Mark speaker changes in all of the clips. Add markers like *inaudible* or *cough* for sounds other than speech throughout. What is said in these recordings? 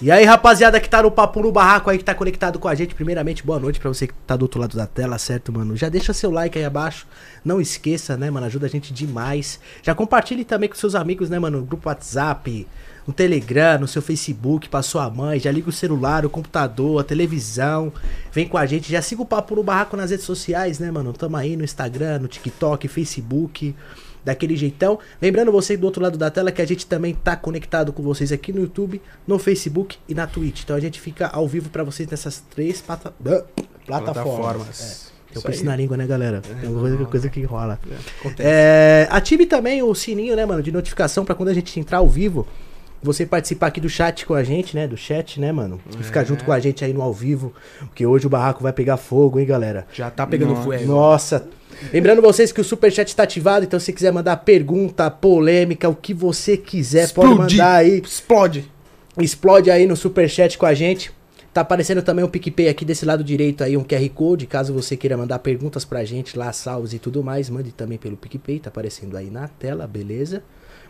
Speaker 1: E aí, rapaziada que tá no papo no barraco aí, que tá conectado com a gente, primeiramente, boa noite pra você que tá do outro lado da tela, certo, mano? Já deixa seu like aí abaixo, não esqueça, né, mano? Ajuda a gente demais. Já compartilhe também com seus amigos, né, mano? No grupo WhatsApp, no Telegram, no seu Facebook, pra sua mãe. Já liga o celular, o computador, a televisão. Vem com a gente. Já siga o Papo no Barraco nas redes sociais, né, mano? Tamo aí no Instagram, no TikTok, Facebook daquele jeitão. Lembrando você do outro lado da tela que a gente também tá conectado com vocês aqui no YouTube, no Facebook e na Twitch. Então a gente fica ao vivo para vocês nessas três pata- plataformas.
Speaker 2: Plataformas.
Speaker 1: É. Eu
Speaker 2: Isso
Speaker 1: penso
Speaker 2: aí.
Speaker 1: na língua, né, galera? É uma coisa, coisa que enrola.
Speaker 2: É, acontece.
Speaker 1: É, ative também o sininho, né, mano, de notificação para quando a gente entrar ao vivo, você participar aqui do chat com a gente, né, do chat, né, mano? E
Speaker 2: É.
Speaker 1: ficar junto com a gente aí no ao vivo, porque hoje o barraco vai pegar fogo, hein, galera?
Speaker 3: Já tá pegando
Speaker 2: Nossa.
Speaker 3: fogo.
Speaker 1: Nossa. É. Lembrando vocês que o Superchat está ativado, então se quiser mandar pergunta, polêmica, o que você quiser, pode
Speaker 3: Explodir.
Speaker 1: mandar aí.
Speaker 3: Explode.
Speaker 1: Explode aí no Superchat com a gente. Tá aparecendo também o PicPay aqui desse lado direito aí, um QR Code, caso você queira mandar perguntas pra gente lá, salves e tudo mais, mande também pelo PicPay, tá aparecendo aí na tela, beleza?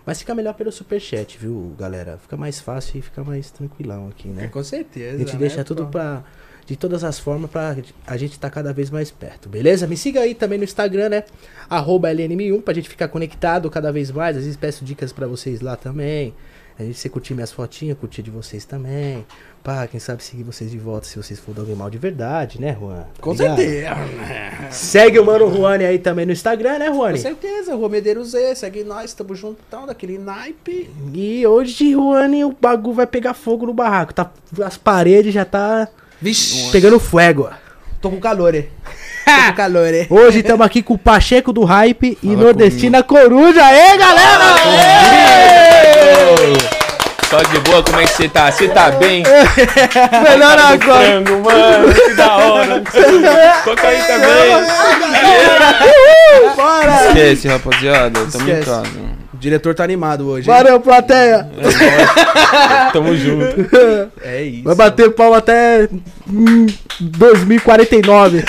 Speaker 1: Mas fica melhor pelo Superchat, viu, galera? Fica mais fácil e fica mais tranquilão aqui, né?
Speaker 3: Com certeza.
Speaker 1: A gente
Speaker 3: né,
Speaker 1: deixa
Speaker 3: pô?
Speaker 1: tudo pra. De todas as formas, pra a gente tá cada vez mais perto, beleza? Me siga aí também no Instagram, né? Arroba LNM1, pra gente ficar conectado cada vez mais. Às vezes peço dicas pra vocês lá também. A gente se curtir minhas fotinhas, curtir de vocês também. Pá, quem sabe seguir vocês de volta se vocês for do animal de verdade, né, Juan? Tá
Speaker 3: Com
Speaker 1: ligado?
Speaker 3: certeza.
Speaker 1: Segue o mano Juane aí também no Instagram, né,
Speaker 3: Com
Speaker 1: Juane?
Speaker 3: certeza. Rua Medeiros Z, segue nós, tamo juntão daquele naipe.
Speaker 1: E hoje, Juane, o bagulho vai pegar fogo no barraco. Tá, as paredes já tá
Speaker 3: Vixe,
Speaker 1: pegando fogo.
Speaker 3: tô com calor,
Speaker 1: *laughs*
Speaker 3: é. Tô com calor, é.
Speaker 1: Hoje estamos aqui com o Pacheco do Hype e
Speaker 2: Fala
Speaker 1: Nordestina Coruja. Aê, galera!
Speaker 4: Só de boa, como é que você tá? Você tá bem?
Speaker 1: Aê! Melhor agora.
Speaker 4: Frango, mano, que da hora. Toca aí também.
Speaker 1: Uhul, Bora!
Speaker 4: Esquece, é rapaziada. Tamo
Speaker 3: Esquece.
Speaker 4: em casa.
Speaker 3: *laughs* O diretor tá animado hoje. hein?
Speaker 1: Valeu, plateia! *laughs*
Speaker 4: Tamo junto.
Speaker 3: É isso.
Speaker 1: Vai bater pau até hum, 2049.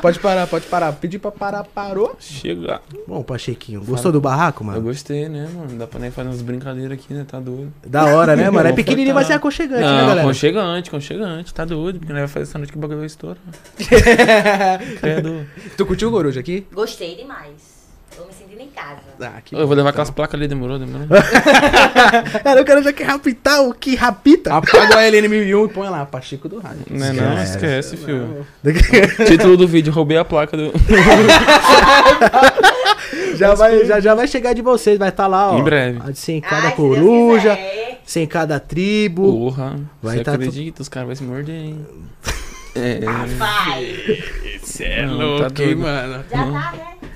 Speaker 3: Pode parar, pode parar. Pedi pra parar, parou.
Speaker 4: Chega.
Speaker 1: Bom, Pachequinho, gostou do barraco,
Speaker 4: Eu
Speaker 1: mano?
Speaker 4: gostei, né, mano? Dá pra nem fazer umas brincadeiras aqui, né? Tá doido.
Speaker 1: Da hora, né, mano? É
Speaker 4: Não,
Speaker 1: pequenininho,
Speaker 4: foi
Speaker 1: mas é
Speaker 4: tá.
Speaker 1: aconchegante, né,
Speaker 4: Não,
Speaker 1: galera?
Speaker 4: conchegante, conchegante. Tá doido, porque não vai fazer essa noite que o bagulho
Speaker 1: *laughs*
Speaker 4: vai estourar. Credo.
Speaker 3: Tu curtiu o Coruja aqui?
Speaker 5: Gostei demais. Tô me sentindo em casa.
Speaker 3: Ah, que
Speaker 4: Ô, Eu vou levar aquelas placas ali,
Speaker 1: *laughs*
Speaker 4: demorou, demorou.
Speaker 1: Cara, o cara já quer raptar o que rapita.
Speaker 3: Apaga o LN1001 e põe lá, Pacheco do Rádio.
Speaker 4: Não é não, esquece,
Speaker 3: Não.
Speaker 4: filho.
Speaker 1: *laughs*
Speaker 4: Título do vídeo, roubei a placa do...
Speaker 1: Já vai, já, já vai chegar de vocês, vai estar lá, *laughs* ó.
Speaker 4: Em breve.
Speaker 1: a de Sem cada
Speaker 5: Ai, se Deus
Speaker 1: coruja,
Speaker 5: quiser.
Speaker 1: sem cada tribo.
Speaker 4: Porra,
Speaker 1: Vai
Speaker 4: você
Speaker 1: tá tu-
Speaker 4: acredita? Os caras vão se
Speaker 1: *laughs*
Speaker 4: morder, hein? É,
Speaker 1: Ah,
Speaker 5: Vai.
Speaker 3: Você é
Speaker 4: Não,
Speaker 3: louco,
Speaker 4: tá
Speaker 3: hein,
Speaker 4: doido.
Speaker 3: mano.
Speaker 5: Já tá, né?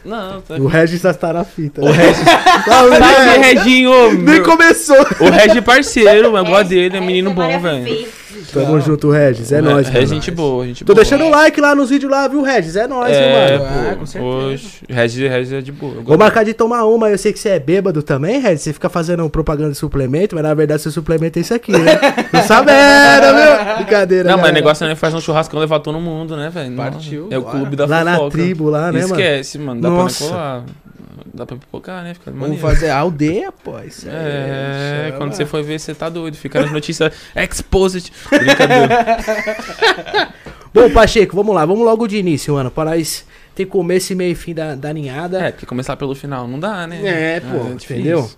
Speaker 4: não, tá...
Speaker 1: O Regis já está na fita. Tá, O Regis. Não,
Speaker 4: Sai,
Speaker 1: nem,
Speaker 4: Reginho!
Speaker 1: *laughs* nem
Speaker 4: meu-
Speaker 1: começou.
Speaker 4: O Regi é parceiro, mano. Boa
Speaker 5: Essa-
Speaker 4: dele, é menino
Speaker 5: essa
Speaker 4: bom,
Speaker 5: maravilha
Speaker 4: velho.
Speaker 5: fez.
Speaker 1: Tamo junto, Regis. É nóis,
Speaker 4: É
Speaker 1: mano.
Speaker 4: gente boa, gente
Speaker 1: Tô
Speaker 4: boa.
Speaker 1: deixando o like lá nos vídeos lá, viu, Regis? É nóis,
Speaker 4: É,
Speaker 1: viu, mano.
Speaker 3: mano. Ah, com
Speaker 4: pô.
Speaker 3: certeza.
Speaker 4: Oxe, Regi, Regi é de boa. eu
Speaker 1: Vou
Speaker 4: gosto.
Speaker 1: marcar de tomar uma, eu sei que você é bêbado também, Regis. Você fica fazendo propaganda de suplemento, mas na verdade seu suplemento é isso aqui,
Speaker 4: *laughs*
Speaker 1: né? Não sabendo, viu? Brincadeira.
Speaker 4: Não, mas o
Speaker 1: galera.
Speaker 4: negócio não é fazer um churrascão e levar todo mundo, né, velho? Nossa,
Speaker 3: Partiu,
Speaker 4: É o
Speaker 3: bora.
Speaker 4: clube da
Speaker 1: Lá na
Speaker 4: fofoca.
Speaker 1: tribo, lá, né, mano?
Speaker 4: Esquece, mano. Dá
Speaker 1: Nossa.
Speaker 4: pra decolar. Dá pra pipocar, né? Fica
Speaker 3: Vamos
Speaker 4: maneiro.
Speaker 3: fazer a aldeia, pô. Isso aí,
Speaker 4: É,
Speaker 3: chama.
Speaker 4: quando você for ver, você tá doido. Fica nas notícias *laughs* exposed.
Speaker 1: *laughs*
Speaker 4: Brincadeira.
Speaker 1: Bom, Pacheco, vamos lá. Vamos logo de início, mano. Pra nós ter começo e meio e fim da, da ninhada.
Speaker 4: É, porque começar pelo final não dá, né?
Speaker 1: É, pô,
Speaker 4: difícil.
Speaker 1: entendeu?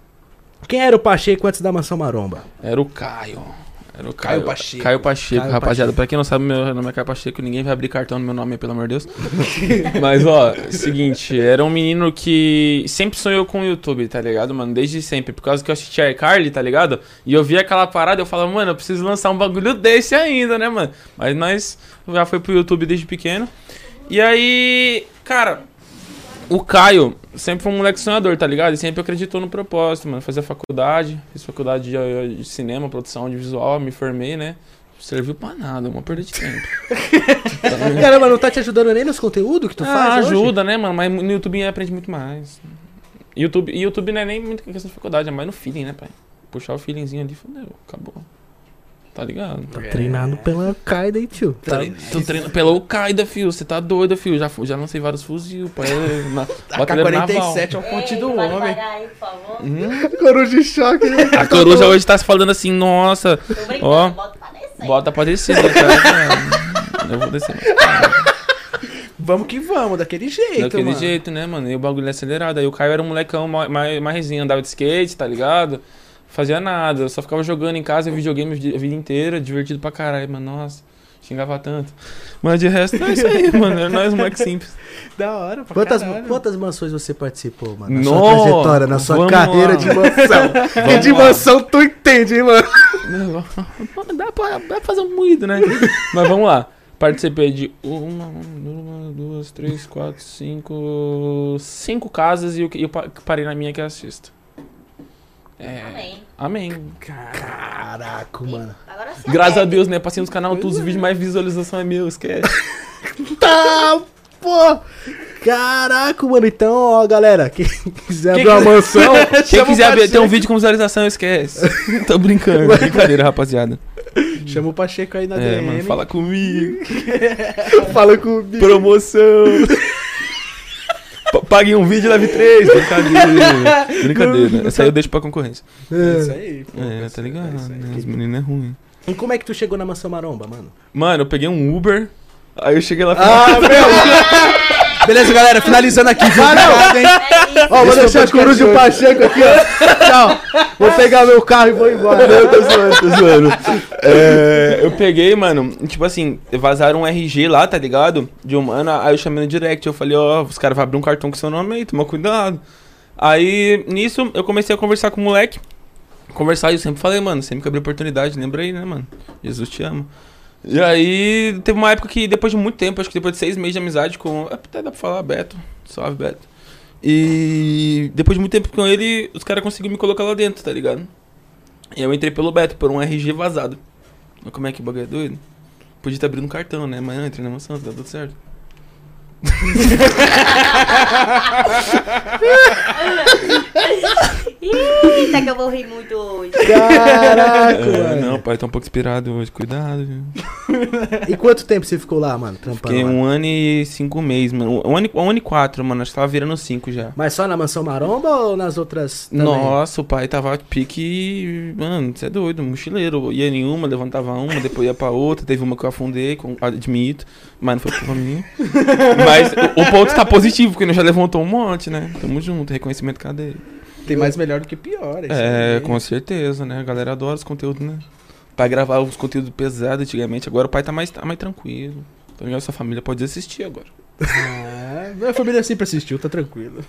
Speaker 1: Quem era o Pacheco antes da Mansão Maromba?
Speaker 4: Era o Caio. Era o
Speaker 3: Caio
Speaker 4: Caio,
Speaker 3: Pacheco.
Speaker 4: Caio Pacheco,
Speaker 1: Caio
Speaker 4: rapaziada. Pra quem não sabe, meu nome é Caio Pacheco. Ninguém vai abrir cartão no meu nome, pelo amor de Deus. *laughs* Mas, ó, seguinte. Era um menino que sempre sonhou com o YouTube, tá ligado, mano? Desde sempre. Por causa que eu assistia iCarly, tá ligado? E eu via aquela parada eu falava, mano, eu preciso lançar um bagulho desse ainda, né, mano? Mas nós já foi pro YouTube desde pequeno. E aí, cara, o Caio sempre foi um moleque sonhador, tá ligado? Ele sempre acreditou no propósito, mano. Fazia faculdade, fiz faculdade de, de cinema, produção audiovisual, me formei, né? Serviu pra nada, uma perda de *laughs* tempo.
Speaker 1: Caramba, não tá te ajudando nem nos conteúdos que tu
Speaker 4: É. ah,
Speaker 1: faz? hoje?
Speaker 4: ajuda, né, mano? Mas no YouTube aprende muito mais. YouTube, e YouTube não é nem muito questão de faculdade, é mais no feeling, né, pai? Puxar o feelingzinho ali, fodeu, acabou. Tá ligado?
Speaker 1: Tá
Speaker 3: É.
Speaker 1: treinado pela Al-Qaeda, hein, tio?
Speaker 3: Então,
Speaker 4: Tá, tô treinando pela Al-Qaeda, fio. Você tá doido, fio. Já, já lancei vários fuzil. Pai, na,
Speaker 3: tá
Speaker 4: batalha naval.
Speaker 3: AK-47 é o fonte
Speaker 5: Ei,
Speaker 3: do
Speaker 5: pode
Speaker 3: homem.
Speaker 5: pagar aí, por favor.
Speaker 1: Coruja em choque. né?
Speaker 6: é
Speaker 4: A coruja hoje tá se falando assim, nossa,
Speaker 5: Tô brincando,
Speaker 4: Ó.
Speaker 5: bota pra descer.
Speaker 4: bota pra descer, né, cara? Eu vou descer.
Speaker 3: Vamos que vamos, daquele jeito,
Speaker 4: Daquele
Speaker 3: mano.
Speaker 4: jeito, né, mano? E o bagulho é acelerado. Aí o Caio era um molecão ma- ma- mais resinha, andava de skate, tá ligado? Fazia nada, eu só ficava jogando em casa, videogame a vida inteira, divertido pra caralho, mano. Nossa, xingava tanto. Mas de resto é isso aí, *laughs* mano. Era nós, moleque simples.
Speaker 3: Da hora, pra
Speaker 1: Quantas,
Speaker 3: caralho.
Speaker 1: quantas mansões você participou, mano? Na
Speaker 4: Nó,
Speaker 1: sua trajetória, na sua
Speaker 4: vamos
Speaker 1: carreira
Speaker 4: lá.
Speaker 1: de
Speaker 4: *laughs*
Speaker 1: mansão. que
Speaker 4: Vamos
Speaker 1: de
Speaker 4: lá.
Speaker 1: mansão tu entende, hein, mano?
Speaker 4: Mano, dá pra, dá pra fazer um moído, *laughs* né? Mas vamos lá. Participei de uma, uma, duas, três, quatro, cinco. Cinco casas e eu, eu pa- parei na minha que é a sexta. É.
Speaker 5: Amém.
Speaker 4: Amém.
Speaker 1: Caraca, mano.
Speaker 5: Agora sim.
Speaker 4: Graças a Deus, né? Passei nos canal, todos os vídeos mais visualização é meu, esquece.
Speaker 1: Tá, pô! Caraca, mano. Então, ó, galera, quem quiser
Speaker 3: Quem
Speaker 1: abrir uma
Speaker 3: quiser-
Speaker 1: mansão,
Speaker 3: *laughs*
Speaker 4: Quem
Speaker 3: Chama o
Speaker 4: quiser ver,
Speaker 3: Pacheco.
Speaker 4: tem um vídeo com visualização, esquece. *laughs* Tô *laughs* brincando, brincadeira, rapaziada.
Speaker 3: Chama o Pacheco aí na
Speaker 4: É,
Speaker 3: DM.
Speaker 4: mano, fala comigo.
Speaker 1: fala comigo.
Speaker 4: Promoção.
Speaker 3: *laughs*
Speaker 4: P- Paguem um vídeo, leve três.
Speaker 3: *laughs*
Speaker 4: Brincadeira. Brincadeira. Essa aí eu deixo pra concorrência.
Speaker 3: É
Speaker 1: É.
Speaker 3: tá. isso aí, pô.
Speaker 4: É, tá ligado? Né? Os meninos é ruim.
Speaker 1: E como é que tu chegou na mansão maromba, mano?
Speaker 4: Mano, eu peguei um Uber. Aí eu cheguei lá e falei,
Speaker 1: Ah, meu! Beleza, galera, finalizando aqui. viu? Obrigado, hein?
Speaker 5: É
Speaker 1: Ó, vou
Speaker 3: Esse é
Speaker 1: deixar
Speaker 3: o
Speaker 1: a coruja e o Pacheco aqui, ó. Tchau. Vou pegar meu carro e vou embora.
Speaker 4: Não,
Speaker 1: *laughs*
Speaker 4: tô zoando, tô zoando. É, eu peguei, mano, tipo assim, vazaram um RG lá, tá ligado? De um mano, aí eu chamei no direct, eu falei, ó, os caras vão abrir um cartão com seu nome aí, toma cuidado. Aí, nisso, eu comecei a conversar com o moleque. Conversar, e eu sempre falei, mano, sempre que abrir oportunidade, lembra aí, né, mano? Jesus te ama. E aí, teve uma época que, depois de muito tempo, acho que depois de seis meses de amizade com... é, Até dá pra falar, Beto. Salve, Beto. E depois de muito tempo com ele, os caras conseguiram me colocar lá dentro, tá ligado? E eu entrei pelo Beto, por um RG vazado. Mas como é que o bagulho é doido? Podia estar abrindo um cartão, né? Mas não, entrei na mansão, tá tudo certo.
Speaker 5: Ih, Eita, que eu vou rir muito hoje.
Speaker 1: Caraca,
Speaker 4: Ah,
Speaker 1: mano.
Speaker 4: não, pai, tá um pouco inspirado hoje, cuidado. Viu?
Speaker 1: E quanto tempo você ficou lá, mano, trampando?
Speaker 4: Fiquei
Speaker 1: lá?
Speaker 4: um ano e cinco meses, mano. Um ano, e- um ano e quatro, mano. Acho que tava virando cinco já.
Speaker 1: Mas só na mansão maromba ou nas outras também?
Speaker 4: Nossa, o pai tava pique. Mano, você é doido, mochileiro. Ia em uma, levantava uma, depois ia pra outra. Teve uma que eu afundei, com- admito. Mas não foi culpa minha. Mas *laughs* o, o ponto tá positivo, porque nós já levantou um monte, né? Tamo junto, reconhecimento cadê?
Speaker 3: Tem mais melhor do que pior. isso
Speaker 4: É,
Speaker 3: aí.
Speaker 4: com certeza, né? A galera adora os conteúdos, né? Pra gravar os conteúdos pesados antigamente, agora o pai tá mais, tá mais tranquilo. Então já sua família pode assistir agora.
Speaker 3: Ah, minha família sempre assistiu, tá tranquilo.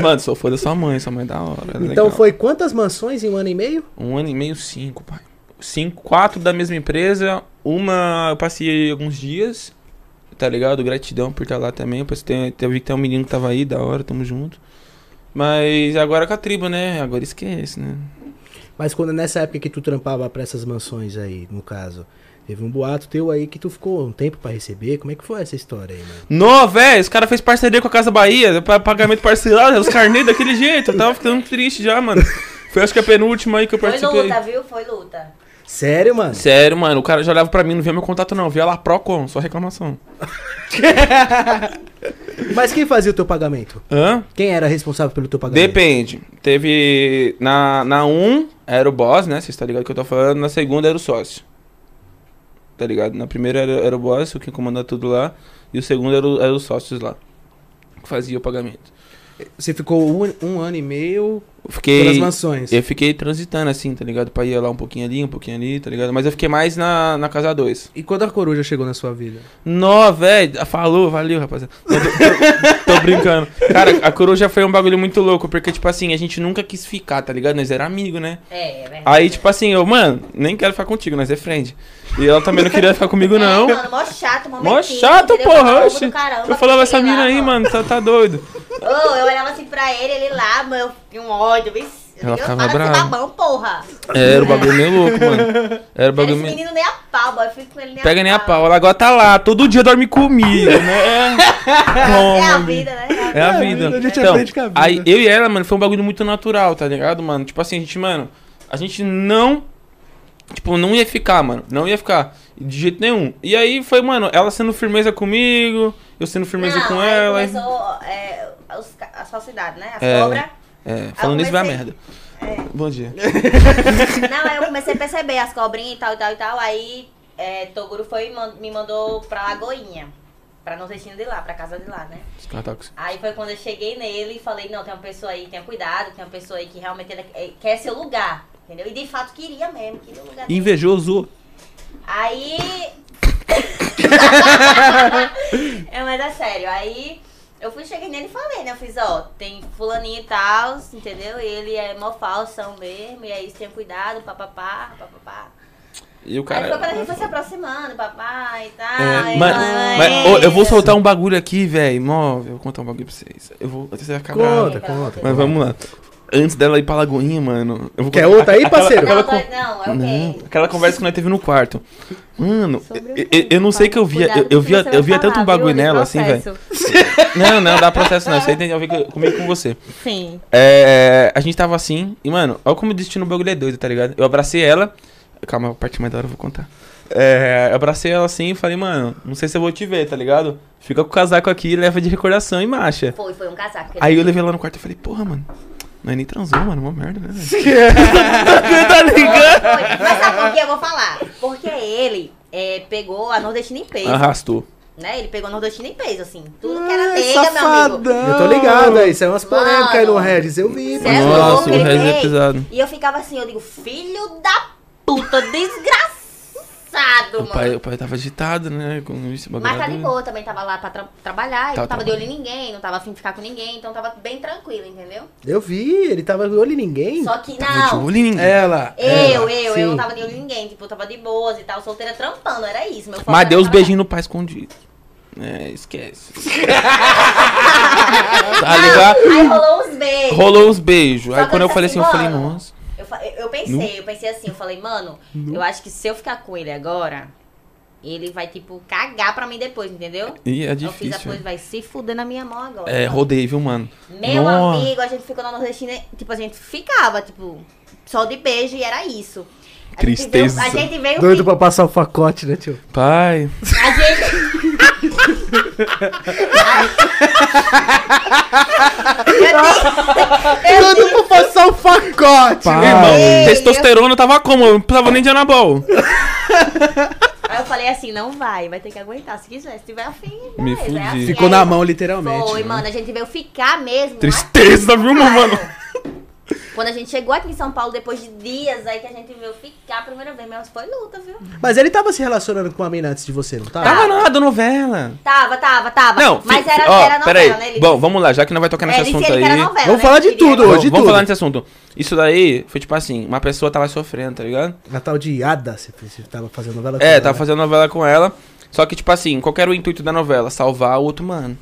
Speaker 4: Mano, sou fã da sua mãe, sua mãe é da hora. é
Speaker 1: Então
Speaker 4: legal.
Speaker 1: foi quantas mansões em um ano e meio?
Speaker 4: Um ano e meio, cinco, pai. Cinco, quatro da mesma empresa. Uma eu passei alguns dias, tá ligado? Gratidão por estar lá também. Eu, passei- tem- eu vi que tem um menino que tava aí, da hora, tamo junto. Mas agora com a tribo, né? Agora esquece, né?
Speaker 1: Mas quando nessa época que tu trampava pra essas mansões aí, no caso, teve um boato teu aí que tu ficou um tempo pra receber. Como é que foi essa história aí, mano?
Speaker 4: Nó, velho, os caras fez parceria com a Casa Bahia, pa- pagamento parcelado, os carneiros daquele jeito. Eu tava ficando triste já, mano. Foi acho que a penúltima aí que eu
Speaker 5: Foi
Speaker 4: participei.
Speaker 5: luta, viu? Foi luta.
Speaker 1: Sério, mano?
Speaker 4: Sério, mano, o cara já olhava pra mim, não via meu contato não, via lá Procon, só reclamação.
Speaker 1: Mas quem fazia o teu pagamento?
Speaker 4: Hã?
Speaker 1: Quem era responsável pelo teu pagamento?
Speaker 4: Depende. Teve. Na 1 na um, era o boss, né? Vocês tá ligado que eu tô falando. Na segunda era o sócio. Tá ligado? Na primeira era, era o boss, o que comandava tudo lá. E o segundo era, o- era os sócios lá. Que fazia o pagamento.
Speaker 3: Você ficou um, um ano e meio
Speaker 4: Eu fiquei.
Speaker 3: pelas mansões.
Speaker 4: Eu fiquei transitando assim, tá ligado? Pra ir lá um pouquinho ali, um pouquinho ali, tá ligado? Mas eu fiquei mais na, na casa 2.
Speaker 3: E quando a coruja chegou na sua vida?
Speaker 4: Nó, velho. Ah, Falou, valeu, rapaziada. Não, tô, tô- tô brincando. Cara, a coruja foi um bagulho muito louco, porque, tipo assim, a gente nunca quis ficar, tá ligado? Nós era amigo, né?
Speaker 5: É, é verdade.
Speaker 4: Aí, tipo assim, eu, mano, nem quero ficar contigo, nós é friend. E ela também não queria ficar comigo, não.
Speaker 5: É, mano, mó chato, mó
Speaker 4: Mó
Speaker 5: metido,
Speaker 4: chato,
Speaker 5: entendeu?
Speaker 4: porra.
Speaker 5: Maluco
Speaker 4: oxe.
Speaker 5: do caramba,
Speaker 4: Eu falava, essa
Speaker 5: sei lá,
Speaker 4: mina aí, mano, tá, tá doido.
Speaker 5: Ô, eu olhava assim pra ele, ele lá, mano, eu tinha um ódio, viu?
Speaker 4: Ela
Speaker 5: eu
Speaker 4: ficava
Speaker 5: falo desse
Speaker 4: brava.
Speaker 5: babão, porra.
Speaker 4: É, Era o bagulho meio louco, mano. Era o
Speaker 5: Cara,
Speaker 4: bagulho
Speaker 5: esse
Speaker 4: meio.
Speaker 5: menino nem a pau, boy. Eu fico com ele nem
Speaker 4: Pega nem a pau, ela agora tá lá, todo dia dorme comigo, né?
Speaker 5: É a
Speaker 4: Toma,
Speaker 5: vida, né?
Speaker 4: É a
Speaker 3: É a
Speaker 4: vida.
Speaker 3: vida, a gente
Speaker 4: então,
Speaker 3: aprende com a vida.
Speaker 4: Aí, eu e ela, mano, foi um bagulho muito natural, tá ligado, mano? Tipo assim, a gente, mano, a gente não
Speaker 6: Tipo, não ia ficar, mano. Não ia ficar. De jeito nenhum. E aí foi, mano, ela sendo firmeza comigo, eu sendo firmeza
Speaker 5: não,
Speaker 6: com
Speaker 5: aí
Speaker 6: ela. e-
Speaker 5: começou é, os ca- a falsidade, né? A
Speaker 6: É.
Speaker 5: sobra.
Speaker 6: É, falando
Speaker 5: eu
Speaker 6: isso vai a
Speaker 5: comecei-
Speaker 6: merda.
Speaker 5: É.
Speaker 6: Bom dia.
Speaker 5: Não, aí eu comecei a perceber as cobrinhas e tal, e tal, e tal. Aí é, Toguro foi e man- me mandou pra Lagoinha. Pra não destino de lá, pra casa de lá, né?
Speaker 6: Os caras tá com-
Speaker 5: Aí foi quando eu cheguei nele e falei, não, tem uma pessoa aí, tenha cuidado, tem uma pessoa aí que realmente é da- é- quer seu lugar, entendeu? E de fato queria mesmo, queria o lugar dele.
Speaker 6: Invejoso. *laughs*
Speaker 5: Aí... *laughs* é, mas é sério, aí eu fui, cheguei nele e falei, né? Eu fiz, ó, tem fulaninho e tal, entendeu? E ele é mó falsão mesmo, e é isso, tenha cuidado, papapá, papapá.
Speaker 6: E o
Speaker 5: Aí foi quando a
Speaker 6: cara.
Speaker 5: gente foi se aproximando, papai e tal.
Speaker 6: É,
Speaker 5: e
Speaker 6: mas,
Speaker 5: mamãe.
Speaker 6: mas, ô, eu vou soltar um bagulho aqui, velho. Mó, eu vou contar um bagulho pra vocês. Eu vou. Você vai ficar bravo.
Speaker 1: Conta, conta.
Speaker 6: Mas vamos lá. Antes dela ir pra Lagoinha, mano. Eu vou
Speaker 1: Quer
Speaker 6: contar- um
Speaker 1: outra aí,
Speaker 6: aquela-
Speaker 1: parceiro?
Speaker 6: aquela
Speaker 5: Não,
Speaker 6: con-
Speaker 5: dois não, é o
Speaker 6: Não,
Speaker 5: quê?
Speaker 6: aquela conversa que nós teve no quarto. Mano,
Speaker 5: Sobre o
Speaker 6: eu,
Speaker 5: quê?
Speaker 6: eu não sei que eu via.
Speaker 5: Cuidado
Speaker 6: Eu, eu
Speaker 5: com o que
Speaker 6: via,
Speaker 5: você vai
Speaker 6: eu via tanto
Speaker 5: falar,
Speaker 6: um bagulho
Speaker 5: viu?
Speaker 6: nela,
Speaker 5: Esse
Speaker 6: assim, velho.
Speaker 5: processo.
Speaker 6: Não, não, dá processo não. Isso aí tem a ver com- comigo e com você.
Speaker 5: Sim.
Speaker 6: É, a gente tava assim, e mano, olha como o destino do bagulho é doido, tá ligado? Eu abracei ela. Calma, a parte mais da hora eu vou contar. É, eu abracei ela assim e falei, mano, não sei se eu vou te ver, tá ligado? Fica com o casaco aqui e leva de recordação e marcha.
Speaker 5: Foi, foi um casaco. que ele
Speaker 6: Aí eu levei ela no quarto e falei, porra, mano, nós nem transou, mano, uma merda, né? velho?
Speaker 5: Foi. Mas sabe por que eu vou falar? Porque ele é, pegou a nordestina em peso,
Speaker 6: Arrastou.
Speaker 5: né? Ele pegou a nordestina em peso, assim. Tudo que era nega, meu amigo.
Speaker 1: Eu tô ligado aí, saiu umas
Speaker 5: Mano.
Speaker 1: polêmicas aí no Regis, eu vi.
Speaker 5: Cê é
Speaker 1: mano.
Speaker 6: Nossa,
Speaker 5: louco,
Speaker 6: o
Speaker 5: ele
Speaker 6: Regis é
Speaker 5: veio.
Speaker 6: pesado.
Speaker 5: E eu ficava assim, eu digo, filho da puta, desgraçado,
Speaker 6: O
Speaker 5: mano.
Speaker 6: pai, o pai tava agitado, né? Com esse bagulho.
Speaker 5: Mas tá de
Speaker 6: doido.
Speaker 5: boa, também tava lá pra tra- trabalhar, ele
Speaker 6: Tá
Speaker 5: não tava de olho em
Speaker 6: trabalhando.
Speaker 5: ninguém, não tava afim de ficar com ninguém, então tava bem tranquilo, entendeu?
Speaker 1: Eu vi, ele tava de olho em ninguém.
Speaker 5: Só que
Speaker 6: Tava de
Speaker 5: não,
Speaker 6: olho É, em ninguém.
Speaker 3: Ela.
Speaker 5: Eu,
Speaker 3: ela,
Speaker 5: eu,
Speaker 3: sim.
Speaker 5: eu não tava de olho em ninguém, tipo, eu tava de boas e tal, solteira trampando, era isso. Meu foco
Speaker 6: Mas
Speaker 5: era
Speaker 6: deu os
Speaker 5: trabalhar.
Speaker 6: beijinhos no pai escondido. É,
Speaker 5: *laughs*
Speaker 6: esquece. tá ligado?
Speaker 5: Aí rolou uns beijos.
Speaker 6: Rolou uns beijos.
Speaker 5: Só
Speaker 6: Aí quando eu
Speaker 5: que
Speaker 6: falei assim, eu falei,
Speaker 5: mano,
Speaker 6: nossa.
Speaker 5: Eu, fa- eu pensei, eu pensei assim, eu falei, mano, eu acho que se eu ficar com ele agora, ele vai, tipo, cagar pra mim depois, entendeu?
Speaker 6: Ih, é
Speaker 5: Eu fiz a
Speaker 6: difícil.
Speaker 5: coisa, vai se fuder na minha mão agora.
Speaker 6: É, rodei, viu, mano?
Speaker 5: Meu
Speaker 6: Nossa.
Speaker 5: amigo, a gente ficou na Nordestina, tipo, a gente ficava, tipo, só de beijo e era isso. A gente veio-
Speaker 6: Tristeza.
Speaker 5: a gente veio
Speaker 1: Doido pra passar o pacote, né, tio?
Speaker 6: Pai.
Speaker 5: A gente. Eu tenho- eu
Speaker 1: Doido pra passar o pacote!
Speaker 6: Pai. Irmão,
Speaker 5: Ei,
Speaker 6: testosterona tava como? Eu não precisava nem de anabol.
Speaker 5: tenho- Aí eu falei assim, não vai, vai ter que aguentar se quiser, se tiver afim.
Speaker 6: Me
Speaker 5: vai,
Speaker 6: fudi.
Speaker 5: é assim,
Speaker 3: Ficou
Speaker 5: aí-
Speaker 3: na mão, literalmente.
Speaker 5: Foi,
Speaker 3: né?
Speaker 5: mano, a gente veio ficar mesmo.
Speaker 6: Tristeza, viu,
Speaker 5: lá,
Speaker 6: mano?
Speaker 5: Quando a gente chegou aqui em São Paulo, depois de dias aí que a gente veio ficar a primeira vez, mas foi luta, viu?
Speaker 1: Mas ele tava se relacionando com uma mina antes de você, não tava?
Speaker 6: Tava nada, novela.
Speaker 5: Tava, tava, tava.
Speaker 6: Não,
Speaker 5: mas
Speaker 6: fi-
Speaker 5: era,
Speaker 6: ó,
Speaker 5: era novela,
Speaker 6: peraí.
Speaker 5: né? Ele
Speaker 6: Bom, vamos lá, já que não vai tocar nesse
Speaker 5: É, ele disse
Speaker 6: assunto
Speaker 5: ele
Speaker 6: aí.
Speaker 5: que era novela,
Speaker 1: Vamos
Speaker 5: né?
Speaker 1: falar de
Speaker 5: Ele queria-
Speaker 1: tudo
Speaker 6: Vamos-
Speaker 1: hoje,
Speaker 6: vamos
Speaker 1: tudo.
Speaker 6: falar nesse assunto. Isso daí foi tipo assim, uma pessoa tava sofrendo, tá ligado?
Speaker 1: Na tal de Ada, você você tava fazendo novela com
Speaker 6: É,
Speaker 1: ela,
Speaker 6: tava
Speaker 1: né?
Speaker 6: fazendo novela com ela. Só que, tipo assim, qual que era o intuito da novela? Salvar o outro mano.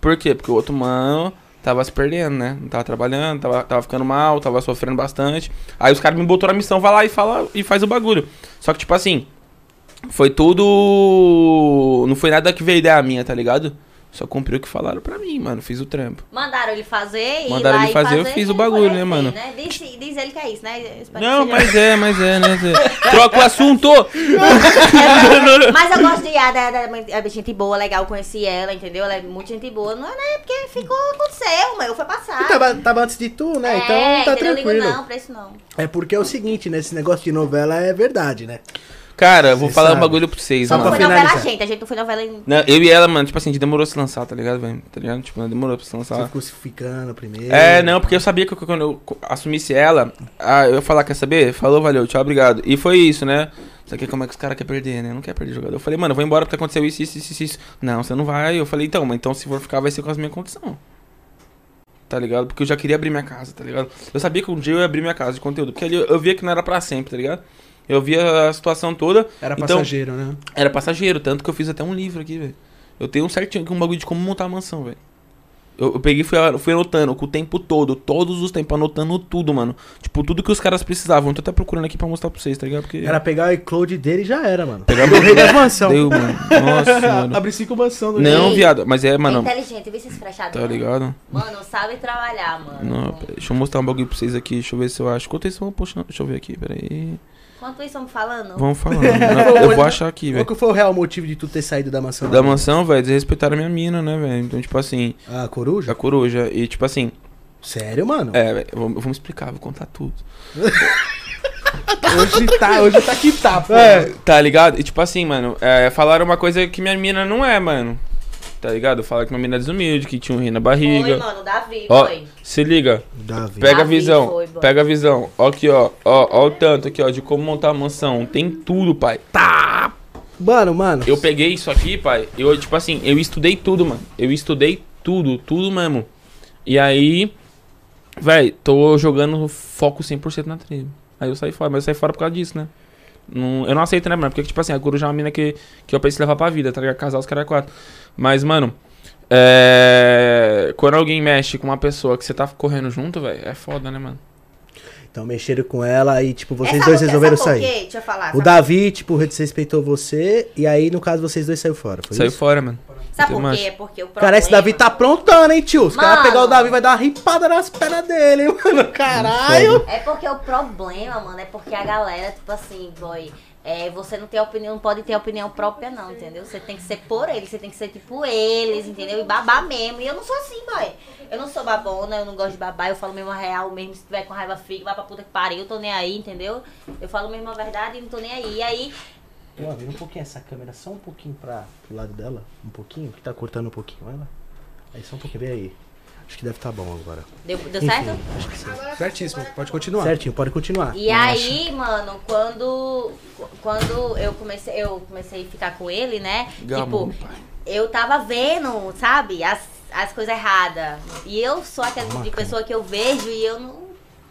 Speaker 6: Por quê? Porque o outro mano tava se perdendo, né? Não tava trabalhando, tava, tava ficando mal, tava sofrendo bastante. Aí os caras me botaram na missão, vai lá e fala e faz o bagulho. Só que, tipo assim, foi tudo. Não foi nada que veio ideia minha, tá ligado? Só cumpri o que falaram pra mim, mano. Fiz o trampo.
Speaker 5: Mandaram ele fazer e
Speaker 6: Mandaram
Speaker 5: lá
Speaker 6: ele
Speaker 5: e
Speaker 6: fazer, eu fiz o
Speaker 5: e
Speaker 6: bagulho,
Speaker 5: foi
Speaker 6: né,
Speaker 5: assim,
Speaker 6: mano?
Speaker 5: Diz, diz ele que é isso, né? Eu espero
Speaker 6: Não,
Speaker 5: que seja-
Speaker 6: mas é, mas é, né? Zé? Troca o assunto!
Speaker 5: Mas eu É, gosto de Yada, Yada é muito- é gente boa, legal, conheci ela, entendeu? Ela é muito gente boa, não é né? porque ficou, aconteceu, mas eu fui passar.
Speaker 1: Ele
Speaker 5: É,
Speaker 4: Então,
Speaker 1: Tava, tava antes de tu, né? então tá
Speaker 5: entendeu? Eu
Speaker 1: tranquilo.
Speaker 5: Digo, não, pra isso não.
Speaker 1: É porque é o seguinte, né? Esse negócio de novela é verdade, né?
Speaker 6: Cara, eu vou
Speaker 1: Cê
Speaker 6: falar um
Speaker 1: sabe.
Speaker 6: bagulho pra vocês,
Speaker 1: Só
Speaker 5: Não
Speaker 6: mano.
Speaker 1: pra
Speaker 5: foi novela a
Speaker 1: finalizar.
Speaker 5: gente, a gente não foi novela em...
Speaker 6: Não, eu e ela, mano, tipo assim, a gente demorou a se lançar, tá ligado, velho? Tá ligado? Tipo, demorou pra se
Speaker 1: Você
Speaker 6: lançar.
Speaker 1: ficou se ficando primeiro.
Speaker 6: É, não, porque eu sabia que quando eu assumisse ela, ah, eu ia falar, quer saber? Falou, valeu, tchau, obrigado. E foi isso, né? Só que como é que os caras querem perder, né? Não quer perder jogador. Eu falei, mano, eu vou embora porque aconteceu isso, isso, isso, isso. Não, você não vai. Eu falei, então, mas então se for ficar, vai ser com as minhas condições. Tá ligado? Porque eu já queria abrir minha casa, tá ligado? Eu sabia que um dia eu ia abrir minha casa de conteúdo. Porque ali eu- eu via que não era pra sempre, tá ligado? Eu via a situação toda.
Speaker 3: Era
Speaker 6: Então-
Speaker 3: passageiro, né?
Speaker 6: Era passageiro, tanto que eu fiz até um livro aqui, velho. Eu tenho um certinho aqui, um bagulho de como montar a mansão, velho.
Speaker 4: Eu, eu peguei e fui, fui anotando com o tempo todo, todos os tempos, anotando tudo, mano. Tipo, tudo que os caras precisavam. Tô até procurando aqui pra mostrar pra vocês, tá ligado? Porque.
Speaker 6: É.
Speaker 1: Era Então. pegar o iCloud dele e já era, mano. o
Speaker 4: Pegar
Speaker 1: *laughs* rei da mansão.
Speaker 4: Deu, mano.
Speaker 1: *laughs*
Speaker 4: Nossa, mano.
Speaker 3: Abre cinco mansão no
Speaker 4: Não,
Speaker 5: Ei.
Speaker 4: viado. Mas é,
Speaker 5: É
Speaker 4: mano.
Speaker 5: inteligente, vê se escrachado.
Speaker 4: Tá
Speaker 5: né?
Speaker 4: ligado?
Speaker 5: Mano, sabe trabalhar, mano.
Speaker 4: Não, pera- deixa eu mostrar um bagulho pra vocês aqui. Deixa eu ver se eu acho. Enquanto isso, vamos puxando. Deixa eu ver aqui, peraí.
Speaker 5: Enquanto isso, vamos falando.
Speaker 4: Vamos
Speaker 1: *laughs*
Speaker 4: falando. Não, eu vou achar aqui,
Speaker 1: Qual
Speaker 4: velho.
Speaker 1: que foi o real motivo de tu ter saído da mansão?
Speaker 4: Da mansão, velho, desrespeitaram a minha mina, né, velho? Então, tipo assim,
Speaker 1: A coruja?
Speaker 6: É.
Speaker 4: da coruja. E, tipo assim,
Speaker 1: Sério, mano?
Speaker 4: é, velho, eu vou, eu vou me explicar, vou contar tudo.
Speaker 3: Hoje tá, hoje tá que tá, pô.
Speaker 4: É, tá ligado? E tipo assim, mano, é, falaram uma coisa que minha mina não é, mano. Tá ligado? Falaram que minha mina é desumilde, que tinha um rim na
Speaker 5: Foi,
Speaker 4: barriga.
Speaker 5: mano, Davi,
Speaker 4: Ó,
Speaker 5: foi.
Speaker 4: se liga,
Speaker 1: Davi.
Speaker 4: pega a
Speaker 5: Davi
Speaker 4: visão,
Speaker 5: foi, boy.
Speaker 4: pega a visão. Ó aqui, ó, ó, ó o tanto aqui, ó, de como montar a mansão. Tem tudo, pai. Tá!
Speaker 1: Mano, mano.
Speaker 4: Eu peguei isso aqui, pai, eu, tipo assim, eu estudei tudo, mano. Eu estudei tudo, tudo mesmo. E aí, velho, tô jogando foco 100% na tribo. Aí eu saí fora, mas eu saí fora por causa disso, né? Não, eu não aceito, né, mano? Porque, tipo assim, a coruja é uma mina que, que eu pensei levar pra vida, tá ligado? Casar os caras quatro. Mas, mano, é... quando alguém mexe com uma pessoa que você tá correndo junto, velho, é foda, né, mano?
Speaker 1: Então mexeram com ela e, tipo, vocês
Speaker 5: Essa
Speaker 1: dois
Speaker 5: boca-
Speaker 1: resolveram
Speaker 5: essa boquete,
Speaker 1: sair.
Speaker 5: Deixa eu falar.
Speaker 1: O
Speaker 5: sabe-
Speaker 1: Davi, tipo, desrespeitou você. E aí, no caso, vocês dois saíram fora. Foi
Speaker 4: Saiu
Speaker 1: isso?
Speaker 4: fora, mano.
Speaker 5: Sabe por
Speaker 4: Mas-
Speaker 5: quê? Porque o problema...
Speaker 1: Cara, esse Davi tá aprontando, hein, tio? Os caras
Speaker 5: Mano.
Speaker 1: pegar o Davi vai dar uma ripada nas pernas dele, *laughs* hein, mano. Caralho.
Speaker 5: É porque o problema, mano, é porque a galera, tipo assim, boy... É, você não tem opinião, não pode ter opinião própria, não, entendeu? Você tem que ser por eles, você tem que ser tipo eles, entendeu? E babar mesmo. E eu não sou assim, boy. Eu não sou babona, eu não gosto de babar, eu falo mesmo a real mesmo. Se tiver com raiva, fica, vai pra puta que pariu, eu tô nem aí, entendeu? Eu falo mesmo a verdade e não tô nem aí. E aí,
Speaker 1: Ó, vira um pouquinho essa câmera, só um pouquinho pra pro lado dela. Um pouquinho, que tá cortando um pouquinho ela. Aí só um pouquinho, vem aí. Acho que deve tá bom agora.
Speaker 5: deu, deu Tá certo?
Speaker 1: Enfim, acho que sim.
Speaker 3: Certíssimo, pode continuar.
Speaker 1: Certinho, pode continuar.
Speaker 5: E aí, mano, quando quando eu comecei, eu comecei a ficar com ele, né?
Speaker 4: Gamão,
Speaker 5: tipo,
Speaker 4: pai.
Speaker 5: eu tava vendo, sabe, as, as coisas erradas. E eu sou aquele tipo de
Speaker 1: Bacana.
Speaker 5: pessoa que eu vejo e eu não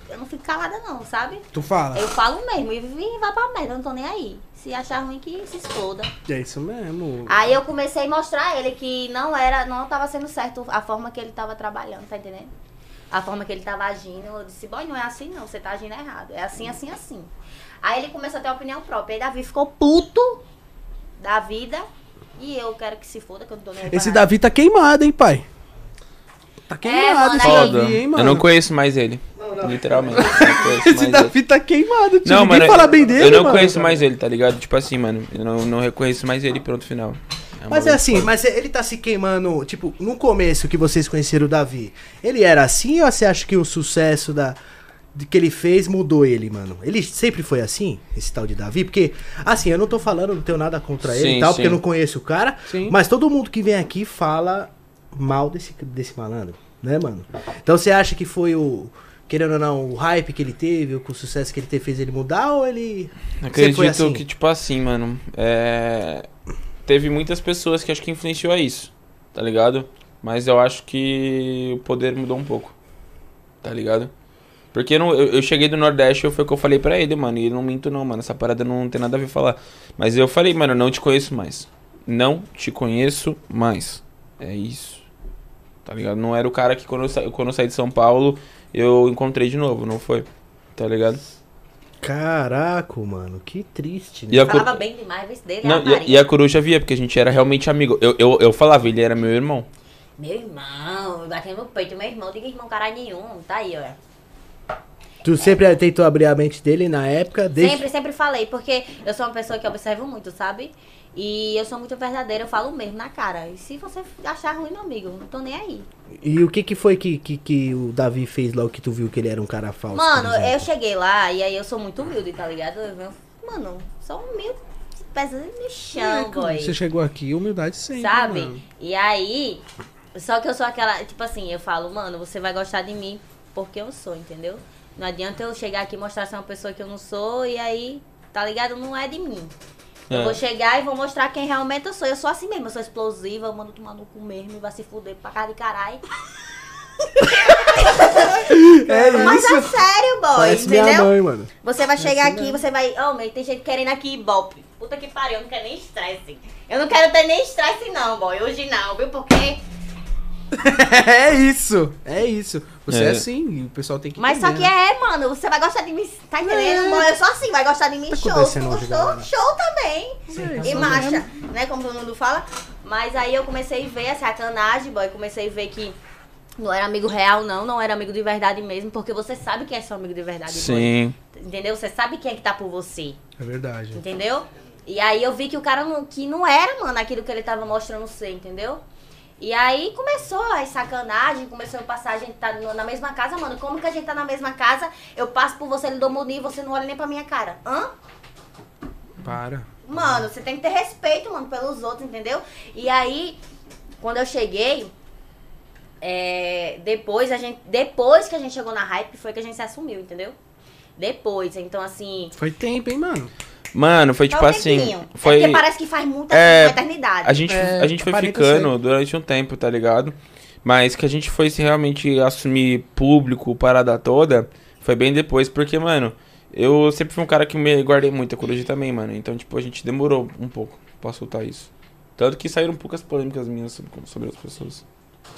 Speaker 5: eu não fico calada não, sabe?
Speaker 3: Tu fala.
Speaker 5: Eu falo mesmo e vim vai pra merda, eu não tô nem aí. Se achar ruim que se exploda.
Speaker 3: É isso mesmo.
Speaker 5: Aí eu comecei a mostrar a ele que não era, não tava sendo certo a forma que ele tava trabalhando, tá entendendo? A forma que ele tava agindo. Eu disse, boy, não é assim não, você tá agindo errado. É assim, assim, assim. Aí ele começou a ter opinião própria. Aí Davi ficou puto da vida. E eu quero que se foda, que eu não tô nem aí pra
Speaker 3: Esse
Speaker 5: nada.
Speaker 3: Davi tá queimado, hein, pai? Tá queimado
Speaker 5: É, mano,
Speaker 3: esse
Speaker 5: aí-
Speaker 4: Foda.
Speaker 3: Davi, hein, mano?
Speaker 4: Eu não conheço mais ele. Literalmente. eu não conheço
Speaker 3: Esse
Speaker 4: mais ele.
Speaker 3: Davi tá queimado, tio. Ninguém
Speaker 4: eu-
Speaker 3: fala bem dele,
Speaker 4: Eu não
Speaker 3: mano.
Speaker 4: conheço mais ele, tá ligado? Tipo assim, mano, eu não, não reconheço mais ele, pronto, final. um
Speaker 1: Mas
Speaker 4: bagulho
Speaker 1: é assim, mas ele tá se queimando, tipo, no começo que vocês conheceram o Davi, ele era assim ou você acha que o sucesso da de que ele fez mudou ele, mano? Ele sempre foi assim, esse tal de Davi? Porque, assim, eu não tô falando, não tenho nada contra ele
Speaker 4: Sim,
Speaker 1: e tal,
Speaker 4: sim.
Speaker 1: porque eu não conheço o cara,
Speaker 3: Sim.
Speaker 1: mas todo mundo que vem aqui fala mal desse, desse malandro, né, mano? Então você acha que foi o, querendo ou não, o hype que ele teve, o sucesso que ele teve fez ele mudar ou ele... sempre
Speaker 4: Acredito
Speaker 1: foi assim?
Speaker 4: que, tipo assim, mano, é... teve muitas pessoas que acho que influenciou a isso, tá ligado? Mas eu acho que o poder mudou um pouco, tá ligado? Porque eu, não- eu, eu cheguei do Nordeste e foi o que eu falei pra ele, mano, e não minto não, mano, essa parada não tem nada a ver falar. Mas eu falei, mano, eu não te conheço mais. Não te conheço mais. É isso. Tá ligado? Não era o cara que quando eu, sa- quando eu saí de São Paulo eu encontrei de novo, não foi? Tá ligado?
Speaker 1: Caraca, mano, que triste, né?
Speaker 4: E a co-
Speaker 5: Falava bem demais vez dele,
Speaker 4: é
Speaker 5: é
Speaker 4: Não,
Speaker 5: a
Speaker 4: e, a-
Speaker 5: Maria.
Speaker 4: e é- a coruja via, porque a gente era realmente amigo. Eu, eu, eu falava, ele era meu irmão.
Speaker 5: Meu irmão, batendo no peito, meu irmão, diga irmão, caralho nenhum, tá aí, ó.
Speaker 1: Tu sempre tentou abrir a mente dele na época, desde
Speaker 5: Sempre, sempre falei, porque eu sou uma pessoa que observo muito, sabe? E eu sou muito verdadeira, eu falo mesmo na cara. E se você achar ruim, meu amigo, não tô nem aí.
Speaker 1: E o que que foi que, que, que o Davi fez logo que tu viu que ele era um cara falso?
Speaker 5: Mano,
Speaker 1: por exemplo?
Speaker 5: eu cheguei lá e aí eu sou muito humilde, tá ligado? Eu venho, mano, sou humilde, pesando no chão, boy.
Speaker 3: é, Você chegou aqui, humildade sempre,
Speaker 5: sabe?
Speaker 3: mano.
Speaker 5: E aí, só que eu sou aquela, tipo assim, eu falo, mano, você vai gostar de mim porque eu sou, entendeu? Não adianta eu chegar aqui e mostrar ser uma pessoa que eu não sou e aí, tá ligado? Não é de mim. Eu
Speaker 4: É.
Speaker 5: vou chegar e vou mostrar quem realmente eu sou. Eu sou assim mesmo, eu sou explosiva, eu mando tomar no cu mesmo e vai se fuder pra cara de caralho.
Speaker 1: É
Speaker 5: Mas é sério, boy,
Speaker 1: Parece minha
Speaker 5: entendeu?
Speaker 1: mãe, mano.
Speaker 5: Você vai chegar aqui, você vai. Ô, mas tem gente querendo aqui ibope. Puta que pariu, eu não quero nem estresse. Eu não quero ter nem estresse, não, boy. Hoje não, viu? Porque
Speaker 3: *laughs* é isso. É isso. Você é,
Speaker 4: É.
Speaker 3: assim, e o pessoal tem que
Speaker 5: Mas só que
Speaker 3: entender, né?
Speaker 5: é, mano, você vai gostar de mim. Tá entendendo? Bom, eu sou assim, vai gostar de mim
Speaker 1: Tá
Speaker 5: show. Se
Speaker 1: acontecendo
Speaker 5: tu
Speaker 1: hoje,
Speaker 5: gostou,
Speaker 1: galera?
Speaker 5: show também.
Speaker 3: Sim,
Speaker 5: E
Speaker 3: tá
Speaker 5: marcha,
Speaker 3: sabendo.
Speaker 5: né? Como todo mundo fala. Mas aí eu comecei a ver a sacanagem, boy. Comecei a ver que não era amigo real, não. Não era amigo de verdade mesmo. Porque você sabe quem é seu amigo de verdade. boy.
Speaker 4: Sim.
Speaker 5: Entendeu? Você sabe quem é que tá por você.
Speaker 3: É verdade.
Speaker 5: Entendeu? E aí eu vi que o cara não, que não era, mano, aquilo que ele tava mostrando ser, entendeu? E aí começou a sacanagem, começou a passar, a gente tá no- na mesma casa, mano. Como que a gente tá na mesma casa? Eu passo por você, ele domina e você não olha nem pra minha cara. Hã?
Speaker 3: Para.
Speaker 5: Mano, você tem que ter respeito, mano, pelos outros, entendeu? E aí, quando eu cheguei, é, depois a gente. Depois que a gente chegou na hype, foi que a gente se assumiu, entendeu? Depois, então assim.
Speaker 3: Foi tempo, hein, mano?
Speaker 4: Mano, foi tipo
Speaker 5: Foi um
Speaker 4: assim.
Speaker 5: tempinho. É
Speaker 4: Foi.
Speaker 5: porque parece que faz muita
Speaker 4: É,
Speaker 5: uma eternidade.
Speaker 4: A gente,
Speaker 3: É,
Speaker 4: a gente foi
Speaker 3: aparenta
Speaker 4: ficando durante um tempo, tá ligado? Mas que a gente foi se realmente assumir público, parada toda, foi bem depois, porque, mano, eu sempre fui um cara que me guardei muito, a Coruja também, mano. Então, tipo, a gente demorou um pouco pra soltar isso. Tanto que saíram poucas polêmicas minhas sobre, sobre as pessoas.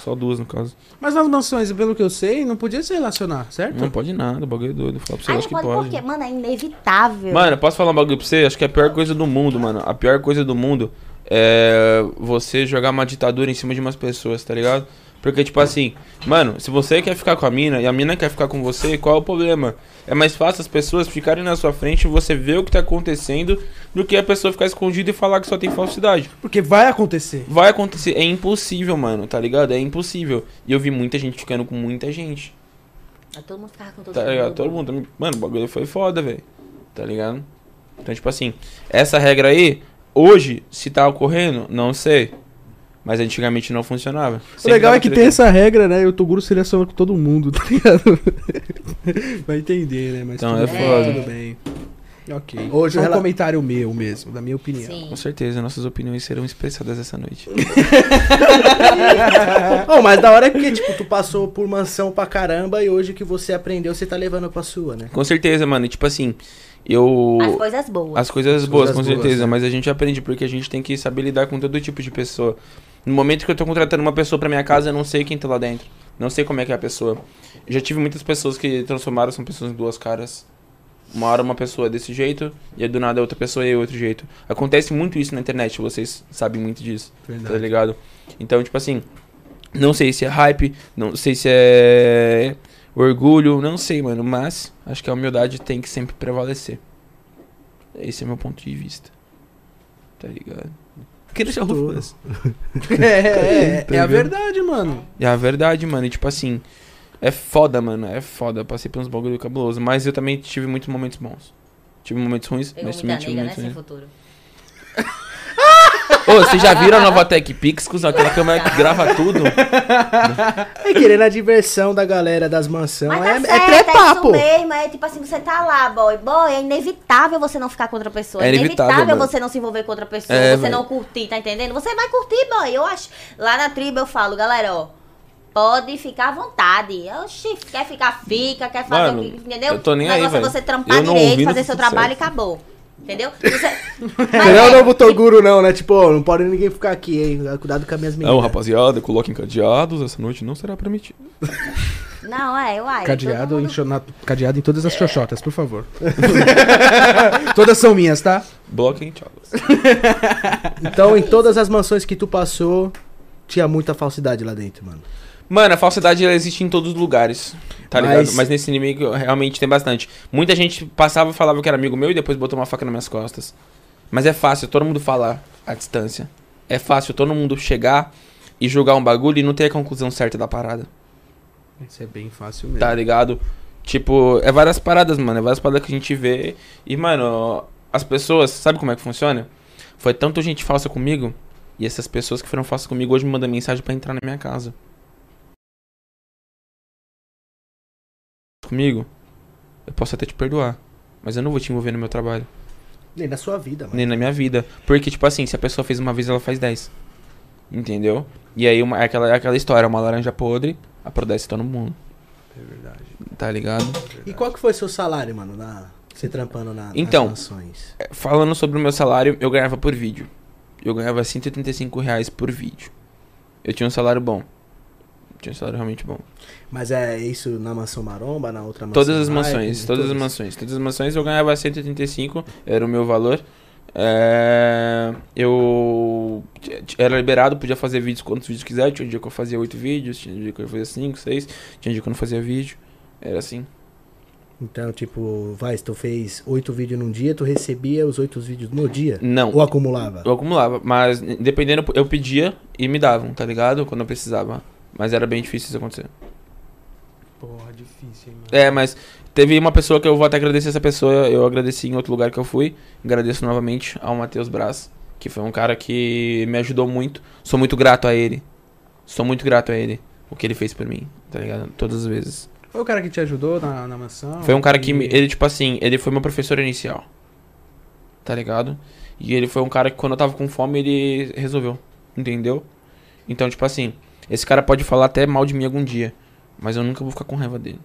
Speaker 4: Só duas, no caso.
Speaker 3: Mas nas mansões, pelo que eu sei, não podia se relacionar, certo?
Speaker 4: Não pode nada, o bagulho é doido. Fala pra você,
Speaker 5: Ai,
Speaker 4: eu
Speaker 5: Hum. não
Speaker 4: acho que
Speaker 5: pode, por quê?
Speaker 4: pode.
Speaker 5: Mano, é inevitável.
Speaker 4: Mano, posso falar um bagulho pra você? Acho que é a pior coisa do mundo, mano. A pior coisa do mundo é você jogar uma ditadura em cima de umas pessoas, tá ligado? Porque, tipo assim, mano, se você quer ficar com a mina e a mina quer ficar com você, qual é o problema? É mais fácil as pessoas ficarem na sua frente e você ver o que tá acontecendo do que a pessoa ficar escondida e falar que só tem falsidade.
Speaker 3: Porque vai acontecer.
Speaker 4: Vai acontecer, é impossível, mano, tá ligado? É impossível. E eu vi muita gente ficando com muita gente,
Speaker 5: Todo mundo ficava com todo
Speaker 4: tá ligado? Todo mundo. Mano, o bagulho foi foda, velho. Tá ligado? Então, tipo assim, essa regra aí, hoje, se tá ocorrendo, não sei. Mas antigamente não funcionava.
Speaker 3: O legal é que tem essa regra, né? E o Toguro se relaciona com todo mundo, tá ligado? *laughs* Vai entender, né? Mas
Speaker 4: Então,
Speaker 3: tudo
Speaker 4: é
Speaker 3: bem,
Speaker 4: foda.
Speaker 3: Tudo bem. Ok.
Speaker 1: Hoje
Speaker 3: Hoje é
Speaker 1: o
Speaker 3: um
Speaker 1: rela-
Speaker 3: comentário meu mesmo, da minha opinião.
Speaker 5: Sim.
Speaker 4: Com certeza, nossas opiniões serão expressadas essa noite.
Speaker 1: Ô, mas da hora é porque, tipo, tu passou por mansão pra caramba e hoje que você aprendeu, você tá levando pra sua, *laughs* né?
Speaker 4: Com certeza, mano. e Tipo assim, eu.
Speaker 5: As coisas boas.
Speaker 4: As coisas boas, né?
Speaker 3: coisas
Speaker 4: com
Speaker 3: boas,
Speaker 4: certeza, mas a gente aprende porque a gente tem que saber lidar com todo tipo de pessoa. No momento que eu tô contratando uma pessoa pra minha casa, eu não sei quem tá lá dentro. Não sei como é que é a pessoa. Eu já tive muitas pessoas que transformaram, são pessoas em duas caras. Uma hora uma pessoa é desse jeito, e aí do nada outra pessoa é outro jeito. Acontece muito isso na internet, vocês sabem muito disso, tá
Speaker 3: Verdade.
Speaker 4: ligado? Então, tipo assim, não sei se é hype, não sei se é orgulho, não sei, mano, mas acho que a humildade tem que sempre prevalecer. Esse é meu ponto de vista. Tá ligado? Queria deixar
Speaker 1: Tudo.
Speaker 4: ruas.
Speaker 3: É, é, é,
Speaker 4: Tá
Speaker 3: é a
Speaker 4: ligado?
Speaker 3: verdade, mano.
Speaker 4: É a verdade, mano. E tipo assim, é foda, mano. É foda. Eu Passei por uns bagulho cabuloso. Mas eu também tive muitos momentos bons. Tive momentos ruins,
Speaker 5: Pegou
Speaker 4: mas
Speaker 5: muita
Speaker 4: também tive
Speaker 5: nega, né?
Speaker 4: momentos
Speaker 5: Sem
Speaker 4: ruins.
Speaker 5: futuro.
Speaker 4: Ô, vocês já viram a nova Tech Pix com aquela câmera que grava tudo?
Speaker 1: É querendo a diversão da galera das mansões.
Speaker 5: Mas
Speaker 1: é,
Speaker 5: tá
Speaker 1: é
Speaker 5: certo,
Speaker 1: trepar,
Speaker 5: é isso
Speaker 1: pô.
Speaker 5: mesmo. É tipo assim, você tá lá, boy. Boy, é inevitável você não ficar com outra pessoa.
Speaker 4: É
Speaker 5: É
Speaker 4: inevitável,
Speaker 5: inevitável,
Speaker 4: mano.
Speaker 5: você não se envolver com outra pessoa.
Speaker 4: É,
Speaker 5: você
Speaker 4: velho.
Speaker 5: não curtir, tá entendendo? Você vai curtir, boy. Eu acho. Lá na tribo eu falo, galera, ó. Pode ficar à vontade. Oxi, quer ficar, fica. Quer fazer
Speaker 4: Mano,
Speaker 5: o que, entendeu?
Speaker 4: eu tô nem
Speaker 5: o negócio
Speaker 4: aí,
Speaker 5: é
Speaker 4: velho.
Speaker 5: você trampar
Speaker 4: Eu não
Speaker 5: direito,
Speaker 4: ouvi, não
Speaker 5: fazer seu
Speaker 4: fica
Speaker 5: trabalho e
Speaker 4: certo.
Speaker 5: acabou. Entendeu?
Speaker 4: *laughs*
Speaker 5: Você... Mas,
Speaker 4: né,
Speaker 1: Não é o
Speaker 5: velho,
Speaker 1: novo Toguro, não, né? Tipo, ó, não pode ninguém ficar aqui, hein? Cuidado com as minhas meninas.
Speaker 4: Não, rapaziada, coloquem cadeados. Essa noite não será permitido.
Speaker 5: Não, é, eu acho.
Speaker 3: Cadeado em, cho- na- cadeado em todas as xoxotas, por favor. *laughs* todas são minhas, tá?
Speaker 4: Bloquem, tchau.
Speaker 1: Então, em todas as mansões que tu passou, tinha muita falsidade lá dentro, mano.
Speaker 4: Mano, a falsidade ela existe em todos os lugares. Tá
Speaker 1: Mas-
Speaker 4: ligado? Mas nesse inimigo realmente tem bastante. Muita gente passava e falava que era amigo meu e depois botou uma faca nas minhas costas. Mas é fácil todo mundo falar à distância. É fácil todo mundo chegar e julgar um bagulho e não ter a conclusão certa da parada.
Speaker 3: Isso é bem fácil mesmo.
Speaker 4: Tá ligado? Tipo, é várias paradas, mano. É várias paradas que a gente vê. E, mano, as pessoas, sabe como é que funciona? Foi tanto gente falsa comigo. E essas pessoas que foram falsas comigo hoje me mandam mensagem pra entrar na minha casa. Comigo, eu posso até te perdoar. Mas eu não vou te envolver no meu trabalho.
Speaker 1: Nem na sua vida, mano.
Speaker 4: Nem na minha vida. Porque, tipo assim, se a pessoa fez uma vez, ela faz 10. Entendeu? E aí uma, é aquela, é aquela história, uma laranja podre, apodrece todo mundo.
Speaker 3: É verdade.
Speaker 4: Tá ligado?
Speaker 1: E qual que foi seu salário, mano, na... Você trampando na,
Speaker 4: Então.
Speaker 1: nas mansões?
Speaker 4: falando sobre o meu salário, eu ganhava por vídeo. Eu ganhava 135 reais por vídeo. Eu tinha um salário bom. Tinha um salário realmente bom.
Speaker 1: Mas é isso na mansão maromba, na outra mansão.
Speaker 4: Todas as
Speaker 1: Hype,
Speaker 4: mansões,
Speaker 1: em
Speaker 4: todas as mansões. Todas as mansões eu ganhava 185, era o meu valor. É, eu t- t- era liberado, podia fazer vídeos quantos vídeos quiser. Tinha um dia que eu fazia 8 vídeos, tinha um dia que eu fazia 5, 6, tinha um dia que eu não fazia vídeo. Era assim.
Speaker 1: Então, tipo, vai, se tu fez oito vídeos num dia, tu recebia os oito vídeos no dia?
Speaker 4: Não,
Speaker 1: Ou acumulava?
Speaker 4: eu acumulava, mas n- dependendo, eu pedia e me davam, tá ligado? Quando eu precisava. Mas era bem difícil isso acontecer.
Speaker 3: Porra, difícil, hein, mano.
Speaker 4: É, mas teve uma pessoa que eu vou até agradecer essa pessoa. Eu agradeci em outro lugar que eu fui. Agradeço novamente ao Matheus Braz, que foi um cara que me ajudou muito. Sou muito grato a ele. Sou muito grato a ele. O que ele fez por mim, tá ligado? Todas as vezes.
Speaker 3: Foi o cara que te ajudou na, na mansão?
Speaker 4: Foi um cara que, me-
Speaker 3: E-
Speaker 4: ele, tipo assim, ele foi meu professor inicial. Tá ligado? E ele foi um cara que, quando eu tava com fome, ele resolveu. Entendeu? Então, tipo assim, esse cara pode falar até mal de mim algum dia. Mas eu nunca vou ficar com raiva dele.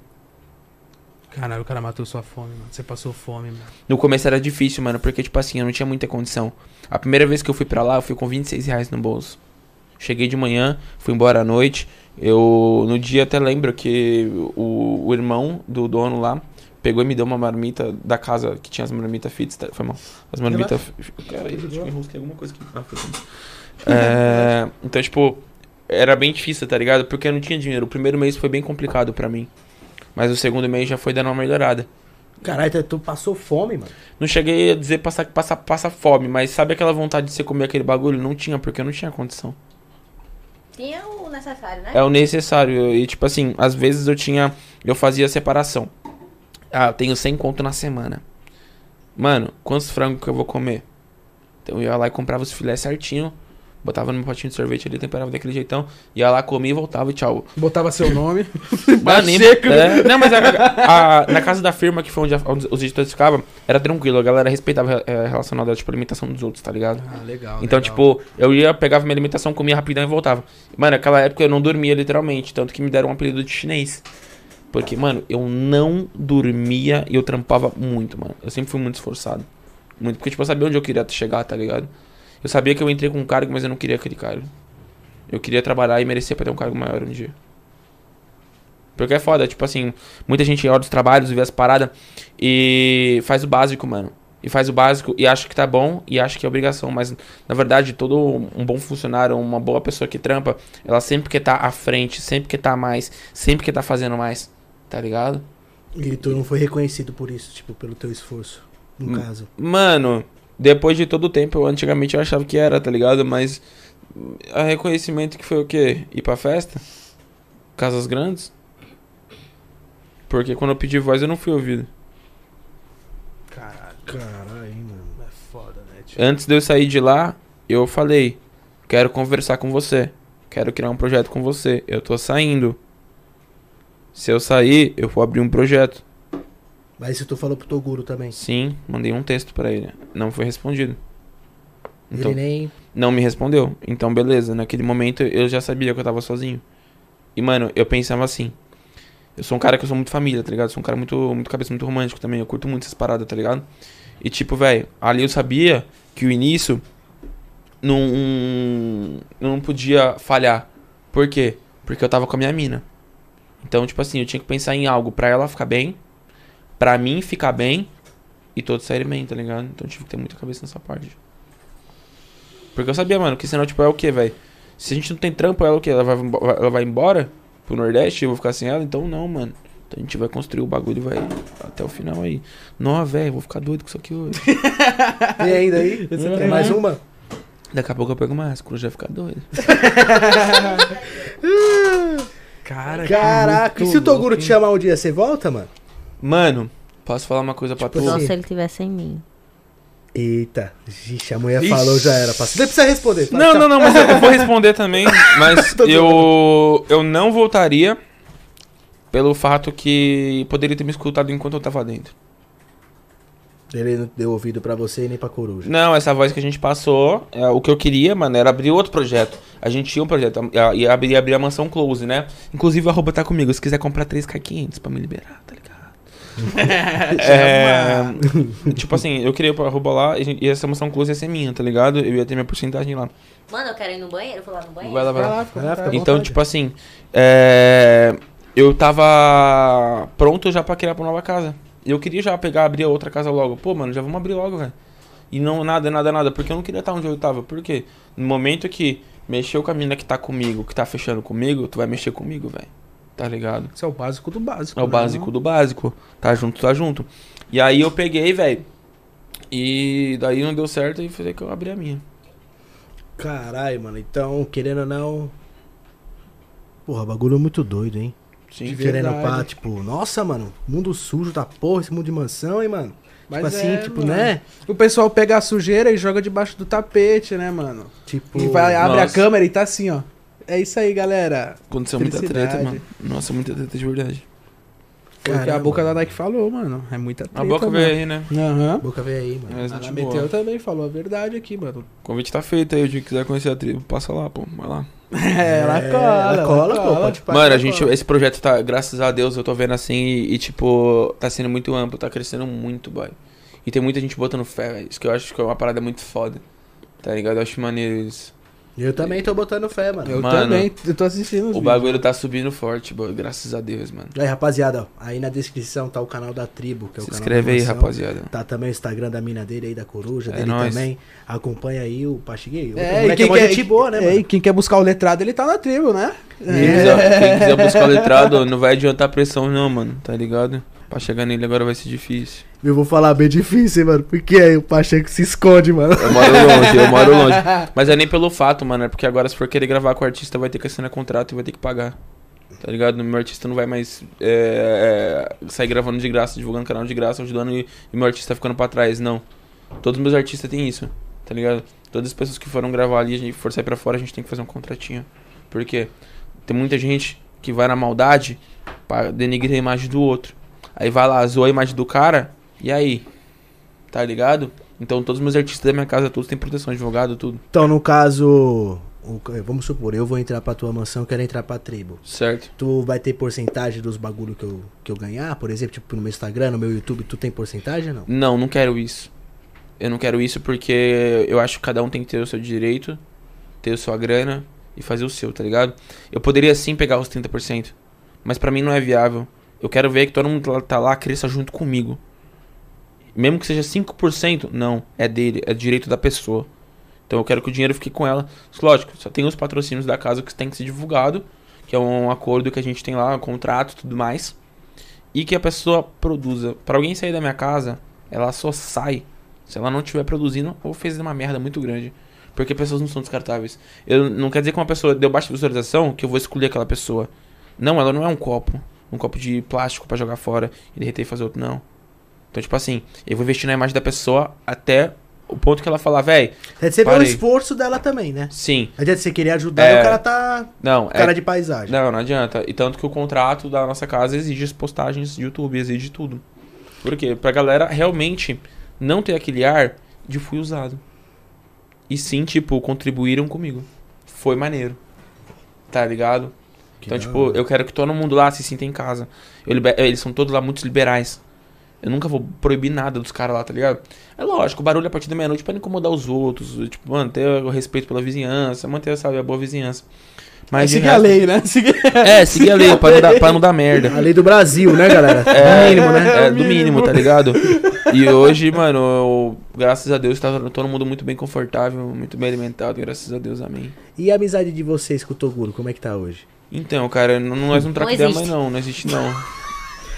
Speaker 3: Caralho, o cara matou sua fome, mano. Você passou fome, mano.
Speaker 4: No começo era difícil, mano, porque, tipo assim, eu não tinha muita condição. A primeira vez que eu fui pra lá, eu fui com 26 reais no bolso. Cheguei de manhã, fui embora à noite. Eu, no dia, até lembro que o, o irmão do dono lá pegou e me deu uma marmita da casa que tinha as marmitas fits. tá? Foi mal. As marmitas. Cara, eu acho que eu enrosquei alguma coisa aqui. Ah, foi bom. É, então, tipo, era bem difícil, tá ligado? Porque eu não tinha dinheiro. O primeiro mês foi bem complicado pra mim. Mas o segundo mês já foi dando uma melhorada.
Speaker 1: Caralho, tu- tu passou fome, mano.
Speaker 4: Não cheguei a dizer passar, passar, passar fome, mas sabe aquela vontade de você comer aquele bagulho? Não tinha, porque eu não tinha condição.
Speaker 5: Tinha o necessário, né?
Speaker 4: É o necessário. E, tipo assim, às vezes eu tinha. Eu fazia separação. Ah, eu tenho 100 conto na semana. Mano, quantos frangos que eu vou comer? Então eu ia lá e comprava os filés certinho. Botava no meu potinho de sorvete ali, temperava daquele jeitão. Ia lá, comia e voltava e tchau.
Speaker 3: Botava seu nome.
Speaker 4: Mano, nem- é. Não, mas a- a- na casa da firma, que foi onde, a- onde os editores ficavam, era tranquilo. A galera respeitava é, relacionado à tipo, alimentação dos outros, tá ligado?
Speaker 3: Ah, legal.
Speaker 4: Então,
Speaker 3: legal.
Speaker 4: tipo, eu ia, pegava minha alimentação, comia rapidão e voltava. Mano, naquela época eu não dormia literalmente, tanto que me deram um apelido de chinês. Porque, mano, eu não dormia e eu trampava muito, mano. Eu sempre fui muito esforçado. Muito, porque, tipo, eu sabia onde eu queria chegar, tá ligado? Eu sabia que eu entrei com um cargo, mas eu não queria aquele cargo. Eu queria trabalhar e merecer pra ter um cargo maior um dia. Porque é foda, tipo assim, muita gente olha os trabalhos, vê as paradas e faz o básico, mano. E faz o básico e acha que tá bom e acha que é obrigação, mas na verdade, todo um bom funcionário, uma boa pessoa que trampa, ela sempre quer tá à frente, sempre quer tá a mais, sempre quer tá fazendo mais, tá ligado?
Speaker 1: E tu não foi reconhecido por isso, tipo, pelo teu esforço, no
Speaker 4: Hum.
Speaker 1: caso.
Speaker 4: Mano, depois de todo o tempo, eu, antigamente eu achava que era, tá ligado? Mas hum, a reconhecimento que foi o quê? Ir pra festa? Casas grandes? Porque quando eu pedi voz eu não fui ouvido.
Speaker 3: Caralho,
Speaker 1: Caralho, hein, mano.
Speaker 3: é foda, né? Tipo,
Speaker 4: Antes de eu sair de lá, eu falei: quero conversar com você. Quero criar um projeto com você. Eu tô saindo. Se eu sair, eu vou abrir um projeto.
Speaker 1: Mas isso tu falou pro Toguro também.
Speaker 4: Sim, mandei um texto pra ele. Não foi respondido. Então,
Speaker 1: Ele nem. *laughs*
Speaker 4: não me respondeu. Então, beleza. Naquele momento, eu já sabia que eu tava sozinho. E, mano, eu pensava assim. Eu sou um cara que eu sou muito família, tá ligado? Eu sou um cara muito, muito cabeça, muito romântico também. Eu curto muito essas paradas, tá ligado? E, tipo, velho, ali eu sabia que o início não, não podia falhar. Por quê? Porque eu tava com a minha mina. Então, tipo assim, eu tinha que pensar em algo pra ela ficar bem, pra mim ficar bem e todos saírem bem, tá ligado? Então eu tive que ter muita cabeça nessa parte. Porque eu sabia, mano, que senão, tipo, é o quê, velho? Se a gente não tem trampo, ela o quê? Ela vai, embo- vai- ela vai embora pro Nordeste e eu vou ficar sem ela? Então não, mano. Então a gente vai construir o bagulho e vai até o final aí. Nó, velho, vou ficar doido com isso aqui
Speaker 1: *laughs*
Speaker 4: hoje.
Speaker 1: Tem ainda aí?
Speaker 4: Esse
Speaker 1: Tem
Speaker 4: é
Speaker 1: mais
Speaker 3: um?
Speaker 4: bom.
Speaker 1: uma?
Speaker 4: Daqui a pouco eu pego mais, coruja vai ficar doido.
Speaker 3: cara, que
Speaker 1: Caraca, e
Speaker 3: muito
Speaker 1: se o Toguro
Speaker 3: louco,
Speaker 1: te
Speaker 3: hein?
Speaker 1: chamar um dia, você volta, mano?
Speaker 4: Mano, posso falar uma coisa pra
Speaker 1: Tipo,
Speaker 4: tu?
Speaker 1: assim,
Speaker 5: Só se ele tivesse em mim.
Speaker 1: Eita, gente, a mulher
Speaker 3: Ixi.
Speaker 1: falou, já era, parceiro. Não precisa responder. fala,
Speaker 4: *laughs* Não,
Speaker 1: tchau.
Speaker 4: não, não, mas eu vou responder também.
Speaker 1: *laughs*
Speaker 4: Mas eu, eu não voltaria pelo fato que poderia ter me escutado enquanto eu tava dentro.
Speaker 1: Ele não deu ouvido pra você e nem pra coruja.
Speaker 4: Não, essa voz que a gente passou, é, o que eu queria, mano, era abrir outro projeto. A gente tinha um projeto, a- ia abrir, abrir a mansão Close, né? Inclusive, o arroba tá comigo. Se quiser comprar 3K500 pra me liberar, tá ligado? É, tipo assim, eu queria ir pra roubar lá e gen- e essa moção close ia ser minha, tá ligado? Eu ia ter minha porcentagem lá.
Speaker 5: Mano, eu quero ir no banheiro, vou lá no banheiro.
Speaker 4: Vai lá, vai lá.
Speaker 3: fica à
Speaker 1: Vai lá,
Speaker 3: vontade.
Speaker 1: fica à
Speaker 4: Então,
Speaker 1: vontade.
Speaker 4: tipo assim, é, eu tava pronto já pra criar pra nova casa. Eu queria já pegar, abrir a outra casa logo. Pô, mano, já vamos abrir logo, velho. E não, nada, nada, nada. Porque eu não queria estar onde eu tava. Por quê? No momento que mexeu com a mina que tá comigo, que tá fechando comigo, tu vai mexer comigo, velho. Tá ligado?
Speaker 3: Isso é o básico do básico.
Speaker 4: É o
Speaker 3: né,
Speaker 4: básico do básico. Tá junto, tá junto. E aí eu peguei, velho. E daí não deu certo e falei que eu abri a minha.
Speaker 1: Caralho, mano. Então, querendo ou não. Porra, bagulho é muito doido, hein?
Speaker 4: Sim.
Speaker 3: De
Speaker 1: querendo
Speaker 3: verdade.
Speaker 1: pá, tipo, nossa, mano, mundo sujo da porra, esse mundo de mansão, hein, mano?
Speaker 3: Mas
Speaker 1: tipo assim,
Speaker 3: é,
Speaker 1: tipo,
Speaker 3: mano.
Speaker 1: né?
Speaker 3: O pessoal pega a sujeira e joga debaixo do tapete, né, mano?
Speaker 1: Tipo.
Speaker 3: E vai, abre a
Speaker 4: Nossa.
Speaker 3: câmera e tá assim, ó. É isso aí, galera.
Speaker 4: Aconteceu muita treta,
Speaker 3: Felicidade.
Speaker 4: mano. Nossa, muita treta de verdade.
Speaker 3: Foi o que a
Speaker 1: Caramba.
Speaker 3: boca tá da Nike falou, mano. É muita treta.
Speaker 4: A boca
Speaker 3: mano.
Speaker 4: veio aí, né?
Speaker 3: Aham.
Speaker 1: Boca veio aí, mano.
Speaker 4: Mas,
Speaker 3: A
Speaker 4: gente,
Speaker 3: Nameteu
Speaker 4: boa.
Speaker 3: também falou a verdade aqui, mano.
Speaker 4: O convite tá feito aí. O dia que quiser conhecer a tribo, passa lá, pô. Vai lá.
Speaker 3: É, ela
Speaker 1: É,
Speaker 3: cola.
Speaker 1: ela cola, pô, pode parar.
Speaker 4: Mano, a gente, esse projeto tá, graças a Deus, eu tô vendo assim e, e, tipo, tá sendo muito amplo, tá crescendo muito, boy. E tem muita gente botando fé, velho. Isso que eu acho que é uma parada muito foda. Tá ligado? Eu acho maneiro isso.
Speaker 1: Eu também tô botando fé, mano.
Speaker 3: Eu
Speaker 4: Mano,
Speaker 3: também, eu tô assistindo os
Speaker 4: O
Speaker 3: vídeos.
Speaker 4: bagulho tá subindo forte, boy. Graças a Deus, mano.
Speaker 1: Aí, rapaziada, ó, aí na descrição tá o canal da tribo, que é o
Speaker 4: Se
Speaker 1: canal
Speaker 4: inscreve
Speaker 1: da
Speaker 4: aí,
Speaker 1: mansão.
Speaker 4: rapaziada.
Speaker 1: Tá também o Instagram da mina dele aí, da coruja,
Speaker 4: É
Speaker 1: dele
Speaker 4: nóis.
Speaker 1: também. Acompanha aí o Pachiguei. O
Speaker 3: É, e
Speaker 1: moleque
Speaker 3: quem,
Speaker 1: é mó
Speaker 3: quer,
Speaker 1: gente boa, né,
Speaker 3: é, e
Speaker 1: mano?
Speaker 3: quem quer buscar o letrado, ele tá na tribo, né?
Speaker 4: Quem quiser, quem quiser buscar o letrado, não vai adiantar pressão, não, mano. Tá ligado? Pra chegar nele agora vai ser difícil.
Speaker 1: Eu vou falar bem difícil, hein, mano, porque aí o Pacheco se esconde, mano.
Speaker 4: Eu moro longe, eu moro longe. Mas é nem pelo fato, mano. É porque agora, se for querer gravar com o artista, vai ter que assinar contrato e vai ter que pagar. Tá ligado? Meu artista não vai mais é, é, sair gravando de graça, divulgando canal de graça, ajudando e, e meu artista tá ficando pra trás. Não. Todos os meus artistas têm isso, tá ligado? Todas as pessoas que foram gravar ali, a gente for sair pra fora, a gente tem que fazer um contratinho. Porque tem muita gente que vai na maldade pra denigrir a imagem do outro. Aí vai lá, zoa a imagem do cara, e aí? Tá ligado? Então todos os meus artistas da minha casa, todos têm proteção, advogado, tudo.
Speaker 1: Então, no caso, o- vamos supor, eu vou entrar pra tua mansão, eu quero entrar pra tribo.
Speaker 4: Certo.
Speaker 1: Tu vai ter porcentagem dos bagulho que eu, que eu ganhar? Por exemplo, tipo, no meu Instagram, no meu YouTube, tu tem porcentagem ou não?
Speaker 4: Não, não quero isso. Eu não quero isso porque eu acho que cada um tem que ter o seu direito, ter a sua grana e fazer o seu, tá ligado? Eu poderia sim pegar os 30%, mas pra mim não é viável. Eu quero ver que todo mundo lá- tá lá cresça junto comigo. Mesmo que seja 5%, não, é dele, é direito da pessoa. Então eu quero que o dinheiro fique com ela. Lógico, só tem os patrocínios da casa que tem que ser divulgado, que é um acordo que a gente tem lá, um contrato e tudo mais. E que a pessoa produza. Pra alguém sair da minha casa, ela só sai se ela não estiver produzindo ou fez uma merda muito grande. Porque pessoas não são descartáveis. Eu, não quer dizer que uma pessoa deu baixa visualização que eu vou escolher aquela pessoa. Não, ela não é um copo. Um copo de plástico pra jogar fora e derreter e fazer outro. Não. Então, tipo assim, eu vou investir na imagem da pessoa até o ponto que ela falar, véi,
Speaker 1: É de ser pelo
Speaker 4: Parei.
Speaker 1: esforço dela também, né?
Speaker 4: sim,
Speaker 1: Não adianta você querer ajudar
Speaker 4: É.
Speaker 1: e o cara tá
Speaker 4: não, é,
Speaker 1: cara de paisagem.
Speaker 4: Não, não adianta. E tanto que o contrato da nossa casa exige as postagens de YouTube, exige tudo. Por quê? Pra galera realmente não ter aquele ar de fui usado. E sim, tipo, contribuíram comigo. Foi maneiro. Tá ligado?
Speaker 1: Que
Speaker 4: então,
Speaker 1: da
Speaker 4: tipo,
Speaker 1: hora.
Speaker 4: eu quero que todo mundo lá se sinta em casa. Eu liber- eh, Eles são todos lá muito liberais. Eu nunca vou proibir nada dos caras lá, tá ligado? É lógico, o barulho a partir da meia-noite pra não incomodar os outros. Tipo, manter o respeito pela vizinhança, manter, sabe, a boa vizinhança.
Speaker 1: É
Speaker 4: Mas de
Speaker 3: Siga a
Speaker 4: resto-
Speaker 3: lei, né? *laughs* Siga...
Speaker 4: é, seguir a lei pra não dar, pra não dar
Speaker 1: A
Speaker 4: merda.
Speaker 1: lei do Brasil, né, galera?
Speaker 4: *laughs* É,
Speaker 1: No mínimo, né?
Speaker 4: É, do mínimo, tá ligado? E hoje, mano, eu- graças a Deus, tá todo mundo muito bem confortável, muito bem alimentado, graças a Deus, amém.
Speaker 1: E a amizade de vocês com o Toguro, como é que tá hoje?
Speaker 4: Então, cara, não, nós não troca ideia mais
Speaker 5: existe.
Speaker 4: não, não existe não.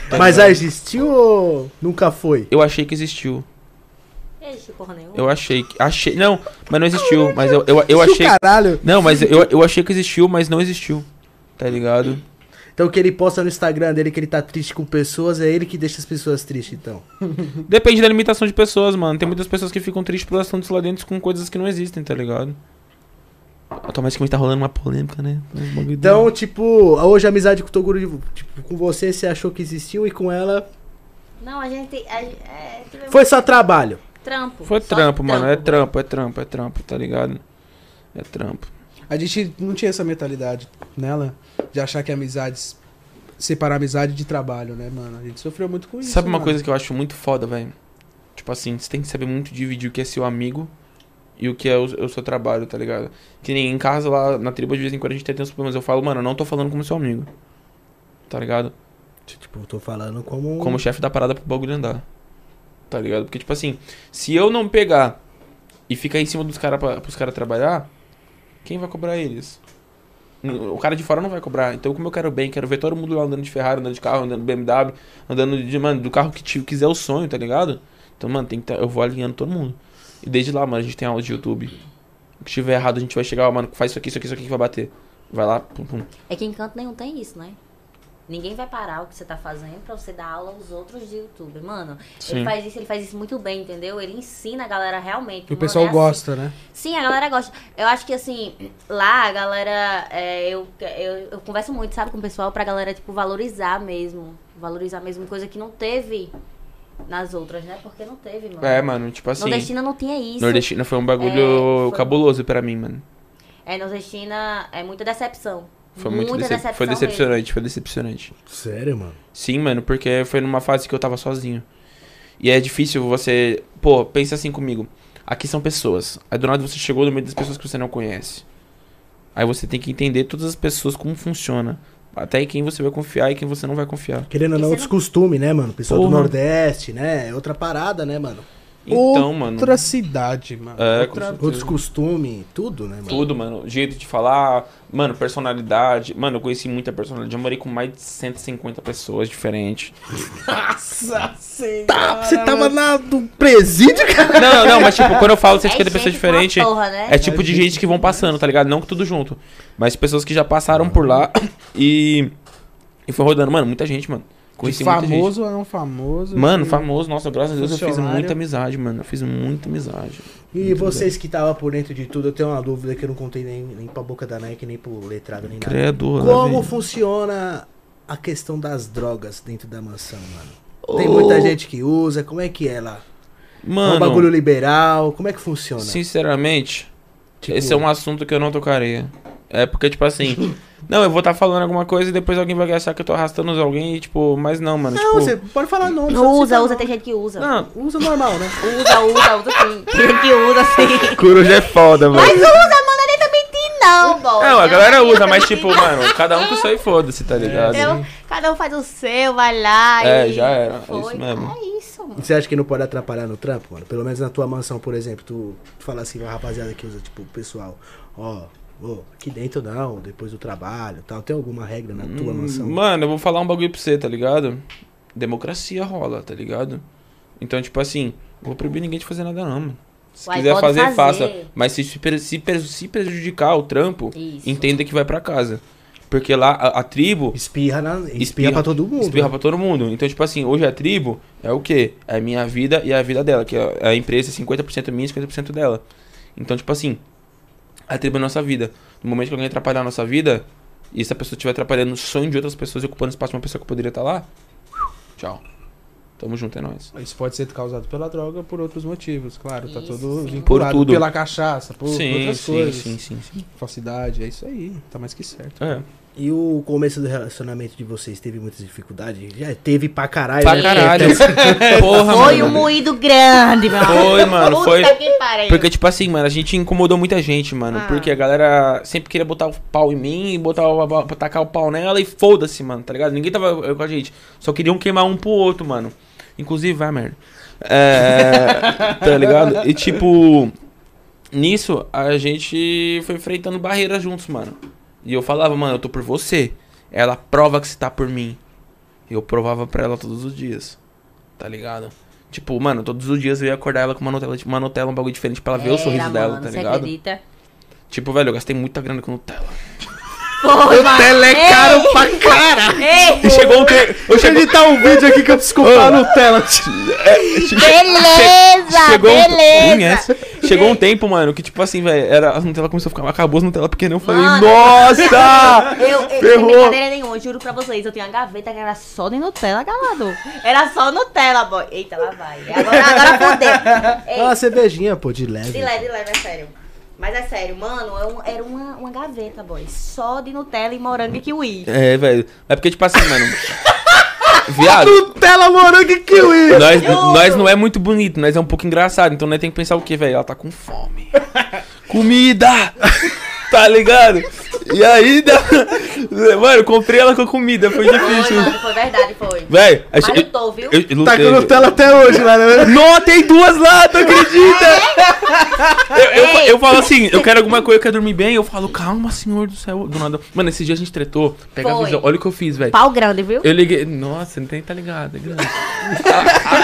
Speaker 4: Tá
Speaker 1: Mas ah, existiu ou nunca foi?
Speaker 4: Eu achei que existiu.
Speaker 5: Ixi, porra nenhuma.
Speaker 4: Eu achei que. Achei. Não, mas não existiu. Mas eu, eu, eu
Speaker 3: Isso,
Speaker 4: achei.
Speaker 3: Caralho.
Speaker 4: Não, mas eu, eu achei que existiu, mas não existiu. Tá ligado?
Speaker 1: Então que ele posta no Instagram dele que ele tá triste com pessoas, é ele que deixa as pessoas tristes, então.
Speaker 4: Depende da limitação de pessoas, mano. Tem muitas pessoas que ficam tristes por assuntos lá dentro com coisas que não existem, tá ligado? Automaticamente tá rolando uma polêmica, né? Um bagulho doido.
Speaker 1: Então, tipo, hoje a amizade com o Toguro, tipo, com você, você achou que existiu e com ela
Speaker 5: Não, a gente. a- é, tivemos
Speaker 1: foi só trabalho.
Speaker 5: trampo.
Speaker 4: Foi
Speaker 5: Tipo, só
Speaker 4: trampo, mano. É
Speaker 5: boy.
Speaker 4: trampo, é trampo, é trampo, tá ligado? É trampo.
Speaker 3: A gente não tinha essa mentalidade nela de achar que amizades separar amizade de trabalho, né, mano? A gente sofreu muito com isso.
Speaker 4: Sabe uma
Speaker 3: mano.
Speaker 4: coisa que eu acho muito foda, velho? Tipo assim, você tem que saber muito dividir o que é seu amigo e o que é o, o seu trabalho, tá ligado? Que nem em casa, lá na tribo, de vez em quando a gente tem uns problemas. Eu falo, mano, eu não tô falando como seu amigo. Tá ligado?
Speaker 1: Tipo, eu tô falando como.
Speaker 4: Como
Speaker 5: Hum.
Speaker 4: chefe da parada pro bagulho andar. Tá ligado? Porque, tipo assim, se eu não pegar e ficar em cima dos caras pros caras trabalhar, quem vai cobrar eles? N- O cara de fora não vai cobrar. Então, como eu quero bem, quero ver todo mundo lá andando de Ferrari, andando de carro, andando de BMW, andando de, mano, do carro que ti- quiser o sonho, tá ligado? Então, mano, tem que tá- eu vou alinhando todo mundo. E desde lá, mano, a gente tem aula de YouTube. O que tiver errado, a gente vai chegar, ó, mano, faz isso aqui, isso aqui, isso aqui que vai bater. Vai lá, pum, pum.
Speaker 5: É que em canto nenhum tem isso, né? Ninguém vai parar o que você tá fazendo pra você dar aula aos outros de YouTube. Mano,
Speaker 4: Sim.
Speaker 5: ele faz isso, ele faz isso muito bem, entendeu? Ele ensina a galera realmente.
Speaker 3: E o
Speaker 5: Mano,
Speaker 3: pessoal
Speaker 5: é assim.
Speaker 3: gosta, né?
Speaker 5: Sim, a galera gosta. Eu acho que assim, lá a galera. é, eu, eu, eu converso muito, sabe, com o pessoal pra galera, tipo, valorizar mesmo. Valorizar mesmo, coisa que não teve nas outras, né? Porque não teve, mano.
Speaker 4: É, mano, tipo assim.
Speaker 5: Nordestina não tinha isso.
Speaker 4: Nordestina foi um bagulho
Speaker 5: É, foi-
Speaker 4: cabuloso pra mim, mano.
Speaker 5: É, nordestina é muita decepção.
Speaker 4: Foi muito
Speaker 5: muita
Speaker 4: decep-
Speaker 5: decepção.
Speaker 4: foi
Speaker 5: mesmo.
Speaker 4: decepcionante, foi decepcionante.
Speaker 1: Sério, mano.
Speaker 4: Sim, mano, porque foi numa fase que eu tava sozinho. E é difícil você, pô, pensa assim comigo. Aqui são pessoas. Aí do nada você chegou no meio das pessoas que você não conhece. Aí você tem que entender todas as pessoas como funciona, até em quem você vai confiar e quem você não vai confiar.
Speaker 1: Querendo ou não,
Speaker 5: Isso
Speaker 1: outros costumes, né, mano? Pessoal do
Speaker 4: Porra.
Speaker 1: Nordeste, né? É outra parada, né, mano?
Speaker 4: Então, mano,
Speaker 3: Outra cidade, mano.
Speaker 4: É, com
Speaker 3: Outra...
Speaker 4: certeza.
Speaker 1: Outros costumes, tudo, né, mano?
Speaker 4: tudo, mano, jeito de falar, mano, personalidade. Mano, eu conheci muita personalidade. Eu morei com mais de 150 pessoas diferentes.
Speaker 3: Nossa senhora,
Speaker 1: Tá, você tava na, do presídio, cara?
Speaker 4: Não, não, mas tipo, quando eu falo
Speaker 5: É
Speaker 4: 150 pessoas
Speaker 5: gente pra
Speaker 4: diferentes,
Speaker 5: porra, né?
Speaker 4: é tipo de gente que vão passando, tá ligado? Não que tudo junto, mas pessoas que já passaram por lá *coughs* e. E foi rodando, mano, muita gente, mano. Conheci
Speaker 3: De
Speaker 4: muita gente.
Speaker 3: famoso a não famoso.
Speaker 4: Mano,
Speaker 3: de-
Speaker 4: famoso, nossa, graças a Deus eu fiz
Speaker 3: Funcionário.
Speaker 4: muita amizade, mano. Eu fiz muita amizade.
Speaker 1: E vocês que estavam por dentro de tudo, eu tenho uma dúvida que eu não contei nem, nem pra boca da Nike, nem pro letrado, nem nada.
Speaker 4: Credo, né,
Speaker 1: Como
Speaker 4: velho?
Speaker 1: funciona a questão das drogas dentro da mansão, mano? Tem muita gente que usa, como é que é lá? É um
Speaker 4: Mano,
Speaker 1: bagulho liberal, como é que funciona?
Speaker 4: sinceramente,
Speaker 1: Tipo,
Speaker 4: Esse é um assunto que eu não tocaria. É porque, tipo assim. não, eu vou estar falando alguma coisa e depois alguém vai achar que eu tô arrastando alguém e, tipo, mas não, mano.
Speaker 1: Não,
Speaker 4: tipo,
Speaker 1: você pode falar não.
Speaker 5: Não usa, usa,
Speaker 1: tem
Speaker 5: tem gente que usa.
Speaker 4: Não,
Speaker 1: Usa normal, né?
Speaker 5: Usa, usa, usa sim. Tem gente que usa sim.
Speaker 4: coruja é foda, mano.
Speaker 5: *laughs* Mas usa, mano, nem também tem não, boy.
Speaker 4: Não, a galera usa, mas tipo, mano, cada um com seu e foda-se, tá ligado?
Speaker 5: Entendeu? Cada um faz o seu, vai lá
Speaker 4: É,
Speaker 5: e...
Speaker 4: já era, é
Speaker 5: Foi.
Speaker 4: isso mesmo.
Speaker 5: É isso, mano.
Speaker 1: Você acha que não pode atrapalhar no trampo, mano? Pelo menos na tua mansão, por exemplo, tu, tu fala assim, a rapaziada que usa, tipo, o pessoal, ó, ô, aqui dentro não, depois do trabalho e tal. Tem alguma regra na tua mansão?
Speaker 4: Hum, Mano, eu vou falar um bagulho pra você, tá ligado? Democracia rola, tá ligado? Então, tipo assim, não vou proibir ninguém de fazer nada, não, mano. Se
Speaker 5: Uai,
Speaker 4: quiser
Speaker 5: pode
Speaker 4: fazer,
Speaker 5: fazer.
Speaker 4: faça. Mas se, se, per- se per- se prejudicar o trampo,
Speaker 5: Isso.
Speaker 4: entenda que vai pra casa. Porque lá a- a tribo
Speaker 1: Espirra, na, espirra,
Speaker 4: Espirra.
Speaker 1: pra todo mundo.
Speaker 4: Espirra pra todo mundo. Então, tipo assim, hoje a tribo é o quê? É a minha vida e a vida dela. Que a a empresa é 50% minha e 50% dela. Então, tipo assim, a tribo é a nossa vida. No momento que alguém atrapalhar a nossa vida, e se a pessoa estiver atrapalhando o sonho de outras pessoas e ocupando espaço de uma pessoa que poderia estar lá, tchau. Tamo junto, é nóis.
Speaker 3: Isso pode ser causado pela droga por outros motivos, claro. tá
Speaker 5: Isso,
Speaker 3: todo
Speaker 5: sim.
Speaker 3: vinculado
Speaker 4: Por tudo.
Speaker 3: pela cachaça, por por
Speaker 4: sim,
Speaker 3: outras
Speaker 4: sim,
Speaker 3: coisas.
Speaker 4: sim, sim, sim.
Speaker 3: Falsidade, é isso aí. Tá mais que certo.
Speaker 4: É.
Speaker 1: E o começo do relacionamento de vocês teve muitas dificuldades? Já teve pra caralho.
Speaker 4: Pra
Speaker 1: né?
Speaker 4: caralho. Porra,
Speaker 5: Foi um
Speaker 4: mano.
Speaker 5: moído grande, meu amor.
Speaker 4: Foi, mano,
Speaker 5: Puta
Speaker 4: foi.
Speaker 5: que pariu.
Speaker 4: Porque, tipo assim, mano, a gente incomodou muita gente, mano.
Speaker 5: Ah.
Speaker 4: Porque a galera sempre queria botar o pau em mim, botar o, ba- tacar o pau nela e foda-se, mano, tá ligado? Ninguém tava eh, com a gente. Só queriam queimar um pro outro, mano. Inclusive, vai, merda. É, *laughs* tá ligado? E, tipo, nisso, a gente foi enfrentando barreiras juntos, mano. E eu falava, mano, eu tô por você. Ela prova que você tá por mim. Eu provava pra ela todos os dias. Tá ligado? Tipo, mano, todos os dias eu ia acordar ela com uma Nutella, tipo, uma Nutella um bagulho diferente pra ela ver o
Speaker 5: Era,
Speaker 4: sorriso
Speaker 5: mano,
Speaker 4: dela, tá
Speaker 5: você
Speaker 4: ligado?
Speaker 5: acredita?
Speaker 4: Tipo, velho, eu gastei muita grana com Nutella.
Speaker 5: Foi, mano.
Speaker 1: é
Speaker 5: caro
Speaker 1: pra caralho.
Speaker 4: E *laughs*
Speaker 5: Ei,
Speaker 4: chegou um tempo. Eu
Speaker 1: Deixa eu
Speaker 4: cheguei.
Speaker 1: editar um vídeo aqui que eu preciso comprar Nutella.
Speaker 5: beleza,
Speaker 4: Chegou um,
Speaker 5: beleza.
Speaker 4: Conhece? chegou um tempo, mano, que tipo assim, velho, era a Nutella começou a ficar, acabou as Nutella pequena, eu falei,
Speaker 5: Mano.
Speaker 4: nossa!
Speaker 5: Eu, eu sem
Speaker 4: Ferrou.
Speaker 5: brincadeira nenhuma, eu juro pra vocês, eu tenho uma gaveta que era só de Nutella, galado. Era só Nutella, boy. Eita, lá vai. Agora, agora fudeu.
Speaker 1: É uma
Speaker 5: Ei,
Speaker 1: cervejinha, pô, de leve.
Speaker 5: de leve, de leve, é sério. Mas é sério, mano, eu- era uma, uma gaveta, boy. Só de Nutella e morango e kiwi.
Speaker 4: É, velho. É porque, tipo assim, mano. Viado,
Speaker 1: Nutella, morango e kiwi!
Speaker 4: nós, nós não é muito bonito, nós é um pouco engraçado. Então nós tem que pensar o quê, velho? Ela tá com fome. Comida! Tá ligado? E aí, *laughs* da- mano, eu comprei ela com comida, foi
Speaker 5: Foi,
Speaker 4: difícil.
Speaker 5: mano, foi verdade, foi.
Speaker 4: Véi,
Speaker 5: Mas
Speaker 4: achei-
Speaker 5: lutou, viu?
Speaker 4: eu- eu
Speaker 1: Tá
Speaker 4: lutei,
Speaker 1: com
Speaker 4: velho.
Speaker 1: Nutella até hoje, lá, né?
Speaker 4: Não, tem duas lá, tu acredita? Eu, eu,
Speaker 5: Ei.
Speaker 4: eu falo assim, eu quero alguma coisa, eu quero dormir bem. Eu falo, calma, senhor do céu. Do nada. Mano, esse dia a gente tretou. Pega a
Speaker 5: Foi.
Speaker 4: visão. Olha o que eu fiz, velho.
Speaker 5: Pau grande, viu?
Speaker 4: Eu liguei. Nossa, não tem, tá ligado. é grande. *laughs* A- a-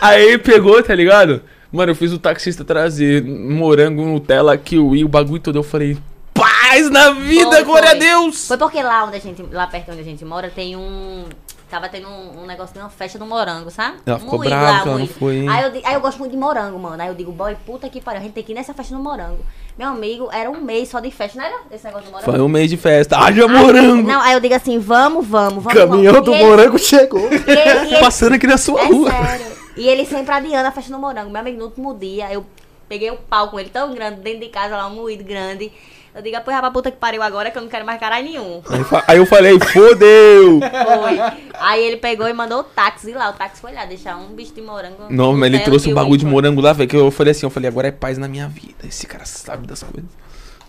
Speaker 4: a- Aí pegou, tá ligado? Mano, eu fiz o taxista trazer morango, Nutella, kiwi, o bagulho todo. Eu falei, paz na vida,
Speaker 5: Foi,
Speaker 4: glória a
Speaker 5: foi.
Speaker 4: Deus!
Speaker 5: Foi porque lá onde a gente, lá perto onde a gente mora, tem um. Tava tendo um, um negócio de uma festa do morango, sabe?
Speaker 4: Ela ficou
Speaker 5: Moído
Speaker 4: brava que ela não
Speaker 5: moído.
Speaker 4: foi, hein?
Speaker 5: Aí eu, di- aí eu gosto muito de morango, mano. Aí eu digo, boy, puta que pariu, a gente tem que ir nessa festa do morango. Meu amigo, era um mês só de festa, não era esse negócio do morango?
Speaker 4: Foi um mês de festa. Haja
Speaker 5: Aí-
Speaker 4: morango!
Speaker 5: Não, aí eu digo assim, vamos, vamos, vamos.
Speaker 1: Caminhão
Speaker 5: vamos.
Speaker 1: do
Speaker 5: E ele-
Speaker 1: morango chegou.
Speaker 5: e
Speaker 4: *laughs*
Speaker 5: ele- e ele-
Speaker 4: Passando aqui na sua
Speaker 5: é
Speaker 4: rua.
Speaker 5: sério. E ele sempre adiando a festa do morango. Meu amigo, no último dia, eu peguei o pau com ele tão grande, dentro de casa lá, um moído grande. Eu digo, pô, rapaz, puta que pariu agora que eu não quero mais caralho nenhum.
Speaker 4: Aí fa- Aí eu falei, fodeu!
Speaker 5: Foi. Aí ele pegou e mandou o táxi lá. O táxi foi lá deixar um bicho de morango.
Speaker 4: Não, mas ele
Speaker 5: Nutella,
Speaker 4: trouxe um
Speaker 5: kiwi,
Speaker 4: bagulho de
Speaker 5: pô.
Speaker 4: morango lá, velho, que eu falei assim, eu falei, agora é paz na minha vida. Esse cara sabe das coisas.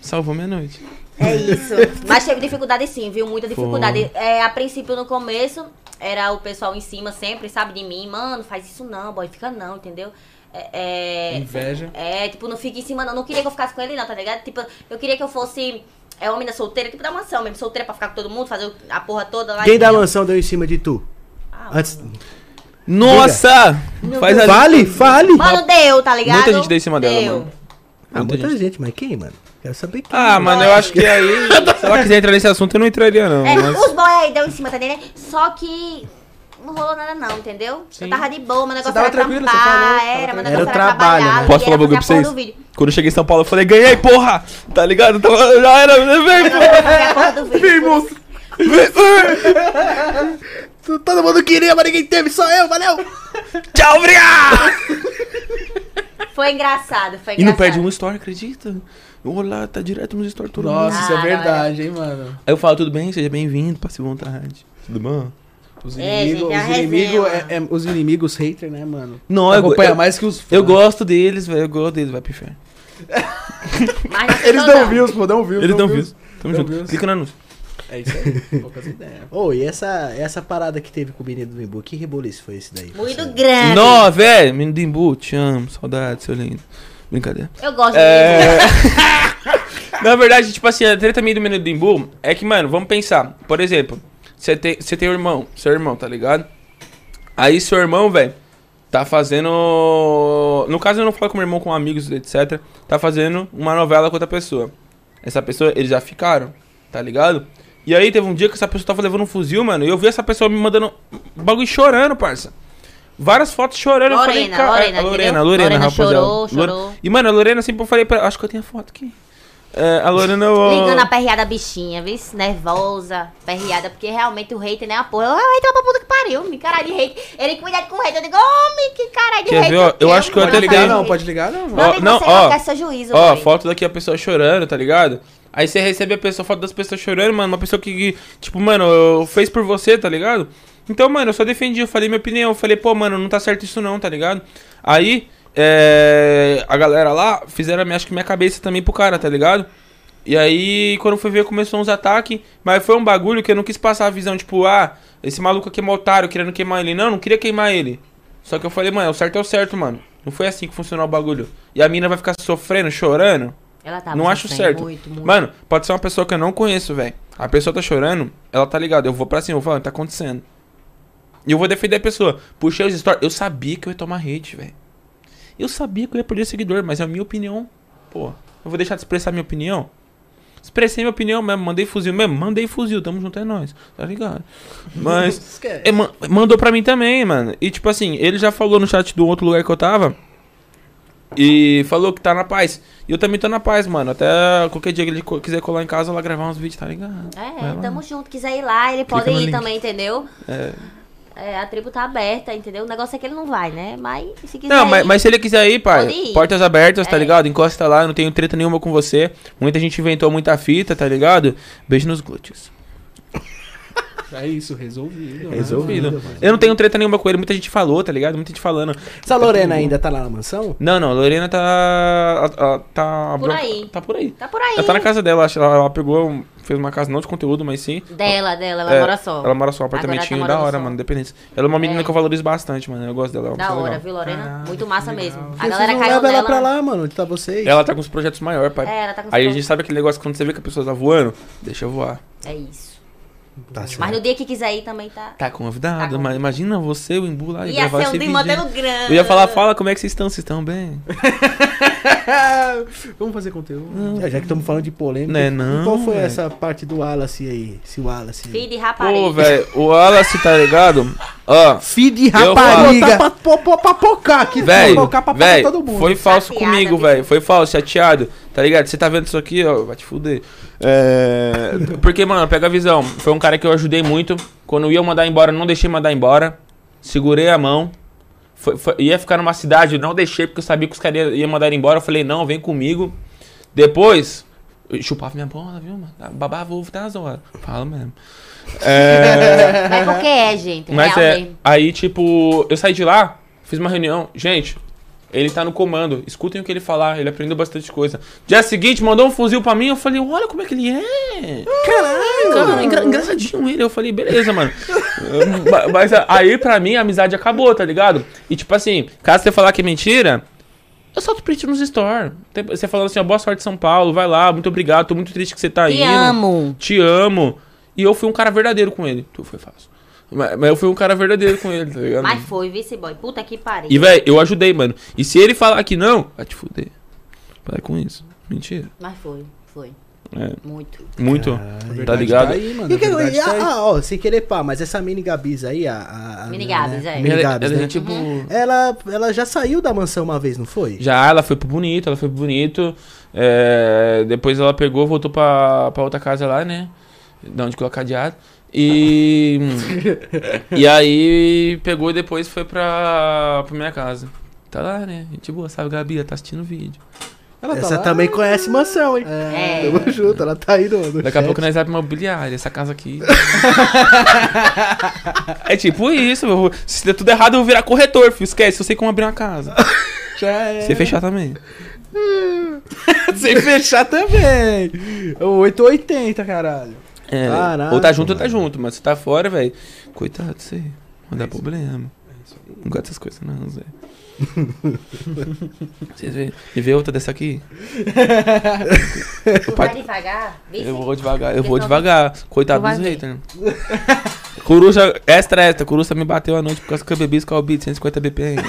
Speaker 4: Salvou minha noite.
Speaker 5: É isso. *laughs* Mas teve dificuldade sim, viu? Muita dificuldade. É, a princípio, no começo, era o pessoal em cima sempre, sabe, de mim. Mano, faz isso não, boy, fica não, entendeu? É, é,
Speaker 3: Inveja.
Speaker 5: É, tipo, não fica em cima, não. Não queria que eu ficasse com ele, não, tá ligado? Tipo, eu queria que eu fosse é, uma menina solteira, tipo da mansão mesmo, solteira pra ficar com todo mundo, fazer a porra toda lá.
Speaker 1: Quem da
Speaker 5: entendeu?
Speaker 1: mansão deu em cima de tu?
Speaker 5: Ah,
Speaker 1: Antes...
Speaker 4: Nossa! Faz a
Speaker 1: Fale, fale!
Speaker 5: Mano, deu, tá ligado?
Speaker 4: Muita gente deu em cima dela, mano.
Speaker 1: Ah, muita
Speaker 4: muita
Speaker 1: gente. mas quem, mano? Quero saber quem.
Speaker 4: Ah, mano, eu acho que aí. Se ela quiser entrar nesse assunto, eu não entraria, não.
Speaker 5: É,
Speaker 4: mas-
Speaker 5: os boy aí deu em cima, tá entendendo? Só que não rolou nada não, entendeu?
Speaker 4: Sim.
Speaker 5: Eu tava de boa, meu negócio
Speaker 3: tava
Speaker 5: era
Speaker 3: tranquilo,
Speaker 5: trampar,
Speaker 3: você falou, tava
Speaker 5: era,
Speaker 3: tranquilo.
Speaker 5: meu
Speaker 1: Era
Speaker 5: negócio
Speaker 1: o
Speaker 5: era,
Speaker 1: trabalho,
Speaker 5: trabalhar,
Speaker 1: né?
Speaker 4: Posso falar um
Speaker 5: e
Speaker 4: bagulho
Speaker 5: era
Speaker 4: pra
Speaker 5: fazer
Speaker 4: vocês?
Speaker 5: a porra do vídeo.
Speaker 4: Quando eu cheguei em São Paulo, eu falei, ganhei, porra! Tá ligado? Tava, já era, né, velho?
Speaker 5: Fazer a porra
Speaker 3: *laughs*
Speaker 5: do vídeo.
Speaker 1: Todo mundo queria, mas ninguém teve, só eu, valeu!
Speaker 4: Tchau, obrigado!
Speaker 5: Foi engraçado, foi engraçado.
Speaker 4: E não perde um story, acredita? Olá, tá direto nos stories todo mundo.
Speaker 3: Nossa, isso é
Speaker 5: Ah,
Speaker 3: verdade, hein, mano.
Speaker 4: Aí eu falo, tudo bem? Seja bem-vindo, passe à vontade. Tudo bom?
Speaker 3: Os
Speaker 5: É, gente,
Speaker 3: inimigos,
Speaker 5: é a
Speaker 3: os,
Speaker 5: resenha,
Speaker 3: inimigos é,
Speaker 5: mano.
Speaker 3: é- os inimigos hater, né, mano?
Speaker 4: Não, eu-
Speaker 3: acompanha
Speaker 4: eu-
Speaker 3: mais que os fãs.
Speaker 4: Eu gosto deles, velho. Eu gosto deles, vai pro inferno.
Speaker 5: Mas não
Speaker 3: Eles
Speaker 5: ficou,
Speaker 3: dão views, pô, dão views.
Speaker 4: Eles
Speaker 3: dão
Speaker 4: não viu. Tamo
Speaker 3: Dão
Speaker 4: junto.
Speaker 3: views.
Speaker 4: Clica no anúncio.
Speaker 3: É isso aí, *laughs* poucas ideias.
Speaker 1: Ô, e essa, essa parada que teve com o menino do Imbu, que reboliço foi esse daí?
Speaker 5: Muito grande.
Speaker 4: É. Nó, velho. Menino do Imbu, te amo. Saudade, seu lindo. Brincadeira.
Speaker 5: Eu gosto de
Speaker 4: É. Na verdade, tipo assim, a treta minha do menino do Imbu é que, mano, vamos pensar. Por exemplo, você tem, você tem um irmão, seu irmão, tá ligado? Aí seu irmão, velho, tá fazendo. No caso, eu não falo com meu irmão, com amigos, etc. Tá fazendo uma novela com outra pessoa. Essa pessoa, eles já ficaram, tá ligado? E aí teve um dia que essa pessoa tava levando um fuzil, mano, e eu vi essa pessoa me mandando bagulho chorando, parça. Várias fotos chorando. eu falei,
Speaker 5: Lorena,
Speaker 4: "Cara,
Speaker 5: Lorena,
Speaker 4: a Lorena, a
Speaker 5: entendeu?
Speaker 4: Lorena,
Speaker 5: Lorena
Speaker 4: rapaziada.
Speaker 5: chorou,
Speaker 4: Lore-
Speaker 5: chorou.
Speaker 4: E, mano, a Lorena sempre eu falei pra ela, acho que eu tenho a foto aqui. É, a Lorena... ó,
Speaker 5: Ligando a perreada bichinha, viu? Nervosa, perreada, porque realmente o hater não é uma porra. Eu, o hater é uma puta que pariu, me caralho de hater. Ele cuidado com o hater, eu digo, homem, que caralho de
Speaker 4: Quer
Speaker 5: hater. é um
Speaker 4: ver, ó? Eu acho que eu
Speaker 3: Pode
Speaker 4: até
Speaker 3: ligar
Speaker 4: tenho.
Speaker 3: não, pode ligar não, mano.
Speaker 5: Não,
Speaker 4: Ó, não,
Speaker 5: não, você
Speaker 4: ó.
Speaker 5: não quer seu juízo,
Speaker 4: Ó,
Speaker 5: boy.
Speaker 4: foto daqui a pessoa chorando, tá ligado? Aí você recebe a pessoa, foto das pessoas chorando, mano. Uma pessoa que, que, tipo, mano, eu- fez por você, tá ligado? Então, mano, eu só defendi, eu falei minha opinião. Eu falei, pô, mano, não tá certo isso não, tá ligado? Aí, é, a galera lá fizeram, acho que minha cabeça também pro cara, tá ligado? E aí, quando foi ver, começou uns ataques. Mas foi um bagulho que eu não quis passar a visão, tipo, ah, esse maluco aqui é um otário, querendo queimar ele. Não, não queria queimar ele. Só que eu falei, mano, o certo é o certo, mano. Não foi assim que funcionou o bagulho. E a mina vai ficar sofrendo, chorando?
Speaker 5: Ela tava
Speaker 4: não acho
Speaker 5: sofrendo
Speaker 4: certo.
Speaker 5: muito, muito.
Speaker 4: Mano, pode ser uma pessoa que eu não conheço, velho. A pessoa tá chorando, ela tá ligada. Eu vou pra cima, eu falo, tá acontecendo. E eu vou defender a pessoa. Puxei os stories. Eu sabia que eu ia tomar hate, velho. Eu sabia que eu ia perder seguidor, mas é a minha opinião. Pô, eu vou deixar de expressar a minha opinião? Expressei minha opinião mesmo, mandei fuzil mesmo, mandei fuzil, tamo junto é nós, tá ligado?
Speaker 1: *laughs*
Speaker 4: Mas
Speaker 3: Esquece.
Speaker 4: é, ma- mandou pra mim também, mano. E tipo assim, ele já falou no chat do outro lugar que eu tava. E falou que tá na paz. E eu também tô na paz, mano. Até qualquer dia que ele co- quiser colar em casa, lá gravar uns vídeos, tá ligado?
Speaker 5: É,
Speaker 4: Vai lá.
Speaker 5: tamo junto. Quiser ir lá, ele
Speaker 4: Clica
Speaker 5: pode
Speaker 4: no
Speaker 5: ir
Speaker 4: link.
Speaker 5: também, entendeu?
Speaker 4: É,
Speaker 5: é, a tribo tá aberta, entendeu? O negócio é que ele não vai, né? Mas se quiser.
Speaker 4: Não, mas,
Speaker 5: ir-
Speaker 4: mas se ele quiser ir, pai,
Speaker 5: Pode ir.
Speaker 4: portas abertas, tá
Speaker 5: É.
Speaker 4: ligado? Encosta lá, não tenho treta nenhuma com você. Muita gente inventou muita fita, tá ligado? Beijo nos glúteos.
Speaker 3: É isso, resolvido. né?
Speaker 1: Resolvido.
Speaker 4: Eu não tenho treta nenhuma com ele, muita gente falou, tá ligado? Muita gente falando.
Speaker 1: Essa Lorena ainda tá lá na mansão?
Speaker 4: Não, não, a Lorena tá. a- a- tá.
Speaker 5: Por aí.
Speaker 4: Tá por aí.
Speaker 5: Tá por aí.
Speaker 4: Ela tá na casa dela, acho. Ela, ela pegou, um, fez uma casa não de conteúdo, mas sim.
Speaker 5: Dela, dela, ela
Speaker 4: É,
Speaker 5: mora só.
Speaker 4: Ela mora só, um
Speaker 5: Agora tá
Speaker 4: apartamentinho
Speaker 5: morando
Speaker 4: da hora,
Speaker 5: só.
Speaker 4: mano, independência. Ela é uma menina
Speaker 5: É.
Speaker 4: que eu valorizo bastante, mano. Eu gosto dela. ela é uma
Speaker 5: Da
Speaker 4: pessoa
Speaker 5: hora,
Speaker 4: legal.
Speaker 5: viu, Lorena?
Speaker 1: Ah,
Speaker 3: Caralho,
Speaker 5: Muito massa
Speaker 3: que legal.
Speaker 5: mesmo. A
Speaker 1: Vocês
Speaker 5: galera
Speaker 1: não
Speaker 5: caiu
Speaker 1: leva
Speaker 5: nela.
Speaker 1: ela pra lá, mano, onde tá vocês.
Speaker 4: Ela tá com os projetos maiores, pai.
Speaker 5: É, ela tá com
Speaker 4: Aí a
Speaker 5: sono.
Speaker 4: gente sabe aquele negócio que quando você vê que a pessoa tá voando, deixa eu voar.
Speaker 5: É isso.
Speaker 1: Tá certo. *laughs*
Speaker 5: Mas no dia que quiser ir também tá.
Speaker 4: Tá convidado,
Speaker 5: Tá convidado.
Speaker 4: mas imagina você, o Embu lá e
Speaker 5: Ia
Speaker 4: gravar
Speaker 5: ser um
Speaker 4: esse
Speaker 5: de
Speaker 4: vídeo.
Speaker 5: modelo grande.
Speaker 4: Eu ia falar, fala, como é que vocês estão? Vocês estão
Speaker 5: *laughs*
Speaker 4: bem?
Speaker 3: Vamos fazer conteúdo.
Speaker 1: É, Já- Já que estamos falando de polêmica,
Speaker 4: Né, não,
Speaker 1: qual foi
Speaker 4: velho.
Speaker 1: essa parte do Wallace aí? Esse Wallace. aí?
Speaker 5: Filho de rapariga.
Speaker 4: Pô, velho, o Wallace, tá ligado? Ó,
Speaker 1: Fi de
Speaker 4: Eu
Speaker 1: rapariga.
Speaker 3: Tá pra, pra, pra, pra pocar aqui,
Speaker 4: velho,
Speaker 3: pra pocar pra pocar todo
Speaker 4: velho,
Speaker 3: mundo. é
Speaker 4: foi falso
Speaker 5: Chateada,
Speaker 4: comigo,
Speaker 5: bicho.
Speaker 4: velho, foi falso, chateado, tá ligado? Você tá vendo isso aqui, ó, vai te fuder. É... Porque, mano, pega a visão, foi um cara que eu ajudei muito, quando eu ia mandar embora, eu não deixei mandar embora, segurei a mão, foi- foi- ia ficar numa cidade, eu não deixei, porque eu sabia que os caras iam ia mandar ele embora, eu falei, não, vem comigo. Depois, eu chupava minha bola, viu, mano, babava o ovo até as horas, fala mesmo.
Speaker 5: Mas porque é, gente.
Speaker 4: Mas
Speaker 5: real
Speaker 4: é,
Speaker 5: mesmo.
Speaker 4: aí tipo, eu saí de lá, fiz uma reunião, gente, ele tá no comando, escutem o que ele falar, ele aprendeu bastante coisa. Dia seguinte, mandou um fuzil pra mim, eu falei, olha como é que ele é. Caralho. Cara, engra- engraçadinho ele, eu falei, beleza, mano. *laughs* Ma- Mas a- aí pra mim a amizade acabou, tá ligado? E tipo assim, caso você falar que é mentira, eu solto print nos store. Tem- Você falando assim, ó, boa sorte São Paulo, vai lá, muito obrigado, tô muito triste que você tá aí
Speaker 5: Te amo.
Speaker 4: te amo. E eu fui um cara verdadeiro com ele. Tu foi fácil. Mas, mas eu fui um cara verdadeiro com ele, tá ligado?
Speaker 5: Mas foi, vice boy. Puta que pariu.
Speaker 4: E, velho, eu ajudei, mano. E se ele falar que não, vai te fuder. Vai com isso. Mentira.
Speaker 5: Mas foi, foi.
Speaker 4: É,
Speaker 5: Muito.
Speaker 4: muito. tá
Speaker 3: é Verdade
Speaker 4: ligado?
Speaker 3: aí, mano,
Speaker 1: E que-
Speaker 3: a verdade
Speaker 1: ah,
Speaker 3: tá aí.
Speaker 1: ah, ó, sem querer pá, mas essa mini Gabs aí, a. a- a-
Speaker 5: Mini Gabs, é.
Speaker 1: Mini
Speaker 4: ela,
Speaker 1: Gabs,
Speaker 4: ela
Speaker 1: né?
Speaker 4: é tipo.
Speaker 1: Ela, ela já saiu da mansão uma vez, não foi?
Speaker 4: Já, ela foi pro bonito, ela foi pro bonito. é, depois ela pegou, voltou pra, pra outra casa lá, né? Da onde colocar cadeado. E. *laughs* e aí pegou e depois foi pra, pra minha casa. Tá lá, né? Gente boa, sabe, Gabi? Ela tá assistindo o vídeo.
Speaker 3: Ela tá
Speaker 1: Essa
Speaker 3: lá.
Speaker 1: também conhece mansão, hein?
Speaker 5: É.
Speaker 1: Tamo junto, ela tá aí no. no
Speaker 4: Daqui a
Speaker 1: chat.
Speaker 4: pouco né? nós vai pra imobiliária, essa
Speaker 1: *laughs*
Speaker 4: casa aqui. é tipo isso, eu vou- se der tudo errado eu vou virar corretor, filho. Esquece, eu sei como abrir uma casa.
Speaker 3: Já é.
Speaker 4: Você
Speaker 1: *laughs*
Speaker 4: fechar também.
Speaker 3: Sem fechar também. É o 880, caralho. *laughs*
Speaker 4: É,
Speaker 1: Caraca,
Speaker 4: ou tá junto ou tá
Speaker 1: mano. É
Speaker 4: junto, mas se tá fora, velho. Coitado de você. Não dá problema. Não gosto dessas coisas, não,
Speaker 1: *laughs*
Speaker 4: Zé. Vocês vê, e vê outra dessa aqui?
Speaker 5: Tu vai devagar, vice?
Speaker 4: Eu vou devagar, eu
Speaker 5: Porque
Speaker 4: vou
Speaker 5: senão-
Speaker 4: devagar. Coitado
Speaker 5: tu vai
Speaker 4: dos
Speaker 5: ver.
Speaker 4: haters. né? Coruja, extra, extra. Coruja me bateu à noite por causa que eu bebi Skull Beat, 150 BPM.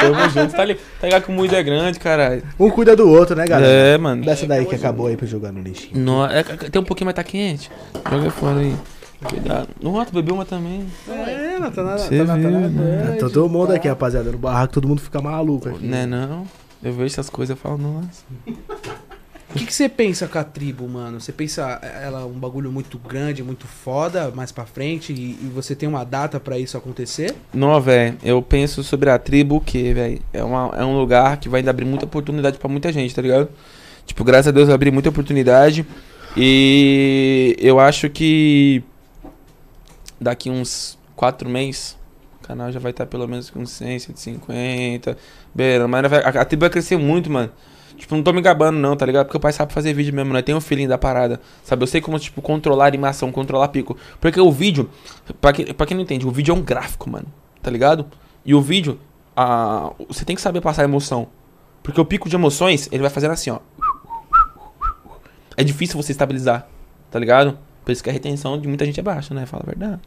Speaker 4: Tamo junto, tá, li- tá ligado que o mundo é grande, caralho.
Speaker 1: Um cuida do outro, né, galera?
Speaker 4: É, mano.
Speaker 1: Dessa daí que acabou aí pra jogar no lixo.
Speaker 4: No- é, tem um pouquinho, mas tá quente. Joga fora aí. Cuidado. Nossa, tu bebeu uma também.
Speaker 3: É, não tá nada.
Speaker 4: Você
Speaker 3: Tá na, tá
Speaker 4: viu,
Speaker 3: na,
Speaker 4: né?
Speaker 3: grande.
Speaker 1: todo mundo aqui, rapaziada. No barraco todo mundo fica maluco aqui.
Speaker 4: Né, não? Eu vejo essas coisas e falo, nossa.
Speaker 3: O que que você pensa com a tribo, mano? Você pensa ela um bagulho muito grande, muito foda, mais pra frente, e, e você tem uma data pra isso acontecer?
Speaker 4: Não, velho, é, eu penso sobre a tribo que, velho, é, uma- é um lugar que vai ainda abrir muita oportunidade pra muita gente, tá ligado? Tipo, graças a Deus vai abrir muita oportunidade. E eu acho que daqui uns quatro meses o canal já vai estar pelo menos com uns 100, 150. Beira, mas ainda vai- a, a tribo vai crescer muito, mano. Tipo, não tô me gabando não, tá ligado? Porque o pai sabe fazer vídeo mesmo, né? Tem um feeling da parada, sabe? Eu sei como, tipo, controlar animação, controlar pico. Porque o vídeo, pra, que, pra quem não entende, o vídeo é um gráfico, mano, tá ligado? E o vídeo, a, você tem que saber passar emoção. Porque o pico de emoções, ele vai fazendo assim, ó. É difícil você estabilizar, tá ligado? Por isso que a retenção de muita gente é baixa, né? Fala a verdade.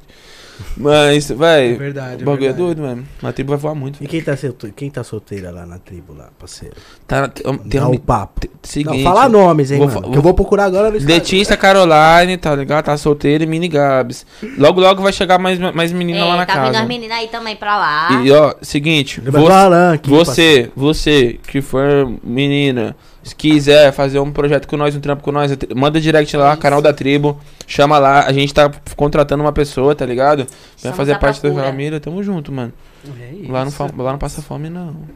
Speaker 4: Mas,
Speaker 3: É
Speaker 4: vai,
Speaker 3: verdade,
Speaker 4: o bagulho é
Speaker 3: verdade.
Speaker 4: doido, mano. A tribo vai voar muito.
Speaker 1: E
Speaker 4: velho.
Speaker 1: quem tá, solteira, quem tá solteira lá na tribo, lá, parceiro?
Speaker 4: Tá, tem um- tem
Speaker 1: Dá
Speaker 4: um-
Speaker 1: o papo. Não,
Speaker 4: seguinte.
Speaker 1: fala nomes, hein,
Speaker 4: vou
Speaker 1: mano.
Speaker 4: fa-
Speaker 1: que eu vou procurar agora no Instagram.
Speaker 4: Letícia Caroline, tá ligado? Tá solteira e mini Gabs. Logo, logo vai chegar mais, mais menina
Speaker 5: É,
Speaker 4: lá na
Speaker 5: tá vindo
Speaker 4: casa.
Speaker 5: as meninas aí também pra lá.
Speaker 4: E ó, seguinte,
Speaker 1: Vai
Speaker 4: vo-
Speaker 1: falar aqui,
Speaker 4: você, você que for menina, Se quiser fazer um projeto com nós, um trampo com nós, manda direct lá, canal da tribo, chama lá, a gente tá contratando uma pessoa, tá ligado? Vai
Speaker 5: Estamos
Speaker 4: fazer
Speaker 5: à
Speaker 4: parte da
Speaker 5: procura.
Speaker 4: família, tamo junto, mano.
Speaker 3: É isso.
Speaker 4: Lá não, fa- lá não passa fome, não.
Speaker 5: Não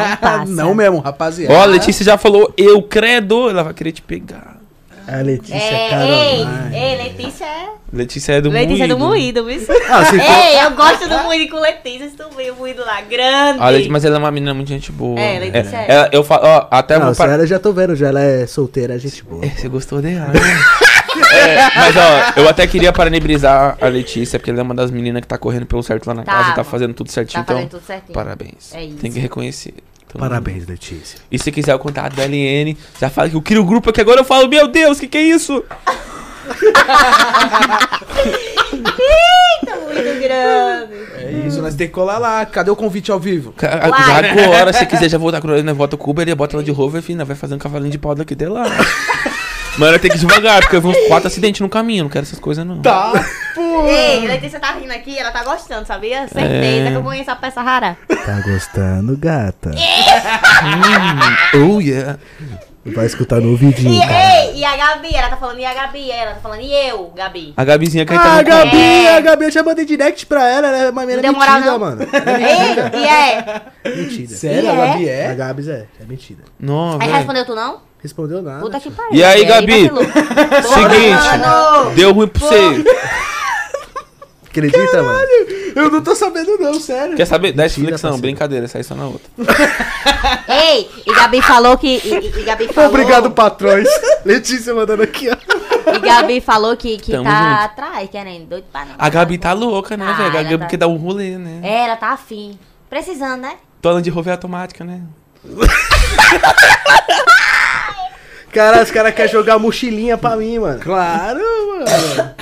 Speaker 3: Ah,
Speaker 5: passa.
Speaker 3: não mesmo, rapaziada.
Speaker 4: Ó, a Letícia já falou, eu credo, ela vai querer te pegar.
Speaker 1: A Letícia, né?
Speaker 5: É, ei,
Speaker 1: Caroline.
Speaker 5: ei, Letícia é.
Speaker 4: Letícia é do
Speaker 5: Letícia é do
Speaker 4: moído.
Speaker 5: moído, viu?
Speaker 1: Ah, *laughs* se for-
Speaker 5: Ei, eu gosto do moído com Letícia, vocês estão vendo o moído lá, grande.
Speaker 4: A Letícia, mas ela é uma menina muito gente boa.
Speaker 5: É, Letícia é.
Speaker 4: Ela- eu falo, ó, até
Speaker 1: Não,
Speaker 4: vou
Speaker 1: se
Speaker 4: parar.
Speaker 1: ela já tô vendo, já ela é solteira, gente boa.
Speaker 4: É, você gostou dela, *laughs* né? É, mas ó, eu até queria parabenizar a Letícia, porque ela é uma das meninas que tá correndo pelo certo lá na
Speaker 5: Tá,
Speaker 4: casa, tá
Speaker 5: mano.
Speaker 4: fazendo tudo
Speaker 5: Tá
Speaker 4: certinho,
Speaker 5: fazendo
Speaker 4: então
Speaker 5: tudo certinho.
Speaker 4: parabéns.
Speaker 5: É isso.
Speaker 4: Tem que reconhecer. Então,
Speaker 1: Parabéns, Letícia.
Speaker 4: E se quiser o contato da LN, já fala que eu queria o grupo aqui agora, eu falo, meu Deus, que que é isso?
Speaker 5: Eita, moído grande.
Speaker 3: É isso, nós temos que colar lá. Cadê o convite ao vivo?
Speaker 4: Ca- Já
Speaker 5: *laughs*
Speaker 4: agora, se quiser já voltar com ela, né, volta com o Uber, ele bota ela de rover, filho, vai fazer um cavalinho de pau daqui até lá. Mano, tem que ir devagar, porque eu vi uns quatro acidentes no caminho, não quero essas coisas não.
Speaker 3: Tá, pô.
Speaker 5: Ei, Letícia tá rindo aqui, ela tá gostando, sabia? Certeza
Speaker 4: É.
Speaker 5: que eu conheço a peça rara.
Speaker 1: Tá gostando, gata?
Speaker 4: Oh yeah.
Speaker 1: Vai escutar no ouvidinho,
Speaker 5: E,
Speaker 1: cara.
Speaker 5: ei, e a Gabi, ela tá falando, e a Gabi, ela tá falando, e eu,
Speaker 4: *laughs*
Speaker 5: Gabi.
Speaker 4: A Gabizinha que aí tá
Speaker 1: Ah, a
Speaker 4: no cu.
Speaker 1: Gabi,
Speaker 5: É.
Speaker 1: a Gabi, eu já mandei direct pra ela, ela é uma menina
Speaker 5: deu
Speaker 1: mentira,
Speaker 5: moral, não.
Speaker 1: mano.
Speaker 5: Ei, e é.
Speaker 1: Mentira.
Speaker 3: Sério,
Speaker 5: E
Speaker 3: a
Speaker 5: é?
Speaker 3: Gabi
Speaker 1: A
Speaker 3: é?
Speaker 1: Gabi, Zé, é mentira.
Speaker 4: Não,
Speaker 5: Aí
Speaker 4: velho.
Speaker 5: respondeu tu não?
Speaker 1: Respondeu nada.
Speaker 5: Puta que pariu. né?
Speaker 4: E aí, Gabi?
Speaker 5: vacilou.
Speaker 4: *laughs* Seguinte.
Speaker 5: Mano,
Speaker 4: Deu ruim pra você.
Speaker 1: Acredita, mano?
Speaker 3: Eu não tô sabendo não, sério.
Speaker 4: Quer saber? Dá
Speaker 1: Mentira,
Speaker 4: flexão,
Speaker 1: parceiro.
Speaker 4: brincadeira, sai só na outra.
Speaker 5: Ei, e Gabi falou que. E, e- e Gabi falou,
Speaker 1: Obrigado, patrões. Letícia mandando aqui, ó.
Speaker 5: E Gabi falou que, que
Speaker 4: Tamo
Speaker 5: tá
Speaker 4: junto.
Speaker 5: atrás, querendo. Doido pra não.
Speaker 4: A Gabi tá louca, né,
Speaker 5: Ah,
Speaker 4: velho? A
Speaker 5: ela
Speaker 4: Gabi
Speaker 5: tá-
Speaker 4: quer dar um rolê, né?
Speaker 5: É, ela tá afim. Precisando, né?
Speaker 4: Tô andando de rover automática, né?
Speaker 1: Cara, os caras querem jogar mochilinha pra mim, mano.
Speaker 3: Claro, mano.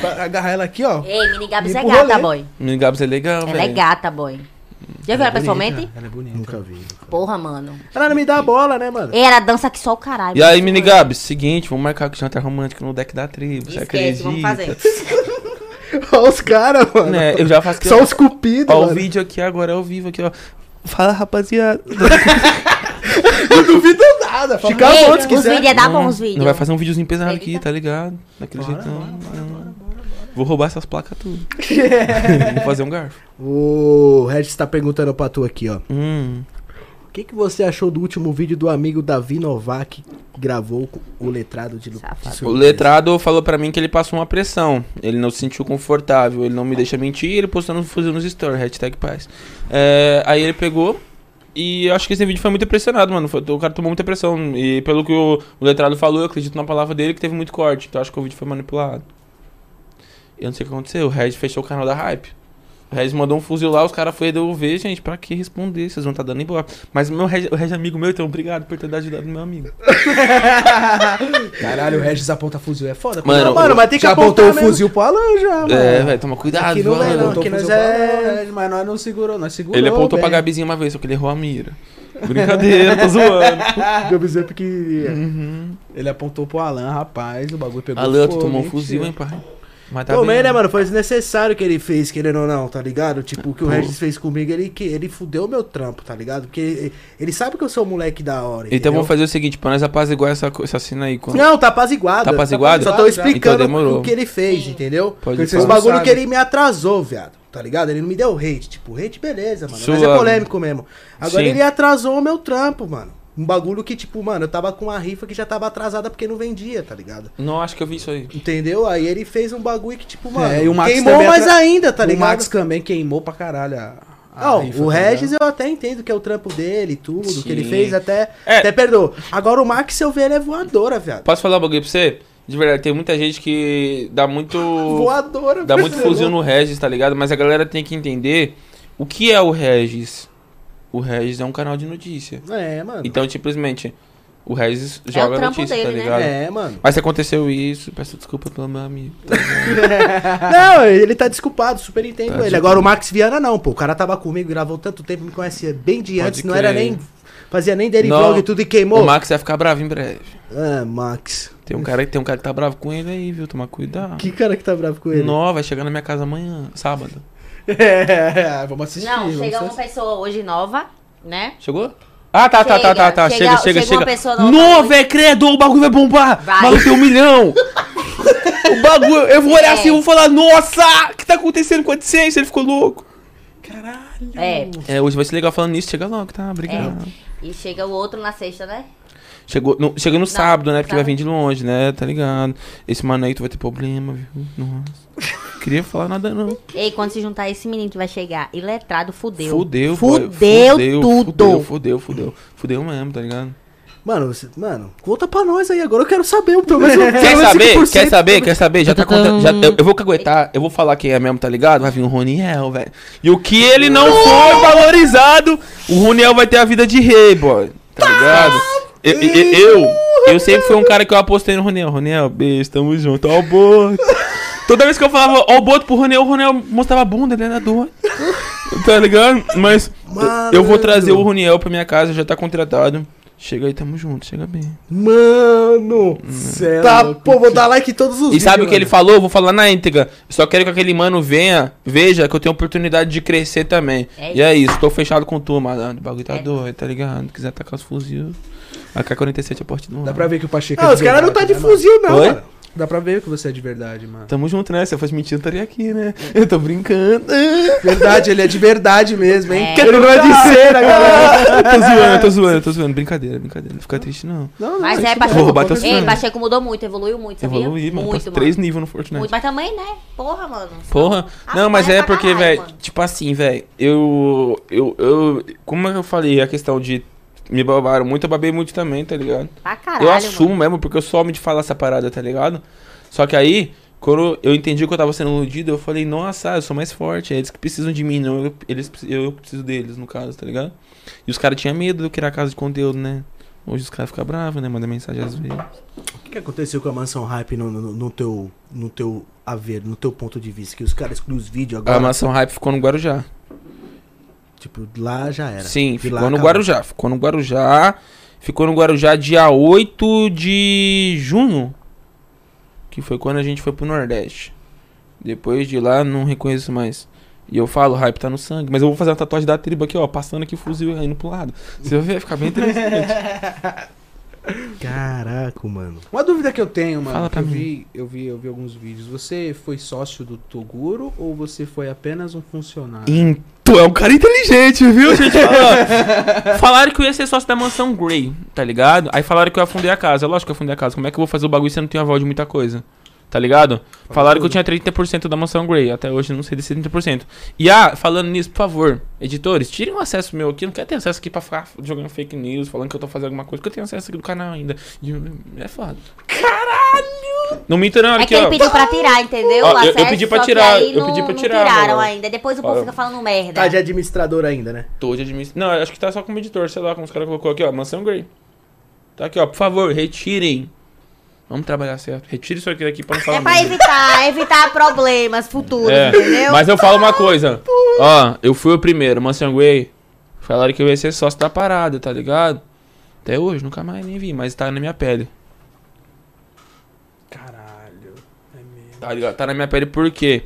Speaker 3: Pra agarrar ela aqui, ó.
Speaker 5: Ei, mini Gabi
Speaker 3: E
Speaker 5: é
Speaker 3: pro
Speaker 5: gata,
Speaker 3: rolê.
Speaker 5: boy.
Speaker 4: Menino Gabs é legal, velho.
Speaker 5: Ela é gata, boy. Já viu ela pessoalmente?
Speaker 3: Ela é bonita.
Speaker 1: Nunca vi.
Speaker 5: Porra, mano.
Speaker 1: Ela não me dá a bola, né, mano?
Speaker 5: Ei, ela dança que só o caralho.
Speaker 4: E aí,
Speaker 5: mano.
Speaker 4: mini Gabs, seguinte, vamos marcar que jantar romântico no deck da tribo. Você
Speaker 5: Esquece,
Speaker 4: acredita?
Speaker 5: vamos fazer.
Speaker 1: *laughs* Olha os caras, mano.
Speaker 4: Né, eu já faço
Speaker 1: *laughs*
Speaker 4: que.
Speaker 1: Só os cupidos,
Speaker 4: Ó, o
Speaker 1: mano.
Speaker 4: vídeo aqui agora, ao vivo aqui, ó. Fala, rapaziada.
Speaker 3: Não duvido nada. Fala
Speaker 1: Fica- Acabou,
Speaker 5: Ei,
Speaker 1: se
Speaker 5: os
Speaker 1: quiser.
Speaker 5: vídeos é dar
Speaker 4: Não,
Speaker 5: bons vídeos.
Speaker 4: Não vai fazer um videozinho pesado
Speaker 5: Acredita?
Speaker 4: aqui, tá ligado? Daquele jeitão. Vou roubar essas placas tudo. Vou fazer um garfo.
Speaker 1: O Regis tá perguntando pra tu aqui, ó.
Speaker 4: Hum.
Speaker 1: O que, que você achou do último vídeo do amigo Davi Novak que gravou com o letrado de Lu-
Speaker 5: Safado.
Speaker 1: de
Speaker 4: O
Speaker 1: surpresa?
Speaker 4: letrado falou pra mim que ele passou uma pressão. Ele não se sentiu confortável, ele não me deixa mentir, ele postando fuzil nos stories, hashtag paz. É, aí ele pegou e eu acho que esse vídeo foi muito pressionado, mano. Foi- o cara tomou muita pressão. E pelo que o, o letrado falou, eu acredito na palavra dele que teve muito corte. Então eu acho que o vídeo foi manipulado. Eu não sei o que aconteceu. O Regis fechou o canal da hype. O Regis mandou um fuzil lá, os caras foram devolver, gente, pra que responder? Vocês vão estar dando embora. Mas o meu Regis, o Regis é amigo meu, então obrigado por ter ajudado meu amigo.
Speaker 3: Caralho, o Regis aponta fuzil. É foda.
Speaker 4: Mano,
Speaker 1: Não, mano, mas tem que
Speaker 3: já
Speaker 1: apontar
Speaker 3: apontou o
Speaker 1: mesmo.
Speaker 3: fuzil pro Alan já, mano.
Speaker 4: É, velho, toma cuidado,
Speaker 1: Aqui não vai,
Speaker 4: mano.
Speaker 1: não.
Speaker 3: Apontou
Speaker 1: que
Speaker 3: o fuzil
Speaker 1: nós é-
Speaker 3: pro Alan, Regis, mas nós não segurou, nós segurou.
Speaker 4: Ele apontou pra
Speaker 3: bem.
Speaker 4: Gabizinha uma vez, só que ele errou a mira. Brincadeira, tô *laughs* zoando.
Speaker 1: Gabizinho pequenininha.
Speaker 4: Uhum.
Speaker 3: Ele apontou pro Alan, rapaz, o bagulho pegou
Speaker 4: Alan, tu
Speaker 3: fogo,
Speaker 4: tomou um
Speaker 3: mentira.
Speaker 4: fuzil, hein, pai? Mas tá
Speaker 1: Tomei,
Speaker 4: bem.
Speaker 1: né, mano? Foi desnecessário que ele fez, querendo ou não, tá ligado? Tipo, o que o
Speaker 4: Pô.
Speaker 1: Regis fez comigo, ele, que- ele fudeu meu trampo, tá ligado? Porque ele, ele sabe que eu sou um moleque da hora.
Speaker 4: Então
Speaker 1: entendeu?
Speaker 4: vamos fazer o seguinte, pra nós apaziguar essa, co- essa cena aí. Quando...
Speaker 1: Não, tá apaziguado.
Speaker 4: Tá apaziguado?
Speaker 1: Só tô
Speaker 4: Então
Speaker 1: explicando
Speaker 4: demorou.
Speaker 1: o que ele fez, entendeu?
Speaker 4: Pode
Speaker 1: Porque
Speaker 4: falar.
Speaker 1: Os bagulho
Speaker 3: Sabe.
Speaker 1: que ele me atrasou, viado. Tá ligado? Ele não me deu hate. Tipo, hate, beleza, mano. Mas é
Speaker 4: Suave.
Speaker 1: polêmico mesmo. Agora
Speaker 4: Sim.
Speaker 1: ele atrasou o meu trampo, mano. Um bagulho que, tipo, mano, eu tava com uma rifa que já tava atrasada porque não vendia, tá ligado?
Speaker 4: Não, acho que eu vi isso aí.
Speaker 1: Entendeu? Aí ele fez um bagulho que, tipo, mano,
Speaker 3: É, e o Max
Speaker 1: queimou
Speaker 3: também
Speaker 1: mais
Speaker 3: atra-
Speaker 1: ainda, tá
Speaker 3: o
Speaker 1: ligado?
Speaker 3: Max também queimou pra caralho a. a
Speaker 1: Não,
Speaker 3: rifa,
Speaker 1: o
Speaker 3: tá
Speaker 1: Regis
Speaker 3: ligado?
Speaker 1: eu até entendo que é o trampo dele, e tudo, que ele
Speaker 4: Sim.
Speaker 1: fez, até,
Speaker 4: É.
Speaker 1: até perdoou. Agora o Max, se eu ver, ele é voadora, viado.
Speaker 4: Posso falar um bagulho pra você? De verdade, tem muita gente que dá muito...
Speaker 1: Voadora,
Speaker 4: Dá muito
Speaker 1: parceiro.
Speaker 4: fuzil no Regis, tá ligado? Mas a galera tem que entender o que é o Regis. O Regis é um canal de notícia.
Speaker 1: É, mano.
Speaker 4: Então, simplesmente, o Regis
Speaker 5: É o
Speaker 4: joga
Speaker 5: trampo
Speaker 4: notícia, tá
Speaker 5: dele, né?
Speaker 4: ligado?
Speaker 1: É, mano.
Speaker 4: Mas se aconteceu isso, peço desculpa pelo meu amigo.
Speaker 1: Não, ele tá desculpado, super entendo
Speaker 4: Tá
Speaker 1: ele.
Speaker 4: de
Speaker 1: Agora o Max Viana não, pô. O cara tava comigo, gravou tanto tempo, me conhecia bem de
Speaker 4: Pode
Speaker 1: antes, não era
Speaker 4: crer.
Speaker 1: nem. Fazia nem dele
Speaker 4: Não,
Speaker 1: vlog e tudo e queimou.
Speaker 4: O Max vai ficar bravo em breve.
Speaker 1: Ah, Max.
Speaker 4: Tem um, cara, tem um cara que tá bravo com ele aí, viu? Tomar cuidado.
Speaker 1: Que cara que tá bravo com ele? *laughs*
Speaker 4: Nó, vai chegar na minha casa amanhã, sábado.
Speaker 3: É, vamos assistir.
Speaker 5: Não,
Speaker 3: vamos
Speaker 5: chega uma
Speaker 3: assistir.
Speaker 5: pessoa hoje nova, né?
Speaker 4: Chegou? Ah, tá, tá, tá, tá, tá. Chega,
Speaker 5: Chega-
Speaker 4: chega,
Speaker 5: chega uma
Speaker 4: chega.
Speaker 5: pessoa
Speaker 4: Não,
Speaker 5: nova
Speaker 4: Nó,
Speaker 5: hoje.
Speaker 4: velho, credo, o bagulho vai bombar.
Speaker 5: Vai.
Speaker 4: Maluco tem um milhão. o bagulho, eu vou olhar
Speaker 5: É.
Speaker 4: assim e vou falar, nossa, o que tá acontecendo com a AdSense? Ele ficou louco.
Speaker 3: Caralho.
Speaker 5: É.
Speaker 4: É, hoje vai ser legal falando nisso, chega logo, tá? Obrigado.
Speaker 5: E chega o outro na sexta, né?
Speaker 4: Chegou, no, chega no sábado, né? Porque
Speaker 5: sábado.
Speaker 4: vai vir de longe, né? Tá ligado? Esse mano aí tu vai ter problema, viu? Nossa. Queria falar nada, não.
Speaker 5: Ei, quando se juntar esse menino que vai chegar, iletrado, fudeu.
Speaker 4: Fudeu,
Speaker 5: Fudeu
Speaker 4: boy. Fudeu,
Speaker 5: tudo.
Speaker 4: fudeu, fudeu. Fudeu mesmo, tá ligado?
Speaker 1: Mano, você- mano, conta pra nós aí agora. Eu quero saber o problema. *laughs*
Speaker 4: Quer saber? Quer saber? Quer saber? Já tá
Speaker 5: Tadam.
Speaker 4: contando. já- eu, eu vou caguetar, eu vou falar quem é mesmo, tá ligado? Vai vir o Roniel, velho. E o que ele não foi valorizado, o Roniel vai ter a vida de rei, boy. Tá ligado? Eu, eu, eu, eu sempre fui um cara que eu apostei no Roniel. Roniel, beijo, tamo junto. Ó o boto. Toda vez que eu falava ó o boto pro Roniel, o Roniel mostrava a bunda, ele era doido. Tá ligado? Mas eu- eu vou trazer o Roniel pra minha casa, já tá contratado. Chega aí, tamo junto, chega bem.
Speaker 1: Mano,
Speaker 3: Cê é
Speaker 1: tá,
Speaker 3: louco.
Speaker 1: pô, vou dar like em todos os
Speaker 4: E
Speaker 1: vídeos.
Speaker 4: sabe o que ele
Speaker 1: mano.
Speaker 4: falou? Eu Vou falar na íntegra. Eu Só quero que aquele mano venha, veja que eu tenho oportunidade de crescer também.
Speaker 5: É
Speaker 4: e é isso, tô fechado com tu, mano. O bagulho tá
Speaker 5: É.
Speaker 4: doido, tá ligado? Se quiser tacar os fuzil, AK-47 é porte do
Speaker 3: Dá pra ver que o Pacheco
Speaker 1: Ah, os caras não tá
Speaker 3: verdade,
Speaker 1: de
Speaker 3: né, mano?
Speaker 1: fuzil, não,
Speaker 4: Oi?
Speaker 1: mano.
Speaker 3: Dá pra ver que você é de verdade, mano.
Speaker 4: Tamo junto, né? Se eu fosse mentira, eu estaria aqui, *laughs* né? Eu tô brincando.
Speaker 3: Verdade, ele é de verdade mesmo, hein?
Speaker 5: É.
Speaker 3: Ele não é de cera, galera.
Speaker 4: tô zoando, tô zoando, tô zoando. Brincadeira, brincadeira. Não fica triste, não.
Speaker 3: Não, não,
Speaker 5: Mas
Speaker 3: isso
Speaker 5: é,
Speaker 3: não.
Speaker 5: Pacheco.
Speaker 4: Porra, bateu os
Speaker 5: Ei,
Speaker 4: planos.
Speaker 5: Pacheco mudou muito, evoluiu muito, sabia?
Speaker 4: Evoluí, mano.
Speaker 5: muito,
Speaker 4: Passei três níveis no Fortnite.
Speaker 5: Muito, mas também, né? Porra, mano.
Speaker 4: Porra.
Speaker 5: Ah,
Speaker 4: Não, mas
Speaker 5: vai
Speaker 4: é
Speaker 5: pra
Speaker 4: porque,
Speaker 5: caralho,
Speaker 4: velho,
Speaker 5: mano.
Speaker 4: tipo assim, velho, eu, eu, eu. Como é que eu falei? A questão de. Me babaram muito, eu babei muito também, tá ligado?
Speaker 5: Pra caralho,
Speaker 4: eu assumo
Speaker 5: mano.
Speaker 4: mesmo, porque eu sou homem de falar essa parada, tá ligado? Só que aí, quando eu entendi que eu tava sendo iludido, eu falei, nossa, eu sou mais forte, é eles que precisam de mim, não eu, eles, precis- eu preciso deles, no caso, tá ligado? E os caras tinham medo de eu criar casa de conteúdo, né? Hoje os caras ficam bravos, né? Manda mensagem às vezes.
Speaker 1: O que, que aconteceu com a mansão hype no, no, no teu. No teu a ver, no teu ponto de vista? Que os caras excluem os vídeos agora.
Speaker 4: A mansão hype ficou no Guarujá.
Speaker 1: Tipo, lá já era.
Speaker 4: Sim,
Speaker 1: De
Speaker 4: ficou
Speaker 1: lá
Speaker 4: no
Speaker 1: acabou.
Speaker 4: Guarujá. Ficou no Guarujá. Ficou no Guarujá dia 8 de junho. Que foi quando a gente foi pro Nordeste. Depois de lá, não reconheço mais. E eu falo, hype tá no sangue. Mas eu vou fazer uma tatuagem da tribo aqui, ó. Passando aqui, fuzil e indo pro lado. Você vai ver, vai ficar
Speaker 1: *laughs*
Speaker 4: bem interessante.
Speaker 1: Caraca, mano.
Speaker 3: Uma dúvida que eu tenho, mano,
Speaker 4: Fala
Speaker 3: que
Speaker 4: pra
Speaker 3: eu
Speaker 4: mim.
Speaker 3: vi, eu vi, eu vi alguns vídeos. Você foi sócio do Toguro ou você foi apenas um funcionário?
Speaker 4: Em- Tu é um cara inteligente, viu, gente? Ó, falaram que eu ia ser sócio da mansão Grey, tá ligado? Aí falaram que eu afundei a casa. É lógico que eu afundei a casa. Como é que eu vou fazer o bagulho se eu não tenho aval de muita coisa? Tá ligado? Falaram que eu tinha 30% da mansão Grey. Até hoje eu não sei desse 30%. E ah, falando nisso, por favor, editores, tirem o acesso meu aqui. Eu não quero ter acesso aqui pra ficar jogando fake news, falando que eu tô fazendo alguma coisa, porque eu tenho acesso aqui do canal ainda. E eu- É foda. Caralho! Não minta, não,
Speaker 5: É que
Speaker 4: aqui,
Speaker 5: ele
Speaker 4: ó.
Speaker 5: pediu pra tirar, entendeu?
Speaker 4: Ó,
Speaker 5: O
Speaker 4: eu- eu
Speaker 5: acesso,
Speaker 4: pedi pra
Speaker 5: só que
Speaker 4: tirar,
Speaker 5: aí
Speaker 4: eu
Speaker 5: não-
Speaker 4: pedi pra
Speaker 5: não
Speaker 4: tirar,
Speaker 5: tiraram
Speaker 4: mano.
Speaker 5: ainda. Depois o povo
Speaker 4: Ó.
Speaker 5: fica falando merda.
Speaker 1: Tá de administrador ainda, né?
Speaker 4: Tô de administ... Não, acho que tá só como editor, sei lá, como os caras colocou aqui, ó. Mansão Grey. Tá aqui, ó. Por favor, retirem. Vamos trabalhar certo. Retire isso aqui daqui pra não falar
Speaker 5: É pra
Speaker 4: merda.
Speaker 5: evitar, evitar problemas futuros,
Speaker 4: É,
Speaker 5: entendeu?
Speaker 4: Mas eu falo uma coisa. Ó, eu fui o primeiro, Mansão Grey. Falaram que eu ia ser sócio da parada, tá ligado? Até hoje, nunca mais nem vi, mas tá na minha pele.
Speaker 3: Caralho. É mesmo.
Speaker 4: Tá ligado? Tá na minha pele por quê?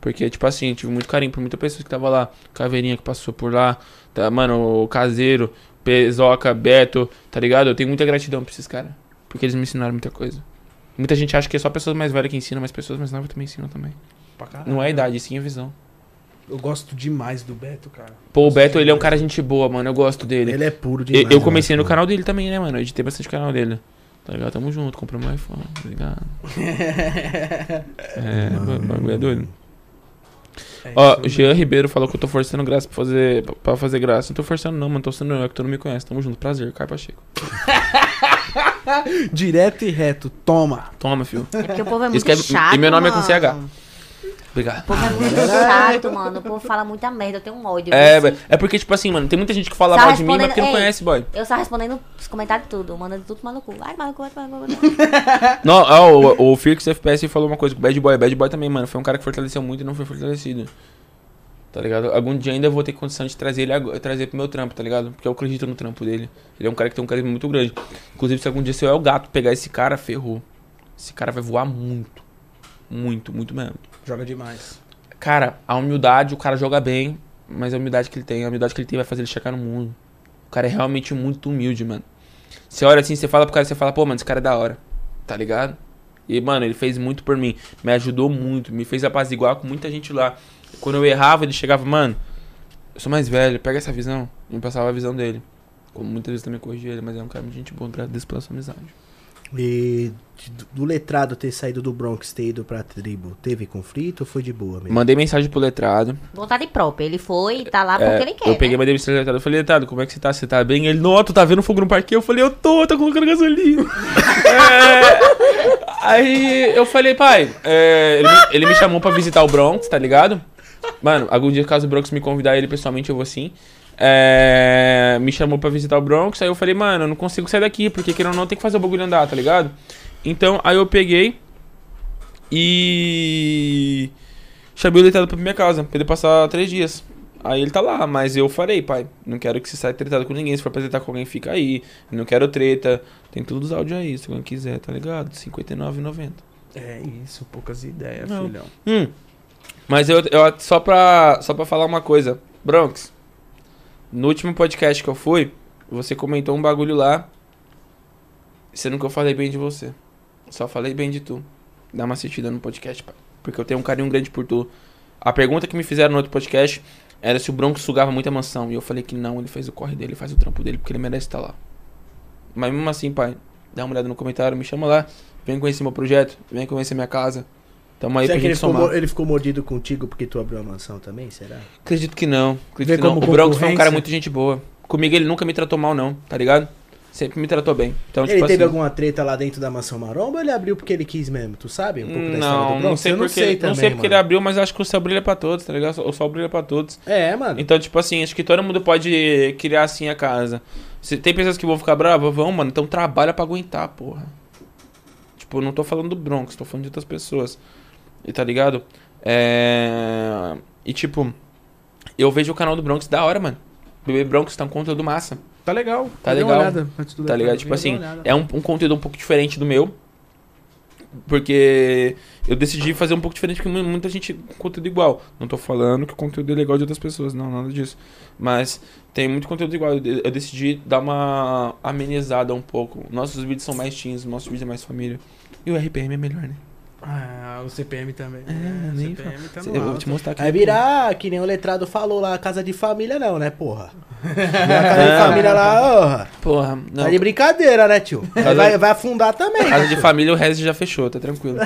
Speaker 4: Porque, tipo assim, tive muito carinho por muita pessoa que tava lá. Caveirinha que passou por lá. Tá, mano, o Caseiro, Pesoca, Beto, tá ligado? Eu tenho muita gratidão pra esses caras. Porque eles me ensinaram muita coisa. Muita gente acha que é só pessoas mais velhas que ensinam, mas pessoas mais novas também ensinam também.
Speaker 3: Pra caralho.
Speaker 4: Não é a idade, sim a visão.
Speaker 3: Eu gosto demais do Beto, cara. *laughs*
Speaker 4: Pô, o Beto, ele é um cara gente boa, mano. Eu gosto dele.
Speaker 1: Ele é puro
Speaker 4: E-
Speaker 1: demais.
Speaker 4: eu comecei
Speaker 1: mano.
Speaker 4: no canal dele também, né, mano? Eu editei bastante o canal dele. Tá ligado? Tamo junto, compramos um iPhone, tá ligado? é, o bagulho é doido.
Speaker 3: É
Speaker 4: Ó,
Speaker 3: isso,
Speaker 4: Jean Ribeiro falou que eu tô forçando graça pra fazer, pra- pra fazer graça. Não tô forçando, não, mano. Tô sendo eu, é que tu não me conhece. Tamo junto. Prazer, Caio Pacheco.
Speaker 3: mano. *laughs* Direto e reto, toma.
Speaker 4: Toma, filho.
Speaker 5: É porque o povo é muito
Speaker 4: Escreve-
Speaker 5: chato.
Speaker 4: e meu nome é com
Speaker 5: mano.
Speaker 4: CH. Obrigado.
Speaker 5: O povo é muito chato, mano. O povo fala muita merda. Eu tenho um ódio.
Speaker 4: É,
Speaker 5: disso.
Speaker 4: velho, é porque, tipo assim, mano, tem muita gente que fala
Speaker 5: Tá
Speaker 4: mal de mim, mas porque não
Speaker 5: respondendo-
Speaker 4: conhece, boy.
Speaker 5: Eu só respondendo os comentários tudo, mandando tudo maluco. Ai, maluco, vai, maluco, maluco.
Speaker 4: Não, ó, o, o Firx FPS falou uma coisa, o Bad Boy, Bad Boy também, mano, foi um cara que fortaleceu muito e não foi fortalecido. Tá ligado? Algum dia ainda eu vou ter condição de trazer ele agora- trazer pro meu trampo, tá ligado? Porque eu acredito no trampo dele. Ele é um cara que tem um carisma muito grande. Inclusive, se algum dia se eu é o gato pegar esse cara, ferrou. Esse cara vai voar muito. Muito, muito mesmo.
Speaker 3: Joga demais.
Speaker 4: Cara, a humildade, o cara joga bem, mas a humildade que ele tem, a humildade que ele tem vai fazer ele chegar no mundo. O cara é realmente muito humilde, mano. Você olha assim, você fala pro cara, você fala, pô, mano, esse cara é da hora. Tá ligado? E, mano, ele fez muito por mim. Me ajudou muito, me fez apaziguar com muita gente lá. Quando eu errava, ele chegava, mano, eu sou mais velho, pega essa visão. E me passava a visão dele. Como muitas vezes também corrigi ele, mas é um cara de gente boa, agradeço pela sua amizade.
Speaker 1: E de- do letrado ter saído do Bronx, ter ido pra tribo, teve conflito ou foi de boa mesmo?
Speaker 4: Mandei mensagem pro letrado.
Speaker 5: Vontade própria. Ele foi e tá lá
Speaker 4: É,
Speaker 5: porque ele quer.
Speaker 4: eu peguei
Speaker 5: né?
Speaker 4: uma demissão do letrado. Eu falei, letrado, como é que você tá? Você tá bem? Ele, não, tu tá vendo fogo no parque? Eu falei, eu tô, tá colocando
Speaker 5: *laughs*
Speaker 4: gasolina. É, aí eu falei, pai, é, ele, me, ele me chamou pra visitar o Bronx, tá ligado? Mano, algum dia, caso o Bronx me convidar ele pessoalmente, eu vou sim. É, me chamou pra visitar o Bronx, aí eu falei, mano, eu não consigo sair daqui, porque querendo ou não, tem que fazer o bagulho andar, tá ligado? Então, aí eu peguei e chamei o letrado pra minha casa, pra ele passar três dias. Aí ele tá lá, mas eu falei, pai, não quero que você saia tretado com ninguém. Se for pra tretar com alguém, fica aí. Não quero treta. Tem todos os áudios aí, se alguém quiser, tá ligado? R$ 59,90.
Speaker 3: É isso, poucas ideias,
Speaker 4: Não.
Speaker 3: É, filhão.
Speaker 4: Hum. Mas eu, eu- só, pra, só pra falar uma coisa. Bronx, no último podcast que eu fui, você comentou um bagulho lá. Sendo que eu falei bem de você. Só falei bem de tu. Dá uma assistida no podcast, pai. Porque eu tenho um carinho grande por tu. A pergunta que me fizeram no outro podcast era se o Bronx sugava muita mansão. E eu falei que não, ele fez o corre dele, faz o trampo dele, porque ele merece estar lá. Mas mesmo assim, pai, dá uma olhada no comentário, me chama lá. Vem conhecer meu projeto, vem conhecer minha casa. Tamo aí
Speaker 1: será
Speaker 4: pra
Speaker 1: que ele
Speaker 4: gente
Speaker 1: ficou,
Speaker 4: somar.
Speaker 1: mo- ele ficou mordido contigo porque tu abriu a mansão também? Será?
Speaker 4: Acredito que não.
Speaker 3: Vê
Speaker 4: Acredito que não.
Speaker 3: como
Speaker 4: O Bronx foi um
Speaker 3: concorrência.
Speaker 4: cara muito gente boa. Comigo ele nunca me tratou mal, não, tá ligado? Sempre me tratou bem. Então,
Speaker 1: ele
Speaker 4: tipo
Speaker 1: teve
Speaker 4: assim.
Speaker 1: alguma treta lá dentro da mansão maromba ou ele abriu porque ele quis mesmo? Tu sabe um pouco da história do
Speaker 4: Não,
Speaker 1: Bronx?
Speaker 4: não sei
Speaker 1: Eu
Speaker 4: porque. Não sei,
Speaker 1: também,
Speaker 4: porque ele
Speaker 1: mano.
Speaker 4: abriu, mas acho que o céu brilha pra todos, tá ligado? O sol brilha pra todos.
Speaker 1: É, mano.
Speaker 4: Então, tipo assim, acho que todo mundo pode criar assim a casa. Se tem pessoas que vão ficar bravas, vão, mano. Então trabalha pra aguentar, porra. Tipo, eu não tô falando do Bronx, tô falando de outras pessoas. E tá ligado? É. E tipo, eu vejo o canal do Bronx da hora, mano. Bebê Bronx tá um conta do massa.
Speaker 3: Tá legal.
Speaker 4: Tá
Speaker 3: dei uma
Speaker 4: legal.
Speaker 3: olhada antes do
Speaker 4: Tá
Speaker 3: letrado,
Speaker 4: ligado? Tipo
Speaker 3: dei
Speaker 4: assim,
Speaker 3: uma olhada.
Speaker 4: é um, um conteúdo um pouco diferente do meu. Porque eu decidi fazer um pouco diferente, porque mu- muita gente tem conteúdo igual. Não tô falando que o conteúdo é legal de outras pessoas, não, nada disso. Mas tem muito conteúdo igual. Eu, de- eu decidi dar uma amenizada um pouco. Nossos vídeos são mais teens, nossos vídeos é mais família. E o RPM é melhor, né?
Speaker 3: Ah, o CPM também.
Speaker 4: É,
Speaker 3: o
Speaker 4: nem
Speaker 3: CPM tá
Speaker 4: Cê-
Speaker 3: no
Speaker 4: eu vou
Speaker 3: alto.
Speaker 4: te mostrar aqui.
Speaker 1: Vai virar, que nem o letrado falou lá, casa de família não, né, *laughs* porra? Virar casa de família lá, porra.
Speaker 4: Porra, É. não.
Speaker 1: Tá de brincadeira, né, tio?
Speaker 4: Casa-
Speaker 1: Vai, vai afundar também.
Speaker 4: Casa *laughs* de família, o resto já fechou, tá tranquilo.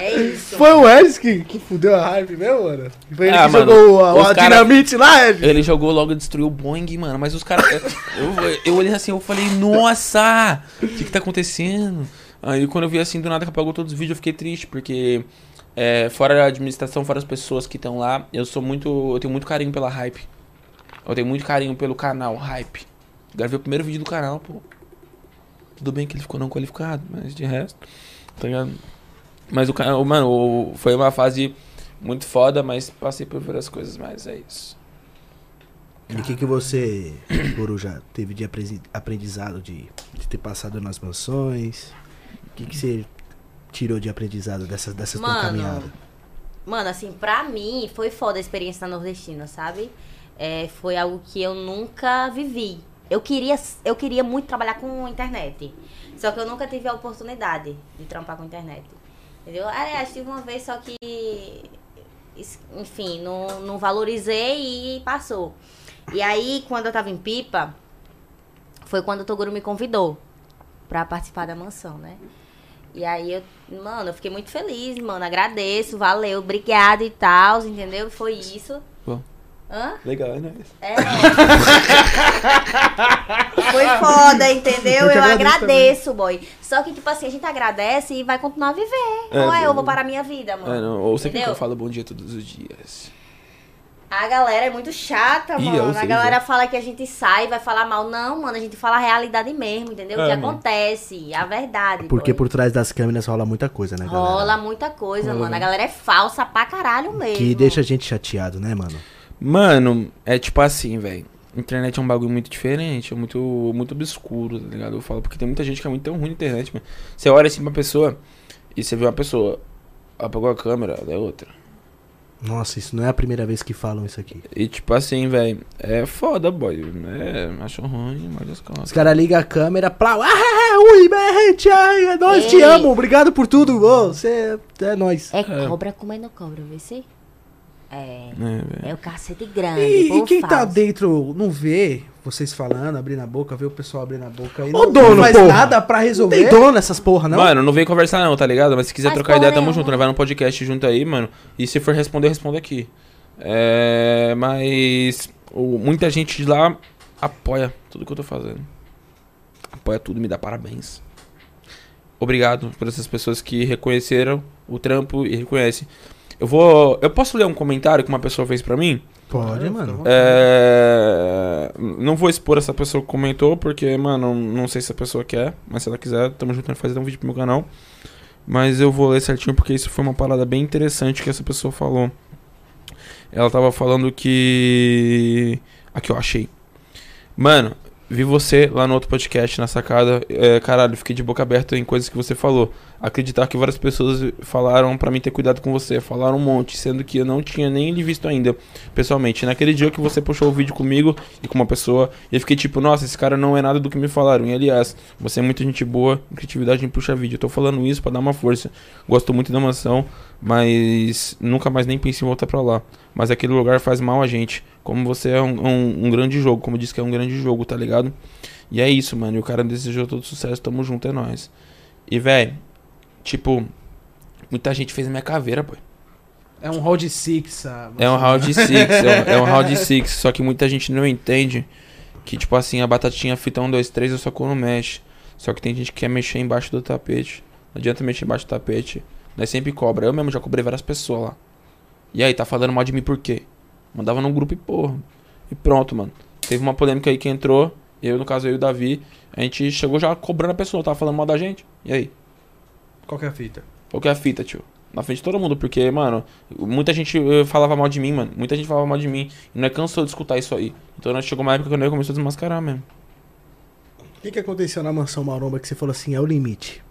Speaker 5: É isso.
Speaker 1: Foi o Regis que, que fudeu a hype mesmo, mano? Foi ele
Speaker 4: Ah,
Speaker 1: que
Speaker 4: mano,
Speaker 1: jogou a,
Speaker 4: os
Speaker 1: a
Speaker 4: cara-
Speaker 1: dinamite lá, Regis?
Speaker 4: Ele jogou logo e destruiu o Boeing, mano. Mas os caras. Eu, eu olhei assim, eu falei, nossa! O que que tá acontecendo? Aí quando eu vi assim, do nada que apagou todos os vídeos, eu fiquei triste, porque. é, fora a administração, fora as pessoas que estão lá, eu sou muito. Eu tenho muito carinho pela hype. Eu tenho muito carinho pelo canal, hype. Gravei o primeiro vídeo do canal, pô. Tudo bem que ele ficou não qualificado, mas de resto. Tá ligado? Mas o canal, mano, o- foi uma fase muito foda, mas passei por várias coisas, mas é isso.
Speaker 1: E o que, que você, Coruja, teve de apresi- aprendizado de, de ter passado nas mansões? O que, que você tirou de aprendizado dessa, dessa tua caminhada?
Speaker 5: Mano, mano, assim, pra mim foi foda a experiência na Nordestina, sabe? É, foi algo que eu nunca vivi. Eu queria, eu queria muito trabalhar com internet. Só que eu nunca tive a oportunidade de trampar com internet. Entendeu? Aliás, tive uma vez só que. es- Enfim, não, não valorizei e passou. E aí, quando eu tava em Pipa, foi quando o Toguro me convidou pra participar da mansão, né? E aí, eu, mano, eu fiquei muito feliz, mano. Agradeço, valeu, obrigado e tal, entendeu? Foi isso.
Speaker 4: Bom.
Speaker 5: Hã?
Speaker 4: Legal, né?
Speaker 5: É. Foi foda, entendeu?
Speaker 3: Eu
Speaker 5: Eu,
Speaker 3: que agradeço
Speaker 5: agradeço, boy. Só que, tipo assim, a gente agradece e vai continuar a viver.
Speaker 4: É,
Speaker 5: não é,
Speaker 4: não-
Speaker 5: eu vou parar minha vida, mano.
Speaker 4: É, não, ouça que
Speaker 5: Entendeu?
Speaker 4: eu falo bom dia todos os dias.
Speaker 5: A galera é muito chata,
Speaker 4: Ih,
Speaker 5: mano.
Speaker 4: ou
Speaker 5: a
Speaker 4: seja-
Speaker 5: galera fala que a gente sai e vai falar mal. Não, mano, a gente fala a realidade mesmo, entendeu? o que
Speaker 4: É, mano.
Speaker 5: acontece, a verdade.
Speaker 1: Porque é
Speaker 5: boy.
Speaker 1: por trás das câmeras rola muita coisa, né, galera?
Speaker 5: Rola muita coisa,
Speaker 4: Rola,
Speaker 5: mano.
Speaker 4: né?
Speaker 5: A galera é falsa pra caralho mesmo.
Speaker 1: Que deixa a gente chateado, né, mano?
Speaker 4: Mano, é tipo assim, velho. Internet é um bagulho muito diferente, é muito, muito obscuro, tá ligado? Eu falo, porque tem muita gente que é muito tão ruim na internet, mano. Você olha assim pra pessoa e você vê uma pessoa, apagou a câmera, ela é outra.
Speaker 1: Nossa, isso não é a primeira vez que falam isso aqui.
Speaker 4: E tipo assim, velho, é foda, boy. É, acho ruim, mas as
Speaker 1: Os
Speaker 4: costas.
Speaker 1: caras ligam a câmera, plau. Ah, ui, bem, tchau, nós é te
Speaker 5: Ei.
Speaker 1: amo, obrigado por tudo. ô, Você é nóis.
Speaker 5: É cobra comendo cobra, vê se. É.
Speaker 4: É, velho.
Speaker 5: É o cacete grande.
Speaker 3: E, e
Speaker 5: povo
Speaker 3: quem tá
Speaker 5: falso.
Speaker 3: dentro não vê vocês falando, abrindo a boca, vê o pessoal abrindo a boca e
Speaker 1: Ô,
Speaker 3: não,
Speaker 1: dono,
Speaker 3: não faz
Speaker 1: porra.
Speaker 3: nada pra
Speaker 1: Não tem
Speaker 3: resolver.
Speaker 1: dono nessas porra, não?
Speaker 4: Mano, não vem conversar não, tá ligado? Mas se quiser
Speaker 5: Mas
Speaker 4: trocar
Speaker 5: porra
Speaker 4: ideia, tamo
Speaker 5: nenhuma.
Speaker 4: junto, né? Vai no podcast junto aí, mano. E se for responder, eu respondo aqui. É, mas o- muita gente de lá apoia tudo que eu tô fazendo. Apoia tudo, me dá parabéns. Obrigado por essas pessoas que reconheceram o trampo e reconhecem. Eu vou. Eu posso ler um comentário que uma pessoa fez pra mim?
Speaker 5: Ah,
Speaker 1: Pode,
Speaker 5: tá
Speaker 1: mano.
Speaker 4: É... Não vou expor essa pessoa que comentou, porque, mano, não sei se a pessoa quer, mas se ela quiser, tamo junto, fazer um vídeo pro meu canal. Mas eu vou ler certinho, porque isso foi uma parada bem interessante que essa pessoa falou. Ela tava falando que. Aqui, eu achei. Mano, vi você lá no outro podcast, na sacada. É, caralho, fiquei de boca aberta em coisas que você falou. Acreditar que várias pessoas falaram pra mim ter cuidado com você. Falaram um monte, sendo que eu não tinha nem lhe visto ainda pessoalmente. Naquele dia que você postou o vídeo comigo e com uma pessoa, eu fiquei tipo, nossa, esse cara não é nada do que me falaram. E aliás, você é muita gente boa, criatividade me puxa vídeo. Eu tô falando isso pra dar uma força. Gosto muito da mansão, mas nunca mais nem pensei em voltar pra lá. Mas aquele lugar faz mal a gente. Como você é um, um- um grande jogo, como disse que é um grande jogo, tá ligado? E é isso, mano. E o cara desejou todo sucesso, tamo junto, é nóis. E, velho, tipo, muita gente fez minha caveira, pô.
Speaker 3: É um round six. ah,
Speaker 4: É um round six, é um- é um round six, só que muita gente não entende que, tipo assim, a batatinha fita 1, 2, 3 eu só quando mexe. Só que tem gente que quer mexer embaixo do tapete. Não adianta mexer embaixo do tapete. Nós sempre cobra. Eu mesmo já cobrei várias pessoas lá. E aí, tá falando mal de mim por quê? Mandava num grupo e porra. E pronto, mano. Teve uma polêmica aí que entrou. Eu, no caso, eu e o Davi. A gente chegou já cobrando a pessoa. Tava falando mal da gente. E aí?
Speaker 3: Qual que é a fita?
Speaker 4: Qual que é a fita, tio? Na frente de todo mundo, porque, mano, muita gente eh, falava mal de mim, mano. Muita gente falava mal de mim. E nós cansou de escutar isso aí. Então nós chegou uma época que o nego começou a desmascarar mesmo.
Speaker 1: Então. O que, que aconteceu na mansão maromba que você falou assim, é o limite?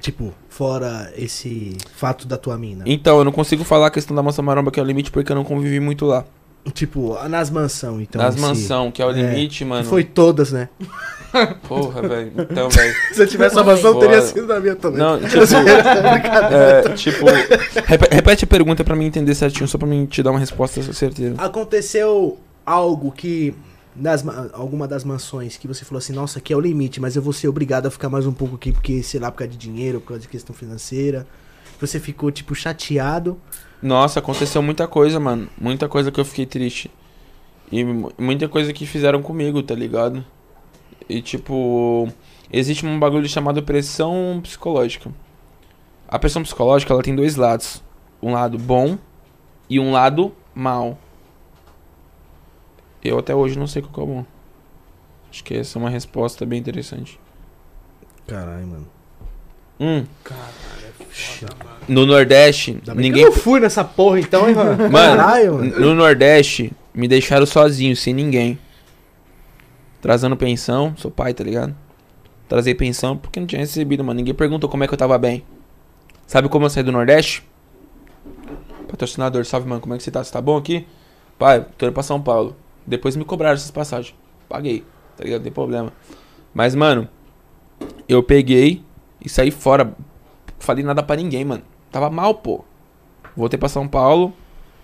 Speaker 1: Tipo, fora esse fato da tua mina.
Speaker 4: Então, eu não consigo falar a questão da mansão maromba, que é o limite, porque eu não convivi muito lá.
Speaker 1: Tipo, nas mansão, então.
Speaker 4: Nas
Speaker 1: em si.
Speaker 4: mansão, que é o
Speaker 1: É.
Speaker 4: limite,
Speaker 1: Que
Speaker 4: mano.
Speaker 1: Foi todas, né? *laughs*
Speaker 4: Porra, velho. Então, velho.
Speaker 1: Se eu tivesse a mansão,
Speaker 4: Bora.
Speaker 1: teria sido da minha também.
Speaker 4: *laughs* Não, tipo. *laughs* é, tipo. repe- Repete a pergunta pra mim entender certinho, só pra mim te dar uma resposta certeira.
Speaker 1: Aconteceu algo que. Nas, ma- alguma das mansões que você falou assim, nossa, aqui é o limite, mas eu vou ser obrigado a ficar mais um pouco aqui, porque, sei lá, por causa de dinheiro, por causa de questão financeira. Você ficou, tipo, chateado.
Speaker 4: Nossa, aconteceu muita coisa, mano. Muita coisa que eu fiquei triste. E mu- muita coisa que fizeram comigo, tá ligado? E tipo, existe um bagulho chamado pressão psicológica. A pressão psicológica, ela tem dois lados. Um lado bom e um lado mal. Eu até hoje não sei qual que é o bom. Acho que essa é uma resposta bem interessante.
Speaker 1: Caralho, mano.
Speaker 4: Hum. No Nordeste, ninguém
Speaker 1: Eu não fui nessa porra então, hein, mano?
Speaker 4: Mano,
Speaker 1: Caralho, mano.
Speaker 4: No Nordeste, me deixaram sozinho, sem ninguém. Trazendo pensão, sou pai, tá ligado? Trazei pensão porque não tinha recebido, mano. Ninguém perguntou como é que eu tava bem. Sabe como eu saí do Nordeste? Patrocinador, salve, mano. Como é que você tá? Você tá bom aqui? Pai, tô indo pra São Paulo. Depois me cobraram essas passagens. Paguei, tá ligado? Não tem problema. Mas, mano, eu peguei e saí fora. Falei nada pra ninguém, mano. Tava mal, pô. Voltei pra São Paulo,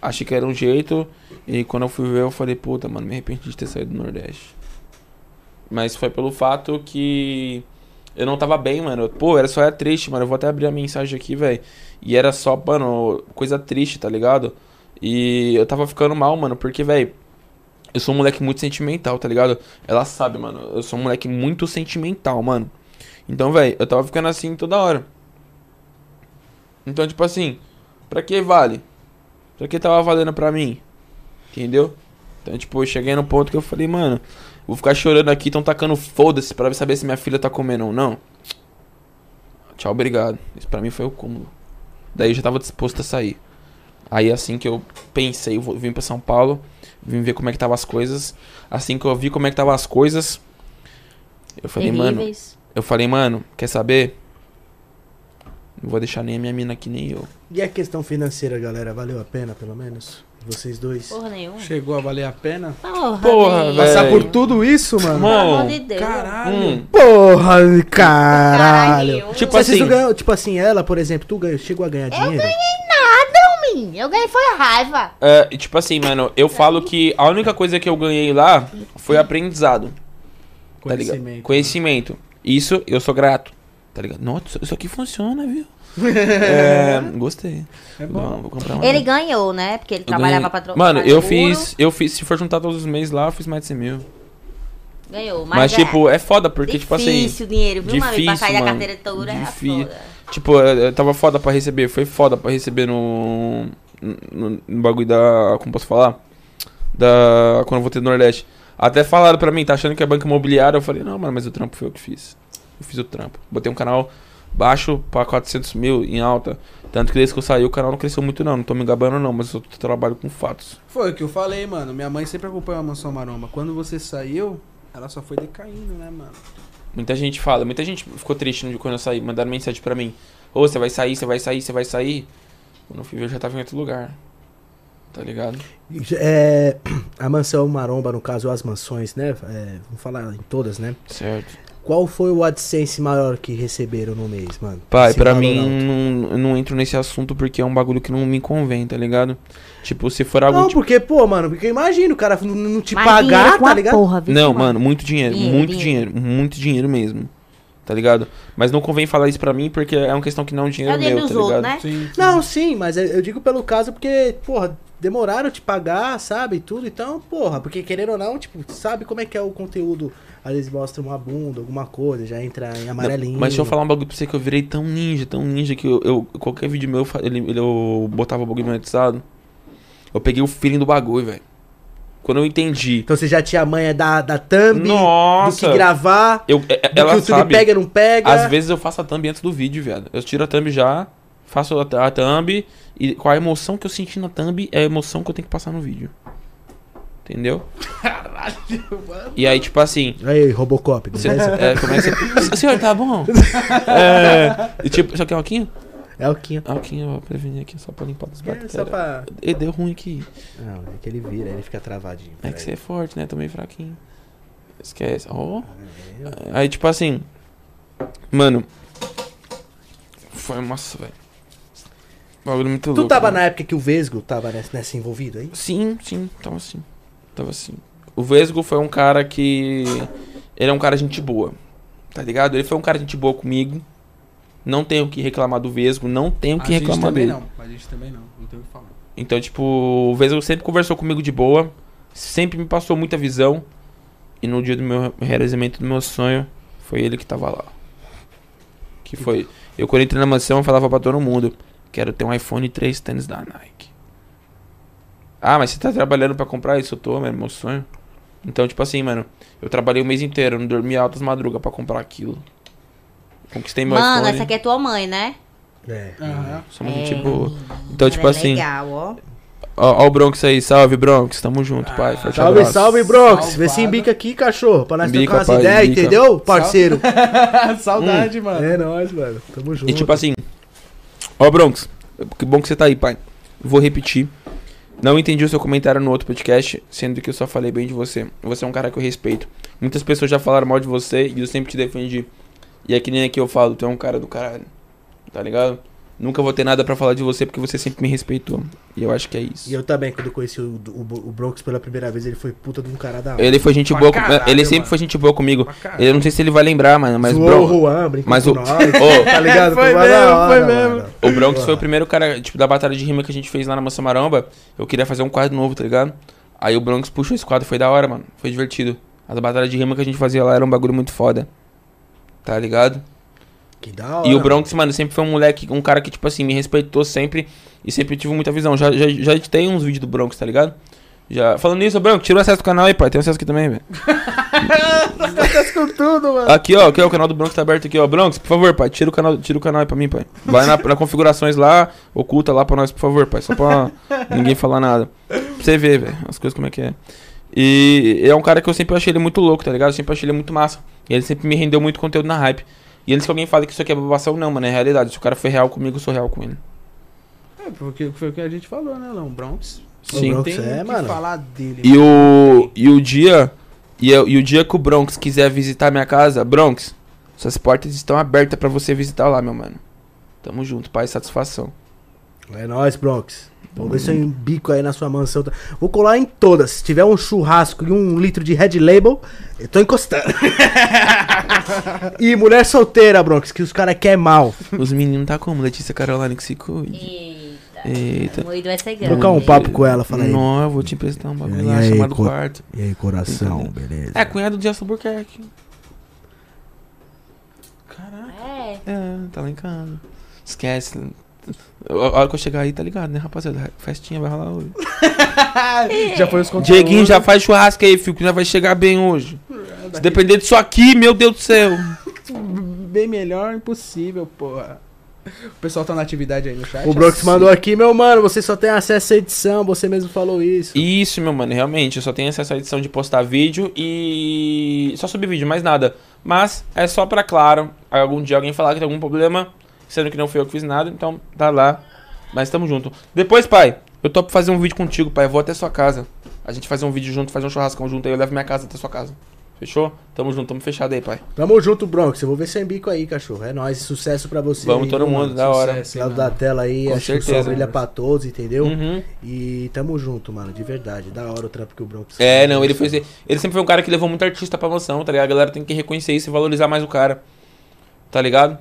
Speaker 4: achei que era um jeito. E quando eu fui ver, eu falei, puta, mano, me arrependi de ter saído do Nordeste. Mas foi pelo fato que eu não tava bem, mano. Pô, era só era triste, mano. Eu vou até abrir a mensagem aqui, velho. E era só, mano, coisa triste, tá ligado? E eu tava ficando mal, mano, porque, velho. Eu sou um moleque muito sentimental, tá ligado? Ela sabe, mano. Eu sou um moleque muito sentimental, mano. Então, velho, eu tava ficando assim toda hora. Então, tipo assim, pra que vale? Pra que tava valendo pra mim? Entendeu? Então, tipo, eu cheguei no ponto que eu falei, mano, vou ficar chorando aqui, tão tacando foda-se pra saber se minha filha tá comendo ou não. Tchau, obrigado. Isso pra mim foi o cúmulo. Daí eu já tava disposto a sair. Aí assim que eu pensei, eu vou- vim pra São Paulo, vim ver como é que tava as coisas. Assim que eu vi como é que tava as coisas, eu falei, mano,
Speaker 5: Terríveis.
Speaker 4: eu falei, mano, quer saber? Não vou deixar nem a minha mina aqui, nem eu.
Speaker 1: E a questão financeira, galera, valeu a pena, pelo menos? Vocês dois?
Speaker 5: Porra
Speaker 3: *laughs*
Speaker 5: nenhuma.
Speaker 3: Chegou a valer a pena?
Speaker 5: Porra,
Speaker 4: Porra,
Speaker 5: nenhuma.
Speaker 4: velho.
Speaker 3: Passar por tudo isso, mano?
Speaker 5: Pelo
Speaker 4: Mano.
Speaker 5: amor de Deus.
Speaker 3: Caralho.
Speaker 4: Hum,
Speaker 1: Porra, caralho.
Speaker 5: nenhuma.
Speaker 4: Tipo
Speaker 1: Mas vocês
Speaker 4: assim-
Speaker 1: não ganham- tipo assim, ela, por exemplo, tu ganhou, chegou a ganhar dinheiro?
Speaker 5: Nada, homem. Eu ganhei foi raiva.
Speaker 4: é, e tipo assim, mano, eu falo que a única coisa que eu ganhei lá foi aprendizado. Tá ligado? Conhecimento. Isso eu sou grato. Tá ligado? Nossa, isso aqui funciona, viu? É, gostei.
Speaker 3: É
Speaker 4: Vou, dar
Speaker 3: bom.
Speaker 4: uma- vou comprar uma.
Speaker 5: Ele ganhou, né? Porque ele
Speaker 4: Eu
Speaker 5: trabalhava
Speaker 4: ganhei-
Speaker 5: pra trocar.
Speaker 4: Mano, eu fiz, eu fiz, se for juntar todos os meses lá, eu fiz mais de 100 mil.
Speaker 5: Ganhou, mas.
Speaker 4: Mas,
Speaker 5: é
Speaker 4: tipo, é foda, porque,
Speaker 5: difícil
Speaker 4: tipo assim.
Speaker 5: o dinheiro, viu, mami? Pra
Speaker 4: difícil,
Speaker 5: sair da
Speaker 4: mano.
Speaker 5: carteira toda. é
Speaker 4: Difí-
Speaker 5: foda.
Speaker 4: Tipo, eu, eu tava foda pra receber, foi foda pra receber no. No, no bagulho da. Como posso falar? Da. Quando eu voltei do Nordeste. Até falaram pra mim, tá achando que é banco imobiliário? Eu falei, não, mano, mas o trampo foi eu que fiz. Eu fiz o trampo. Botei um canal baixo pra 400 mil em alta. Tanto que desde que eu saí, o canal não cresceu muito, não. Não tô me gabando, não, mas eu trabalho com fatos.
Speaker 3: Foi o que eu falei, mano. Minha mãe sempre acompanhou a Mansão Maromba. Quando você saiu, ela só foi decaindo, né, mano?
Speaker 4: Muita gente fala, muita gente ficou triste no- quando eu saí, mandaram mensagem pra mim. Ô, você vai sair, você vai sair, você vai sair. Quando eu fui ver, eu já tava em outro lugar. Tá ligado?
Speaker 1: É, *clears throat* a mansão Maromba, no caso, ou as mansões, né? É, vamos falar em todas, né?
Speaker 4: Certo.
Speaker 1: Qual foi o AdSense maior que receberam no mês, mano?
Speaker 4: Pai,
Speaker 1: Esse
Speaker 4: pra
Speaker 1: valor
Speaker 4: mim,
Speaker 1: alto.
Speaker 4: não, eu não entro nesse assunto porque é um bagulho que não me convém, tá ligado? Tipo, se for algo.
Speaker 1: Não,
Speaker 4: tipo-
Speaker 1: porque, pô, mano, porque imagina o cara não, não te
Speaker 5: Mas dinheiro é
Speaker 1: pagar,
Speaker 5: com
Speaker 1: tá
Speaker 5: a
Speaker 1: ligado?
Speaker 5: Porra, viu,
Speaker 4: Não, mano, muito dinheiro,
Speaker 5: Dinheiro,
Speaker 4: muito
Speaker 5: dinheiro.
Speaker 4: dinheiro. muito dinheiro mesmo. Tá ligado? Mas não convém falar isso pra mim porque é uma questão que não é um
Speaker 5: É o
Speaker 4: dinheiro
Speaker 5: dinheiro
Speaker 4: meu,
Speaker 5: dos
Speaker 4: tá
Speaker 5: outros,
Speaker 4: ligado?
Speaker 5: né?
Speaker 3: Sim.
Speaker 1: Não, sim, mas eu- eu digo pelo caso porque, porra, demoraram te pagar, sabe, e tudo, então, porra, porque querendo ou não, tipo, sabe como é que é o conteúdo, às vezes mostra uma bunda, alguma coisa, já entra em amarelinho.
Speaker 4: Mas deixa eu falar um bagulho pra você que eu virei tão ninja, tão ninja, que eu, eu- qualquer vídeo meu, eu fa- ele, ele- eu botava o bagulho monetizado. Eu peguei o feeling do bagulho, velho. Quando eu entendi.
Speaker 1: Então você já tinha a manha da, da thumb,
Speaker 4: Nossa!
Speaker 1: do que gravar,
Speaker 4: Eu, é- é-
Speaker 1: do
Speaker 4: ela
Speaker 1: que o tudo
Speaker 4: sabe.
Speaker 1: pega ou não pega.
Speaker 4: Às vezes eu faço a thumb antes do vídeo, viado. Eu tiro a thumb já, faço a, a thumb e com a emoção que eu senti na thumb é a emoção que eu tenho que passar no vídeo. Entendeu? E aí, tipo assim,
Speaker 1: Aí, Robocop,
Speaker 4: Cê-
Speaker 1: beleza?
Speaker 4: é, começa.
Speaker 1: *laughs*
Speaker 4: O senhor tá bom? É, e tipo, só que é o Alquinho?
Speaker 1: É o Quinho.
Speaker 4: Alquinho, ó, prevenir aqui só pra limpar das
Speaker 1: É,
Speaker 4: bactérias.
Speaker 1: só pra...
Speaker 4: E deu ruim aqui.
Speaker 1: Não, é que ele vira, ele fica travadinho.
Speaker 4: É
Speaker 1: peraí.
Speaker 4: que você é forte, né? Tô meio fraquinho. Esquece. Ó. Aí, tipo assim. Mano. Foi uma. velho. Bagulho muito louco.
Speaker 1: Tu tava
Speaker 4: mano.
Speaker 1: na época que o Vesgo tava nessa, nessa envolvido é aí?
Speaker 4: Sim, sim. Tava assim. Tava assim. O Vesgo foi um cara que. Ele é um cara gente boa. Tá ligado? Ele foi um cara gente boa comigo. Não tenho o que reclamar do Vesgo. Não tenho o que
Speaker 3: a gente
Speaker 4: reclamar
Speaker 3: também
Speaker 4: dele.
Speaker 3: não. A gente também não. Não tem o que falar.
Speaker 4: Então, tipo, o Vesgo sempre conversou comigo de boa, sempre me passou muita visão. E no dia do meu realizamento do meu sonho, foi ele que tava lá. Que foi. Eu, quando entrei na mansão, eu falava pra todo mundo: Quero ter um iPhone 3 tênis da Nike. Ah, mas você tá trabalhando pra comprar isso? Eu tô, mano, meu sonho. Então, tipo assim, mano, eu trabalhei o mês inteiro, não dormi altas madrugas pra comprar aquilo. Conquistei meu
Speaker 5: Mano,
Speaker 4: iPhone.
Speaker 5: essa aqui é tua mãe, né?
Speaker 1: É.
Speaker 3: Aham.
Speaker 4: Sou uma
Speaker 5: É,
Speaker 4: gente boa. Então, tipo
Speaker 5: Ela é
Speaker 4: assim.
Speaker 5: Legal, ó.
Speaker 4: Ó, ó o Bronx aí, salve Bronx, tamo junto, pai. Forte
Speaker 1: Salve,
Speaker 4: abraço.
Speaker 1: salve, Bronx.
Speaker 3: Salvada.
Speaker 1: Vê se embica aqui, cachorro, pra nós
Speaker 4: Embica,
Speaker 1: trocar umas
Speaker 4: pai,
Speaker 1: ideias,
Speaker 4: embica.
Speaker 1: entendeu, parceiro?
Speaker 3: *laughs* Saudade, mano.
Speaker 1: É nóis, mano. Tamo junto.
Speaker 4: E tipo assim, ó Bronx, que bom que você tá aí, pai. Vou repetir. Não entendi o seu comentário no outro podcast, sendo que eu só falei bem de você. Você é um cara que eu respeito. Muitas pessoas já falaram mal de você e eu sempre te defendi. E é que nem aqui eu falo, tu é um cara do caralho. Tá ligado? Nunca vou ter nada pra falar de você porque você sempre me respeitou. E eu acho que é isso.
Speaker 1: E eu também, quando eu conheci o, o- o Bronx pela primeira vez, ele foi puta de um cara da hora.
Speaker 4: Ele foi gente
Speaker 3: Pra
Speaker 4: boa, com-
Speaker 3: caralho,
Speaker 4: ele sempre
Speaker 3: mano.
Speaker 4: foi gente boa comigo.
Speaker 3: Pra caralho.
Speaker 4: Eu não sei se ele vai lembrar, mano, mas
Speaker 1: Zoou
Speaker 4: Bron-
Speaker 1: o Juan, brincou
Speaker 4: mas
Speaker 1: com
Speaker 4: o-
Speaker 1: nós,
Speaker 4: Ô,
Speaker 1: tá *laughs* ligado?
Speaker 3: Foi
Speaker 1: mó da
Speaker 3: mesmo, foi
Speaker 1: mano.
Speaker 3: mesmo.
Speaker 4: O Bronx
Speaker 1: Porra.
Speaker 4: foi o primeiro cara, tipo, da batalha de rima que a gente fez lá na Mansão Maromba. Eu queria fazer um quadro novo, tá ligado? Aí o Bronx puxou esse quadro, foi da hora, mano. Foi divertido. A da batalha de rima que a gente fazia lá era um bagulho muito foda. Tá ligado?
Speaker 1: Que da hora.
Speaker 4: E o Bronx, mano, sempre foi um moleque, um cara que, tipo assim, me respeitou sempre e sempre tive muita visão. Já, já, já editei uns vídeos do Bronx, tá ligado? Já. Falando nisso, ô, Bronx, tira o acesso do canal aí, pai. Tem acesso aqui também, velho.
Speaker 3: Com tudo, mano.
Speaker 4: Aqui, ó, aqui, ó, o canal do Bronx tá aberto aqui, ó. Bronx, por favor, pai, tira o canal, tira o canal aí pra mim, pai. Vai na, na configurações lá, oculta lá pra nós, por favor, pai. Só pra ninguém falar nada. Pra você ver, velho, as coisas como é que é. E é um cara que eu sempre achei ele muito louco, tá ligado? Eu sempre achei ele muito massa. E ele sempre me rendeu muito conteúdo na hype. E antes que alguém fale que isso aqui é babação, não, mano, é realidade. Se o cara foi real comigo, eu sou real com ele.
Speaker 3: É, porque foi o que a gente falou, né, Lão? Bronx.
Speaker 4: Sim.
Speaker 3: Não
Speaker 1: Bronx
Speaker 3: tem o
Speaker 1: é,
Speaker 3: que
Speaker 1: mano.
Speaker 3: falar dele.
Speaker 4: E o, e o dia. E, eu- e o dia que o Bronx quiser visitar minha casa, Bronx, suas portas estão abertas pra você visitar lá, meu mano. Tamo junto, paz, satisfação.
Speaker 1: É nóis, Bronx. Vou ver se eu embico aí na sua mansão. Vou colar em todas. Se tiver um churrasco e um litro de Red Label, eu tô encostando. *laughs* e mulher solteira, Bronx, que os caras querem mal.
Speaker 4: Os meninos tá como? Letícia Carolina que se cuide.
Speaker 5: Eita.
Speaker 4: Eita.
Speaker 5: Moído vai ser grande.
Speaker 1: Trocar um papo com ela, fala aí.
Speaker 4: Não, eu vou te emprestar um bagulho
Speaker 1: E
Speaker 4: lá
Speaker 1: aí,
Speaker 4: chamado
Speaker 1: co-
Speaker 4: quarto.
Speaker 1: E aí, coração, beleza?
Speaker 4: É, cunhado do Justin Burkirk. Caraca.
Speaker 5: É.
Speaker 4: É, tá lá em casa. Esquece. A hora que eu chegar aí, tá ligado, né, rapaziada? Festinha vai rolar hoje.
Speaker 3: Ah, já foi os conteúdos.
Speaker 4: Dieguinho já faz churrasco aí, filho, que nós vai chegar bem hoje. Se depender disso aqui, meu Deus do céu.
Speaker 3: Bem melhor, impossível, porra. O pessoal tá na atividade aí no chat.
Speaker 1: O Bronx mandou aqui, meu mano, você só tem acesso à edição, você mesmo falou isso.
Speaker 4: Isso, meu mano, realmente. Eu só tenho acesso à edição de postar vídeo e. Só subir vídeo, mais nada. Mas é só pra, claro, algum dia alguém falar que tem algum problema, sendo que não fui eu que fiz nada, então tá lá. Mas tamo junto. Depois, pai, eu topo fazer um vídeo contigo, pai. Eu vou até sua casa. A gente fazer um vídeo junto, fazer um churrascão junto aí, eu levo minha casa até sua casa. Fechou? Tamo junto, tamo fechado aí, pai.
Speaker 1: Tamo junto, Bronx. Eu vou ver seu embico aí, cachorro. É nóis, sucesso pra você.
Speaker 4: Vamos
Speaker 1: aí,
Speaker 4: todo
Speaker 1: mano.
Speaker 4: mundo, da hora.
Speaker 1: Esse lado da tela aí,
Speaker 4: Com
Speaker 1: acho que o sol
Speaker 4: certeza. né?
Speaker 1: brilha pra todos, entendeu?
Speaker 4: Uhum.
Speaker 1: E tamo junto, mano, de verdade. Da hora o trampo que o Bronx
Speaker 4: É,
Speaker 1: faz,
Speaker 4: não,
Speaker 1: né?
Speaker 4: ele foi. Ele sempre foi um cara que levou muito artista pra mansão, tá ligado? A galera tem que reconhecer isso e valorizar mais o cara. Tá ligado?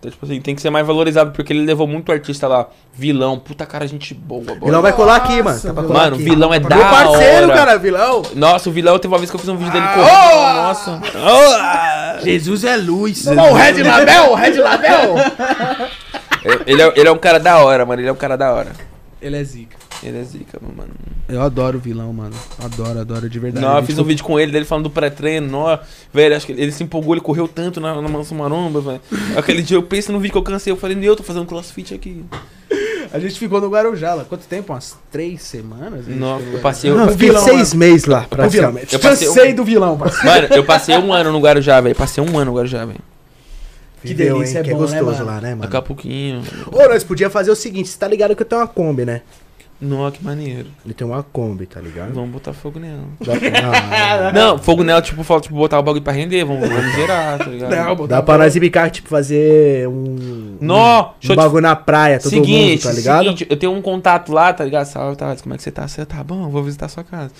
Speaker 4: Então, tipo assim, tem que ser mais valorizado, porque ele levou muito artista lá. Vilão, puta cara, gente boa, bora.
Speaker 1: Vilão vai colar aqui, mano. Tá pra
Speaker 3: Nossa,
Speaker 1: colar
Speaker 4: Mano,
Speaker 1: aqui.
Speaker 4: vilão é da
Speaker 1: Meu parceiro,
Speaker 4: hora.
Speaker 1: cara, Ah! vilão.
Speaker 4: Nossa, o vilão teve uma vez que eu fiz um vídeo dele correndo. Nossa. Oh!
Speaker 3: Jesus é luz.
Speaker 1: Ô, o Red Label, Red Label.
Speaker 4: Ele, é, ele é um cara da hora, mano. Ele é um cara da hora.
Speaker 3: Ele é zica.
Speaker 4: Ele é zica, meu mano.
Speaker 3: Eu adoro o vilão, mano. Adoro, adoro de verdade. é
Speaker 4: Não,
Speaker 3: A
Speaker 4: eu
Speaker 3: gente
Speaker 4: fiz um vídeo com ele, dele falando do pré-treino, nó, velho, acho que ele, ele se empolgou, ele correu tanto na, na Mansão
Speaker 1: *laughs*
Speaker 4: Maromba, velho. Aquele dia eu penso no vídeo que eu cansei, eu falei, meu, eu tô fazendo crossfit aqui.
Speaker 3: A gente ficou no Guarujá lá. Quanto tempo? Umas três semanas? A gente
Speaker 4: Nossa,
Speaker 3: ficou
Speaker 4: eu
Speaker 3: no
Speaker 4: passei, um- eu,
Speaker 1: Não, eu fiquei
Speaker 3: vilão,
Speaker 1: seis meses lá,
Speaker 3: Guarujá. O vilão.
Speaker 1: praticamente.
Speaker 4: Eu passei um-
Speaker 3: Cansei do vilão, parceiro.
Speaker 4: Mano, eu passei um ano no Guarujá, velho. Passei um ano no Guarujá, velho.
Speaker 3: Que
Speaker 1: Viveu,
Speaker 3: delícia,
Speaker 1: hein,
Speaker 3: é
Speaker 1: que é
Speaker 3: bom, né,
Speaker 1: gostoso
Speaker 3: mano?
Speaker 1: lá, né, mano?
Speaker 4: Daqui a pouquinho.
Speaker 1: Ô, nós podíamos fazer o seguinte, você tá ligado que eu tenho uma Kombi, né?
Speaker 4: Nossa, que maneiro.
Speaker 1: Ele tem uma Kombi, tá ligado?
Speaker 4: Vamos botar fogo nela.
Speaker 1: Dá,
Speaker 4: *laughs*
Speaker 1: ah,
Speaker 4: Não, fogo nela, tipo, fala, tipo, botar o bagulho pra render. Vamos, vamos zerar, tá ligado?
Speaker 3: Não, botar
Speaker 1: dá pra nós embicar, tipo, fazer um...
Speaker 4: Nó,
Speaker 1: Um
Speaker 4: deixa eu te
Speaker 1: bagulho na praia, todo
Speaker 4: seguinte,
Speaker 1: mundo, tá ligado?
Speaker 4: seguinte, eu tenho um contato lá, tá ligado? Salve, Thales, como é que você tá? Você tá bom? Eu vou visitar a sua casa.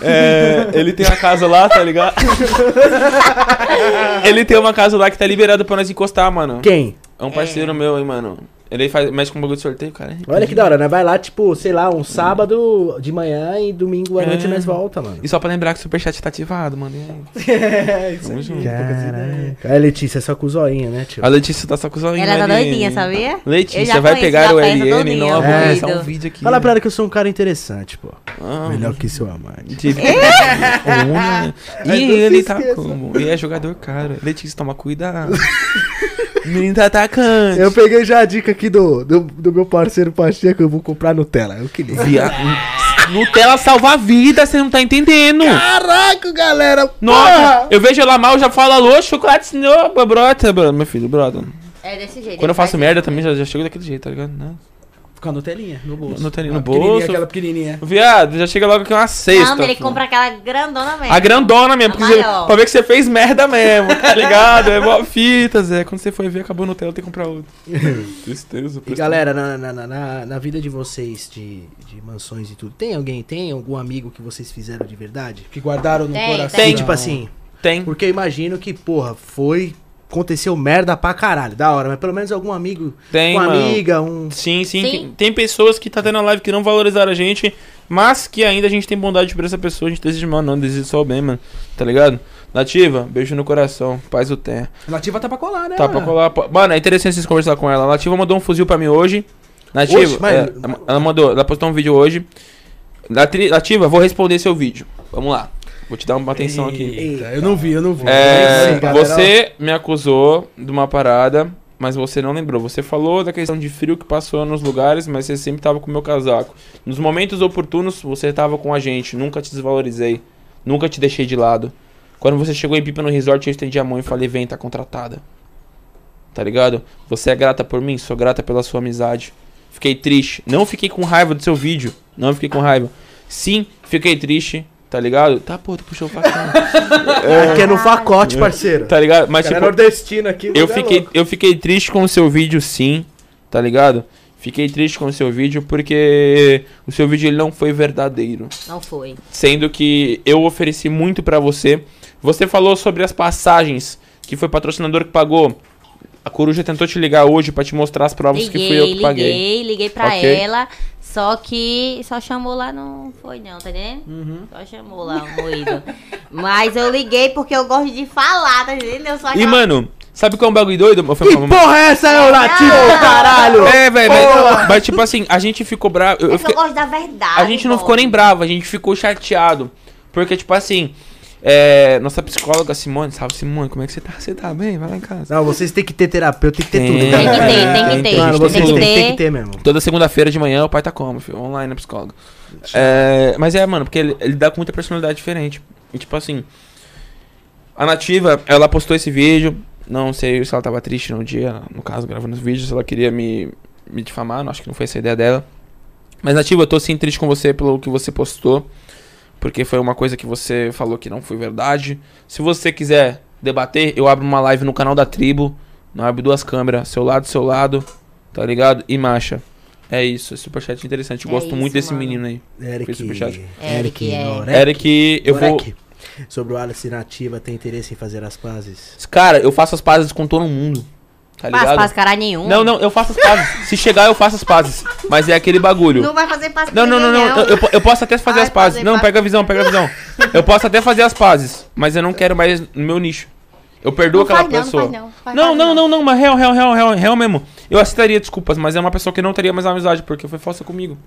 Speaker 4: É, ele tem uma casa lá, tá ligado? *laughs* ele tem uma casa lá que tá liberada pra nós encostar, mano.
Speaker 1: Quem?
Speaker 4: É um parceiro meu, hein, mano. Ele faz, mexe com um bagulho de sorteio, cara.
Speaker 1: Olha que da hora, né? Vai lá, tipo, sei lá, um sábado de manhã e domingo à noite
Speaker 4: É.
Speaker 1: nós volta, mano.
Speaker 4: E só pra lembrar que o superchat tá ativado, mano. E aí?
Speaker 3: É, isso
Speaker 4: Tamo
Speaker 3: aí.
Speaker 4: junto.
Speaker 1: Caraca. É, Letícia, só com o zoinho, né, tio?
Speaker 4: A Letícia tá só com os olhinhos.
Speaker 5: Ela tá
Speaker 4: ali.
Speaker 5: doidinha, sabia? Eu
Speaker 4: Letícia,
Speaker 5: já
Speaker 4: vai
Speaker 5: conheço
Speaker 4: pegar
Speaker 5: da
Speaker 4: o
Speaker 5: festa
Speaker 4: LN e
Speaker 5: todinha,
Speaker 4: não vai
Speaker 1: é.
Speaker 4: começar um vídeo aqui.
Speaker 1: Fala pra ela que eu sou um cara interessante, pô.
Speaker 4: Ah,
Speaker 1: Melhor que seu amante.
Speaker 4: de-
Speaker 3: Mas
Speaker 4: Olha. tá né? E
Speaker 3: não se
Speaker 4: ele tá
Speaker 3: esqueça.
Speaker 4: como? E é jogador caro. Letícia, toma cuidado. *laughs* Menino tá atacando.
Speaker 1: Eu peguei já a dica aqui do, do, do meu parceiro Pacheco, eu vou comprar Nutella. Eu queria.
Speaker 4: Via... Nutella salva a vida, você não tá entendendo.
Speaker 1: Caraca, galera!
Speaker 4: Nossa, eu vejo ela mal, já fala, alô, chocolate, senhor, brota, bro. meu filho, brota.
Speaker 5: É desse jeito.
Speaker 4: Quando eu faço
Speaker 5: Vai-
Speaker 4: merda também, já, já chego daquele jeito, tá ligado? Não.
Speaker 3: Com a Nutelinha no bolso.
Speaker 4: Nutelinha no
Speaker 3: A pequenininha,
Speaker 4: bolso.
Speaker 3: Aquela pequenininha.
Speaker 4: Viado, já chega logo que é uma sexta.
Speaker 5: assim. Não, ele
Speaker 4: filho.
Speaker 5: compra aquela grandona mesmo.
Speaker 4: A grandona mesmo,
Speaker 5: A
Speaker 4: porque você,
Speaker 5: maior.
Speaker 4: pra ver que você fez merda mesmo, tá ligado? É mó fita, Zé. Quando você foi ver, acabou no Nutella, tem que comprar outro. Tristeza.
Speaker 1: E galera, na, na, na- na, na vida de vocês, de, de mansões e tudo, tem alguém, tem algum amigo que vocês fizeram de verdade?
Speaker 3: Que guardaram no
Speaker 5: Tem,
Speaker 3: coração.
Speaker 5: tem.
Speaker 1: Tem, tipo assim,
Speaker 4: Tem.
Speaker 1: porque eu imagino que, porra, foi. Aconteceu merda pra caralho, da hora, mas pelo menos algum amigo,
Speaker 4: Tem,
Speaker 1: uma
Speaker 4: mano.
Speaker 1: amiga, um.
Speaker 4: Sim, sim.
Speaker 5: Sim.
Speaker 4: Tem, tem pessoas que tá tendo a live que não valorizaram a gente, mas que ainda a gente tem bondade pra essa pessoa. A gente tá deseja, mano, não deseja só o bem, mano. Tá ligado? Nativa, beijo no coração, paz o terra.
Speaker 3: Nativa tá pra colar, né?
Speaker 4: Tá pra colar. po- Mano, é interessante vocês conversar com ela. A Nativa mandou um fuzil pra mim hoje. Nativa,
Speaker 1: Oxe, mas-
Speaker 4: é, ela mandou, ela postou um vídeo hoje. Natri- Nativa, vou responder seu vídeo. Vamos lá. Vou te dar uma atenção aqui.
Speaker 3: Eita, eu não vi, eu não vi.
Speaker 4: É,
Speaker 1: Sim, galera.
Speaker 4: você me acusou de uma parada, mas você não lembrou. Você falou da questão de frio que passou nos lugares, mas você sempre tava com o meu casaco. Nos momentos oportunos, você tava com a gente. Nunca te desvalorizei. Nunca te deixei de lado. Quando você chegou em Pipa no resort, eu estendi a mão e falei, vem, tá contratada. tá ligado? Você é grata por mim, sou grata pela sua amizade. Fiquei triste. Não fiquei com raiva do seu vídeo. Não fiquei com raiva. Sim, fiquei triste, tá ligado? Tá, pô, tu puxou o facão.
Speaker 1: Aqui é
Speaker 5: Ah,
Speaker 1: no facote, parceiro.
Speaker 4: *laughs* tá ligado? Mas,
Speaker 1: Cara
Speaker 4: tipo,
Speaker 1: nordestino aqui. o
Speaker 4: eu
Speaker 3: né,
Speaker 1: lugar é
Speaker 4: fiquei,
Speaker 1: louco.
Speaker 4: eu fiquei triste com o seu vídeo, sim, tá ligado? Fiquei triste com o seu vídeo porque o seu vídeo ele não foi verdadeiro.
Speaker 5: Não foi.
Speaker 4: Sendo que eu ofereci muito pra você. Você falou sobre as passagens, que foi o patrocinador que pagou. A coruja tentou te ligar hoje pra te mostrar as provas
Speaker 5: Liguei,
Speaker 4: que fui eu que
Speaker 5: liguei,
Speaker 4: paguei.
Speaker 5: liguei pra
Speaker 4: Ok.
Speaker 5: ela. Só que só chamou lá, não foi não, tá entendendo?
Speaker 4: Uhum.
Speaker 5: Só chamou lá o moído. Mas eu liguei porque eu gosto de falar, tá entendendo? Eu só
Speaker 4: E, mano, sabe qual é um bagulho doido? Foi
Speaker 1: Que
Speaker 4: mal, mal.
Speaker 1: porra é essa, eu
Speaker 5: Ah!
Speaker 1: caralho?
Speaker 4: É, velho, mas, mas tipo assim, a gente ficou bravo. eu-
Speaker 5: É
Speaker 4: eu
Speaker 5: que eu
Speaker 4: fiquei-
Speaker 5: gosto da verdade.
Speaker 4: a gente não
Speaker 5: boy.
Speaker 4: ficou nem bravo, a gente ficou chateado. Porque, tipo assim, é, nossa psicóloga Simone, salve Simone, como é que você tá? Você tá bem? Vai lá em casa.
Speaker 1: Não, vocês têm que ter terapeuta, tem que ter
Speaker 4: Tem.
Speaker 1: tudo.
Speaker 4: Tem que
Speaker 1: cara.
Speaker 4: ter, tem que ter.
Speaker 1: Mano,
Speaker 4: Tem
Speaker 1: vocês
Speaker 4: que
Speaker 1: têm que
Speaker 5: ter.
Speaker 1: tem que ter mesmo.
Speaker 4: Toda segunda-feira de manhã o pai tá como, filho? Online na psicóloga. É, mas é, mano, porque ele, ele dá com muita personalidade diferente. E tipo assim, a Nativa, ela postou esse vídeo. Não sei se ela tava triste no dia, no caso, gravando os vídeos, se ela queria me, me difamar, não, acho que não foi essa a ideia dela. Mas Nativa, eu tô sim triste com você pelo que você postou. Porque foi uma coisa que você falou que não foi verdade. Se você quiser debater, eu abro uma live no canal da tribo. Não abro duas câmeras, seu lado, seu lado, tá ligado? E marcha. É isso, é superchat interessante. Eu
Speaker 5: É
Speaker 4: Gosto muito
Speaker 5: isso,
Speaker 4: desse
Speaker 5: mano.
Speaker 4: menino aí. Fez
Speaker 1: Eric. né?
Speaker 4: superchat.
Speaker 5: Eric, é.
Speaker 1: Norek.
Speaker 4: Eric, eu vou.
Speaker 1: Norek. Sobre o Alice Nativa, tem interesse em fazer as pazes?
Speaker 4: Cara, eu faço as pazes com todo mundo. Tá
Speaker 5: Faz
Speaker 4: ligado?
Speaker 5: paz cara nenhum.
Speaker 4: Não, não, eu faço as pazes. Se chegar, eu faço as pazes. Mas é aquele bagulho.
Speaker 5: Não vai fazer paz
Speaker 4: Não, não, não, não. Eu, eu po- eu posso até fazer
Speaker 5: Vai
Speaker 4: as pazes.
Speaker 5: fazer
Speaker 4: não,
Speaker 5: paz.
Speaker 4: pega a visão, pega a visão. Eu posso até fazer as pazes, mas eu não quero mais no meu nicho. Eu perdoo
Speaker 5: Não
Speaker 4: aquela
Speaker 5: faz não, não
Speaker 4: pessoa.
Speaker 5: faz não. Faz-
Speaker 4: não,
Speaker 5: faz
Speaker 4: não,
Speaker 5: não.
Speaker 4: não, não, mas real, real, real, real, real mesmo. Eu aceitaria desculpas, mas é uma pessoa que não teria mais amizade, porque foi falsa comigo.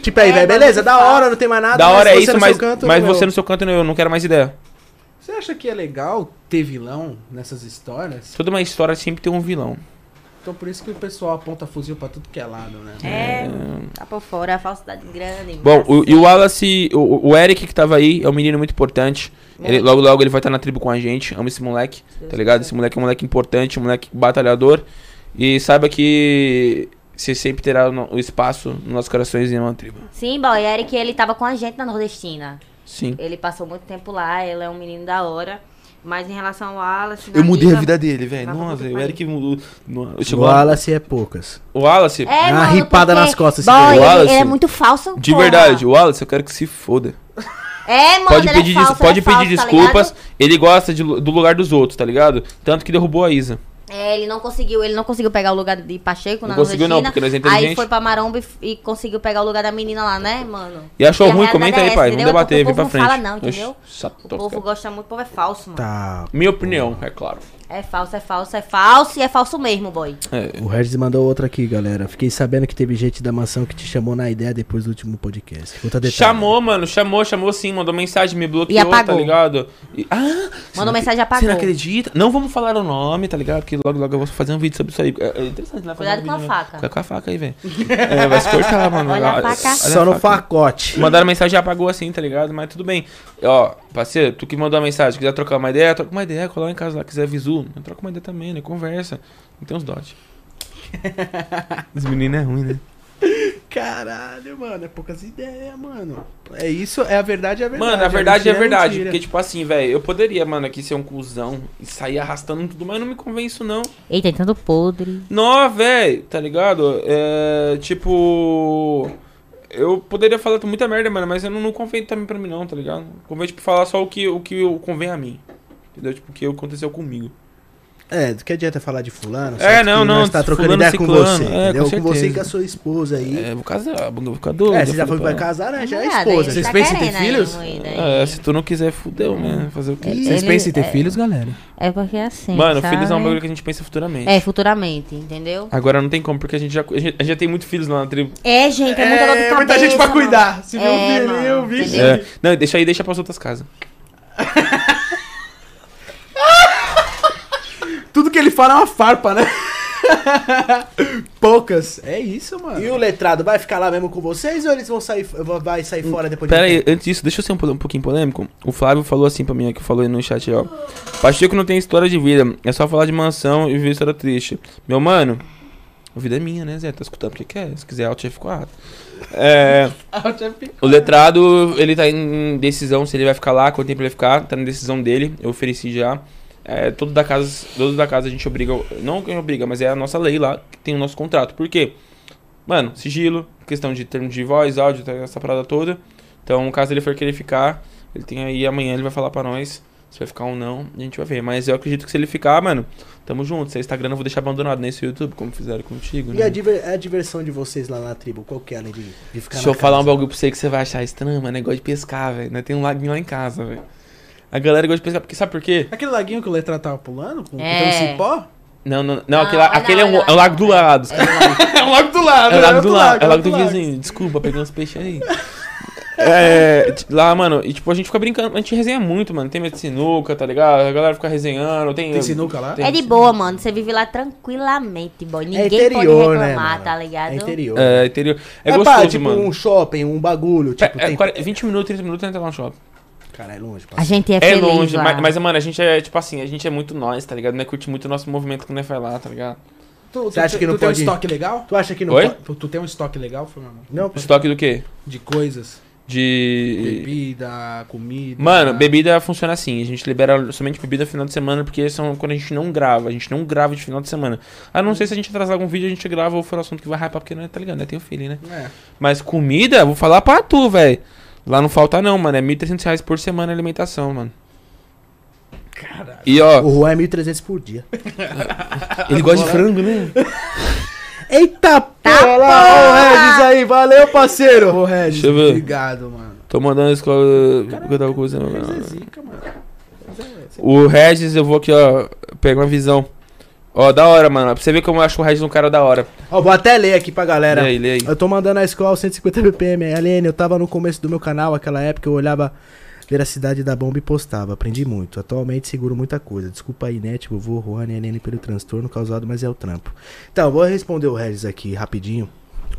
Speaker 1: Tipo aí,
Speaker 5: É,
Speaker 1: velho,
Speaker 5: mas
Speaker 1: beleza,
Speaker 5: você
Speaker 1: da
Speaker 5: fala.
Speaker 1: hora, não tem mais nada.
Speaker 4: da hora é
Speaker 1: Ah, você
Speaker 4: isso,
Speaker 1: no
Speaker 4: mas,
Speaker 1: seu canto,
Speaker 4: mas
Speaker 1: meu.
Speaker 4: você no seu canto, não, eu não quero mais ideia.
Speaker 3: Você acha que é legal ter vilão nessas histórias?
Speaker 4: Toda uma história sempre tem um vilão.
Speaker 3: Então por isso que o pessoal aponta fuzil pra tudo que é lado, né?
Speaker 5: É, tá por fora, a falsidade grande.
Speaker 4: Bom, o, e o Wallace, o, o Eric que tava aí, é um menino muito importante.
Speaker 5: É.
Speaker 4: Ele- logo, logo ele vai estar na tribo com a gente. Amo esse moleque, tá ligado? Esse moleque é um moleque importante, um moleque batalhador. E saiba que você sempre terá o no- o espaço nos nossos corações em uma tribo.
Speaker 5: Sim, boy, é Eric, ele tava com a gente na Nordestina.
Speaker 4: Sim.
Speaker 5: Ele passou muito tempo lá, ele é um menino da hora. Mas em relação ao Wallace...
Speaker 4: Eu
Speaker 5: na
Speaker 4: mudei a vida É dele, velho.
Speaker 5: Vai pra
Speaker 4: Nossa,
Speaker 5: puta que
Speaker 4: o Eric mudou. no-
Speaker 1: O
Speaker 4: Chegou lá-
Speaker 1: Wallace é poucas.
Speaker 4: O Wallace,
Speaker 5: É,
Speaker 1: Uma
Speaker 5: mano,
Speaker 1: ripada
Speaker 5: porque,
Speaker 1: nas costas, esse
Speaker 5: boy,
Speaker 1: cara.
Speaker 5: ele,
Speaker 4: Wallace,
Speaker 5: ele é muito falso.
Speaker 4: de
Speaker 5: porra.
Speaker 4: verdade, o Wallace eu quero que se foda.
Speaker 5: É, mano,
Speaker 4: pode
Speaker 5: ele
Speaker 4: pedir,
Speaker 5: é
Speaker 4: des-
Speaker 5: falso,
Speaker 4: pode
Speaker 5: ele é
Speaker 4: pedir
Speaker 5: falso, tá
Speaker 4: desculpas.
Speaker 5: ligado?
Speaker 4: ele gosta de lu- do lugar dos outros, tá ligado? Tanto que derrubou a Isa.
Speaker 5: é, ele não conseguiu, ele não conseguiu pegar o lugar de Pacheco
Speaker 4: Não
Speaker 5: na
Speaker 4: conseguiu não,
Speaker 5: Nordestina.
Speaker 4: porque nós é
Speaker 5: Aí
Speaker 4: inteligente.
Speaker 5: foi pra Maromba e, f- e conseguiu pegar o lugar da menina lá, né, mano?
Speaker 4: E achou
Speaker 5: E a
Speaker 4: ruim?
Speaker 5: realidade
Speaker 4: Comenta
Speaker 5: é
Speaker 4: aí,
Speaker 5: essa,
Speaker 4: pai. Vem
Speaker 5: entendeu? É porque
Speaker 4: debater,
Speaker 5: o
Speaker 4: vem
Speaker 5: povo
Speaker 4: pra
Speaker 5: não
Speaker 4: frente.
Speaker 5: fala não, entendeu?
Speaker 4: Oxe, chato,
Speaker 5: O povo
Speaker 4: cara.
Speaker 5: gosta muito, o povo é falso, mano.
Speaker 1: Tá.
Speaker 4: Minha opinião, é claro.
Speaker 5: É falso, é falso, é falso e é falso mesmo, boy.
Speaker 4: É.
Speaker 1: O Regis mandou outra aqui, galera. Fiquei sabendo que teve gente da mansão que te chamou na ideia depois do último podcast. Puta detalhe.
Speaker 4: Chamou, mano, chamou, chamou sim, mandou mensagem, me bloqueou,
Speaker 5: E
Speaker 4: tá
Speaker 5: apagou.
Speaker 4: ligado? E- ah! você
Speaker 5: Mandou
Speaker 4: não acre-
Speaker 5: mensagem e apagou.
Speaker 4: Você não acredita? Não vamos falar o nome, tá ligado? Porque logo, logo eu vou fazer um vídeo sobre isso aí. É, é interessante, né? Fazer
Speaker 5: Cuidado
Speaker 4: um
Speaker 5: com a
Speaker 4: vídeo, né?
Speaker 5: faca.
Speaker 4: Cuidado com a faca aí, velho. é, vai se cortar, mano.
Speaker 5: Olha a faca.
Speaker 4: olha
Speaker 1: Só
Speaker 4: a
Speaker 1: no
Speaker 4: faca.
Speaker 1: facote.
Speaker 4: Mandaram mensagem e apagou assim, tá ligado? Mas tudo bem. Ó, parceiro, tu que mandou a mensagem, quiser trocar uma ideia, troca uma ideia, colar em casa lá, quiser visu, troca uma ideia também, né? Conversa. Não tem uns dotes. *laughs* Os meninos é ruim, né?
Speaker 3: Caralho, mano, é poucas ideias, mano. É isso, é a verdade, é a verdade.
Speaker 4: Mano, a verdade é
Speaker 3: mentira,
Speaker 4: verdade.
Speaker 3: mentira.
Speaker 4: Porque, tipo assim, velho, eu poderia, mano, aqui ser um cuzão e sair arrastando tudo, mas eu não me convenço, não.
Speaker 5: Eita, tanto podre.
Speaker 4: Nó, velho, tá ligado? É. Tipo. Eu poderia falar muita merda, mano, mas eu não, não convém também pra mim, não, tá ligado? Convém, tipo, falar só o que, o que eu- convém a mim. Entendeu? Tipo, o que aconteceu comigo.
Speaker 1: É, do que adianta falar de fulano?
Speaker 4: É,
Speaker 1: certo que
Speaker 4: não, não,
Speaker 1: Nós tá trocando
Speaker 4: fulano,
Speaker 1: ideia com
Speaker 4: ciclano,
Speaker 1: você,
Speaker 4: é,
Speaker 1: entendeu?
Speaker 4: com
Speaker 1: Com, você e
Speaker 4: certeza.
Speaker 1: com a sua esposa aí.
Speaker 4: É, vou casar, eu vou ficar
Speaker 1: É,
Speaker 4: doido. eu
Speaker 1: você já
Speaker 4: falei
Speaker 1: foi pra
Speaker 4: pra
Speaker 1: casar, né? Já é
Speaker 5: Nada,
Speaker 1: esposa.
Speaker 5: ele
Speaker 1: já.
Speaker 3: Vocês
Speaker 5: tá
Speaker 3: pensam em ter
Speaker 5: querendo aí,
Speaker 3: filhos?
Speaker 5: moída,
Speaker 4: ela.
Speaker 5: hein?
Speaker 4: É, se tu não quiser, fudeu, né? Fazer o quê?
Speaker 3: Vocês
Speaker 5: Ele-
Speaker 3: pensam em ter
Speaker 5: é-
Speaker 3: filhos, galera?
Speaker 5: É porque é assim,
Speaker 4: Mano,
Speaker 5: sabe?
Speaker 4: filhos é um bagulho que a gente pensa futuramente.
Speaker 5: É, futuramente, entendeu?
Speaker 4: Agora não tem como, porque a gente já, a gente, a gente já tem muito filhos lá na tribo.
Speaker 5: É, gente, é muita dor de cabeça. mano.
Speaker 3: Se
Speaker 5: É,
Speaker 3: viu
Speaker 5: mano,
Speaker 3: eu vi.
Speaker 5: entendeu?
Speaker 4: É. Não, deixa aí, deixa pras outras casas.
Speaker 3: Tudo que ele fala é uma farpa, né? *laughs* Poucas. É isso, mano.
Speaker 1: E o letrado vai ficar lá mesmo com vocês ou eles vão sair, vai sair fora depois
Speaker 4: Hum, Pera aí,
Speaker 1: tempo?
Speaker 4: antes disso, deixa eu ser um, po- um pouquinho polêmico. O Flávio falou assim pra mim, aqui, falou aí no chat, ó. Pacheco não tem história de vida, é só falar de mansão e viver história triste. Meu mano, a vida é minha, né, Zé? Tá escutando porque quer? Se quiser, alt F4. É,
Speaker 3: Ah,
Speaker 4: o letrado, ele tá em decisão se ele vai ficar lá, quanto tempo ele vai ficar, tá na decisão dele, eu ofereci já. É, todo da casa, todos da casa a gente obriga, não que obriga, mas é a nossa lei lá, que tem o nosso contrato. Por quê? Mano, sigilo, questão de termo de voz, áudio, tá, essa parada toda. Então, caso ele for querer ficar, ele tem aí amanhã ele vai falar pra nós se vai ficar ou não, a gente vai ver. Mas eu acredito que se ele ficar, mano, tamo junto. Se é Instagram, eu vou deixar abandonado nesse YouTube, como fizeram contigo,
Speaker 1: E
Speaker 4: né?
Speaker 1: a, diver- a diversão de vocês lá na tribo, qual que é além de, de ficar
Speaker 4: Deixa eu
Speaker 1: na
Speaker 4: falar um
Speaker 1: casa?
Speaker 4: bagulho pra você que você vai achar estranho, mano. É negócio de pescar, velho. Nós Tem um laguinho lá em casa, velho. A galera gosta de pescar, porque sabe por quê?
Speaker 3: Aquele laguinho que o Letra tava pulando com,
Speaker 5: É.
Speaker 3: com um cipó?
Speaker 4: Não, não, não,
Speaker 5: Não,
Speaker 4: aquele, lá-
Speaker 5: não,
Speaker 4: aquele é, um,
Speaker 5: não.
Speaker 4: é o lago do lado.
Speaker 3: É o lago do lado.
Speaker 4: *laughs* É o
Speaker 3: né?
Speaker 4: lago do lado, é o lago
Speaker 3: é
Speaker 4: do
Speaker 3: o lago.
Speaker 4: vizinho. Desculpa, peguei uns peixes aí. É, t- lá, mano, e tipo, a gente fica brincando, a gente resenha muito, mano. Tem medo de sinuca, tá ligado? A galera fica resenhando, tem.
Speaker 1: um
Speaker 3: Tem sinuca lá?
Speaker 4: tem-
Speaker 5: É de boa, mano. Você vive lá tranquilamente, boy. Ninguém
Speaker 1: É interior,
Speaker 5: pode
Speaker 1: né,
Speaker 5: reclamar,
Speaker 1: mano?
Speaker 5: tá ligado?
Speaker 1: É interior.
Speaker 4: É, interior. É,
Speaker 1: Mas
Speaker 4: gostoso,
Speaker 1: pá, tipo
Speaker 4: mano.
Speaker 1: um shopping, um bagulho, tipo,
Speaker 4: é, é
Speaker 1: tem...
Speaker 4: 40 20 minutos, 30 minutos entrar no shopping.
Speaker 1: Caralho, longe,
Speaker 5: A
Speaker 1: parceiro.
Speaker 5: gente é,
Speaker 4: É,
Speaker 5: feliz
Speaker 4: longe,
Speaker 5: lá.
Speaker 4: mas, mas, mano, a gente é, tipo assim, a gente é muito nós, tá ligado? Não é curte muito o nosso movimento que não é faz lá, tá ligado?
Speaker 3: Tu,
Speaker 1: Você acha que não
Speaker 3: tu tem um
Speaker 1: pode-
Speaker 3: estoque legal?
Speaker 1: Tu acha que não...
Speaker 4: Oi?
Speaker 1: pode-
Speaker 3: Tu, tu tem um estoque legal, foi, mano?
Speaker 1: Não,
Speaker 4: O estoque do quê?
Speaker 3: De coisas.
Speaker 4: De.
Speaker 3: Bebida, comida.
Speaker 4: Mano, bebida funciona assim. A gente libera somente bebida no final de semana, porque são quando a gente não grava. A gente não grava de final de semana. A não ser se a gente atrasar algum vídeo, a gente grava ou for assunto que vai hypar, porque não é, tá ligado, né? Tem o feeling, né?
Speaker 3: É.
Speaker 4: Mas comida, vou falar pra tu, velho. Lá não falta não, mano. É 1.300 reais por semana a alimentação, mano.
Speaker 3: Caralho.
Speaker 4: E ó,
Speaker 1: O Juan é 1.300 por
Speaker 4: *laughs*
Speaker 1: dia.
Speaker 4: ele gosta de frango, né?
Speaker 1: Eita Tá porra! Ô, Regis aí, valeu, parceiro!
Speaker 3: Ô, Regis,
Speaker 4: Deixa eu ver.
Speaker 3: obrigado, mano.
Speaker 4: Tô mandando a escola porque eu tava conversando.
Speaker 3: Mas é
Speaker 4: mano.
Speaker 3: zica, mano. Mas é-
Speaker 4: O Regis, eu vou aqui, ó, pegar uma visão. Ó, da hora, mano. Pra você ver como eu acho o Regis um cara da hora.
Speaker 1: Ó, vou até ler aqui pra galera.
Speaker 4: Lê aí, lê aí.
Speaker 1: Eu tô mandando a escola 150 BPM. aí. Aline, eu tava no começo do meu canal, aquela época eu olhava veracidade da bomba e postava. Aprendi muito. Atualmente seguro muita coisa. Desculpa aí, né? Tipo, vou, Juan e Aline pelo transtorno causado, mas é o trampo. Então, vou responder o Regis aqui rapidinho.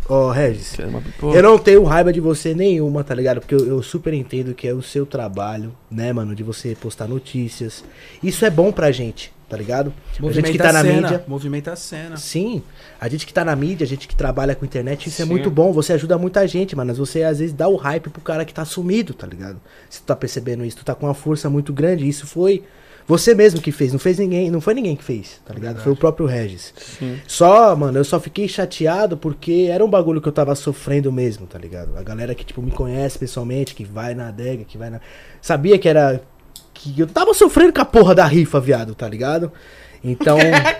Speaker 1: Ó, Regis.
Speaker 4: Quero é uma
Speaker 1: Eu
Speaker 4: pipoca.
Speaker 1: não tenho raiva de você nenhuma, tá ligado? Porque eu, eu super entendo que é o seu trabalho, né, mano? De você postar notícias. Isso é bom pra gente, tá ligado? A gente que tá na
Speaker 3: a cena,
Speaker 1: mídia.
Speaker 3: Movimenta a cena.
Speaker 1: Sim, a gente que tá na mídia, a gente que trabalha com internet, isso é
Speaker 4: Sim.
Speaker 1: muito bom. Você ajuda muita gente, mano. Mas Você às vezes dá o hype pro cara que tá sumido, tá ligado? Se tu tá percebendo isso, tu tá com uma força muito grande. Isso foi você mesmo que fez, não fez ninguém, não foi ninguém que fez, tá ligado? Foi o próprio Regis.
Speaker 4: Sim.
Speaker 1: Só, mano, eu só fiquei chateado porque era um bagulho que eu tava sofrendo mesmo, tá ligado? A galera que, tipo, me conhece pessoalmente, que vai na adega, que vai na. Sabia que era. Que eu tava sofrendo com a porra da rifa, viado, tá ligado?
Speaker 3: *laughs*
Speaker 1: Então,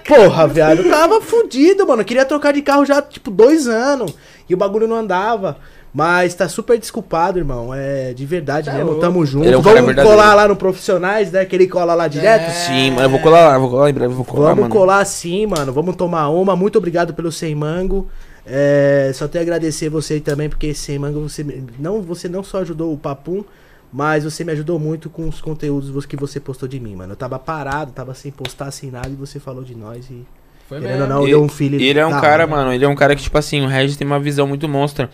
Speaker 1: porra, viado, eu tava fudido, mano. Eu queria trocar de carro já, tipo, dois anos. E o bagulho não andava. Mas tá super desculpado, irmão. É de verdade
Speaker 3: Tá
Speaker 1: mesmo.
Speaker 3: louco.
Speaker 1: Tamo junto.
Speaker 4: Ele é um cara
Speaker 1: Vamos
Speaker 4: verdadeiro.
Speaker 1: colar lá no Profissionais, né? Que ele cola lá direto.
Speaker 3: É.
Speaker 4: Sim, mano, eu vou colar lá, vou colar em breve, vou colar,
Speaker 1: Vamos
Speaker 4: mano.
Speaker 1: colar sim, mano. Vamos tomar uma. Muito obrigado pelo Sem Mango. É, só tenho a agradecer você também, porque Sem Mango, você me- não, você não só ajudou o Papum, mas você me ajudou muito com os conteúdos vos- que você postou de mim, mano. Eu tava parado, tava sem postar, sem nada, e você falou de nós e...
Speaker 3: Foi
Speaker 1: Querendo ou
Speaker 3: É mesmo.
Speaker 1: não,
Speaker 4: E-
Speaker 1: deu um filho...
Speaker 4: Ele é um cara, mano, ele é um cara que, tipo assim, o Regis tem uma visão muito monstra.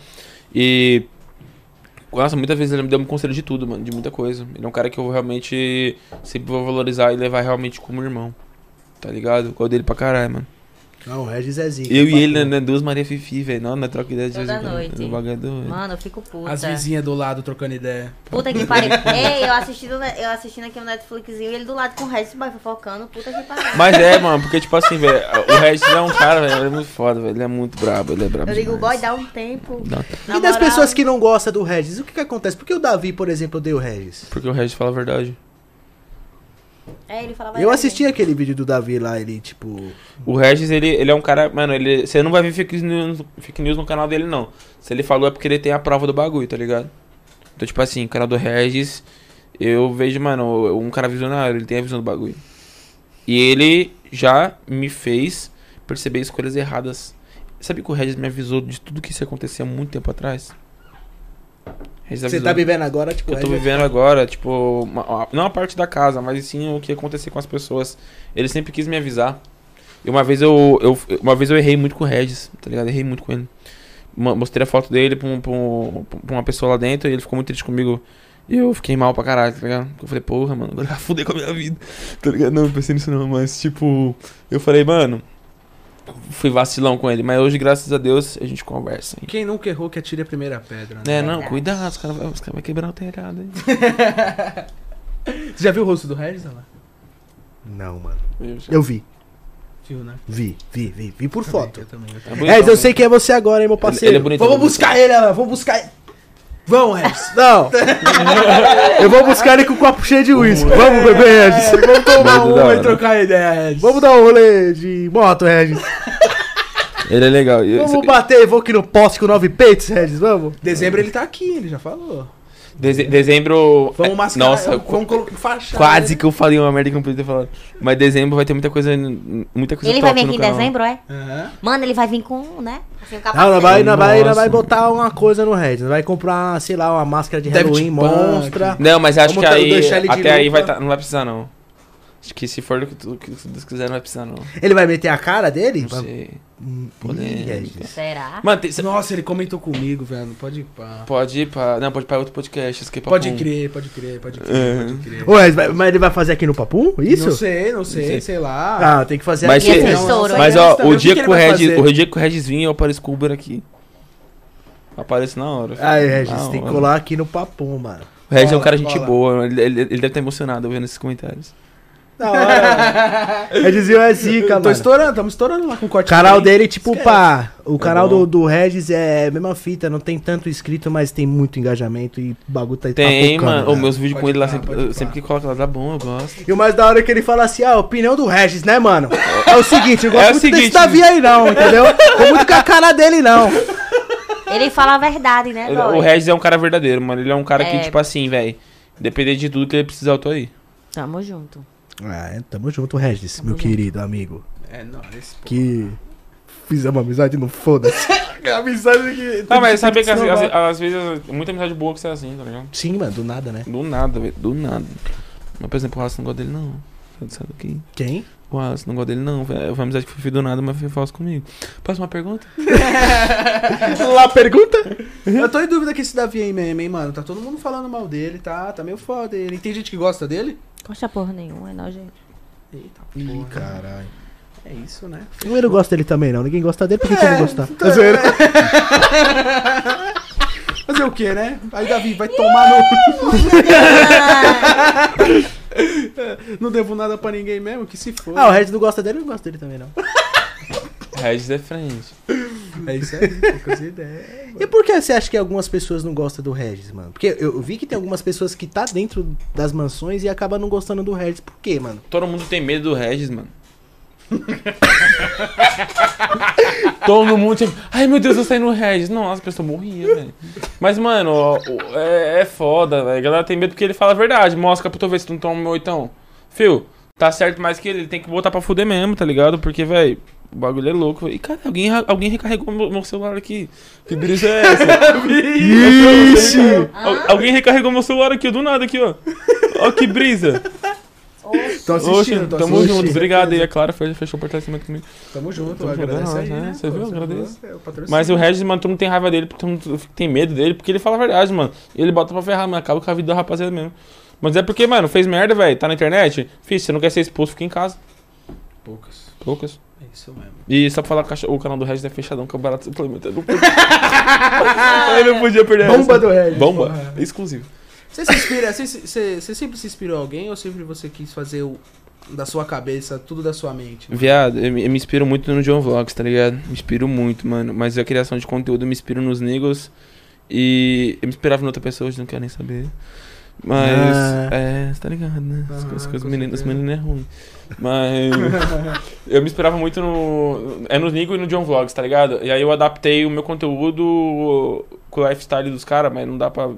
Speaker 4: E. Nossa, muitas vezes ele me deu um conselho de tudo, mano, de muita coisa. Ele é um cara que eu realmente sempre vou valorizar e levar realmente como irmão. Tá ligado? Eu gosto dele pra caralho, mano.
Speaker 1: Não, o Regis é zica.
Speaker 4: Eu e
Speaker 1: Papum.
Speaker 4: ele, né, né, duas Maria Fifi, velho. Não, na troca ideia de
Speaker 5: Toda
Speaker 4: vez em quando.
Speaker 5: noite.
Speaker 4: O bagulho é doido.
Speaker 5: Mano, eu fico puta.
Speaker 3: As vizinhas do lado trocando ideia.
Speaker 5: Puta que pariu. Ei, eu assistindo, eu assistindo aqui um Netflixzinho e ele do lado com o resto, boy, fofocando. Puta que pariu.
Speaker 4: Mas é, mano, porque, tipo assim, velho, o Regis é um cara, velho, ele é muito foda, velho. Ele é muito brabo, ele é brabo.
Speaker 5: Eu digo, boy,
Speaker 4: demais.
Speaker 5: dá um tempo.
Speaker 4: Dá.
Speaker 5: Na
Speaker 1: E das
Speaker 5: moral,
Speaker 1: pessoas que não gostam do Regis, o que que acontece? Por que o Davi, por exemplo, odeia o Regis?
Speaker 4: Porque o Regis fala a verdade.
Speaker 5: É, ele falava
Speaker 1: Eu
Speaker 5: assim.
Speaker 1: assisti aquele vídeo do Davi lá, ele, tipo...
Speaker 4: O Regis, ele, ele é um cara. Mano, ele, você não vai ver fake news, fake news no canal dele, não. Se ele falou é porque ele tem a prova do bagulho, tá ligado? Então, tipo assim, o canal do Regis, eu vejo, mano, um cara visionário, ele tem a visão do bagulho. E ele já me fez perceber escolhas erradas. Sabe que o Regis me avisou de tudo que isso acontecia há muito tempo atrás? Regis
Speaker 1: Você
Speaker 4: avisou
Speaker 1: tá vivendo agora, tipo...
Speaker 4: que eu tô
Speaker 1: Regis-
Speaker 4: vivendo agora, tipo, uma- a- não a parte da casa, mas sim o que ia acontecer com as pessoas. Ele sempre quis me avisar. E uma vez eu, eu, uma vez eu errei muito com o Regis, tá ligado? Errei muito com ele. Ma- Mostrei a foto dele pra, um- pra um- pra uma pessoa lá dentro e ele ficou muito triste comigo. E eu fiquei mal pra caralho, tá ligado? Eu falei, porra, mano, agora eu fudei com a minha vida, *laughs* tá ligado? Não, não pensei nisso não, mas tipo, eu falei, mano, fui vacilão com ele, mas hoje, graças a Deus, a gente conversa.
Speaker 3: Quem nunca errou que atire a primeira pedra, né?
Speaker 4: É, não, cuidado, os caras vão cara vai quebrar o telhado. hein?
Speaker 3: *laughs* Você já viu o rosto do Regis? Olha lá.
Speaker 1: Não, mano.
Speaker 4: Eu já-
Speaker 1: Eu vi,
Speaker 3: Viu, né?
Speaker 1: vi, vi, vi, vi por foto.
Speaker 3: Eu também, eu também.
Speaker 4: É bonitão,
Speaker 1: Regis, eu
Speaker 4: né?
Speaker 1: sei quem é você agora, hein, meu
Speaker 4: Ele-
Speaker 1: parceiro.
Speaker 4: Ele é bonito.
Speaker 3: Vamos
Speaker 4: ele é
Speaker 3: buscar ele, Alan. Vamos buscar ele. Vamos, *laughs* Regis.
Speaker 1: Não. *laughs* eu vou buscar ele com o copo cheio de uísque. Vamos, bebê, Regis.
Speaker 3: Vamos tomar
Speaker 4: Muito da
Speaker 3: uma e
Speaker 4: hora.
Speaker 3: trocar ideia, Regis.
Speaker 1: Vamos dar um rolê de moto, Regis.
Speaker 4: bonito. Ele é legal. e-
Speaker 1: Vamos bater evoque no poste com nove peitos, Regis, vamos?
Speaker 3: Dezembro ele tá aqui, ele já falou.
Speaker 4: Deze- dezembro.
Speaker 3: Vamos
Speaker 4: é,
Speaker 3: mascarar.
Speaker 4: Nossa,
Speaker 3: vamos colocar faixa.
Speaker 4: quase que eu falei uma merda que eu não podia ter falado. Mas dezembro vai ter muita coisa. Muita coisa
Speaker 5: Ele vai
Speaker 4: top
Speaker 5: vir
Speaker 4: no
Speaker 5: aqui em
Speaker 4: canal.
Speaker 5: dezembro, é?
Speaker 3: Aham.
Speaker 5: Mano, ele vai vir com, né? Assim, um
Speaker 1: Não, não vai, não vai, não vai
Speaker 4: Nossa.
Speaker 1: botar uma coisa no Regis. Não vai comprar, sei lá, uma máscara de
Speaker 3: Daft
Speaker 1: Halloween
Speaker 3: Punk.
Speaker 1: monstra.
Speaker 4: Não, mas acho
Speaker 1: Vamos
Speaker 4: que
Speaker 1: ter-
Speaker 4: aí.
Speaker 1: deixar ele de
Speaker 4: Até aí
Speaker 1: lupa.
Speaker 4: vai tá, não vai precisar, não. Acho que se for do que tu- que Deus quiser, não vai precisar, não.
Speaker 1: Ele vai meter a cara dele?
Speaker 4: Não
Speaker 1: Vai-
Speaker 4: sei.
Speaker 1: Hum, Ih,
Speaker 4: Polêmica.
Speaker 1: Regis.
Speaker 5: Será?
Speaker 4: Mano, tem, cê-
Speaker 3: Nossa, ele comentou comigo, velho. Pode ir pá.
Speaker 4: pode ir pra. Não, pode ir pra outro podcast. esquece
Speaker 1: Tá
Speaker 4: pra
Speaker 3: Pode
Speaker 4: pum.
Speaker 3: crer, pode crer, pode crer,
Speaker 4: É.
Speaker 3: pode crer.
Speaker 1: Ô, Regis, vai- mas ele vai fazer aqui no Papum? Isso?
Speaker 3: Não sei, não sei, sei.
Speaker 4: sei.
Speaker 3: lá.
Speaker 1: Ah, tem que fazer
Speaker 4: Mas,
Speaker 5: E
Speaker 1: aqui.
Speaker 5: esse
Speaker 4: cê-
Speaker 5: estouro,
Speaker 4: mas
Speaker 5: hein?
Speaker 4: ó,
Speaker 3: O
Speaker 4: o
Speaker 3: que
Speaker 4: dia
Speaker 3: que
Speaker 4: que,
Speaker 3: ele
Speaker 4: o
Speaker 3: vai
Speaker 4: Regis,
Speaker 3: fazer?
Speaker 4: o dia que o Regis vir, eu apareço com o Uber aqui. Apareço na hora. filho.
Speaker 1: Aí, Regis,
Speaker 4: Na
Speaker 1: tem que
Speaker 4: hora.
Speaker 1: colar aqui no Papum, mano.
Speaker 4: O Regis é um
Speaker 3: Cola,
Speaker 4: cara gente
Speaker 3: cola.
Speaker 4: boa, ele, ele- ele deve estar emocionado vendo esses comentários.
Speaker 1: Da hora. Regis é zica,
Speaker 3: Tô
Speaker 1: mano.
Speaker 3: estourando, estamos estourando lá com o
Speaker 1: O
Speaker 3: corte.
Speaker 1: canal
Speaker 3: dele.
Speaker 1: dele, tipo,
Speaker 3: Esquece.
Speaker 1: pá. O
Speaker 4: Tá
Speaker 1: canal
Speaker 4: bom.
Speaker 1: do, do Regis é a mesma fita, não tem tanto inscrito, mas tem muito engajamento e o bagulho tá
Speaker 4: Tem,
Speaker 1: papocando,
Speaker 4: mano.
Speaker 1: né?
Speaker 4: Ô, meus vídeos com
Speaker 3: Pode
Speaker 4: ele lá,
Speaker 3: pá,
Speaker 4: sempre,
Speaker 3: pode
Speaker 4: eu- sempre
Speaker 3: pá.
Speaker 4: que coloca lá, dá bom, eu gosto.
Speaker 1: E o mais da hora é que ele fala assim, ah, opinião do Regis, né, mano? É o seguinte, eu gosto
Speaker 4: É o
Speaker 1: muito desse
Speaker 4: seguinte.
Speaker 1: Davi aí não, entendeu? Tô muito com a cara dele não.
Speaker 5: Ele fala a verdade, né,
Speaker 4: Ele-
Speaker 5: Dói?
Speaker 4: o Regis é um cara verdadeiro, mano. Ele é um cara
Speaker 5: É.
Speaker 4: que, tipo assim, velho, depender de tudo que ele precisar, eu tô aí.
Speaker 5: Tamo junto.
Speaker 1: Ah, tamo junto, Regis,
Speaker 5: Tamo
Speaker 1: meu
Speaker 5: junto.
Speaker 1: querido amigo.
Speaker 3: É, não, *laughs* esse pô.
Speaker 1: Que fizemos amizade no foda-se.
Speaker 3: É Amizade que.
Speaker 4: Tá, mas sabe que às,
Speaker 3: *laughs*
Speaker 1: normal.
Speaker 4: às- às vezes muita amizade boa que você é assim, tá ligado?
Speaker 1: Sim, mano, do nada, né?
Speaker 4: Do nada, velho. Do nada. Mas, por exemplo, o Wallace não gosta dele, não. Tá ligado aqui?
Speaker 1: Quem?
Speaker 4: O Wallace não gosta dele, não. Foi foi uma amizade que foi do nada, mas foi falso comigo. Próxima pergunta?
Speaker 1: Lá pergunta?
Speaker 3: Eu tô em dúvida que esse Davi aí mesmo, hein, mano. Tá todo mundo falando mal dele, tá? Tá meio foda ele. Tem gente que gosta dele?
Speaker 5: Gosta porra nenhuma, é nojento.
Speaker 3: Eita,
Speaker 1: Ih,
Speaker 3: porra.
Speaker 1: caralho.
Speaker 3: É isso, né?
Speaker 1: Eu não gosto dele também, não. Ninguém gosta dele, por que, que eu
Speaker 4: É,
Speaker 1: não gostar?
Speaker 4: então
Speaker 3: Tá zoeira. *laughs* Fazer o quê, né? Aí, Davi, vai tomar no.
Speaker 4: *laughs*
Speaker 3: *laughs* É, Não devo nada pra ninguém mesmo, que se for.
Speaker 1: Ah, o Regis não gosta dele, eu não gosto dele também, não.
Speaker 4: Regis é frente.
Speaker 3: É isso aí, fica essa ideia.
Speaker 1: E por que você acha que algumas pessoas não gostam do Regis, mano? Porque eu eu vi que tem algumas pessoas que tá dentro das mansões e acaba não gostando do Regis. Por quê, mano?
Speaker 4: Todo mundo tem medo do Regis, mano. *laughs* Todo mundo tipo, ai meu Deus, eu saí no Regis. Nossa, a pessoa morria, velho. Mas, mano, ó, o- é, é foda, velho. A galera tem medo porque ele fala a verdade. Mostra pra tu ver se tu não toma meu oitão. Fio, tá certo mais que ele, ele tem que botar pra fuder mesmo, tá ligado? Porque, velho, o bagulho é louco. E, cara, alguém, ra- alguém recarregou meu, meu celular aqui. Que brisa é essa?
Speaker 1: Ixi!
Speaker 4: Al- alguém recarregou meu celular aqui, do nada aqui, ó. Ó que brisa.
Speaker 3: Tô
Speaker 4: Oxe,
Speaker 3: assistindo, tô
Speaker 4: tamo
Speaker 3: assistindo.
Speaker 4: junto. Obrigado aí, é claro, fe- fechou o fortalecimento comigo.
Speaker 3: Tamo junto,
Speaker 4: Tamo
Speaker 3: agradece
Speaker 4: junto,
Speaker 3: aí,
Speaker 4: né?
Speaker 3: né?
Speaker 4: Você
Speaker 3: Pô,
Speaker 4: viu? Agradeço.
Speaker 3: É o patrocínio.
Speaker 4: Mas o Regis, mano, tu não tem raiva dele, porque tu não tu tem medo dele, porque ele fala a verdade, mano. Ele bota pra ferrar, mano. Acaba com a vida do rapaziada mesmo. Mas é porque, mano, fez merda, velho. Tá na internet? Fih, você não quer ser expulso, fica em casa.
Speaker 3: Poucas.
Speaker 4: Poucas.
Speaker 3: É isso mesmo.
Speaker 4: E só pra falar, o caixa- o canal do Regis é fechadão, que é barato suplemento. Eu não podia, eu não podia perder
Speaker 3: Bomba
Speaker 4: essa.
Speaker 3: do Regis.
Speaker 4: Bomba.
Speaker 3: porra.
Speaker 4: Exclusivo.
Speaker 3: Você se inspira, você, se- você, você sempre se inspirou em alguém ou sempre você quis fazer o, da sua cabeça, tudo da sua mente?
Speaker 4: Viado, eu, me eu me inspiro muito no John Vlogs, tá ligado? Me inspiro muito, mano. Mas a criação de conteúdo eu me inspiro nos negros. E eu me inspirava em outra pessoa, hoje não quero nem saber. Mas.
Speaker 1: Ah.
Speaker 4: É, você tá ligado, né? As
Speaker 3: Ah,
Speaker 4: coisas
Speaker 3: com
Speaker 4: que os meninos os
Speaker 3: certeza.
Speaker 4: meninos é ruim. Mas. *laughs* eu me inspirava muito no. É no Nigo e no John Vlogs, tá ligado? E aí eu adaptei o meu conteúdo com o lifestyle dos caras, mas não dá pra.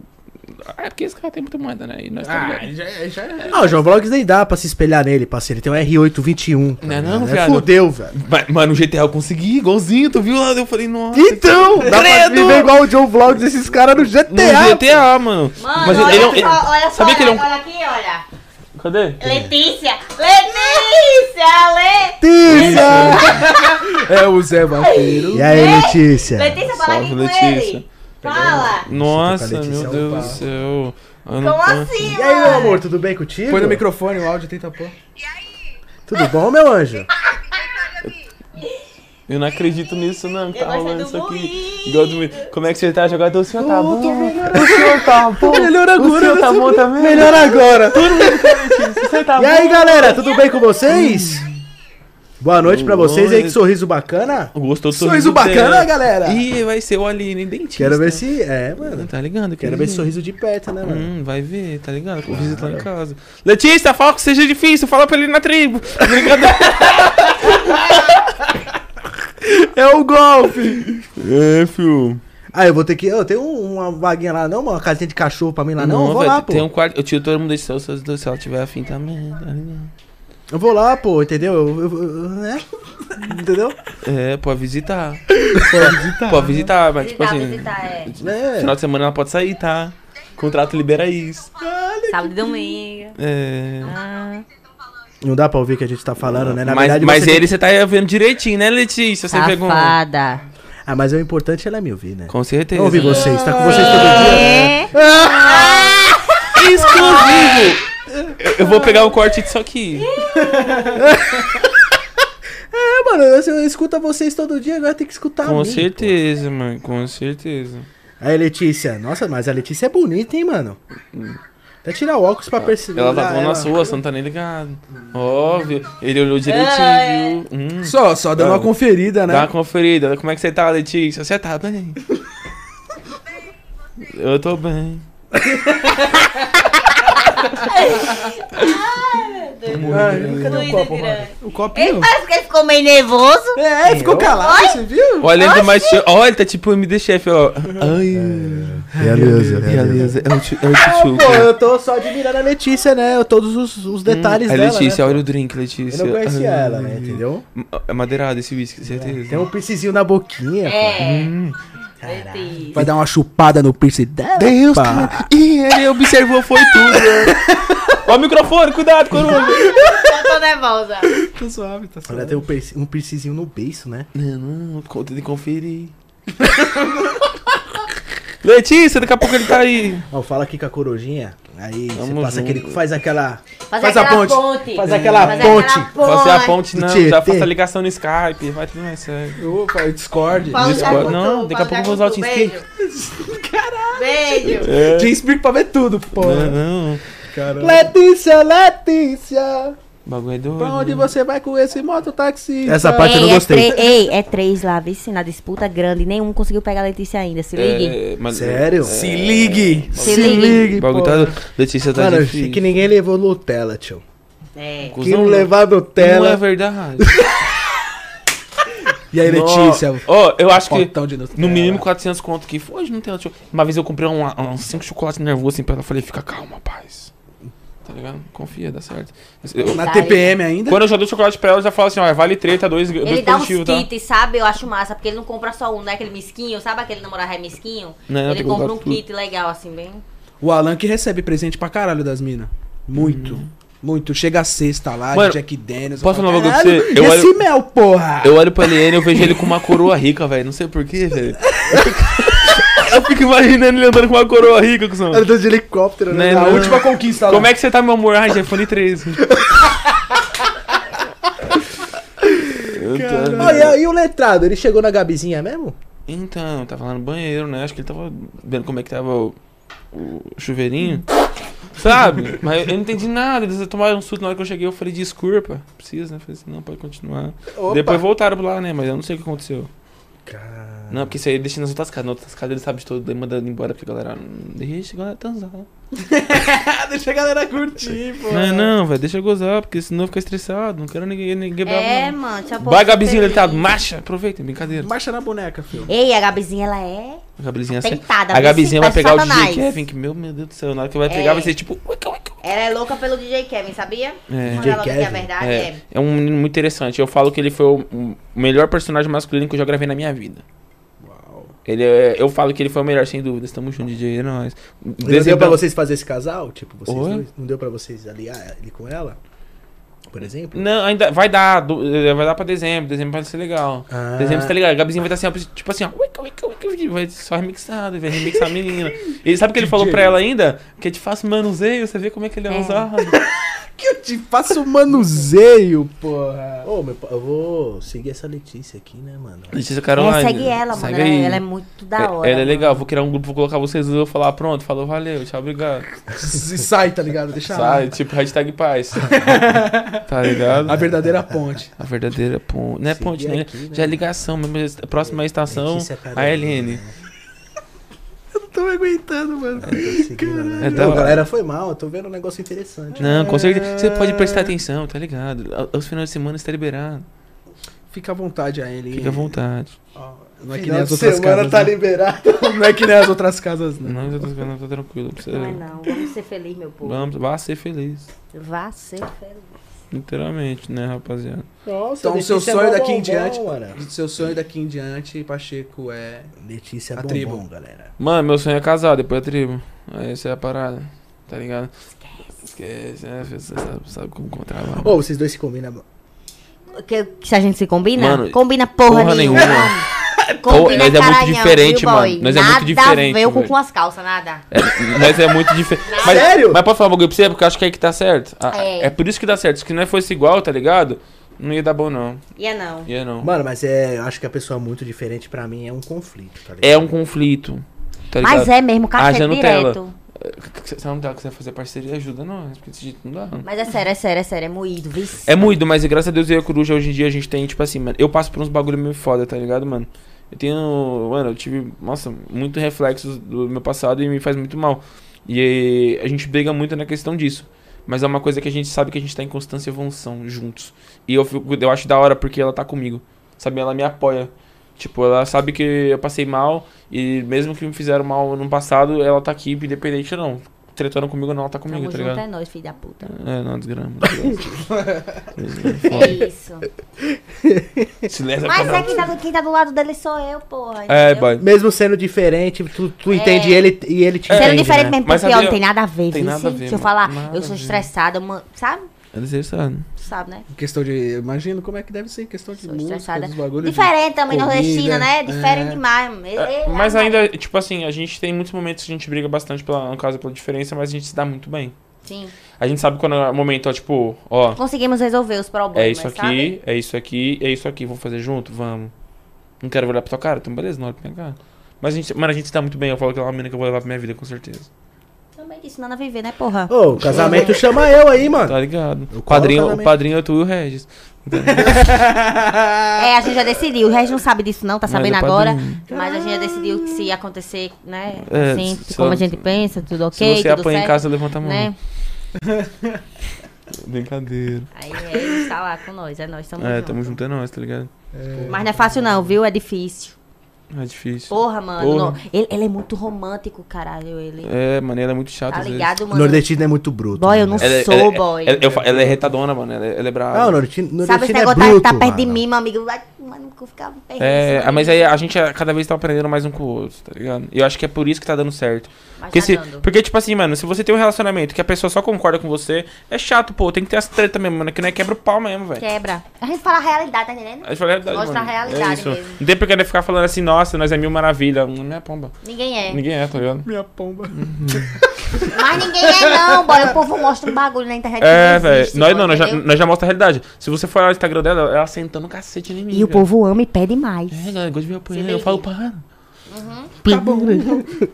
Speaker 4: É porque esse cara tem muita moeda, né? E nós tá ligado.
Speaker 3: já, é- já é.
Speaker 1: Ah, o João Vlogs nem dá pra se espelhar nele, parceiro. Ele tem um R821.
Speaker 4: Não é não,
Speaker 1: ligado?
Speaker 4: viado?
Speaker 1: Fudeu, velho.
Speaker 4: Mas, mano, o GTA eu consegui, igualzinho, tu viu lá? Eu falei, nossa.
Speaker 1: Então, dá pra
Speaker 4: Credo!
Speaker 1: viver igual o John Vlogs, esses caras no
Speaker 4: No
Speaker 1: GTA.
Speaker 4: GTA, mano.
Speaker 5: Mano,
Speaker 4: Mas
Speaker 5: olha,
Speaker 4: ele é um-
Speaker 5: só, olha só,
Speaker 4: sabia que ele é um- é?
Speaker 5: olha aqui, olha.
Speaker 4: Cadê?
Speaker 5: Letícia! Letícia! Le...
Speaker 1: Letícia!
Speaker 3: É o Zé Vaqueiro.
Speaker 1: E aí, Letícia?
Speaker 5: Letícia, fala aqui
Speaker 4: É. Salve,
Speaker 5: com
Speaker 4: Letícia.
Speaker 5: ele! Fala!
Speaker 4: Nossa,
Speaker 1: Letícia,
Speaker 4: meu Deus
Speaker 3: opa.
Speaker 4: do céu. Eu não
Speaker 5: é Como
Speaker 4: tô-
Speaker 1: E aí,
Speaker 5: assim,
Speaker 1: meu
Speaker 5: mano?
Speaker 1: amor, tudo bem contigo?
Speaker 3: Põe no microfone o áudio, tenta pôr.
Speaker 1: Tudo bom, meu anjo?
Speaker 4: Eu não acredito nisso, não. que Tá
Speaker 5: Eu gostei
Speaker 4: rolando
Speaker 5: do
Speaker 4: isso aqui.
Speaker 5: Luiz.
Speaker 4: Igual do... Luiz. Como é que você tá jogando? O senhor tá bom. O senhor tá bom.
Speaker 1: Melhor
Speaker 4: O senhor tá bom também.
Speaker 1: Melhor agora.
Speaker 4: Você tá
Speaker 1: E aí,
Speaker 4: bom.
Speaker 1: galera, tudo bem com vocês? Boa noite pra vocês aí, que sorriso bacana.
Speaker 4: Gostou do né,
Speaker 3: Sorriso
Speaker 4: do Zé.
Speaker 3: bacana, galera.
Speaker 4: Ih, vai ser o Aline, dentista.
Speaker 1: Quero ver se. É, mano.
Speaker 4: Tá ligado?
Speaker 1: Quero ver esse sorriso de perto, né, mano?
Speaker 4: Hum, vai ver, tá ligado? Vou visitar em casa. Letícia, fala que seja difícil, fala pra ele na tribo. Brincadeira.
Speaker 1: É o golfe!
Speaker 4: É, fio.
Speaker 1: Ah, eu vou ter que. Eu tenho um- uma vaguinha lá, não? Uma casinha de cachorro pra mim lá, não? eu vou
Speaker 4: velho,
Speaker 1: lá, pô.
Speaker 4: Tem um quarto. Eu tiro todo mundo de Celso se ela tiver afim também, tá ligado?
Speaker 1: Eu vou lá, pô, entendeu? Eu, eu- eu- né? *laughs* Entendeu?
Speaker 4: É, pode
Speaker 1: *laughs*
Speaker 4: visitar. Pode visitar. Pode visitar, mas tipo
Speaker 5: Visitar,
Speaker 4: assim.
Speaker 5: visitar, é.
Speaker 1: É.
Speaker 4: Final de semana ela pode sair, tá? Contrato libera isso.
Speaker 5: Sábado e domingo.
Speaker 4: É.
Speaker 5: Ah.
Speaker 1: Não dá pra ouvir o que a gente tá falando, né? Na
Speaker 4: mas
Speaker 1: verdade,
Speaker 4: mas
Speaker 1: você-
Speaker 4: ele você tá vendo direitinho, né, Letícia? Você pegou. um-
Speaker 5: Safada.
Speaker 1: Ah, mas o importante é ela me ouvir, né?
Speaker 4: Com certeza.
Speaker 1: Eu ouvi vocês, tá com vocês todo
Speaker 4: Ah.
Speaker 1: dia.
Speaker 5: É.
Speaker 4: Exclusivo! Eu- Eu vou pegar o corte disso aqui.
Speaker 1: É, mano, eu, eu escuto vocês todo dia, agora tem que escutar a
Speaker 4: Com
Speaker 1: mim.
Speaker 4: certeza, mano. Com certeza.
Speaker 1: Aí, Letícia. Nossa, mas a Letícia é bonita, hein, mano? Até tirar o óculos pra perceber. Ah,
Speaker 4: Ela tá falando
Speaker 1: ela. é
Speaker 4: na sua, você não tá nem ligado. Óbvio. Ele olhou
Speaker 5: É.
Speaker 4: direitinho, viu? Hum.
Speaker 3: Só, só dando
Speaker 4: Tá.
Speaker 3: uma conferida,
Speaker 4: Dá uma
Speaker 3: né?
Speaker 4: conferida. Como é que você tá, Letícia? Você tá bem? Eu tô bem.
Speaker 1: Ai, nunca deu um
Speaker 5: Luiz
Speaker 1: copo,
Speaker 5: é
Speaker 1: mano.
Speaker 5: grande.
Speaker 3: O copinho.
Speaker 5: Ele parece que ele ficou meio nervoso.
Speaker 3: É, ficou calado, você viu?
Speaker 4: Olha, ele tá mais. Olha, ele tá tipo MD chefe, ó.
Speaker 1: É,
Speaker 4: Ai.
Speaker 1: Realeza,
Speaker 4: Beleza, é o tchu- é o
Speaker 1: Pô,
Speaker 4: tchutchuca.
Speaker 1: eu tô só admirando a Letícia, né? Eu- Todos os, os detalhes
Speaker 4: É
Speaker 1: dela.
Speaker 4: Letícia,
Speaker 1: né?
Speaker 4: olha o drink, Letícia.
Speaker 1: Eu não conhecia
Speaker 4: Ai.
Speaker 1: ela, né? Entendeu?
Speaker 4: É madeirado esse whisky, certeza.
Speaker 1: Tem um piscizinho na boquinha.
Speaker 5: É.
Speaker 4: Hum.
Speaker 5: Letícia.
Speaker 3: Vai dar uma chupada no piercing dela.
Speaker 4: Deus,
Speaker 3: pá.
Speaker 4: cara. *laughs* Ih, ele observou, foi tudo. né? Ó o microfone, cuidado, coroa.
Speaker 5: Eu tô nervosa.
Speaker 3: Tá suave, tá
Speaker 1: Olha, tem um, piercing- um piercingzinho no beiço, né?
Speaker 4: Não, não, conta de conferir. *laughs* Letícia, daqui a pouco ele tá aí.
Speaker 1: Ó, fala aqui com a corujinha. Aí você
Speaker 4: Tamo
Speaker 1: passa
Speaker 4: junto.
Speaker 1: aquele. Faz aquela.
Speaker 5: Fazer
Speaker 1: Faz a
Speaker 5: aquela
Speaker 1: ponte.
Speaker 5: ponte.
Speaker 1: Faz aquela ponte.
Speaker 4: Fazer a ponte, não.
Speaker 1: Tietê.
Speaker 4: Já faça a ligação no Skype. Vai tudo mais certo.
Speaker 3: Opa, Discord.
Speaker 5: Paulo
Speaker 4: Discord.
Speaker 5: Jacutu,
Speaker 4: Não, daqui a
Speaker 5: Paulo
Speaker 4: pouco eu vou usar o
Speaker 5: Jacutu,
Speaker 4: Teamspeak.
Speaker 5: beijo. Beijo.
Speaker 4: É.
Speaker 3: Tinha espírito pra ver tudo, pô.
Speaker 4: Não, não.
Speaker 3: Caramba.
Speaker 1: Letícia, Letícia!
Speaker 4: O bagulho é doido.
Speaker 3: Pra onde você vai com esse mototaxi?
Speaker 1: Essa parte eu não
Speaker 5: Ei, é
Speaker 1: gostei.
Speaker 5: tre- Ei, é três lá, vê se na disputa grande nenhum conseguiu pegar a Letícia ainda, se ligue.
Speaker 4: É, mas-
Speaker 1: Sério?
Speaker 3: Se ligue.
Speaker 5: Se ligue.
Speaker 4: O bagulho tá. Letícia tá
Speaker 1: Mano,
Speaker 4: difícil.
Speaker 1: achei que ninguém levou Nutella, tio.
Speaker 5: É.
Speaker 1: Quem não levar
Speaker 4: Não é
Speaker 1: Nutella.
Speaker 4: *laughs* verdade.
Speaker 1: E aí, Letícia?
Speaker 4: Ó, ó, eu acho que.
Speaker 3: Potão de É. Nutella.
Speaker 4: No mínimo 400 conto que foi, hoje não tem ela. Uma vez eu comprei um- um- uns 5 chocolates nervosos assim pra ela. Eu falei, fica calma, paz. Tá ligado? Confia, dá certo. Eu-
Speaker 3: Na TPM ainda?
Speaker 4: quando eu já dou chocolate pra ela, eu já falo assim, ó, vale treta, dois, dois
Speaker 5: Ele dá uns
Speaker 4: positivo, tá?
Speaker 5: kits, sabe? Eu acho massa, porque ele não compra só um, né? Aquele misquinho, sabe aquele namorado é misquinho?
Speaker 4: Não, tem
Speaker 5: ele
Speaker 4: que
Speaker 5: compra
Speaker 4: comprar
Speaker 5: um
Speaker 4: Né, tudo.
Speaker 5: kit legal, assim, bem.
Speaker 3: O Alan que recebe presente pra caralho das minas. Muito. Muito. Chega a sexta lá,
Speaker 4: Mano,
Speaker 3: de Jack Daniels.
Speaker 4: posso
Speaker 3: eu falo,
Speaker 4: falar um bagulho pra
Speaker 3: "Caralho,
Speaker 4: você? Eu
Speaker 3: e
Speaker 4: olho-
Speaker 3: esse mel, porra!
Speaker 4: Eu olho pra Eliane e eu vejo ele com uma coroa rica, velho. Não sei porquê, velho. *laughs* Eu fico imaginando ele andando com uma coroa rica, cuzão.
Speaker 1: Ela tá de helicóptero,
Speaker 4: Né,
Speaker 1: Na
Speaker 4: né?
Speaker 1: última-
Speaker 3: conquista
Speaker 4: Como é que você tá, meu amor? Ai, já é iPhone 13. Eu tô-
Speaker 1: Ó, e aí, e o letrado? Ele chegou na Gabizinha mesmo?
Speaker 4: né? Então, eu tava lá no banheiro, né? Acho que ele tava vendo como é que tava o, o chuveirinho. Sabe? Mas eu não entendi nada. Eles tomaram um susto na hora que eu cheguei. Eu falei, desculpa. Precisa, né? Eu falei assim, não, pode continuar.
Speaker 1: Opa.
Speaker 4: Depois voltaram pra lá, né? Mas eu não sei o que aconteceu.
Speaker 1: Cara.
Speaker 4: Não, porque isso aí deixa nas outras casas. Nas outras casas ele sabe de tudo. Ele manda embora, porque a galera... "Hum, Deixa a galera transar.
Speaker 3: Deixa a galera curtir, pô.
Speaker 4: Não, não, velho. Deixa eu gozar, porque senão eu fico estressado. Não quero ninguém, ninguém bravo,
Speaker 5: É,
Speaker 4: não.
Speaker 5: mano, tinha
Speaker 4: Vai, Gabizinho, ele tá... Macha! Aproveita, brincadeira.
Speaker 3: Marcha na boneca, filho.
Speaker 5: Ei, a Gabizinha, ela é
Speaker 4: A Gabizinha...
Speaker 5: tentada.
Speaker 4: A Gabizinha vai
Speaker 5: parece
Speaker 4: pegar o DJ
Speaker 5: Satanás.
Speaker 4: Kevin, que, meu, meu Deus do céu, na hora que vai pegar vai ser tipo... uica, uica, uica.
Speaker 5: Ela é louca pelo DJ Kevin, sabia?
Speaker 4: É.
Speaker 5: Quando
Speaker 1: DJ
Speaker 5: ela vê a
Speaker 1: Kevin?
Speaker 5: verdade, é.
Speaker 4: É, é um menino muito interessante. Eu falo que ele foi o o melhor personagem masculino que eu já gravei na minha vida.
Speaker 3: Uau.
Speaker 4: Ele é- eu falo que ele foi o melhor, sem dúvidas. Tamo junto, DJ, é nóis.
Speaker 1: E Não deu pra
Speaker 4: Dezembro-
Speaker 1: vocês fazer esse casal? Tipo, vocês
Speaker 4: Oi?
Speaker 1: dois? Não deu pra vocês
Speaker 4: Ah.
Speaker 1: aliar ele com ela? Por exemplo?
Speaker 4: Não, ainda vai dar, do- eh, vai dar pra dezembro, dezembro vai ser legal.
Speaker 1: Ah.
Speaker 4: Dezembro tá legal, a Gabizinha vai estar assim, ó, tipo assim, ó, uica, uica, uica, vai só remixado, vai remixar a menina. E sabe o que ele falou pra ela ainda? Que eu te faço manuseio, você vê como é que ele é
Speaker 5: É.
Speaker 4: usado.
Speaker 3: Que eu te faço manuseio, porra.
Speaker 1: Ô, meu pa- eu vou seguir essa Letícia aqui, né, mano?
Speaker 4: Letícia
Speaker 5: É,
Speaker 4: Caroline.
Speaker 5: segue ela, mano.
Speaker 4: um segue
Speaker 5: Ela,
Speaker 4: aí.
Speaker 5: ela é muito da hora.
Speaker 4: Ela é
Speaker 5: mano.
Speaker 4: legal, vou criar um grupo, vou colocar vocês, eu vou falar, pronto, falou, valeu, tchau, obrigado.
Speaker 3: E sai, tá ligado? Deixa
Speaker 4: Sabe, tipo, hashtag *laughs* paz. tá ligado?
Speaker 3: lá. A verdadeira ponte.
Speaker 4: A verdadeira ponte. Não é
Speaker 1: Seguir
Speaker 4: ponte, né? É,
Speaker 1: aqui, né?
Speaker 4: Já é ligação, mesmo, mas a próxima estação,
Speaker 1: Letícia é né?
Speaker 4: a
Speaker 1: Caroline,
Speaker 4: Helene.
Speaker 3: Não tô aguentando, mano.
Speaker 1: Caralho.
Speaker 3: né?
Speaker 4: É da hora.
Speaker 1: galera, foi mal. Eu tô vendo um negócio interessante. É.
Speaker 4: Não, com certeza. Você pode prestar atenção, tá ligado? A- Aos finais de semana está liberado.
Speaker 3: Fica à vontade, a ele. *laughs*
Speaker 4: Fica à vontade.
Speaker 3: Ó, Não
Speaker 1: Não
Speaker 3: é que nem as outras
Speaker 1: semana
Speaker 3: casas.
Speaker 1: tá
Speaker 3: né?
Speaker 1: liberado.
Speaker 3: Não é que nem as outras casas, né?
Speaker 4: Não, eu tô, eu tô tranquilo. pra você-
Speaker 5: Não é não. Vamos ser feliz, meu povo.
Speaker 4: Vamos, vá ser feliz.
Speaker 5: Vá ser feliz.
Speaker 4: Literalmente, né, rapaziada?
Speaker 1: Nossa,
Speaker 3: Então,
Speaker 1: Letícia é
Speaker 3: seu sonho
Speaker 1: mó
Speaker 3: daqui em
Speaker 1: bombom,
Speaker 3: diante-
Speaker 1: mano.
Speaker 3: Seu sonho daqui em diante, Pacheco, é.
Speaker 1: Letícia é
Speaker 3: A
Speaker 1: bombom,
Speaker 3: tribo.
Speaker 1: galera.
Speaker 4: Mano, meu sonho é casar depois da tribo. Aí Essa é a parada, tá ligado? Esquece, né? Você sabe, sabe como encontrar lá.
Speaker 1: Ô, vocês dois se combinam.
Speaker 5: Que, que se a gente se combina?
Speaker 4: Mano,
Speaker 5: combina porra, nenhuma. *laughs*
Speaker 4: Pô, nós é muito
Speaker 5: caralhão,
Speaker 4: diferente,
Speaker 5: viu,
Speaker 4: mano.
Speaker 5: boy?
Speaker 4: Nós é muito diferente,
Speaker 5: Nada a ver um com,
Speaker 4: velho.
Speaker 5: com as calças, nada.
Speaker 4: É, mas é muito diferente. Mas,
Speaker 1: Sério?
Speaker 4: Mas posso falar um bagulho pra você? Porque eu acho que é aí que tá certo. Ah,
Speaker 5: É.
Speaker 4: é. por isso que dá certo. Se não fosse igual, tá ligado? Não ia dar bom, não.
Speaker 5: Ia é não.
Speaker 4: Ia não.
Speaker 1: Mano, mas é. Eu acho que a pessoa muito diferente pra mim é um conflito, tá ligado?
Speaker 4: É um conflito. Tá ligado?
Speaker 5: Mas é mesmo, cacete
Speaker 4: Haja Nutella.
Speaker 5: direto.
Speaker 4: Se não dá, quiser fazer parceria, ajuda nós. Porque desse jeito não dá.
Speaker 5: Mas é sério, é sério, é sério. É moído, vice.
Speaker 4: É muito, mas graças a Deus eu e a Coruja hoje em dia a gente tem, tipo assim, mano. Eu passo por uns bagulho meio foda, tá ligado, mano? Eu tenho. Mano, eu tive, nossa, muito reflexos do meu passado e me faz muito mal. E eh, a gente briga muito na questão disso. Mas é uma coisa que a gente sabe que a gente tá em constância e evolução juntos. E eu, fico- eu acho da hora porque ela tá comigo. Sabe? Ela me apoia. Tipo, ela sabe que eu passei mal e mesmo que me fizeram mal no passado, ela tá aqui, independente ou não. Tretando comigo ou não, ela tá comigo,
Speaker 5: Tamo
Speaker 4: tá
Speaker 5: junto,
Speaker 4: ligado?
Speaker 5: é nóis, filho da puta.
Speaker 4: É, não, desgrama. desgrama.
Speaker 5: É isso.
Speaker 4: Silêncio
Speaker 5: Mas é quem tá, do- quem tá do lado dele sou eu, porra.
Speaker 4: É,
Speaker 5: entendeu?
Speaker 4: boy.
Speaker 1: Mesmo sendo diferente, tu, tu
Speaker 5: É.
Speaker 1: entende ele e ele te entende.
Speaker 5: Sendo é diferente
Speaker 1: né?
Speaker 5: mesmo,
Speaker 4: é, Mas
Speaker 5: porque ó,
Speaker 4: sabia-
Speaker 5: não tem nada a ver,
Speaker 4: Tem
Speaker 5: vice.
Speaker 4: nada a ver,
Speaker 5: Se eu
Speaker 4: mano.
Speaker 5: falar,
Speaker 4: Nada
Speaker 5: eu sou
Speaker 4: a ver.
Speaker 5: estressada, mano, sabe?
Speaker 4: É necessário.
Speaker 5: Tu sabe, né?
Speaker 3: Em Questão de. eu Imagino como é que deve ser, questão de
Speaker 5: Sou
Speaker 3: música,
Speaker 5: estressada.
Speaker 3: dos bagulhos.
Speaker 5: Diferente também,
Speaker 3: comida,
Speaker 5: nordestina, né? Diferente
Speaker 3: é.
Speaker 5: demais. mano. Ei, ei,
Speaker 4: Mas
Speaker 5: lá,
Speaker 4: ainda, tipo assim, a gente tem muitos momentos que a gente briga bastante pela, no caso, pela diferença, mas a gente se dá muito bem.
Speaker 5: Sim.
Speaker 4: A gente sabe quando é o momento, ó, tipo, ó,
Speaker 5: Conseguimos resolver os problemas,
Speaker 4: é isso
Speaker 5: sabe?
Speaker 4: aqui, é isso aqui, é isso aqui, vamos fazer junto? Vamos. Não quero olhar pra tua cara, então beleza, não olha pra minha cara. Mas a gente, mano, a gente se dá muito bem, eu falo que ela é uma menina que eu vou levar pra minha vida, com certeza.
Speaker 5: Também disso, nada a viver, né, porra?
Speaker 1: Ô, o casamento chama eu aí, mano.
Speaker 4: Tá ligado?
Speaker 1: Eu
Speaker 4: O padrinho,
Speaker 5: né?
Speaker 1: colo
Speaker 4: o padrinho é tu e o Regis.
Speaker 5: É, a gente já decidiu. O Regis não sabe disso, não, tá
Speaker 4: Mas
Speaker 5: sabendo
Speaker 4: é
Speaker 5: agora.
Speaker 4: padrinho.
Speaker 5: Mas a gente já decidiu que se acontecer, né?
Speaker 4: É,
Speaker 5: Assim,
Speaker 4: se-
Speaker 5: como a
Speaker 4: se-
Speaker 5: gente pensa, tudo ok,
Speaker 4: Se você
Speaker 5: tudo
Speaker 4: apanha
Speaker 5: certo.
Speaker 4: em casa, levanta a mão.
Speaker 5: né?
Speaker 4: Brincadeira.
Speaker 5: Aí é, ele tá lá com nós, é nós, tamo
Speaker 4: É,
Speaker 5: junto.
Speaker 4: tamo junto é nós, tá ligado?
Speaker 5: Mas não é fácil não, viu? É difícil.
Speaker 4: É difícil.
Speaker 5: Porra, mano.
Speaker 4: Porra.
Speaker 5: não. Ele, ele é muito romântico, caralho, ele.
Speaker 4: É, mano, ela é muito chata
Speaker 5: tá
Speaker 4: às vezes.
Speaker 5: ligado, mano?
Speaker 1: Nordestino é muito bruto.
Speaker 5: Boy, eu
Speaker 1: né,
Speaker 5: não
Speaker 1: velho?
Speaker 4: Ela,
Speaker 5: sou,
Speaker 4: ela-
Speaker 5: boy.
Speaker 4: Ela, eu fa- ela é retadona, mano. Ela, ela é brava.
Speaker 1: Ah, o nordestino,
Speaker 5: Sabe, esse
Speaker 1: nordestino é
Speaker 5: negócio
Speaker 1: bruto,
Speaker 5: tá, tá perto de
Speaker 1: mano.
Speaker 5: mim, meu amigo. Vai, mano, que eu ficava perto.
Speaker 4: É, ah, mas aí a gente ah, cada vez tá aprendendo mais um com o outro, tá ligado? E eu acho que é por isso que tá dando certo.
Speaker 5: Mas
Speaker 4: Porque,
Speaker 5: tá
Speaker 4: se-
Speaker 5: dando.
Speaker 4: porque, tipo assim, mano, se você tem um relacionamento que a pessoa só concorda com você, é chato, pô. Tem que ter as treta mesmo, mano. Que não é quebra o pau mesmo, velho. É tipo
Speaker 5: Quebra. A gente fala a realidade, tá entendendo?
Speaker 4: A gente fala a realidade,
Speaker 5: Mostra a
Speaker 4: mano.
Speaker 5: realidade
Speaker 4: é isso.
Speaker 5: mesmo.
Speaker 4: Não tem porque ficar falando assim, nossa, nós é mil maravilha. Não é pomba.
Speaker 5: Ninguém é.
Speaker 4: Ninguém é, tá ligado?
Speaker 3: Minha pomba.
Speaker 5: Mas ninguém é não, boy. O povo mostra um bagulho na internet. que
Speaker 4: É,
Speaker 5: não
Speaker 4: velho.
Speaker 5: existe,
Speaker 4: Nós
Speaker 5: boy,
Speaker 4: não, nós já,
Speaker 5: entendeu?
Speaker 4: nós já mostra a realidade. Se você for olhar o Instagram dela, ela sentando o cacete em mim.
Speaker 5: E o
Speaker 4: velho.
Speaker 5: povo ama e pede mais.
Speaker 4: É, galera, gosto de ver apanhando.
Speaker 5: Se
Speaker 4: Eu
Speaker 5: liga.
Speaker 4: falo, para.
Speaker 3: Tá bom.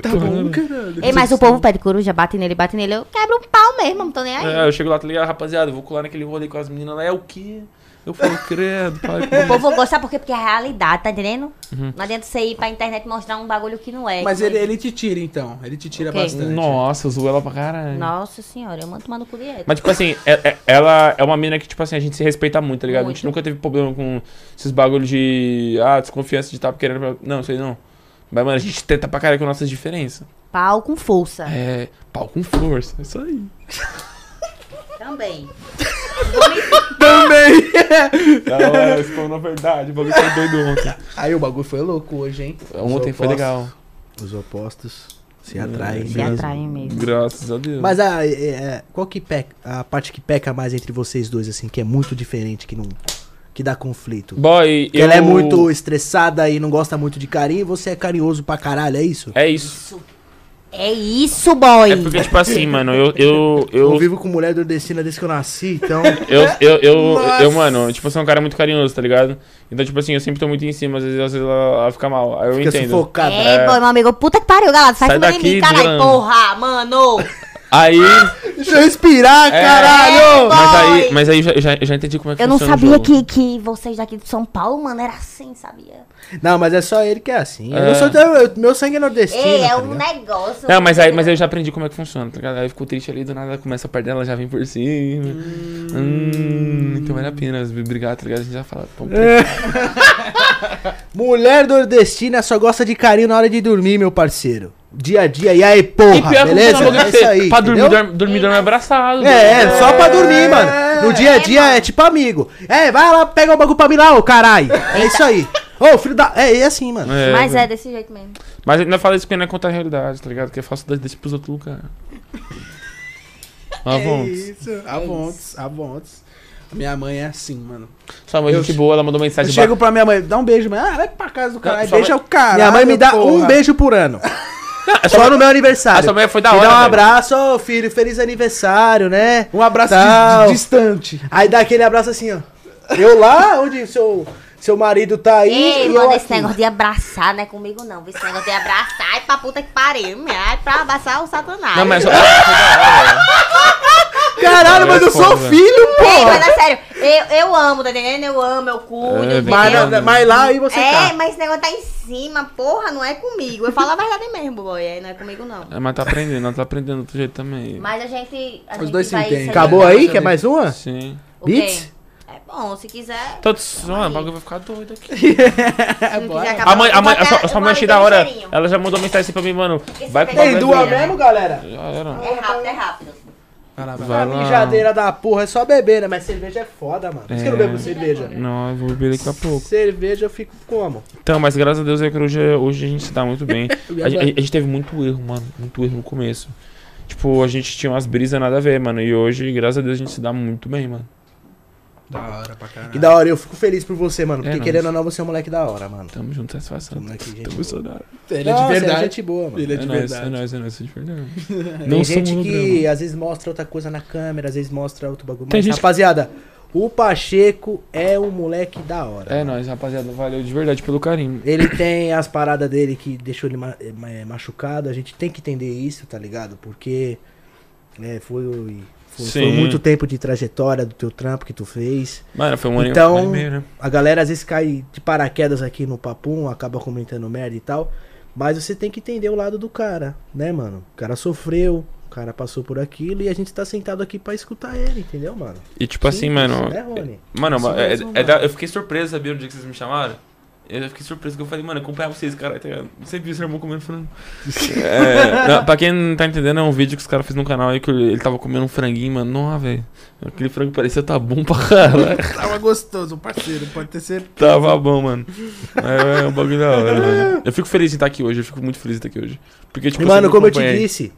Speaker 3: Tá bom,
Speaker 4: É,
Speaker 3: caralho.
Speaker 5: Ei, mas o povo pede coruja, bate nele, bate nele. Eu quebro um pau mesmo, não tô nem aí.
Speaker 4: É, eu chego lá, tá ligado? Rapaziada, eu vou colar naquele rolê com as meninas lá. É o quê? Eu falo, credo, pai.
Speaker 5: O *laughs* povo gosta, sabe por quê? Porque é a realidade, tá entendendo?
Speaker 4: Uhum.
Speaker 5: Não adianta você ir pra internet mostrar um bagulho que não é.
Speaker 3: Mas
Speaker 5: que não
Speaker 3: ele,
Speaker 5: é.
Speaker 3: ele te tira, então. Ele te tira
Speaker 5: Ok.
Speaker 3: bastante.
Speaker 4: Nossa, eu zoo ela pra caralho.
Speaker 5: Nossa senhora, eu mando tomar no cu direto.
Speaker 4: Mas, tipo assim, é- é- ela é uma mina que, tipo assim, a gente se respeita muito, tá ligado? A gente
Speaker 5: Muito.
Speaker 4: nunca teve problema com esses bagulhos de. Ah, desconfiança de estar querendo. pra- Não, isso aí não. Mas, mano, a gente tenta pra caralho com nossas diferenças.
Speaker 5: Pau com força.
Speaker 4: É. Pau com força. É isso aí.
Speaker 5: Também.
Speaker 1: Também!
Speaker 4: Da hora, esse pão na verdade. O bagulho foi doido ontem.
Speaker 3: Aí o bagulho foi louco hoje, hein?
Speaker 4: *laughs* Ontem foi
Speaker 1: Só posso.
Speaker 4: legal.
Speaker 1: Os opostos se atraem.
Speaker 4: Se
Speaker 5: Me
Speaker 1: mesmo.
Speaker 5: Hum, atraem mesmo.
Speaker 4: Graças a Deus.
Speaker 1: Mas a, é, é, qual que peca, a parte que peca mais entre vocês dois, assim, que é muito diferente, que não. que dá conflito?
Speaker 4: Boy,
Speaker 1: Que
Speaker 4: eu...
Speaker 1: Ela é muito estressada e não gosta muito de carinho, e você é carinhoso pra caralho, é isso?
Speaker 4: É isso.
Speaker 5: É isso, boy.
Speaker 4: É porque, tipo assim, mano, eu. Eu,
Speaker 1: Eu,
Speaker 4: eu,
Speaker 1: vivo com mulher nordestina desde que eu nasci, então.
Speaker 4: *laughs* eu, eu, eu,
Speaker 1: Nossa.
Speaker 4: eu, mano, tipo, sou um cara muito carinhoso, tá ligado? Então, tipo assim, eu sempre tô muito em cima, às vezes, às vezes ela, ela fica mal. Aí eu
Speaker 1: fica
Speaker 4: entendo.
Speaker 1: sufocada.
Speaker 5: É, boy, meu amigo. Puta que pariu, galera. Sai,
Speaker 4: Sai
Speaker 5: comendo em
Speaker 4: daqui,
Speaker 5: mim, caralho.
Speaker 4: Dylan.
Speaker 5: Porra, mano.
Speaker 4: Aí.
Speaker 1: Deixa eu respirar,
Speaker 4: É.
Speaker 1: caralho!
Speaker 4: Mas aí,
Speaker 5: boy.
Speaker 4: mas aí eu já, eu já, eu já entendi como é que
Speaker 5: Eu não
Speaker 4: funciona o
Speaker 5: sabia
Speaker 4: jogo.
Speaker 5: que, que vocês daqui de São Paulo, mano, era assim, sabia?
Speaker 1: Não, mas é só ele que é assim. Eu
Speaker 4: É.
Speaker 1: não sou- eu- meu sangue é nordestino.
Speaker 5: Ei, é
Speaker 1: tá
Speaker 5: um
Speaker 1: ligado?
Speaker 5: negócio.
Speaker 4: Não, mas aí, mas aí eu já aprendi como é que funciona, tá ligado? Aí eu fico triste ali, do nada começa a perto dela, já vem por cima. Hum, então vale a pena brigar, tá ligado? A gente já fala. Pô,
Speaker 1: É. Mulher nordestina só gosta de carinho na hora de dormir, meu parceiro. Dia a dia, e aí, porra,
Speaker 4: pior que
Speaker 1: beleza?
Speaker 4: funciona logo
Speaker 1: É
Speaker 4: que você-
Speaker 1: isso aí.
Speaker 4: Pra dormir,
Speaker 1: entendeu?
Speaker 4: dorme, dormir, dorme abraçado. tá
Speaker 1: É,
Speaker 4: mano.
Speaker 1: é, só pra dormir, mano. No dia a
Speaker 5: É,
Speaker 1: dia
Speaker 5: mano.
Speaker 1: é tipo amigo. É, vai lá, pega o bagulho pra mim lá, ô caralho. É isso aí. Ô, filho da. É, é assim, mano.
Speaker 4: É,
Speaker 5: Mas é desse jeito mesmo.
Speaker 4: Mas ainda fala isso porque não é contra a realidade, tá ligado? Porque é falsidade deixa pros outros lugares.
Speaker 1: É
Speaker 4: Ah, vamos.
Speaker 3: isso. Avontes, avontes. Minha mãe é assim, mano.
Speaker 4: Sua mãe é
Speaker 3: Eu
Speaker 4: gente
Speaker 3: che-
Speaker 4: boa, ela mandou
Speaker 3: Eu
Speaker 4: mensagem.
Speaker 3: chego pra minha mãe, dá um beijo, mãe. Ah, vai pra casa do caralho,
Speaker 4: sua
Speaker 3: beija
Speaker 4: mãe-
Speaker 3: o caralho.
Speaker 1: Minha mãe me dá um
Speaker 3: porra.
Speaker 1: beijo por ano. Só no meu
Speaker 4: A
Speaker 1: aniversário.
Speaker 4: sua mãe foi da
Speaker 1: Me
Speaker 4: hora.
Speaker 1: dá um
Speaker 4: velho.
Speaker 1: abraço, ô filho, feliz aniversário, né?
Speaker 3: Um abraço de-
Speaker 1: Tal.
Speaker 3: de- distante.
Speaker 1: Aí dá aquele abraço assim, ó. Eu lá, onde seu, seu marido tá aí. e
Speaker 5: Ei,
Speaker 1: eu
Speaker 5: mano, esse
Speaker 1: aqui.
Speaker 5: negócio de abraçar não é comigo, não. viu? Esse negócio de abraçar é pra puta que pariu, minha. É pra abraçar o satanás.
Speaker 4: Não, mas sua mãe foi da hora, velho.
Speaker 1: Caralho, mas eu sou
Speaker 4: é Foda.
Speaker 1: filho,
Speaker 5: Ei, mas
Speaker 1: porra.
Speaker 5: é sério, eu, eu amo, tá entendendo? Eu amo, eu cuido.
Speaker 4: É,
Speaker 5: entendeu?
Speaker 1: Mas,
Speaker 4: Entendo.
Speaker 1: na- mas lá aí você
Speaker 5: é,
Speaker 1: tá.
Speaker 5: mas esse negócio tá em cima, porra, não é comigo. Eu falo a verdade mesmo, boy. é, Não é comigo, não.
Speaker 4: É, mas tá aprendendo, ela tá aprendendo do jeito também.
Speaker 5: Mas a gente. A
Speaker 3: Os
Speaker 5: gente
Speaker 3: dois se
Speaker 5: vai
Speaker 3: entendem.
Speaker 5: sendo-
Speaker 1: Acabou aí? Quer mais *laughs* uma?
Speaker 4: Sim.
Speaker 5: O quê?
Speaker 1: Beats?
Speaker 5: É bom, se quiser.
Speaker 4: Todos. Mano, o bagulho vai ficar doido aqui.
Speaker 5: Se não quiser acabar.
Speaker 4: Tá, é A mãe, a mãe,
Speaker 5: eu
Speaker 4: a sua, a
Speaker 5: vou Tá então até-
Speaker 4: sua
Speaker 5: eu
Speaker 4: mãe
Speaker 5: vou
Speaker 4: achei
Speaker 5: ali
Speaker 4: da
Speaker 5: ver
Speaker 4: hora.
Speaker 5: um cheirinho.
Speaker 4: Ela já mandou mensagem assim pra mim, mano. Vai com
Speaker 5: Tem
Speaker 1: Tem
Speaker 5: Mas
Speaker 1: duas
Speaker 5: é.
Speaker 1: mesmo, galera?
Speaker 4: Já era.
Speaker 5: É rápido, é rápido.
Speaker 3: Caralho,
Speaker 1: A
Speaker 4: Vai lá.
Speaker 1: mijadeira da porra é só beber, né? Mas cerveja é foda, mano. Por isso que eu não
Speaker 4: É.
Speaker 1: bebo cerveja.
Speaker 4: Não, eu vou beber daqui a pouco.
Speaker 1: Cerveja eu fico como?
Speaker 4: Então, mas graças a Deus é que hoje, hoje a gente se dá muito bem.
Speaker 3: *laughs* E
Speaker 4: A,
Speaker 3: agora?
Speaker 4: gen- a gente teve muito erro, mano. Muito erro no começo. Tipo, a gente tinha umas brisas nada a ver, mano. E hoje, graças a Deus, a gente se dá muito bem, mano.
Speaker 3: Da hora pra caralho.
Speaker 1: E da hora, eu fico feliz por você, mano.
Speaker 4: É
Speaker 1: Porque
Speaker 4: nóis.
Speaker 1: querendo ou não, você é um moleque da hora, mano.
Speaker 4: Tamo junto, satisfação.
Speaker 1: Moleque, gente
Speaker 4: Tamo
Speaker 1: boa.
Speaker 4: emocionado.
Speaker 3: Ele é
Speaker 1: Não,
Speaker 3: de
Speaker 1: você
Speaker 3: verdade.
Speaker 1: gente boa, mano.
Speaker 3: Ele é
Speaker 4: É
Speaker 3: de
Speaker 4: nóis, é
Speaker 3: verdade.
Speaker 4: nóis, é nóis, é
Speaker 3: *laughs*
Speaker 4: de verdade.
Speaker 1: Tem
Speaker 4: Não
Speaker 1: um gente
Speaker 4: somos
Speaker 1: que às vezes mostra outra coisa na câmera, às vezes mostra outro bagulho.
Speaker 4: Tem
Speaker 1: Mas,
Speaker 4: gente que-
Speaker 1: rapaziada, o Pacheco é um moleque da hora.
Speaker 4: É nóis, rapaziada. Valeu de verdade pelo carinho.
Speaker 1: Ele tem as paradas dele que deixou ele ma- eh, ma- machucado. A gente tem que entender isso, tá ligado? Porque né, foi, o- foi, foi
Speaker 4: Sim.
Speaker 1: muito tempo de trajetória do teu trampo que tu fez.
Speaker 4: Mano, foi um ano
Speaker 1: Então-
Speaker 4: um ano e meio, né?
Speaker 1: A galera às vezes cai de paraquedas aqui no papum, acaba comentando merda e tal. Mas você tem que entender o lado do cara, né, mano? O cara sofreu, o cara passou por aquilo e a gente tá sentado aqui pra escutar ele, entendeu, mano?
Speaker 4: E tipo assim,
Speaker 1: Simples,
Speaker 4: mano.
Speaker 1: Né, Rony?
Speaker 4: Mano,
Speaker 3: Isso
Speaker 4: é-
Speaker 3: mesmo,
Speaker 4: é
Speaker 3: mano.
Speaker 4: da- eu fiquei surpreso, sabia, no dia que vocês me chamaram? Eu fiquei surpreso que eu falei, mano, eu acompanhava vocês, cara. Tá ligado? Você viu seu irmão comendo
Speaker 1: *laughs*
Speaker 4: frango. é, não, pra quem não tá entendendo, é um vídeo que os caras fez no canal aí que ele tava comendo um franguinho, mano. Nossa, velho. Aquele frango parecia tá bom pra caralho. *laughs*
Speaker 3: Tava gostoso, parceiro, pode ter certeza.
Speaker 4: tava bom, mano. É, é um bagulho da hora, mano. Eu fico feliz de estar aqui hoje, eu fico muito feliz de estar aqui hoje. Porque, tipo,
Speaker 1: E, mano,
Speaker 4: sempre
Speaker 1: como eu te
Speaker 4: acompanhei.
Speaker 1: disse,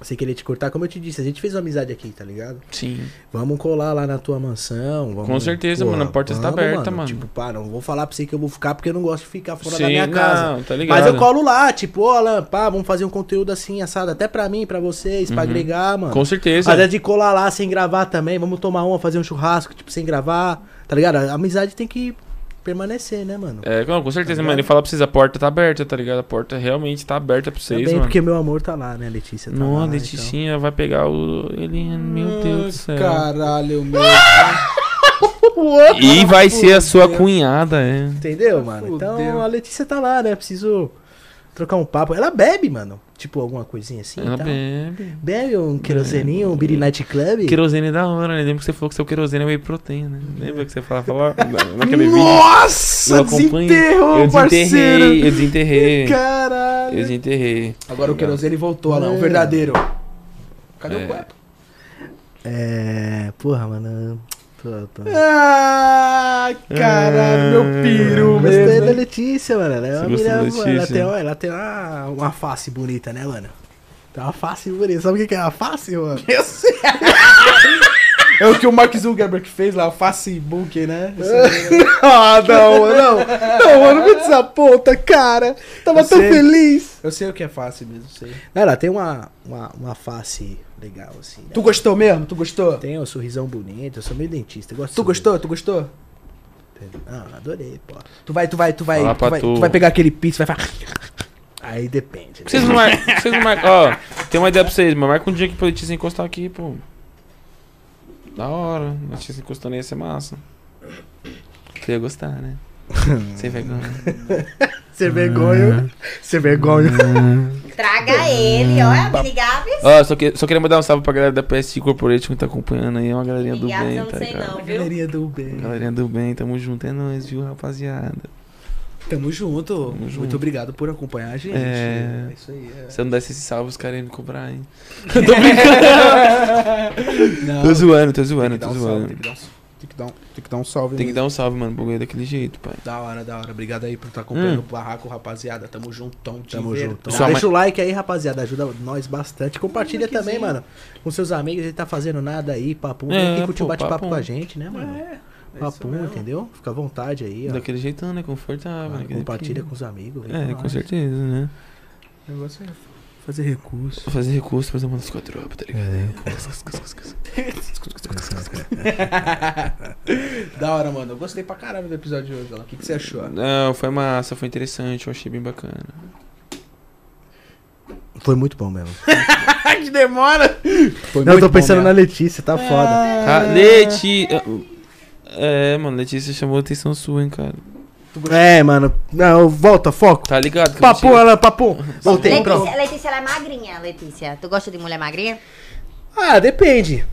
Speaker 1: sem querer te cortar, como eu te disse, a gente fez uma amizade aqui, tá ligado?
Speaker 4: Sim.
Speaker 1: Vamos colar lá na tua mansão. Vamos,
Speaker 4: Com certeza, mano, a porta está aberta, mano.
Speaker 1: Tipo, pá, não vou falar pra você que eu vou ficar porque eu não gosto de ficar fora
Speaker 4: Sim,
Speaker 1: da minha
Speaker 4: não,
Speaker 1: casa.
Speaker 4: tá ligado.
Speaker 1: Mas eu colo lá, tipo, ó, Alan, pá, vamos fazer um conteúdo assim, assado, até pra mim, pra vocês, pra
Speaker 4: Uhum.
Speaker 1: agregar, mano.
Speaker 4: Com certeza.
Speaker 1: Mas é de colar lá sem gravar também, vamos tomar uma, fazer um churrasco, tipo, sem gravar, tá ligado? A amizade tem que permanecer, né, mano?
Speaker 4: É, não, com certeza,
Speaker 1: Tá
Speaker 4: mano.
Speaker 1: ligado?
Speaker 4: E falar pra vocês, a porta tá aberta, tá ligado? A porta realmente tá aberta pra vocês,
Speaker 1: Também
Speaker 4: mano.
Speaker 1: porque meu amor tá lá, né, Letícia? Tá lá,
Speaker 4: Não, a
Speaker 1: então.
Speaker 4: Leticinha vai pegar o. Ele.
Speaker 3: Hum,
Speaker 4: Meu Deus do céu.
Speaker 3: Caralho, meu.
Speaker 4: E vai ser a sua
Speaker 3: Fudeu.
Speaker 4: cunhada, é.
Speaker 1: Entendeu, mano?
Speaker 3: Fudeu.
Speaker 1: Então a Letícia tá lá, né? Preciso trocar um papo. Ela bebe, mano. Tipo, alguma coisinha assim.
Speaker 4: Ela
Speaker 1: e tal.
Speaker 4: bebe.
Speaker 1: Bebe um queroseninho, um Beer Night Club.
Speaker 4: Querosene é da hora, né? Lembra que você falou que seu querosene é whey proteína, né? Lembra que você falava, falava na- naquele vídeo?
Speaker 3: Nossa,
Speaker 4: Eu acompanho.
Speaker 3: desenterrou,
Speaker 4: Eu desenterrei,
Speaker 3: parceiro.
Speaker 4: eu desenterrei. Eu
Speaker 3: Caralho.
Speaker 4: desenterrei.
Speaker 3: Agora o querosene voltou, Alan, o
Speaker 1: É.
Speaker 3: verdadeiro. Cadê o
Speaker 4: É.
Speaker 3: cueco?
Speaker 1: É. Porra, mano. Tô, tô.
Speaker 3: Ah, caralho,
Speaker 4: É.
Speaker 3: meu peru
Speaker 1: Gostei
Speaker 3: mesmo.
Speaker 1: da Letícia, mano. Ela é
Speaker 6: Você
Speaker 1: uma
Speaker 6: gostou
Speaker 1: menina,
Speaker 6: da
Speaker 1: mano, ela
Speaker 6: Letícia?
Speaker 1: tem, uma- ela tem uma, uma face bonita, né, mano? Tem uma face bonita. Sabe o que que é uma face, mano?
Speaker 3: *laughs* Eu sei. É o que o Mark Zuckerberg fez lá, o Facebook, né?
Speaker 1: *laughs* ah, não, mano, não. Não, mano, me desaponta, cara. Tava
Speaker 3: Eu sei.
Speaker 1: feliz.
Speaker 3: Eu sei o que é fácil mesmo, sei.
Speaker 1: Ela tem uma, uma, uma face legal, assim. né?
Speaker 3: Tu gostou mesmo? Tu gostou?
Speaker 1: Tem um sorrisão bonito, eu sou meio dentista. eu Gosto de
Speaker 3: Tu
Speaker 1: sorriso,
Speaker 3: gostou? Tu gostou?
Speaker 1: entendeu? Não, adorei, pô.
Speaker 3: Tu vai, tu vai, tu vai,
Speaker 6: Fala
Speaker 3: tu
Speaker 6: pra
Speaker 3: vai,
Speaker 6: tu.
Speaker 3: tu vai pegar aquele pizza, vai falar.
Speaker 1: Aí depende. né?
Speaker 6: Vocês não marcam. Vocês não marcam. Ó, tem uma ideia pra vocês, mas marca um dia aqui pra Letícia encostar aqui, pô. Da hora. Letícia encostando ia ser massa. Você ia gostar, né? Sem vergonha.
Speaker 1: Ser vergonha. Ser vergonha.
Speaker 4: Tá.
Speaker 5: Traga ele, é olha, Billy Gabs.
Speaker 6: Ó, só, que, só queria mandar um salve pra galera da PS Corporation que tá acompanhando aí. É uma galerinha do
Speaker 5: Billy Gabs,
Speaker 6: bem,
Speaker 5: eu não
Speaker 6: tá
Speaker 5: sei
Speaker 6: ligado?
Speaker 5: não, viu?
Speaker 3: Galerinha do bem.
Speaker 6: Galerinha do bem, tamo junto, é nóis, viu, rapaziada?
Speaker 3: Tamo junto.
Speaker 6: Tamo junto.
Speaker 3: Muito obrigado por acompanhar a gente.
Speaker 6: É.
Speaker 3: isso aí. é.
Speaker 6: Se eu não desse esse salve, os caras iam me cobrar, hein? Tô tá brincando.
Speaker 3: *laughs* Não,
Speaker 6: tô zoando, tô zoando,
Speaker 3: tem que dar
Speaker 6: tô
Speaker 3: um salve,
Speaker 6: zoando.
Speaker 3: tem que dar um tem que dar um- tem que dar um salve.
Speaker 6: Tem que
Speaker 3: mesmo.
Speaker 6: dar um salve, mano, pro bagulho daquele jeito, pai.
Speaker 3: Da hora, da hora. Obrigado aí por estar acompanhando
Speaker 6: Hum.
Speaker 3: o barraco, rapaziada. Tamo juntão, de
Speaker 1: Tamo
Speaker 3: ver-
Speaker 1: junto.
Speaker 6: Sua
Speaker 1: Deixa
Speaker 6: mãe-
Speaker 1: o like aí, rapaziada. Ajuda nós bastante. Compartilha também, mano. Com seus amigos. Ele tá fazendo nada aí, papo. Vem
Speaker 6: É,
Speaker 1: aqui curtir o
Speaker 6: pô,
Speaker 1: bate-papo
Speaker 6: papum.
Speaker 1: com a gente, né, mano?
Speaker 3: É isso
Speaker 1: papo,
Speaker 3: mesmo.
Speaker 1: entendeu? Fica à vontade aí, ó.
Speaker 6: Daquele jeitão, né? Confortável.
Speaker 1: Mano,
Speaker 6: naquele
Speaker 1: compartilha
Speaker 6: pique.
Speaker 1: com os amigos. vem
Speaker 6: É,
Speaker 1: nós.
Speaker 6: com certeza, né?
Speaker 3: O negócio é fazer recurso.
Speaker 6: Vou fazer recurso pra tomar umas quatro horas, tá ligado?
Speaker 3: *laughs*
Speaker 1: É,
Speaker 3: da hora, mano. Eu gostei pra caralho do episódio de hoje, Alan. O que, que você
Speaker 6: *laughs*
Speaker 3: achou?
Speaker 6: Não, foi massa, foi interessante, eu achei bem bacana.
Speaker 1: Foi muito bom mesmo.
Speaker 3: Ai, que demora! Foi
Speaker 1: Não, eu
Speaker 3: muito
Speaker 1: tô
Speaker 3: bom
Speaker 1: pensando na
Speaker 3: mesmo. É,
Speaker 1: Letícia, tá foda.
Speaker 6: Tá, Letícia. É, mano, Letícia chamou a atenção sua, hein, cara.
Speaker 1: É, mano. Não, volta, foco.
Speaker 6: Tá ligado? que eu
Speaker 1: Papo,
Speaker 6: tinha-
Speaker 1: ela, papo. Voltei, pronto.
Speaker 5: Letícia, Letícia, ela é magrinha, Letícia. Tu gosta de mulher magrinha?
Speaker 1: Ah, depende.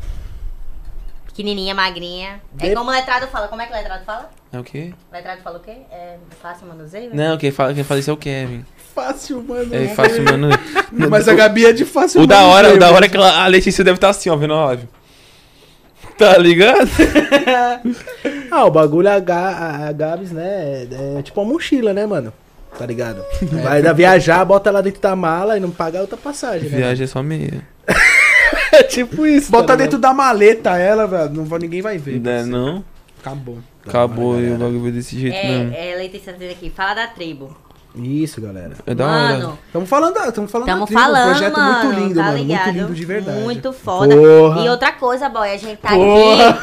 Speaker 5: Pequenininha, magrinha. É
Speaker 1: De-
Speaker 5: como o letrado fala. Como é que o letrado fala?
Speaker 6: É o quê?
Speaker 5: O letrado fala o quê? É fácil manuseio? né?
Speaker 6: Não, quem fala, quem fala isso é o Kevin.
Speaker 3: Fácil, mano.
Speaker 6: É fácil, mano.
Speaker 3: Mas a Gabi é de fácil,
Speaker 6: O da
Speaker 3: mano,
Speaker 6: hora, o
Speaker 3: mesmo.
Speaker 6: *laughs* da hora é que ela- a Letícia deve estar assim, ó, vendo a live. Tá ligado?
Speaker 1: Ah, o bagulho, a, Ga- a, a Gabs, né? É, é tipo uma mochila, né, mano? Tá ligado?
Speaker 6: É.
Speaker 1: Vai dar viajar, bota lá dentro da mala e não paga outra passagem, né?
Speaker 6: Viagem é só meia.
Speaker 1: *laughs* É tipo isso.
Speaker 3: Bota
Speaker 1: tá
Speaker 3: dentro
Speaker 1: ligado?
Speaker 3: da maleta ela, velho. Não vai, ninguém vai ver.
Speaker 6: Não é, não?
Speaker 3: Acabou.
Speaker 6: Acabou e o bagulho desse jeito mesmo.
Speaker 5: É, é, Letícia tá dizendo aqui, fala da tribo.
Speaker 1: Isso, galera.
Speaker 6: É da hora.
Speaker 5: Mano,
Speaker 3: Tamo falando, da- tamo falando. da
Speaker 5: estamos
Speaker 3: tribo,
Speaker 5: falando,
Speaker 3: Um projeto
Speaker 5: mano,
Speaker 3: muito lindo,
Speaker 5: tá
Speaker 3: mano.
Speaker 5: ligado?
Speaker 3: Muito lindo de verdade.
Speaker 5: Muito foda.
Speaker 1: Porra.
Speaker 5: E outra coisa, boy, a gente tá
Speaker 1: Porra.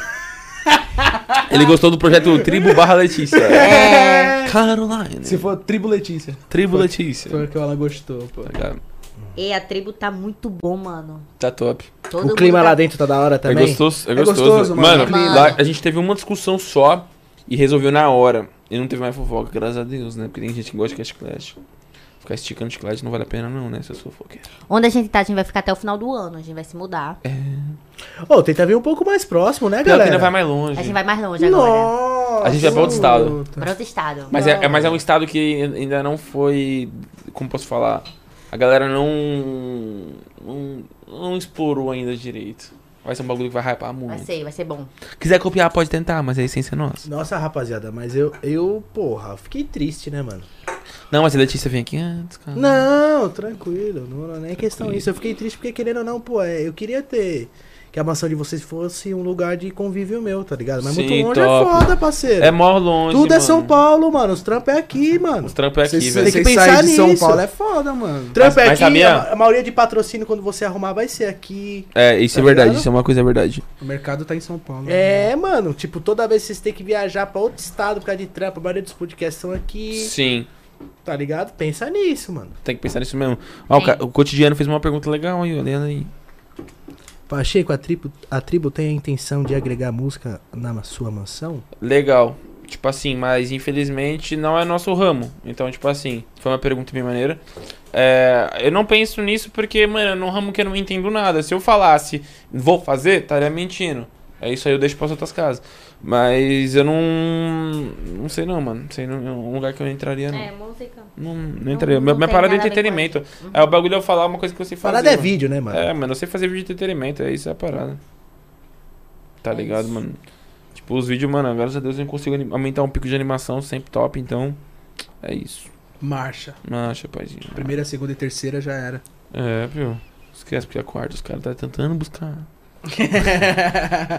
Speaker 6: Ele gostou do
Speaker 5: *laughs*
Speaker 6: projeto Tribo barra Letícia.
Speaker 5: aqui.
Speaker 6: *laughs*
Speaker 5: É,
Speaker 6: Caroline.
Speaker 3: Se for Tribo Letícia.
Speaker 6: Tribo Letícia.
Speaker 3: Foi o que ela gostou, pô.
Speaker 6: Tá ligado?
Speaker 5: e a tribo tá muito bom, mano.
Speaker 6: Tá top.
Speaker 5: Todo
Speaker 1: O
Speaker 5: mundo
Speaker 1: clima
Speaker 5: tá-
Speaker 1: lá dentro tá da hora
Speaker 6: É
Speaker 1: também.
Speaker 6: gostoso, é
Speaker 3: É gostoso,
Speaker 6: gostoso.
Speaker 3: mano.
Speaker 6: mano,
Speaker 5: Mano.
Speaker 6: lá a gente teve uma discussão só e resolveu na hora. E não teve mais fofoca, graças a Deus, né? Porque tem gente que gosta de ficar chiclete. Ficar esticando chiclete não vale a pena não, né? Essas fofoqueiras.
Speaker 5: Onde a gente tá, a gente vai ficar até o final do ano. A gente vai se mudar.
Speaker 6: É.
Speaker 1: Ô, tenta vir um pouco mais próximo, né,
Speaker 6: Pior que ainda
Speaker 1: galera?
Speaker 6: vai mais longe. é né?
Speaker 5: A gente vai mais longe agora. né?
Speaker 1: Nossa.
Speaker 6: A gente vai pra outro estado.
Speaker 5: Pra outro estado.
Speaker 6: Mas é, é- mas é um estado que ainda não foi... Como posso falar? A galera não... Não, não explorou ainda direito. Vai ser um bagulho que vai hypar muito.
Speaker 5: Vai ser, vai ser bom.
Speaker 6: Quiser copiar, pode tentar, mas é a essência nossa.
Speaker 1: Nossa, rapaziada, mas eu, eu, porra, fiquei triste, né, mano?
Speaker 6: Não, mas a Letícia vem aqui antes, cara.
Speaker 1: Não, tranquilo, não, não é nem questão isso. Eu fiquei triste porque, querendo ou não, pô, é, eu queria ter que a mansão de vocês fosse um lugar de convívio meu, tá ligado? Mas muito
Speaker 6: Sim,
Speaker 1: longe
Speaker 6: top.
Speaker 1: é foda, parceiro.
Speaker 6: É mó longe,
Speaker 1: Tudo é
Speaker 6: mano.
Speaker 1: São Paulo, mano, os trampos é aqui, mano.
Speaker 6: Os trampos é aqui,
Speaker 3: Vocês
Speaker 1: tem
Speaker 6: velho.
Speaker 1: que
Speaker 3: vocês
Speaker 1: pensar
Speaker 3: saírem de São
Speaker 1: nisso.
Speaker 3: Paulo é foda, mano.
Speaker 1: Trampo é
Speaker 6: Mas-
Speaker 1: aqui,
Speaker 6: mas sabia?
Speaker 1: a, a maioria de patrocínio quando você arrumar vai ser aqui.
Speaker 6: É, isso
Speaker 1: Tá
Speaker 6: é verdade,
Speaker 1: ligado?
Speaker 6: isso é uma coisa verdade.
Speaker 3: O mercado tá em São Paulo.
Speaker 1: É, mano, tipo, toda vez vocês têm que viajar pra outro estado por causa de trampo, a maioria dos podcasts são aqui,
Speaker 6: Sim,
Speaker 1: tá ligado? Pensa nisso, mano.
Speaker 6: tem que pensar nisso mesmo. Ó, o,
Speaker 5: Sim.
Speaker 6: ca- o cotidiano fez uma pergunta legal aí, olhando aí.
Speaker 1: Pacheco, a tribo, a tribo tem a intenção de agregar música na sua mansão?
Speaker 6: Legal. Tipo assim, mas infelizmente não é nosso ramo. Então, tipo assim, foi uma pergunta bem maneira. É, eu não penso nisso porque, mano, é num ramo que eu não entendo nada. Se eu falasse, vou fazer, estaria mentindo. É isso aí, eu deixo para outras casas. Mas eu não. Não sei não, mano. Não sei, não, é um lugar que eu entraria, não.
Speaker 5: É, música.
Speaker 6: Não, não entraria.
Speaker 5: não
Speaker 6: Minha, minha
Speaker 5: tem
Speaker 6: parada é
Speaker 5: nada a ver com a
Speaker 6: entretenimento. É o bagulho é eu falar uma coisa que eu sei fazer.
Speaker 1: Parada é
Speaker 6: mano.
Speaker 1: vídeo, né, mano?
Speaker 6: É, mano, eu sei fazer vídeo de entretenimento, é isso, é a parada. tá ligado, mano? Tipo, os vídeos, mano, graças a Deus eu consigo anim- aumentar um pico de animação sempre top, então. É isso.
Speaker 3: *laughs* Marcha.
Speaker 6: Macha, paizinho.
Speaker 3: Primeira, segunda e terceira já era.
Speaker 6: É, viu? Esquece porque a quarta, os caras tá tentando buscar.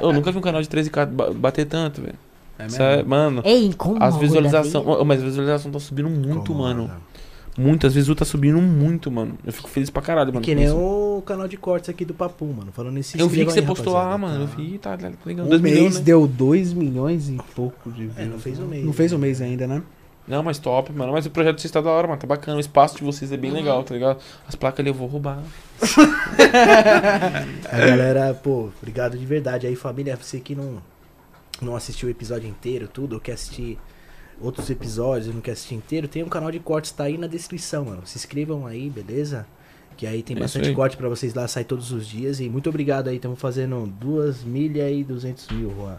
Speaker 6: Eu nunca vi um canal de 13k ba- bater tanto, velho.
Speaker 3: É
Speaker 6: Isso é- Mano,
Speaker 5: Ei, incomoda.
Speaker 6: as visualizações. Mas as visualizações tá subindo muito, mano. Muito, as visualizações tá subindo muito, mano. Eu fico feliz pra caralho, mano.
Speaker 1: Que
Speaker 6: com
Speaker 1: nem
Speaker 6: isso.
Speaker 1: o canal de cortes aqui do Papu, mano. Falando nesse
Speaker 6: Eu vi que você postou lá, mano. Eu vi, tá tá ligado?
Speaker 3: Um
Speaker 6: dois
Speaker 3: mês
Speaker 6: milhões, né?
Speaker 3: deu 2 milhões e pouco de views.
Speaker 1: É, não fez um mês.
Speaker 3: Não fez um mês ainda, né?
Speaker 6: Não, mas top, mano. Mas o projeto de vocês tá da hora, mano. Tá bacana. O espaço de vocês é
Speaker 3: Uhum.
Speaker 6: bem legal, tá ligado? As placas ali eu vou roubar.
Speaker 1: A galera, pô, obrigado de verdade. Aí, família, você que não, não assistiu o episódio inteiro, tudo, ou quer assistir outros episódios e não quer assistir inteiro, tem um canal de cortes, tá aí na descrição, mano. Se inscrevam aí, beleza? Que aí tem
Speaker 6: É
Speaker 1: bastante
Speaker 6: isso aí.
Speaker 1: corte pra vocês lá, sai todos os dias. E muito obrigado aí, estamos fazendo duas milha e 200 mil, Juan.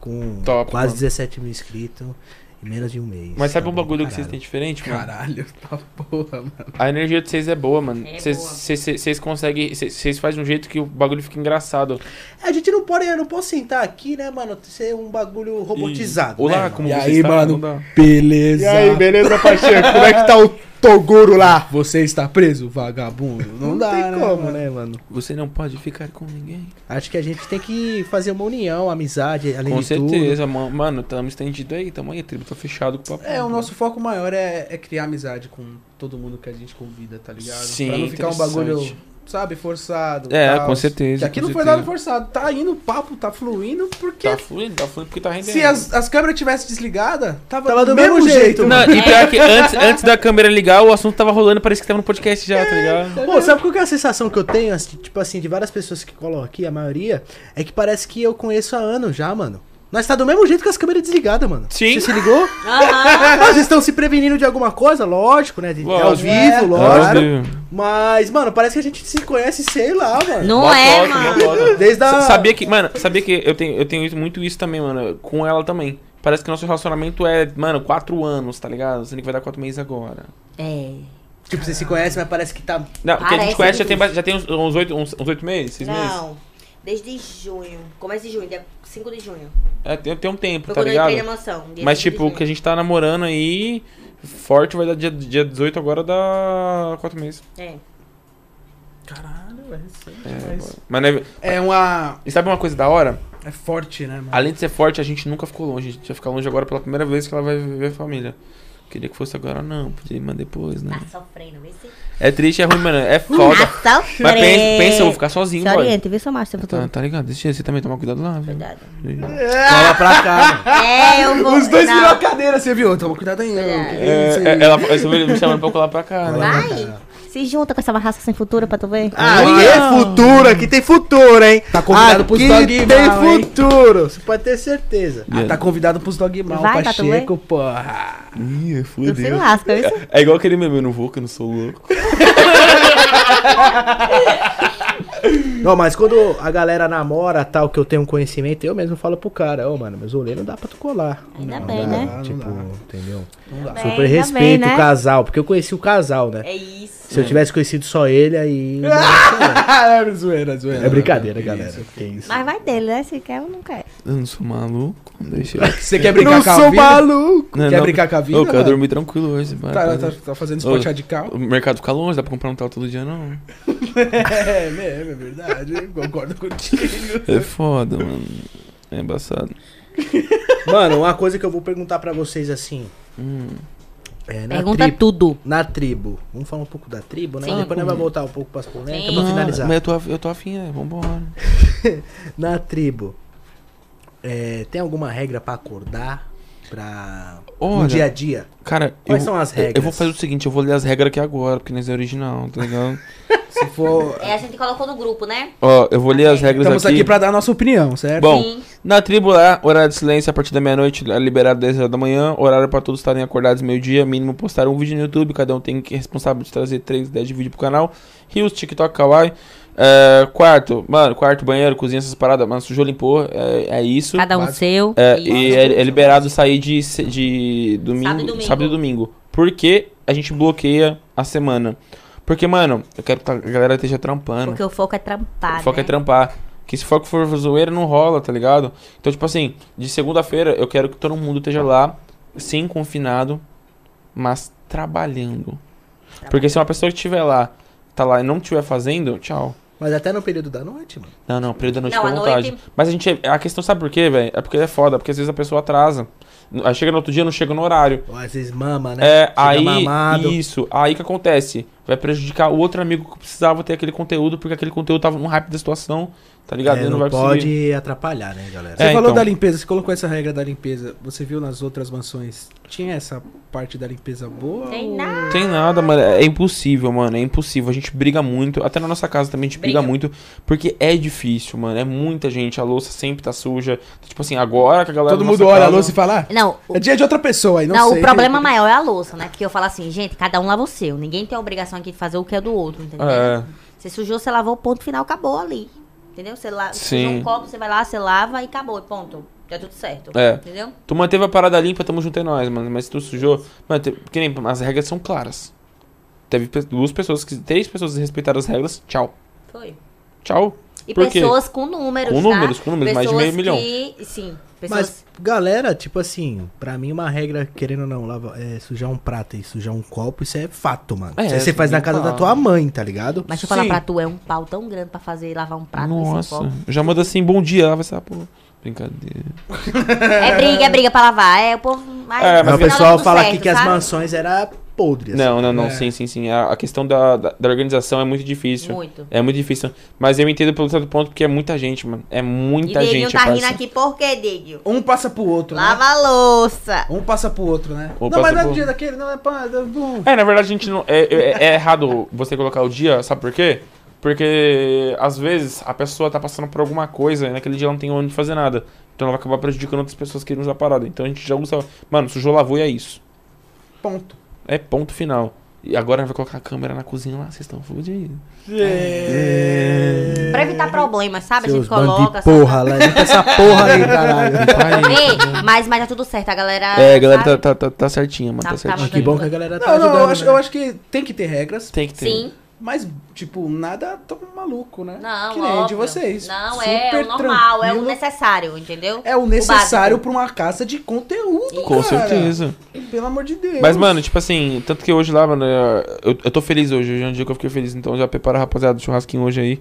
Speaker 1: Com
Speaker 6: Top,
Speaker 1: quase
Speaker 6: mano.
Speaker 1: 17 mil inscritos em menos de um mês.
Speaker 6: Mas sabe
Speaker 1: Tá
Speaker 6: um
Speaker 1: bom,
Speaker 6: bagulho que vocês
Speaker 1: caralho.
Speaker 6: têm diferente, mano?
Speaker 3: Caralho, *laughs* tá porra, mano.
Speaker 6: A energia de vocês é boa, mano.
Speaker 5: É
Speaker 6: Vocês
Speaker 5: boa.
Speaker 6: vocês- vocês- vocês conseguem. vocês- Vocês fazem de um jeito que o bagulho fica engraçado.
Speaker 1: É, A gente não pode, eu não posso sentar aqui, né, mano? Ser um bagulho robotizado.
Speaker 6: Olá,
Speaker 1: né, mano?
Speaker 6: como
Speaker 3: E
Speaker 6: vocês
Speaker 3: aí,
Speaker 6: estão?
Speaker 3: mano?
Speaker 6: Não dá.
Speaker 3: Beleza.
Speaker 1: beleza, Pacheco? Como é que tá o Toguro lá?
Speaker 3: Você está preso, vagabundo? Não, dá,
Speaker 1: tem
Speaker 3: né,
Speaker 1: como,
Speaker 3: mano?
Speaker 1: né, mano?
Speaker 6: Você não pode ficar com ninguém.
Speaker 1: Acho que a gente tem que fazer uma união, amizade, além
Speaker 6: com
Speaker 1: de tudo.
Speaker 6: certeza, mano. Mano, tamo estendido aí, tamo aí. A tribo tá fechado com o papai.
Speaker 3: É, o nosso foco maior é, é criar amizade com todo mundo que a gente convida, tá ligado?
Speaker 6: Sim,
Speaker 3: pra não ficar um
Speaker 6: interessante.
Speaker 3: bagulho, sabe, forçado.
Speaker 6: É,
Speaker 3: tal.
Speaker 6: com certeza.
Speaker 3: Que aqui
Speaker 6: com
Speaker 3: não foi
Speaker 6: certeza.
Speaker 3: nada forçado. Tá indo o papo, tá fluindo, porque
Speaker 6: Tá fluindo, tá fluindo porque tá rendendo.
Speaker 3: se as, as câmeras tivessem desligada, tava,
Speaker 1: Tava do mesmo jeito,
Speaker 6: Não, e pior que antes, antes da câmera ligar, o assunto tava rolando, parece que tava no podcast já, tá ligado?
Speaker 1: Pô, sabe qual que é a sensação que eu tenho, assim, tipo assim, de várias pessoas que colam aqui, a maioria, é que parece que eu conheço há anos já, mano. Nós tá do mesmo jeito com as câmeras desligadas, mano.
Speaker 6: Sim.
Speaker 1: Você se ligou? *laughs*
Speaker 5: Aham.
Speaker 1: Ah, Vocês estão se prevenindo de alguma coisa? Lógico, né? De,
Speaker 6: Lógico. É,
Speaker 1: ao vivo,
Speaker 6: Tá
Speaker 1: lógico.
Speaker 6: Óbvio.
Speaker 1: Mas, mano, parece que a gente se conhece, sei lá, mano.
Speaker 5: Não
Speaker 6: Mó
Speaker 5: é,
Speaker 6: toque, mó
Speaker 5: mano.
Speaker 6: toque.
Speaker 1: Desde a...
Speaker 6: Sa- Sabia que, mano, sabia que eu tenho, eu tenho isso- muito isso também, mano, com ela também. Parece que nosso relacionamento é, mano, quatro anos, tá ligado? Sendo que vai dar quatro meses agora.
Speaker 5: É.
Speaker 1: Tipo, vocês se conhecem, mas parece que tá...
Speaker 6: Não, porque a gente
Speaker 5: Parece
Speaker 6: conhece já
Speaker 5: muito
Speaker 6: tem, ba- já tem uns- uns oito uns, uns oito meses, seis meses.
Speaker 5: Não. Desde junho. Começo de junho, dia 5 de junho.
Speaker 6: É, tem, tem um tempo,
Speaker 5: Foi
Speaker 6: tá
Speaker 5: quando eu entrei na
Speaker 6: ligado?
Speaker 5: mansão. dia
Speaker 6: Mas,
Speaker 5: 5 de
Speaker 6: tipo,
Speaker 5: junho.
Speaker 6: que a gente tá namorando aí, forte vai dar dia, dia 18 agora, dá quatro meses.
Speaker 5: É.
Speaker 3: Caralho, é recente,
Speaker 6: É,
Speaker 3: mas...
Speaker 6: mas não é-
Speaker 3: É uma...
Speaker 6: E sabe uma coisa da hora?
Speaker 3: É forte, né, mano? *laughs*
Speaker 6: Além de ser forte, a gente nunca ficou longe. A gente ia ficar longe agora pela primeira vez que ela vai ver a família. Queria que fosse agora, não. Podia ir mais depois, né?
Speaker 5: Tá sofrendo, vê se.
Speaker 6: É triste, é ruim, mano. É
Speaker 5: Tá
Speaker 6: foda.
Speaker 5: sofrendo.
Speaker 6: Mas pensa, pensa, eu vou ficar sozinho,
Speaker 5: Se
Speaker 6: boy.
Speaker 5: oriente, vê sua marcha pro
Speaker 6: Tá,
Speaker 5: todo.
Speaker 6: tá ligado? Deixa você também tomar cuidado lá, viu?
Speaker 5: Cuidado.
Speaker 1: Cola pra cá, *laughs* mano.
Speaker 5: É, eu vou.
Speaker 3: Os dois
Speaker 5: não.
Speaker 3: viram a cadeira, você viu? Toma cuidado aí, né?
Speaker 5: É.
Speaker 3: que
Speaker 6: É,
Speaker 3: isso aí.
Speaker 6: é, ela você viu, ele me chamando pra eu colar pra cá, né?
Speaker 5: Vai! Se junta com essa barraça sem futuro pra tu ver.
Speaker 6: Ah,
Speaker 1: Aí é futuro, aqui tem futuro, hein?
Speaker 3: Tá convidado
Speaker 1: aqui
Speaker 3: pros
Speaker 1: tem
Speaker 3: dog mal, hein?
Speaker 1: futuro, você pode ter certeza.
Speaker 3: Ah, tá convidado pros dog mal,
Speaker 5: Vai, tá
Speaker 3: Pacheco, porra.
Speaker 6: Ih,
Speaker 5: tu se lasca, isso.
Speaker 6: É igual aquele meme, eu não vou, que eu não sou louco.
Speaker 1: Não, mas quando a galera namora, tal, que eu tenho um conhecimento, eu mesmo falo pro cara, ô, mano, meus rolês não dá pra tu colar.
Speaker 5: Ainda
Speaker 1: Não
Speaker 5: bem,
Speaker 1: dá,
Speaker 5: né? Tá
Speaker 1: Tipo,
Speaker 3: Não
Speaker 1: entendeu?
Speaker 3: Não dá.
Speaker 5: Bem,
Speaker 1: Super
Speaker 5: ainda
Speaker 1: respeito
Speaker 5: bem,
Speaker 1: o
Speaker 5: né?
Speaker 1: casal, porque eu conheci o casal, né?
Speaker 5: É isso.
Speaker 1: Se eu tivesse conhecido só ele,
Speaker 3: *laughs*
Speaker 1: aí...
Speaker 3: Caralho, zoeira, zoeira.
Speaker 1: É brincadeira,
Speaker 3: Que
Speaker 1: galera.
Speaker 3: isso.
Speaker 1: Que isso.
Speaker 5: Mas vai dele, né? Se quer ou não quer.
Speaker 6: Eu não sou maluco. *laughs* Deixa eu.
Speaker 3: Você quer brincar com a vida?
Speaker 1: maluco.
Speaker 6: Não,
Speaker 3: Quer
Speaker 6: não.
Speaker 3: brincar com a vida?
Speaker 6: Ô, cara, eu
Speaker 3: mano?
Speaker 6: dormi tranquilo hoje. vai,
Speaker 3: Tá,
Speaker 6: vai.
Speaker 3: tá, tá fazendo esporte
Speaker 6: Ô.
Speaker 3: radical?
Speaker 6: O mercado fica longe, dá pra comprar um tal todo dia, não.
Speaker 3: É, mesmo, é verdade. eu Concordo contigo.
Speaker 6: É foda, mano. É embaçado.
Speaker 1: Mano, uma coisa que eu vou perguntar pra vocês, assim...
Speaker 6: Hum.
Speaker 1: É, na
Speaker 5: Pergunta
Speaker 1: tribo-
Speaker 5: tudo.
Speaker 1: Na tribo. Vamos falar um pouco da tribo, né?
Speaker 5: Sim.
Speaker 1: Depois nós vamos voltar um pouco pras polêmicas
Speaker 5: Sim.
Speaker 1: pra finalizar.
Speaker 6: Mas eu tô, af- eu tô afim, é. Vambora.
Speaker 1: Na tribo, é, tem alguma regra pra acordar? Pra.
Speaker 6: Olha,
Speaker 1: no Um dia a dia?
Speaker 6: Cara,
Speaker 1: Quais
Speaker 6: eu,
Speaker 1: são as
Speaker 6: eu- Eu
Speaker 1: regras?
Speaker 6: vou fazer o seguinte, eu vou ler as regras aqui agora, porque nós é original, tá ligado?
Speaker 3: Se *laughs* for.
Speaker 5: É, a gente colocou no grupo, né?
Speaker 6: Ó, eu vou ler as regras
Speaker 3: Estamos
Speaker 6: aqui.
Speaker 3: aqui pra dar a nossa opinião, certo?
Speaker 6: Bom,
Speaker 5: Sim.
Speaker 6: na tribo lá, horário de silêncio a partir da meia-noite, é liberado 10 horas da manhã, horário pra todos estarem acordados meio-dia, mínimo postar um vídeo no YouTube, cada um tem que responsável de trazer 3, 10 de vídeo pro canal. Rios, TikTok, Kawaii. É, quarto, mano, quarto, banheiro, cozinha, essas paradas, mano, sujou, limpou, é, é isso.
Speaker 5: Cada um
Speaker 3: básico.
Speaker 5: seu.
Speaker 6: É,
Speaker 5: Isso.
Speaker 6: e é, é liberado sair de, se- de domingo, sábado e domingo. Porque a gente bloqueia a semana. Porque, mano, eu quero que a galera esteja trampando.
Speaker 5: Porque o foco é trampar.
Speaker 6: o foco
Speaker 5: né?
Speaker 6: é trampar. Que se for que for zoeira, não rola, tá ligado? Então, tipo assim, de segunda-feira eu quero que todo mundo esteja lá, sem confinado, mas trabalhando. Porque se uma pessoa que estiver lá, tá lá e não estiver fazendo, tchau.
Speaker 1: Mas até no período da noite, mano.
Speaker 6: Não, não, período da noite
Speaker 5: Não,
Speaker 6: fica à
Speaker 5: à
Speaker 6: vontade.
Speaker 5: noite-
Speaker 6: Mas a gente. A questão sabe por quê, velho? É porque é foda, porque às vezes a pessoa atrasa. Aí chega no outro dia, não chega no horário.
Speaker 1: Ou às vezes mama, né?
Speaker 6: É,
Speaker 1: Chega
Speaker 6: aí.
Speaker 1: mamado.
Speaker 6: Isso. Aí o que acontece? Vai prejudicar o outro amigo que precisava ter aquele conteúdo, porque aquele conteúdo tava num hype da situação, tá ligado?
Speaker 1: É,
Speaker 6: Ele
Speaker 1: não,
Speaker 6: vai
Speaker 1: pode
Speaker 6: conseguir.
Speaker 1: atrapalhar, né, galera?
Speaker 3: Você
Speaker 6: É,
Speaker 3: falou
Speaker 6: então.
Speaker 3: da limpeza, você colocou essa regra da limpeza. Você viu nas outras mansões? Tinha essa parte da limpeza boa?
Speaker 5: Tem
Speaker 3: ou-
Speaker 5: nada.
Speaker 6: Tem nada, mano. É impossível, mano. É impossível. A gente briga muito. Até na nossa casa também a gente briga,
Speaker 5: Briga.
Speaker 6: muito. Porque é difícil, mano. É muita gente. A louça sempre tá suja. Tipo assim, agora que a galera.
Speaker 3: Todo
Speaker 6: da
Speaker 3: mundo
Speaker 6: nossa
Speaker 3: olha a
Speaker 6: casa-
Speaker 3: louça e fala, ah,
Speaker 5: Não, o-
Speaker 3: é dia de outra pessoa aí, não,
Speaker 5: não,
Speaker 3: sei.
Speaker 5: o problema maior é a louça, né? Porque eu falo assim, gente, cada um lava o seu. Ninguém tem a obrigação aqui de fazer o que é do outro, entendeu?
Speaker 6: É.
Speaker 5: Você sujou, você lavou, ponto final, acabou ali. Entendeu? Você la... sujou
Speaker 6: Sim.
Speaker 5: um copo, você vai lá, você lava e acabou, ponto. Tá tudo certo.
Speaker 6: É.
Speaker 5: Entendeu?
Speaker 6: Tu manteve a parada limpa, tamo junto é nós, mano. Mas se tu sujou. Mano, te- que nem, as regras são claras. Teve pe- duas pessoas, que três pessoas que respeitaram as regras. Tchau.
Speaker 5: Foi.
Speaker 6: Tchau.
Speaker 5: E
Speaker 6: Por quê?
Speaker 5: pessoas com números,
Speaker 6: Com
Speaker 5: tá?
Speaker 6: números, com números, mais de meio
Speaker 5: Pessoas que- Sim, pessoas...
Speaker 1: Mas, galera, tipo assim, pra mim uma regra, querendo ou não, lava, é, sujar um prato e sujar um copo, isso é fato, mano.
Speaker 6: É,
Speaker 1: isso aí você faz na casa
Speaker 6: fala.
Speaker 1: da tua mãe, tá ligado?
Speaker 5: Mas deixa eu falar
Speaker 3: Sim.
Speaker 5: pra tu, é um pau tão grande pra fazer lavar um prato nesse
Speaker 6: Nossa.
Speaker 5: copo.
Speaker 6: Já manda assim, bom dia. Ela vai ser, pô. Brincadeira.
Speaker 5: É briga, é briga pra lavar. É o povo. Mas,
Speaker 6: É,
Speaker 1: Mas
Speaker 6: mas
Speaker 1: o
Speaker 5: no final dá
Speaker 1: pessoal
Speaker 5: tudo
Speaker 1: fala
Speaker 5: certo,
Speaker 1: aqui que as
Speaker 5: sabe?
Speaker 1: mansões assim. eram podres.
Speaker 6: Não, não, não.
Speaker 3: É.
Speaker 6: Sim, sim, sim. A, a questão da, da, da organização é muito difícil.
Speaker 5: Muito.
Speaker 6: É muito difícil. Mas eu entendo pelo certo ponto porque é muita gente, mano. É
Speaker 5: E
Speaker 6: muita
Speaker 5: Diguinho
Speaker 6: gente.
Speaker 5: tá rindo
Speaker 6: parça.
Speaker 5: aqui por quê, Diguinho?
Speaker 3: Um passa pro outro, né?
Speaker 5: Lava a louça.
Speaker 3: Um passa pro outro, né?
Speaker 6: Ou
Speaker 3: não,
Speaker 6: passa
Speaker 3: mas não é
Speaker 6: pro-
Speaker 3: do dia daquele, não é pá. é do-
Speaker 6: É, na verdade a gente não. É, é- é errado você colocar o dia, sabe por quê? Porque às vezes a pessoa tá passando por alguma coisa e naquele dia ela não tem onde fazer nada. Então ela vai acabar prejudicando outras pessoas que não já parada. Então a gente já usa. Mano, sujou, lavou e é isso.
Speaker 3: Ponto.
Speaker 6: É ponto final. E agora vai colocar a câmera na cozinha lá, vocês estão fudidos.
Speaker 3: É,
Speaker 5: Pra evitar problemas, sabe? a
Speaker 1: Seus
Speaker 5: gente
Speaker 1: bandidos
Speaker 5: coloca.
Speaker 1: de porra, lá, limpa essa porra aí, caralho.
Speaker 5: Ei, mas, mas tá tudo certo, a galera.
Speaker 6: É, galera tá,
Speaker 5: sabe?
Speaker 6: tá, tá, tá certinha, mano. Tá,
Speaker 5: Tá- tá
Speaker 6: certinha.
Speaker 1: Mas que bom que a galera tá
Speaker 3: Não, não, eu
Speaker 1: ajudando,
Speaker 3: acho,
Speaker 1: né?
Speaker 3: eu acho que tem que ter regras,
Speaker 6: Tem que ter.
Speaker 5: Sim.
Speaker 3: mas, tipo, nada tão maluco, né?
Speaker 5: Não,
Speaker 3: Que nem
Speaker 5: óbvio.
Speaker 3: de vocês.
Speaker 5: Não, é, é o normal, é o
Speaker 3: tranquilo.
Speaker 5: necessário, entendeu?
Speaker 3: É o necessário
Speaker 5: básico.
Speaker 3: pra uma casa de conteúdo,
Speaker 6: Com
Speaker 3: cara.
Speaker 6: certeza.
Speaker 3: Pelo amor de Deus.
Speaker 6: Mas, mano, tipo assim, tanto que hoje lá, mano, eu, eu tô feliz hoje. Hoje é um dia que eu fiquei feliz, então já prepara, rapaziada, o churrasquinho hoje aí.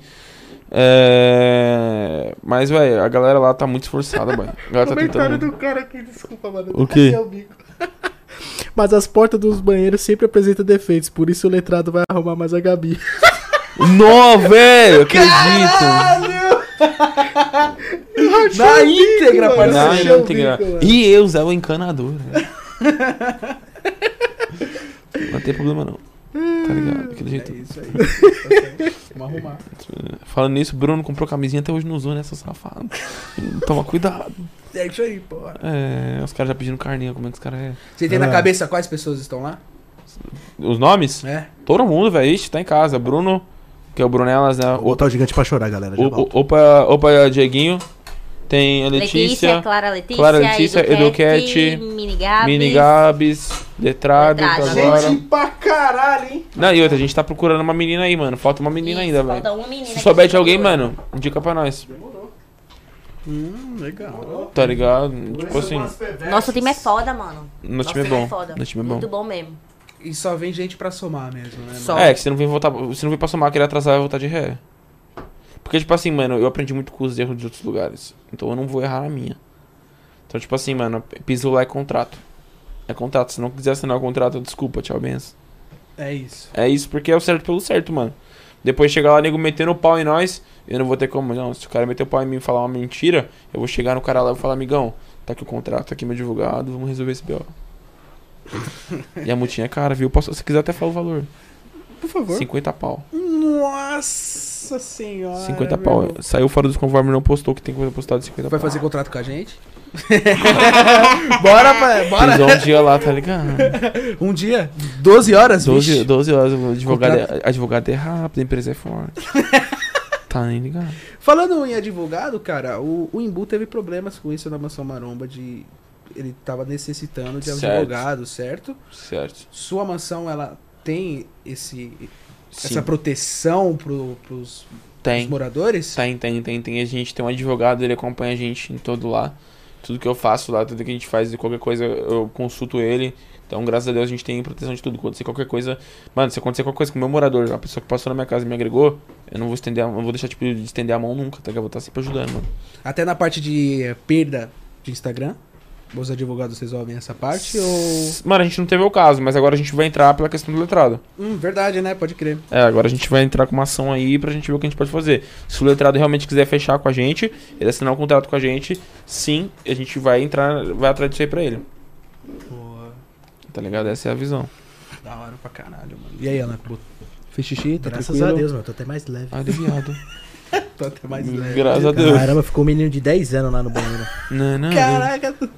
Speaker 6: É... Mas, velho, a galera lá tá muito esforçada, velho. A galera tá
Speaker 1: Comentário
Speaker 6: tentando.
Speaker 1: do cara aqui, desculpa, mano.
Speaker 6: O quê?
Speaker 1: Esse é o bico. Mas as portas dos banheiros sempre apresentam defeitos, por isso o letrado vai arrumar mais a
Speaker 3: *laughs*
Speaker 1: Gabi.
Speaker 6: Nó, velho, eu acredito.
Speaker 3: Na íntegra,
Speaker 1: mano.
Speaker 3: parceiro.
Speaker 6: Não,
Speaker 5: é
Speaker 1: achei
Speaker 5: um
Speaker 6: não
Speaker 1: o
Speaker 6: tem graça.
Speaker 1: bico,
Speaker 5: né?
Speaker 1: mano.
Speaker 6: E eu, Zé, o
Speaker 5: *laughs*
Speaker 6: encanador. né? não tem problema, não. Tá ligado?
Speaker 5: Hum,
Speaker 6: Daquele
Speaker 3: É
Speaker 6: jeito.
Speaker 3: isso aí. Tá certo. Vamos arrumar.
Speaker 6: Falando nisso, o Bruno comprou camisinha até hoje não usou, né, seu safado? Toma cuidado.
Speaker 3: É isso aí, porra.
Speaker 6: É, os caras já pedindo carninha, como é que os caras é.
Speaker 3: Você tem na
Speaker 1: Ah.
Speaker 3: cabeça quais pessoas estão lá?
Speaker 6: Os nomes?
Speaker 3: É.
Speaker 6: Todo mundo, velho. Ixi, tá em casa. Bruno, que é o Brunelas, né?
Speaker 1: Vou botar tá o gigante pra chorar, galera. já
Speaker 6: O-
Speaker 1: volto.
Speaker 6: o- Opa, opa, Dieguinho. Tem a
Speaker 5: Letícia,
Speaker 6: Letícia,
Speaker 5: Clara Letícia,
Speaker 6: Clara Letícia, Educat,
Speaker 5: Mini Gabi.
Speaker 6: Mini Gabs, Detrado, tá
Speaker 5: Letrado.
Speaker 6: agora.
Speaker 3: pra caralho, hein?
Speaker 6: Não, e outra, a gente tá procurando uma menina aí, mano. Falta uma menina ainda,
Speaker 5: Isso, falta
Speaker 6: velho.
Speaker 5: uma menina
Speaker 6: Se souber
Speaker 5: que
Speaker 6: de alguém,
Speaker 5: procura.
Speaker 6: mano, indica pra nós.
Speaker 3: Hum, legal.
Speaker 6: Tá ligado? Tipo assim,
Speaker 5: Nosso time é foda, mano.
Speaker 6: nosso time é bom. Nosso time é bom.
Speaker 5: Muito bom mesmo.
Speaker 3: E só vem gente pra somar mesmo, né? mano?
Speaker 5: Só.
Speaker 6: É, que você não vem voltar. Você não vem pra somar, querer atrasar vai voltar de ré. Porque, tipo assim, mano, eu aprendi muito com os erros de outros lugares. Então eu não vou errar na minha. Então, tipo assim, mano, piso lá é contrato. É contrato. Se não quiser assinar o contrato, desculpa, tchau, benção.
Speaker 3: É isso.
Speaker 6: É isso, porque é o certo pelo certo, mano. Depois chegar lá, nego metendo o pau em nós, eu não vou ter como. Não, se o cara meter o pau em mim e falar uma mentira, eu vou chegar no cara lá e vou falar, amigão, tá aqui o contrato, tá aqui meu advogado, vamos resolver esse B.O. *laughs* e a multinha é cara, viu? Posso, se quiser até falar o valor.
Speaker 3: Por favor.
Speaker 6: 50 pau.
Speaker 3: Nossa senhora.
Speaker 6: 50
Speaker 3: meu
Speaker 6: pau.
Speaker 3: irmão.
Speaker 6: Saiu fora dos conformes, não postou que tem coisa postada de 50
Speaker 3: Vai
Speaker 6: pau.
Speaker 3: fazer contrato com a gente? bora, pai, bora.
Speaker 6: Pisou um dia lá,
Speaker 3: *laughs*
Speaker 6: tá ligado?
Speaker 3: Um dia, 12 horas, 12,
Speaker 6: 12, 12 horas, o advogado, é, advogado é rápido, a empresa é forte.
Speaker 3: *laughs*
Speaker 6: tá nem ligado.
Speaker 3: Falando em advogado, cara, o, o Imbu teve problemas com isso na Mansão Maromba de... Ele tava necessitando de
Speaker 6: Certo.
Speaker 3: advogado, certo?
Speaker 6: Certo.
Speaker 3: Sua mansão, ela tem esse,
Speaker 6: Sim.
Speaker 3: essa proteção pro, pros
Speaker 6: Tem.
Speaker 3: Os moradores?
Speaker 6: Tem, tem, tem, tem. A gente tem um advogado, ele acompanha a gente em todo lá. Tudo que eu faço lá, tudo que a gente faz, de qualquer coisa, eu consulto ele. Então, graças a Deus, a gente tem proteção de tudo. Quando acontecer qualquer coisa. Mano, se acontecer qualquer coisa com o meu morador, uma pessoa que passou na minha casa e me agregou, eu não vou estender a, eu não vou deixar tipo, de estender a mão nunca, tá? ligado? Eu vou estar sempre ajudando, mano.
Speaker 3: Até na parte de eh, perda de Instagram. Os advogados resolvem essa parte ou.
Speaker 6: Mano, a gente não teve o caso, mas agora a gente vai entrar pela questão do letrado.
Speaker 3: Hum, verdade, né? Pode crer.
Speaker 6: É, agora a gente vai entrar com uma ação aí pra gente ver o que a gente pode fazer. Se o letrado realmente quiser fechar com a gente, ele assinar um contrato com a gente, sim, a gente vai entrar, vai atrás disso aí pra ele.
Speaker 3: Boa.
Speaker 6: Tá ligado? Essa é a visão.
Speaker 3: Da hora pra caralho, mano. E aí, Ana? bot- Fez xixi? Tá
Speaker 1: Graças
Speaker 3: tranquilo?
Speaker 1: a Deus, mano. Tô até mais leve.
Speaker 6: Ai, deviado.
Speaker 3: Tô até mais leve.
Speaker 6: *laughs* Graças a Deus.
Speaker 1: Caramba, ficou um menino de 10 anos lá no banheiro.
Speaker 6: Não, não.
Speaker 3: Caraca,
Speaker 6: Deus.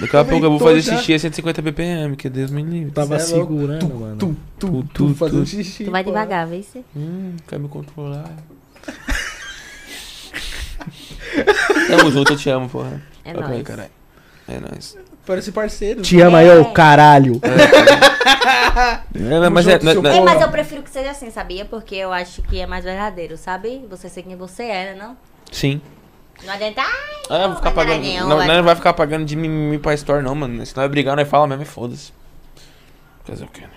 Speaker 6: Daqui a pouco eu vou
Speaker 3: aumentou
Speaker 6: fazer
Speaker 3: já.
Speaker 6: xixi a 150 BPM, que Deus me livre.
Speaker 1: Tava
Speaker 3: Cê é louco.
Speaker 1: segurando, mano.
Speaker 3: tu, tu,
Speaker 6: Tu,
Speaker 3: tu,
Speaker 6: tu,
Speaker 3: fazendo
Speaker 6: tu.
Speaker 3: xixi.
Speaker 5: Tu vai
Speaker 3: pô.
Speaker 5: devagar, vê se.
Speaker 6: Hum, quer me
Speaker 5: *laughs*
Speaker 6: controlar. Tamo junto, eu te amo, porra.
Speaker 5: É
Speaker 6: Vai pra aí,
Speaker 5: nóis.
Speaker 6: caralho. É nóis.
Speaker 3: Parece parceiro.
Speaker 1: Te ama aí, ô
Speaker 5: É.
Speaker 1: caralho.
Speaker 6: É, não, mas é,
Speaker 3: junto,
Speaker 6: não,
Speaker 3: seu
Speaker 6: não,
Speaker 5: É,
Speaker 3: Porra.
Speaker 5: mas eu prefiro que seja assim, sabia? Porque eu acho que é mais verdadeiro, sabe? Você ser quem você é, né? Não,
Speaker 6: Sim.
Speaker 5: não adianta. Ai,
Speaker 6: Ah, eu vou ficar
Speaker 5: Não,
Speaker 6: pagando.
Speaker 5: não,
Speaker 6: Não,
Speaker 5: não,
Speaker 6: não,
Speaker 5: vai.
Speaker 6: vai ficar pagando de mimimi pra store, não, mano. Se nós brigar, nós fala mesmo e foda-se. Fazer o quê, né?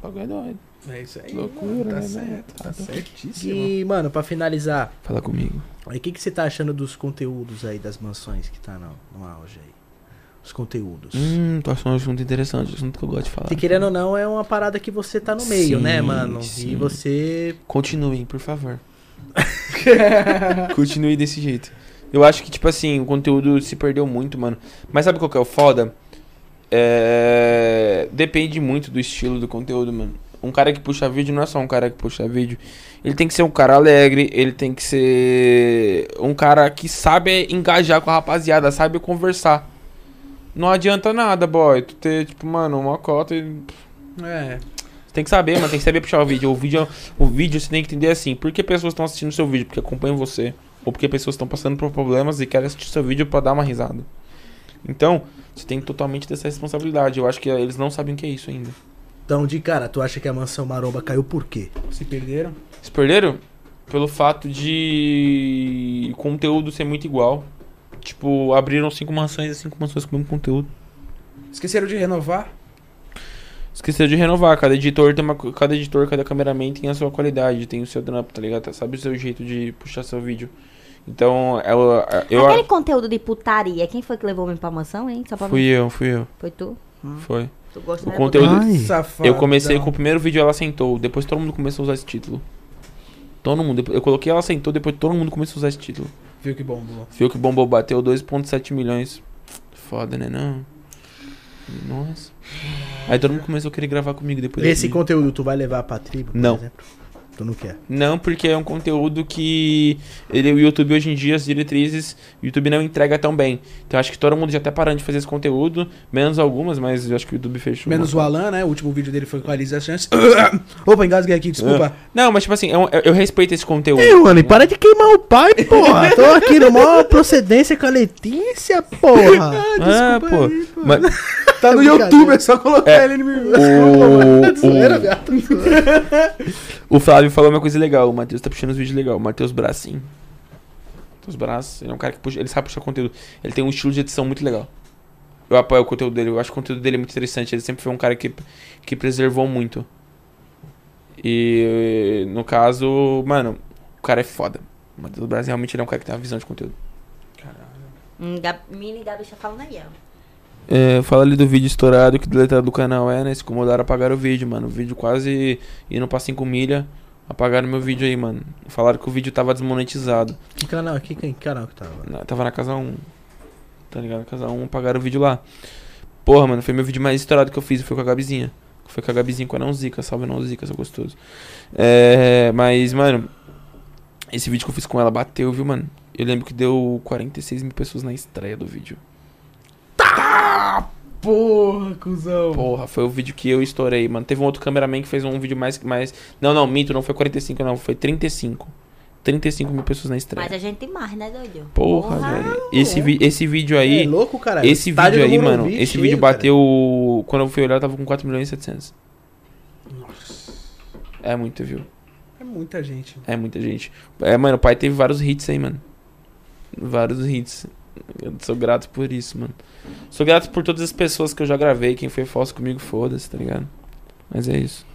Speaker 6: O bagulho é doido.
Speaker 3: É isso aí.
Speaker 6: Loucura,
Speaker 3: mano, Tá
Speaker 6: né,
Speaker 3: certo,
Speaker 6: mano?
Speaker 3: tá certíssimo.
Speaker 1: E, mano, pra finalizar,
Speaker 6: Fala comigo.
Speaker 1: aí, o que, que você tá achando dos conteúdos aí das mansões que tá no, no auge aí? Os conteúdos.
Speaker 6: Hum, tô achando um assunto interessante, um assunto que eu gosto de falar.
Speaker 1: Se querendo ou não, é uma parada que você tá no meio,
Speaker 6: Sim,
Speaker 1: né, mano? E
Speaker 6: sim.
Speaker 1: você.
Speaker 6: Continuem, por favor. Continue desse jeito. Eu acho que, tipo assim, o conteúdo se perdeu muito, mano. Mas sabe qual que é o foda? É... Depende muito do estilo do conteúdo, mano. Um cara que puxa vídeo não é só um cara que puxa vídeo. Ele tem que ser um cara alegre, ele tem que ser um cara que sabe engajar com a rapaziada, sabe conversar. Não adianta nada, boy. Tu ter, tipo, mano, uma cota e
Speaker 3: É.
Speaker 6: você tem que saber, mano. Tem que saber puxar o vídeo. O vídeo, o vídeo você tem que entender assim. Por que pessoas estão assistindo seu vídeo? Porque acompanham você. Ou porque pessoas estão passando por problemas e querem assistir seu vídeo pra dar uma risada. Então, você tem totalmente dessa responsabilidade. Eu acho que eles não sabem o que é isso ainda.
Speaker 1: Então, de cara, tu acha que a mansão maromba caiu por quê?
Speaker 3: Se perderam.
Speaker 6: Se perderam pelo fato de o conteúdo ser muito igual. Tipo, abriram cinco mansões e cinco mansões com o mesmo conteúdo.
Speaker 3: Esqueceram de renovar?
Speaker 6: Esqueceu de renovar. Cada editor tem uma. co- Cada editor, cada cameraman tem a sua qualidade, tem o seu trampo, tá ligado? Sabe o seu jeito de puxar seu vídeo. Então, eu. eu,
Speaker 5: Aquele conteúdo de putaria, quem foi que levou o menino pra mansão, hein? Só pra
Speaker 6: fui eu, fui eu.
Speaker 5: Foi tu?
Speaker 6: Foi.
Speaker 5: Tu gosta
Speaker 6: O
Speaker 5: né?
Speaker 6: conteúdo.
Speaker 3: Safado.
Speaker 6: Eu comecei com o primeiro vídeo ela sentou, depois todo mundo começou a usar esse título. Todo mundo, eu coloquei ela sentou, depois todo mundo começou a usar esse título.
Speaker 3: Viu que bombou.
Speaker 6: Viu que bombou, bateu 2.7 milhões. Foda, né não? Nossa. Aí todo mundo começou a querer gravar comigo depois desse
Speaker 1: Esse
Speaker 6: vídeo.
Speaker 1: conteúdo tu vai levar pra tribo, por
Speaker 6: Não.
Speaker 1: exemplo? Tu não quer.
Speaker 6: Não, porque é um conteúdo que ele, o YouTube hoje em dia, as diretrizes, o YouTube não entrega tão bem. Então acho que todo mundo já tá parando de fazer esse conteúdo, menos algumas, mas eu acho que o YouTube fechou.
Speaker 3: Menos o Alan, né? O último vídeo dele foi com a Elisa Chance. *coughs* Opa, engasguei aqui, desculpa.
Speaker 6: Não, mas tipo assim, é um- eu, eu respeito esse conteúdo.
Speaker 1: Ei, mano, e para de queimar o pai, *laughs* porra. Tô aqui no maior procedência com a Letícia, porra.
Speaker 6: Ah, pô. Mas,
Speaker 3: Tá no
Speaker 1: Brincadeira.
Speaker 3: YouTube, é só colocar
Speaker 6: É.
Speaker 3: ele no meu. *laughs*
Speaker 6: o,
Speaker 1: gato.
Speaker 6: o, o Flávio falou uma coisa legal, o Matheus tá puxando os vídeos legal. O Matheus Bracinho. Matheus Braço, ele é um cara que puxa, ele sabe puxar conteúdo. Ele tem um estilo de edição muito legal. Eu apoio o conteúdo dele, eu acho o conteúdo dele muito interessante. Ele sempre foi um cara que, que preservou muito. E no caso, mano, o cara é foda. O Matheus Brasil realmente ele é um cara que tem uma visão de conteúdo.
Speaker 5: Hum, Gab... Mini Gabicha falando aí, ó.
Speaker 6: É, fala ali do vídeo estourado que deletaram do canal, é, né? Se incomodaram, apagaram o vídeo, mano. O vídeo quase indo pra 5 milha. Apagaram meu vídeo aí, mano. Falaram que o vídeo tava desmonetizado.
Speaker 1: Que canal, que, que canal que tava?
Speaker 6: Na- Tava na casa 1. Tá ligado? Na casa 1, apagaram o vídeo lá. Porra, mano, foi meu vídeo mais estourado que eu fiz. Foi com a Gabizinha. Foi com a Gabizinha com a Não Zica. Salve Não Zica, seu gostoso. É, mas, mano, esse vídeo que eu fiz com ela bateu, viu, mano? Eu lembro que deu 46 mil pessoas na estreia do vídeo.
Speaker 3: Porra, cuzão.
Speaker 6: Porra, foi o vídeo que eu estourei, mano. Teve um outro cameraman que fez um vídeo mais. mais... Não, não, minto, não foi 45, não. Foi 35. 35 mil pessoas na estreia.
Speaker 5: Mas a gente mais, né, doido?
Speaker 6: Porra, velho. Esse, vi- esse vídeo aí.
Speaker 1: é tá louco, cara.
Speaker 6: Esse
Speaker 1: Estádio
Speaker 6: vídeo
Speaker 1: do
Speaker 6: aí,
Speaker 1: Morumbi
Speaker 6: mano, esse
Speaker 1: cheio,
Speaker 6: vídeo
Speaker 1: cara.
Speaker 6: bateu. Quando eu fui olhar, tava com 4 milhões e 700. Nossa. É muito, viu?
Speaker 3: É muita gente.
Speaker 4: É muita gente. É, mano, o pai teve vários hits aí, mano. Vários hits. Eu sou grato por isso, mano. Sou grato por todas as pessoas que eu já gravei. Quem foi falso comigo, foda-se, tá ligado? Mas é isso.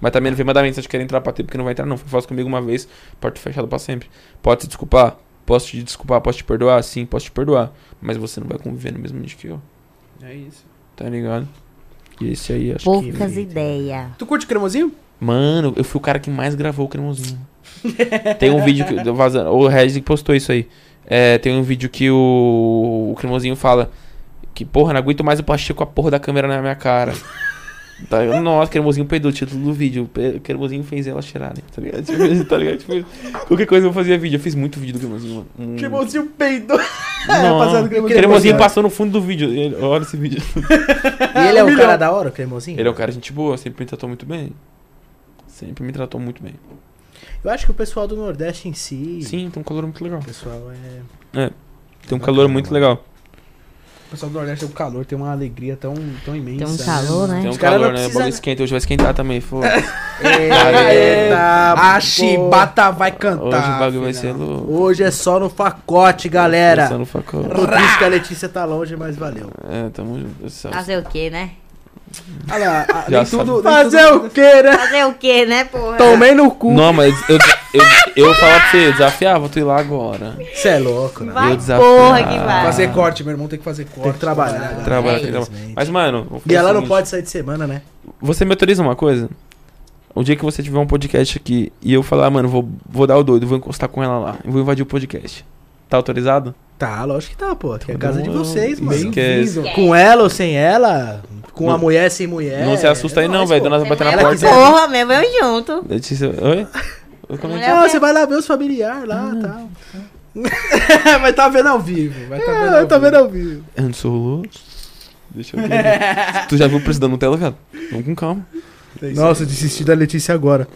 Speaker 4: Mas também não vem mandar mensagem querendo entrar pra ter, porque não vai entrar, não. Foi falso comigo uma vez, porta fechada pra sempre. Pode se desculpar? Posso te desculpar? Posso te perdoar? Sim, posso te perdoar. Mas você não vai conviver no mesmo nicho que eu,
Speaker 3: É isso.
Speaker 4: tá ligado? E esse aí, acho que.
Speaker 5: Poucas
Speaker 1: bonito.
Speaker 5: ideias.
Speaker 3: Tu curte cremosinho?
Speaker 4: Mano, eu fui o cara que mais gravou o cremosinho. tem um vídeo que. Vazando, o Regis postou isso aí. É, tem um vídeo que o, o cremosinho fala. Que porra, não aguento mais o Pacheco com a porra da câmera na minha cara. Tá, eu, nossa, cremosinho perdeu o título do vídeo. Pe- Cremosinho fez ela cheirar, né? Tá ligado? Tipo, tá ligado? Tipo, qualquer coisa eu fazia vídeo. Eu fiz muito vídeo do cremosinho, mano. Hum.
Speaker 3: Cremosinho *laughs* peidou.
Speaker 4: Não,
Speaker 3: passando cremosinho.
Speaker 4: cremosinho, passou no fundo do vídeo. Ele- Olha esse vídeo.
Speaker 1: E ele é
Speaker 3: Um
Speaker 1: o
Speaker 3: milhão.
Speaker 1: cara da hora, o cremosinho?
Speaker 4: Ele é um cara de gente boa, sempre me tratou muito bem. Sempre me tratou muito bem.
Speaker 1: Eu acho que o pessoal do Nordeste em si.
Speaker 4: Sim, tem um calor muito legal.
Speaker 1: O pessoal é.
Speaker 4: Tem um calor muito legal.
Speaker 3: O pessoal do Nordeste tem um calor, tem uma alegria tão, tão imensa.
Speaker 5: Tem um calor, né?
Speaker 4: Tem um
Speaker 1: Os caras não
Speaker 4: calor, né? O
Speaker 1: precisa-
Speaker 4: bagulho esquenta. Hoje vai esquentar também,
Speaker 1: *laughs*
Speaker 4: foda.
Speaker 1: Eita,
Speaker 3: A
Speaker 1: pô.
Speaker 3: chibata vai cantar.
Speaker 4: Hoje o bagulho vai ser
Speaker 3: afinal.
Speaker 4: louco.
Speaker 1: Hoje é só no facote,
Speaker 6: É
Speaker 1: galera.
Speaker 4: Pensando no facão.
Speaker 1: Tô triste que a Letícia tá longe, mas valeu.
Speaker 4: É, tamo junto. Deus do céu.
Speaker 5: Fazer o quê, né?
Speaker 3: Olha lá, a-
Speaker 4: Já
Speaker 3: nem tudo, nem
Speaker 1: Fazer
Speaker 3: tudo-
Speaker 1: o quê, né?
Speaker 5: Fazer o quê, né, porra?
Speaker 1: Tomei no cu.
Speaker 4: Não, mas eu, eu, eu falava pra você, eu desafiava, tu ir lá agora.
Speaker 1: Você é louco, né?
Speaker 5: Vai
Speaker 4: eu Ah. desafiava.
Speaker 5: porra que vai.
Speaker 3: Fazer corte, meu irmão tem que fazer corte.
Speaker 1: Tem que trabalhar. né?
Speaker 4: Trabalhar, tem que trabalhar.
Speaker 1: Infelizmente.
Speaker 4: Mas, mano, vou fazer
Speaker 1: E ela
Speaker 4: o
Speaker 1: não
Speaker 4: seguinte.
Speaker 1: pode sair de semana, né?
Speaker 4: Você me autoriza uma coisa? O dia que você tiver um podcast aqui e eu falar, mano, vou, vou dar o doido, vou encostar com ela lá, eu vou invadir o podcast. Tá autorizado?
Speaker 1: Tá, lógico que tá, pô. Que é a
Speaker 4: Todo
Speaker 1: casa de
Speaker 4: mundo
Speaker 1: vocês, mano.
Speaker 4: Esquece.
Speaker 5: Esquece.
Speaker 1: Com ela ou sem ela, com a
Speaker 4: Não-
Speaker 1: mulher sem mulher.
Speaker 4: não se assusta aí
Speaker 1: é
Speaker 4: não,
Speaker 1: nóis,
Speaker 4: velho.
Speaker 1: pô.
Speaker 4: Dona vai bater na
Speaker 1: Ela
Speaker 5: Ela que
Speaker 1: quiser.
Speaker 4: porta.
Speaker 5: porra mesmo, eu junto.
Speaker 4: Letícia, oi? Como é que-
Speaker 1: Não, você vai lá ver os familiares
Speaker 4: Ah,
Speaker 1: lá e tal. *laughs*
Speaker 3: vai tá vendo ao vivo. Vai tá vendo
Speaker 4: É,
Speaker 1: Ah,
Speaker 3: ao
Speaker 1: eu tô
Speaker 3: vivo.
Speaker 1: vendo ao vivo.
Speaker 4: Eu não sou louco. é? Deixa eu
Speaker 5: *laughs*
Speaker 4: ver. tu já viu o preço da Nutella, viado? Vamos com calma.
Speaker 1: Nossa, eu desisti da Letícia
Speaker 3: *laughs*
Speaker 1: agora.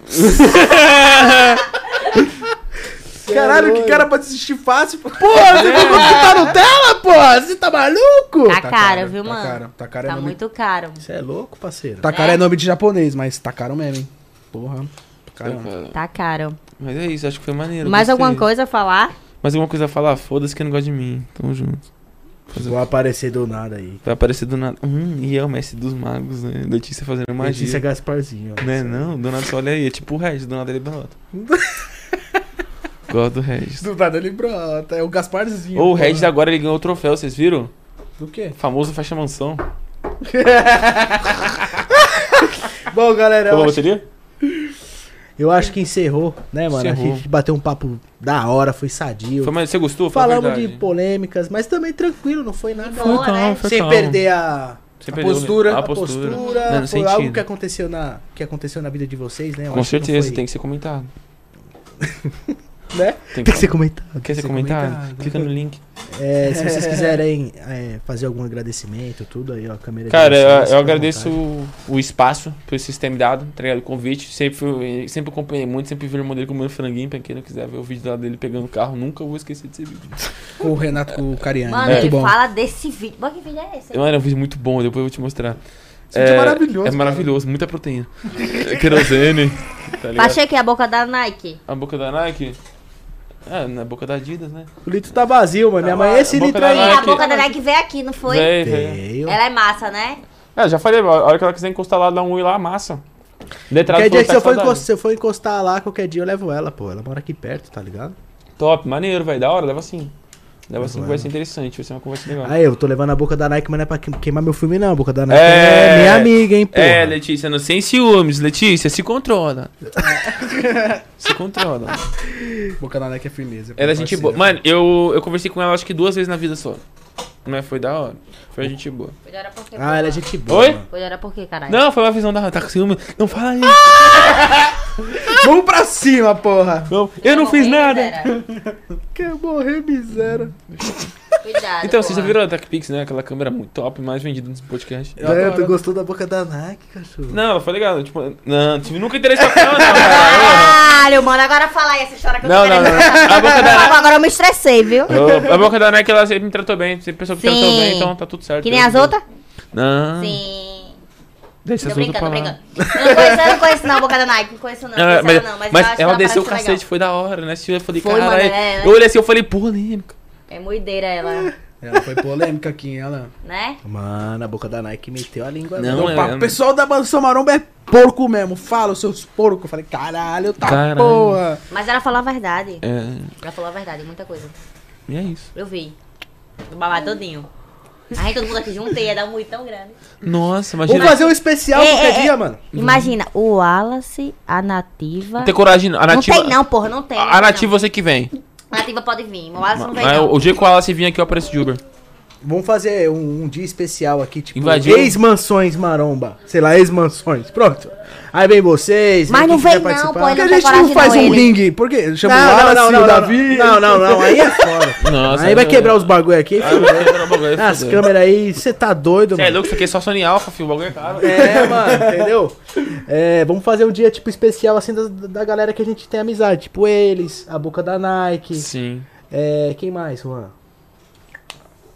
Speaker 3: Caralho, que cara pra desistir fácil. pô.
Speaker 1: Pô, você falou que tá Nutella, pô? Você tá maluco?
Speaker 5: Tá caro, viu,
Speaker 3: tá Caro.
Speaker 5: mano?
Speaker 3: Tá caro, é
Speaker 5: Tá
Speaker 3: nome...
Speaker 5: muito né? caro.
Speaker 1: Você é louco, parceiro.
Speaker 3: tá caro é nome de japonês, mas tá caro mesmo, hein? Porra. é um Caramba.
Speaker 5: Tá caro.
Speaker 4: Mas é isso, acho que foi maneiro.
Speaker 5: Mais
Speaker 4: gostei.
Speaker 5: alguma coisa a falar?
Speaker 4: Mais alguma coisa a falar? Foda-se que não gosta de mim. Tamo junto. Fazer...
Speaker 1: Vou aparecer do nada aí.
Speaker 4: Vai aparecer do nada. Hum, e é o mestre dos magos, né? Letícia fazendo magia.
Speaker 1: Letícia Gasparzinho. ó.
Speaker 4: Né, não? Do nada só olha aí. É tipo o Regis, do nada ele brota. *laughs* Gosto do Regis.
Speaker 3: Do nada ele brota. É o Gasparzinho.
Speaker 4: Ou o
Speaker 3: porra.
Speaker 4: Regis agora ele ganhou o troféu, vocês viram?
Speaker 3: Do quê?
Speaker 4: Famoso faixa mansão.
Speaker 1: Bom, galera, eu
Speaker 4: Tomou a
Speaker 1: acho,
Speaker 4: bateria?
Speaker 1: eu acho que encerrou, né, mano?
Speaker 4: Encerrou.
Speaker 1: A gente bateu um papo da hora, foi sadio.
Speaker 4: Foi, mas você gostou? Fala a
Speaker 1: Falamos de
Speaker 4: verdade.
Speaker 1: polêmicas, mas também tranquilo, não foi nada.
Speaker 5: Foi, calma, né?
Speaker 1: Sem perder a,
Speaker 4: Sem
Speaker 1: a
Speaker 4: perder o-
Speaker 1: postura,
Speaker 4: a
Speaker 1: a postura,
Speaker 4: postura. Não, no
Speaker 1: foi
Speaker 4: sentido.
Speaker 1: algo que aconteceu na que aconteceu na vida de vocês, né? Eu
Speaker 4: Com
Speaker 1: acho que não
Speaker 4: certeza,
Speaker 1: foi-
Speaker 4: tem que ser comentado.
Speaker 1: Né?
Speaker 4: Tem
Speaker 1: *laughs* Tem que ser comentado.
Speaker 4: Quer ser
Speaker 3: ser
Speaker 4: comentado?
Speaker 3: comentado.
Speaker 4: Clica no link.
Speaker 1: É, se vocês quiserem é, fazer algum agradecimento, tudo aí, ó, a câmera. de
Speaker 4: Cara,
Speaker 1: vocês, fica
Speaker 4: eu, eu
Speaker 1: à
Speaker 4: agradeço
Speaker 1: vontade.
Speaker 4: o, o espaço, por esse sistema dado, tá ligado? O convite. Sempre, fui- sempre acompanhei muito, sempre vi o irmão dele comendo franguinho. Pra quem não quiser ver o vídeo lá Tá dele pegando o carro, nunca vou esquecer desse vídeo.
Speaker 3: Com o Renato com o Cariani.
Speaker 1: É,
Speaker 5: Mano,
Speaker 3: muito
Speaker 5: ele
Speaker 3: bom.
Speaker 5: fala desse vídeo. Mas que vídeo é esse?
Speaker 4: Mano, é um vídeo muito bom, depois eu vou te mostrar.
Speaker 3: Esse vídeo é maravilhoso,
Speaker 4: É
Speaker 3: cara.
Speaker 4: maravilhoso, muita proteína. Querosene, tá ligado?
Speaker 5: Baixei aqui a boca da Nike.
Speaker 4: A boca da Nike. É, na boca da Adidas, né?
Speaker 1: O litro tá vazio, mano. Minha mãe é esse
Speaker 4: boca né?
Speaker 1: litro
Speaker 4: da
Speaker 1: aí.
Speaker 5: E a
Speaker 4: Nike.
Speaker 5: boca da Nike veio aqui, não foi?
Speaker 4: Véi, véi.
Speaker 1: Veio.
Speaker 5: Ela é massa, né?
Speaker 4: É, já falei, a hora que ela quiser encostar lá, dá um oi lá, massa. Letrado
Speaker 1: Quer
Speaker 4: falou
Speaker 1: dizer que se
Speaker 4: tá
Speaker 1: eu, for
Speaker 4: saudável.
Speaker 1: encostar, se eu for encostar lá, qualquer dia eu levo ela, pô. Ela mora aqui perto, tá ligado?
Speaker 4: Top, maneiro, velho. Da hora, leva sim. Leva sim que vai
Speaker 1: ela.
Speaker 4: ser interessante, vai ser uma conversa legal.
Speaker 1: Aí, Ah, eu tô levando a boca da Nike, mas não é pra que- queimar meu filme, não. A boca da Nike
Speaker 4: É.
Speaker 1: é, minha amiga, hein, pô.
Speaker 4: É, Letícia, não sem ciúmes. Letícia, se controla. se controla.
Speaker 3: Boca da Nike é firmeza.
Speaker 4: Ela é gente boa. Mano, eu, eu conversei com ela acho que duas vezes na vida só. Mas foi da hora. Foi gente boa.
Speaker 5: Foi hora por quê?
Speaker 1: Ah, ela é gente boa.
Speaker 4: Oi?
Speaker 1: mano.
Speaker 5: Foi hora por quê, caralho?
Speaker 4: Não, foi uma visão da Tá com ciúme? Não fala isso.
Speaker 3: Vamos pra cima, porra.
Speaker 4: Não, eu não fiz nada.
Speaker 1: Quer morrer, miséria.
Speaker 5: Cuidado.
Speaker 4: *laughs* Então, vocês já
Speaker 5: porra.
Speaker 4: viram a TechPix, né? Aquela câmera muito top, mais vendida nesse podcast.
Speaker 3: Eu
Speaker 1: É,
Speaker 3: adoro.
Speaker 1: tu gostou da boca da Nike, cachorro?
Speaker 4: Não, ela foi legal. Tipo, não, tive nunca interesse pra ela, não, *laughs* cara.
Speaker 5: Caralho, mano, agora fala aí essa história que eu
Speaker 4: Não,
Speaker 5: tô
Speaker 4: não,
Speaker 5: querendo.
Speaker 4: não. A boca da Nike.
Speaker 5: Agora eu me estressei, viu?
Speaker 4: A boca da Nike, ela sempre me tratou bem. Sempre pensou que me tratou
Speaker 5: Sim.
Speaker 4: bem, então tá tudo certo.
Speaker 5: Que nem as outras?
Speaker 4: Não.
Speaker 5: Sim.
Speaker 4: Deixa
Speaker 5: Tô
Speaker 4: as outras
Speaker 5: brincando,
Speaker 4: pra
Speaker 5: tô
Speaker 4: lá.
Speaker 5: brincando. Eu não conheço, eu não conheço não, boca da Nike. Não conheço não, não
Speaker 4: Ah,
Speaker 5: conheço
Speaker 4: mas
Speaker 5: ela não. Mas, eu
Speaker 4: mas
Speaker 5: acho
Speaker 4: ela
Speaker 5: que
Speaker 4: desceu o
Speaker 5: parece
Speaker 4: cacete,
Speaker 5: legal.
Speaker 4: foi da hora, né? Eu falei,
Speaker 5: Foi, mano,
Speaker 4: caralho.
Speaker 5: é, é.
Speaker 4: Eu olhei assim, eu falei, polêmica.
Speaker 5: É muideira ela,
Speaker 3: Ela foi polêmica aqui, ela.
Speaker 5: né?
Speaker 1: Mano, a boca da Nike meteu a língua.
Speaker 4: Não,
Speaker 1: dela.
Speaker 4: é-
Speaker 3: Opa, o um pessoal da Mansão Maromba é porco mesmo. Fala, os seus porcos. Eu falei, caralho, tá
Speaker 4: Caralho.
Speaker 3: porra.
Speaker 5: Mas ela falou a verdade.
Speaker 4: É,
Speaker 5: Ela falou a verdade, muita coisa.
Speaker 4: e é isso.
Speaker 5: Eu vi. O babado todinho. A gente todo mundo aqui juntei, ia dar um muito tão grande.
Speaker 4: Nossa, imagina.
Speaker 1: Vamos fazer um especial
Speaker 5: É,
Speaker 1: qualquer
Speaker 5: é,
Speaker 1: dia,
Speaker 5: é.
Speaker 1: mano.
Speaker 5: Imagina, o Wallace, a Nativa...
Speaker 4: Não tem coragem, não. A
Speaker 5: Não
Speaker 4: nativa,
Speaker 5: tem não, porra, não tem.
Speaker 4: A a nativa você que vem.
Speaker 5: não. A Nativa pode vir, o Wallace não vem
Speaker 4: Mas é,
Speaker 5: não.
Speaker 4: o dia que o Alassi vir aqui, eu apareço de Uber.
Speaker 1: Vamos fazer um, um dia especial aqui, tipo,
Speaker 4: Invadiu.
Speaker 1: ex-mansões maromba. Sei lá, ex-mansões. Pronto. Aí vem vocês.
Speaker 5: Mas não
Speaker 1: quem quiser
Speaker 5: vem não,
Speaker 1: participar.
Speaker 5: pô, ele
Speaker 1: Porque
Speaker 5: não
Speaker 1: a
Speaker 5: tem
Speaker 1: gente não
Speaker 5: coragem
Speaker 1: faz
Speaker 5: não,
Speaker 1: um
Speaker 5: ele.
Speaker 1: ringue. Por quê? Chama
Speaker 3: Não,
Speaker 1: o
Speaker 3: não,
Speaker 1: Wallace,
Speaker 3: não, não,
Speaker 1: o
Speaker 3: não,
Speaker 1: Davi. Não, não, não. Aí é foda.
Speaker 4: Nossa.
Speaker 1: aí vai
Speaker 4: é-
Speaker 1: quebrar os bagulho aqui.
Speaker 4: Ah, vai quebrar o bagulho, vai
Speaker 1: As
Speaker 4: foder.
Speaker 1: câmeras aí, você tá doido,
Speaker 4: Você é
Speaker 1: mano.
Speaker 4: louco, isso aqui é só Sony Alpha, filho. O bagulho é caro.
Speaker 1: É, mano, entendeu? É, vamos fazer um dia, tipo, especial, assim, da, da galera que a gente tem amizade. Tipo, eles, a boca da Nike.
Speaker 4: Sim.
Speaker 1: É, quem mais, Juan?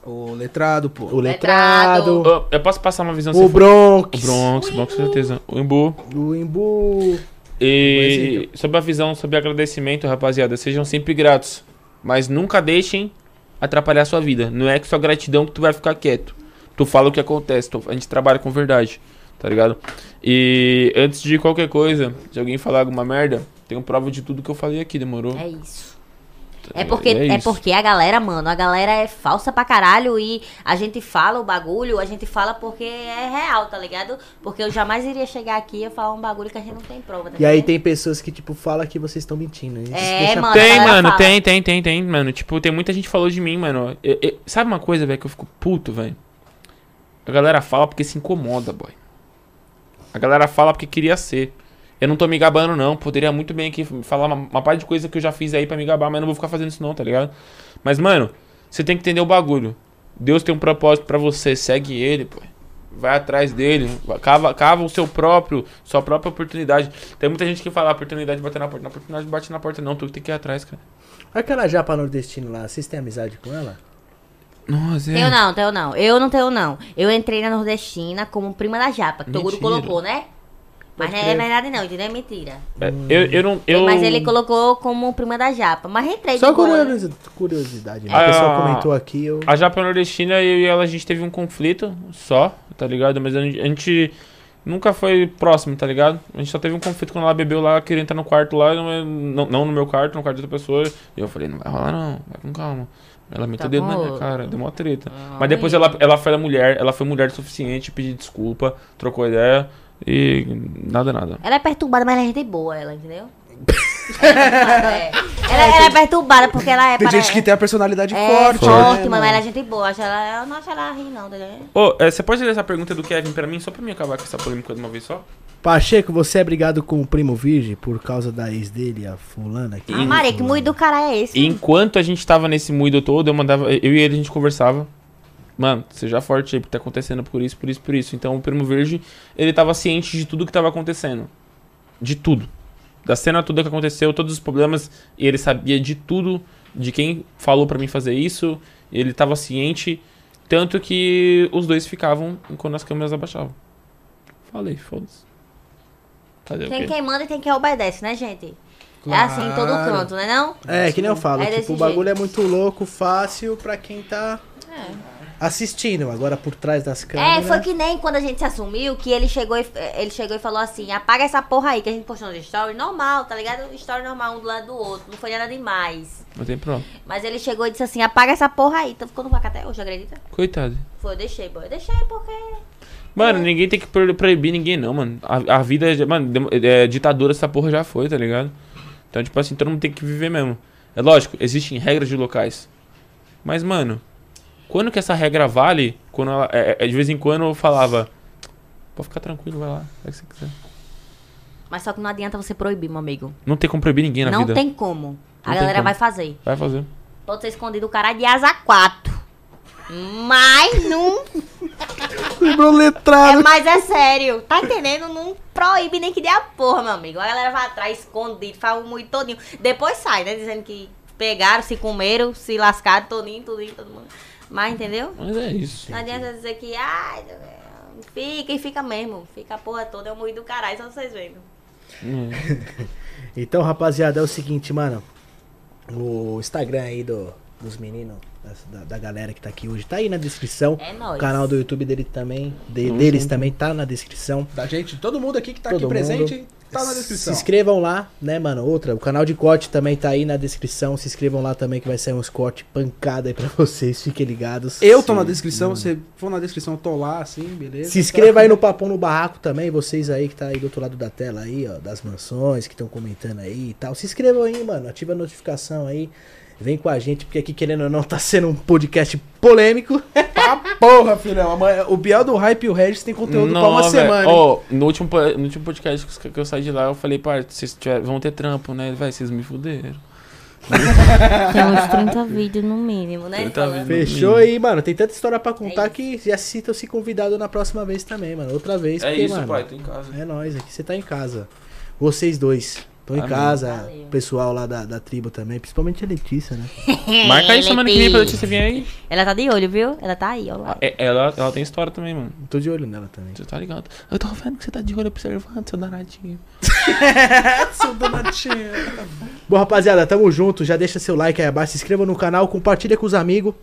Speaker 3: O letrado, pô.
Speaker 1: O
Speaker 5: Letrado.
Speaker 1: Letrado.
Speaker 4: Ô, Eu posso passar uma visão
Speaker 1: O
Speaker 4: sem-
Speaker 1: Bronx.
Speaker 4: O Bronx, o Bronx, com certeza. O Embu.
Speaker 1: O Imbu.
Speaker 4: E sobre a visão, sobre agradecimento, rapaziada, sejam sempre gratos. Mas nunca deixem atrapalhar a sua vida. Não é que sua gratidão que tu vai ficar quieto. Tu fala o que acontece, tu- a gente trabalha com verdade, tá ligado? E antes de qualquer coisa, de alguém falar alguma merda, tenho prova de tudo que eu falei aqui, demorou?
Speaker 5: É isso. É porque, é,
Speaker 4: isso.
Speaker 5: porque a galera, mano, a galera é falsa pra caralho e a gente fala o bagulho, a gente fala porque é real, tá ligado? Porque eu jamais iria chegar aqui e falar um bagulho que a gente não tem prova, tá
Speaker 1: E aí
Speaker 5: entendendo?
Speaker 1: tem pessoas que, tipo, falam que vocês estão mentindo. Isso
Speaker 5: É,
Speaker 1: deixa-
Speaker 5: mano. a
Speaker 4: Tem,
Speaker 5: galera
Speaker 4: mano,
Speaker 5: fala.
Speaker 4: tem, tem, tem, tem, mano. Tipo, tem muita gente que falou de mim, mano. Eu- eu- sabe uma coisa, velho, que eu fico puto, velho? A galera fala porque se incomoda, boy. A galera fala porque queria ser. Eu não tô me gabando, não. Poderia muito bem aqui falar uma, uma parte de coisa que eu já fiz aí pra me gabar, mas não vou ficar fazendo isso, não, tá ligado? Mas, mano, você tem que entender o bagulho. Deus tem um propósito pra você, segue ele, pô. Vai atrás dele, va- cava, cava o seu próprio, sua própria oportunidade. Tem muita gente que fala, "A oportunidade bater na porta, na oportunidade bate na porta, não, tu que tem que ir atrás, cara.
Speaker 1: Aquela japa nordestina lá, vocês têm amizade com ela?
Speaker 4: Nossa, é.
Speaker 5: Tenho não, tenho não. Eu não tenho não. Eu entrei na Nordestina como prima da Japa, que Toguro
Speaker 4: Mentira.
Speaker 5: colocou, né? Mas
Speaker 1: Pode
Speaker 5: não é
Speaker 1: crer.
Speaker 5: verdade não, entendeu? É mentira.
Speaker 4: É, Eu, eu não. Eu...
Speaker 5: Mas ele colocou como prima da Japa. Mas entrei
Speaker 1: Só
Speaker 5: de boa, né?
Speaker 1: curiosi- curiosidade. Né?
Speaker 4: Ah.
Speaker 1: O pessoal comentou aqui, eu...
Speaker 4: A Japa Nordestina, eu e ela, a gente teve um conflito só, tá ligado? Mas a gente, a gente nunca foi próximo, tá ligado? A gente só teve um conflito quando ela bebeu lá, ela queria entrar no quarto lá, não, não, não no meu quarto, no quarto de outra pessoa. E eu falei, não vai rolar não, vai com calma. Ela meteu
Speaker 5: Tá
Speaker 4: o dedo na
Speaker 5: bom.
Speaker 4: minha cara, deu uma treta.
Speaker 5: Ah,
Speaker 4: Mas depois
Speaker 5: aí.
Speaker 4: ela, ela foi a mulher, ela foi mulher o suficiente, pediu desculpa, trocou ideia e nada, nada.
Speaker 5: Ela é perturbada, mas ela é gente boa, ela, entendeu? É. Ela, ela é perturbada porque ela é
Speaker 3: Tem
Speaker 5: para-
Speaker 3: gente que tem a personalidade
Speaker 5: é
Speaker 3: forte,
Speaker 5: forte,
Speaker 3: né,
Speaker 5: mano.
Speaker 3: mano?
Speaker 5: Ela é gente boa. Acho ela, eu não acho ela rir, não, entendeu?
Speaker 4: Ô, eh, você pode ler essa pergunta do Kevin pra mim, só pra mim acabar com essa polêmica de uma vez só?
Speaker 1: Pacheco, você é brigado com o primo virgem por causa da ex dele, a fulana aqui.
Speaker 5: Ah, Maria, que moído do cara é esse?
Speaker 4: E enquanto a gente tava nesse moído todo, eu mandava. Eu e ele, a gente conversava. Mano, seja forte aí, porque tá acontecendo por isso, por isso, por isso. Então o Primo Verde, ele tava ciente de tudo que tava acontecendo. De tudo. Da cena toda que aconteceu, todos os problemas. E ele sabia de tudo, de quem falou pra mim fazer isso. Ele tava ciente. Tanto que os dois ficavam quando as câmeras abaixavam. Falei, foda-se. Fazer o
Speaker 5: Tem
Speaker 4: quê?
Speaker 5: quem manda e tem quem obedece, né, gente? É
Speaker 3: Claro.
Speaker 5: assim em todo canto, né não?
Speaker 1: É, que nem eu falo,
Speaker 5: É desse
Speaker 1: tipo, o bagulho
Speaker 5: jeito.
Speaker 1: é muito louco, fácil pra quem tá assistindo. Agora por trás das
Speaker 5: É,
Speaker 1: câmeras.
Speaker 5: foi que nem quando a gente se assumiu que ele chegou e, ele chegou e falou assim: apaga essa porra aí que a gente postou no story normal, tá ligado? Story normal um do lado do outro, não foi nada demais.
Speaker 4: Não tem problema.
Speaker 5: Mas ele chegou e disse assim: apaga essa porra aí. Então ficou no vaca até hoje, acredita?
Speaker 4: Coitado.
Speaker 5: Foi, eu deixei, boy. Eu deixei porque. É.
Speaker 4: Mano, ninguém tem que pro- proibir ninguém, não, mano. A, a vida, é- mano, dem- é, ditadura essa porra já foi, tá ligado? Então, tipo assim, todo mundo tem que viver mesmo. É lógico, existem regras de locais. Mas, mano, quando que essa regra vale? Quando ela, é- é- de vez em quando eu falava, pode ficar tranquilo, vai lá, vai que você quiser.
Speaker 5: Mas só que não adianta você proibir, meu amigo.
Speaker 4: Não tem como proibir ninguém na
Speaker 5: Não
Speaker 4: vida.
Speaker 5: tem como. A
Speaker 4: Não tem
Speaker 5: galera
Speaker 4: como.
Speaker 5: vai fazer.
Speaker 4: Vai fazer.
Speaker 5: Pode ser escondido o cara de asa 4. Mas não.
Speaker 1: Lembrou o
Speaker 5: É,
Speaker 1: letrado.
Speaker 5: mas é sério. Tá entendendo? Não proíbe nem que dê a porra, meu amigo. A galera vai atrás escondido, faz um muito todinho. Depois sai, né? Dizendo que pegaram, se comeram, se lascaram, todinho, tudinho, todo mundo. Mas entendeu?
Speaker 4: Mas é isso.
Speaker 5: Não adianta dizer que. Ai, não é. Fica e fica mesmo. Fica a porra toda, eu morri do caralho, só vocês vendo.
Speaker 1: Então, rapaziada, é o seguinte, mano. O Instagram aí do, dos meninos, das- da, da galera que tá aqui hoje, tá aí na descrição.
Speaker 5: É nóis.
Speaker 1: O canal do YouTube dele também, de- deles também tá na descrição.
Speaker 3: Da gente, todo mundo aqui que tá
Speaker 1: Todo
Speaker 3: aqui
Speaker 1: mundo.
Speaker 3: presente, tá na
Speaker 1: Se
Speaker 3: descrição.
Speaker 1: inscrevam lá, né, mano? Outra, o canal de corte também tá aí na descrição. Se inscrevam lá também que vai sair uns cortes pancada aí pra *laughs* vocês. Fiquem ligados.
Speaker 3: Eu tô na descrição, se for na descrição, eu tô lá, assim, beleza.
Speaker 5: tá
Speaker 1: Se inscreva
Speaker 3: *laughs*
Speaker 1: aí no Papão no Barraco também, vocês aí que tá aí do outro lado da tela aí, ó, das mansões que estão comentando aí e tal. Se inscrevam aí, mano, ativa a notificação aí. Vem com a gente, porque aqui, querendo ou não, tá sendo um podcast polêmico.
Speaker 5: Hum.
Speaker 3: Tá porra, filhão. Amanhã- O Biel do Hype e o Regis tem conteúdo pra uma
Speaker 4: velho.
Speaker 3: semana. hein?
Speaker 4: Ó, no, último, po- no último podcast que os- que eu saí de lá, eu falei, pá, vocês tiver- vão ter trampo, né? Vai, vocês me fuderam.
Speaker 5: Tem uns 30 vídeos no mínimo, né?
Speaker 4: 30 vídeos.
Speaker 1: Fechou
Speaker 4: Hum.
Speaker 1: aí, mano. Tem tanta história pra contar
Speaker 5: É
Speaker 1: que já sintam-se convidado na próxima vez também, mano. Outra vez,
Speaker 4: É
Speaker 1: porque,
Speaker 4: isso,
Speaker 1: mano.
Speaker 4: pai, tô em casa.
Speaker 1: É nóis, aqui você tá em casa. Vocês dois. Estão em
Speaker 4: Amém.
Speaker 1: casa,
Speaker 5: Valeu.
Speaker 1: o pessoal lá da, da tribo também, principalmente a Letícia, né?
Speaker 4: Marca aí semana que vem pra Letícia vir aí.
Speaker 5: É, Ela tá de olho, viu? Ela tá aí, ó
Speaker 4: Ah,
Speaker 5: lá.
Speaker 4: é- Ela, ela tem história também, mano.
Speaker 1: Tô de olho nela também.
Speaker 4: Você tá ligado? Eu tô vendo que você tá de olho observando, seu danadinho.
Speaker 3: Seu Donatinho.
Speaker 1: Bom, rapaziada, tamo junto. Já deixa seu like aí abaixo, se inscreva no canal, compartilha com os amigos.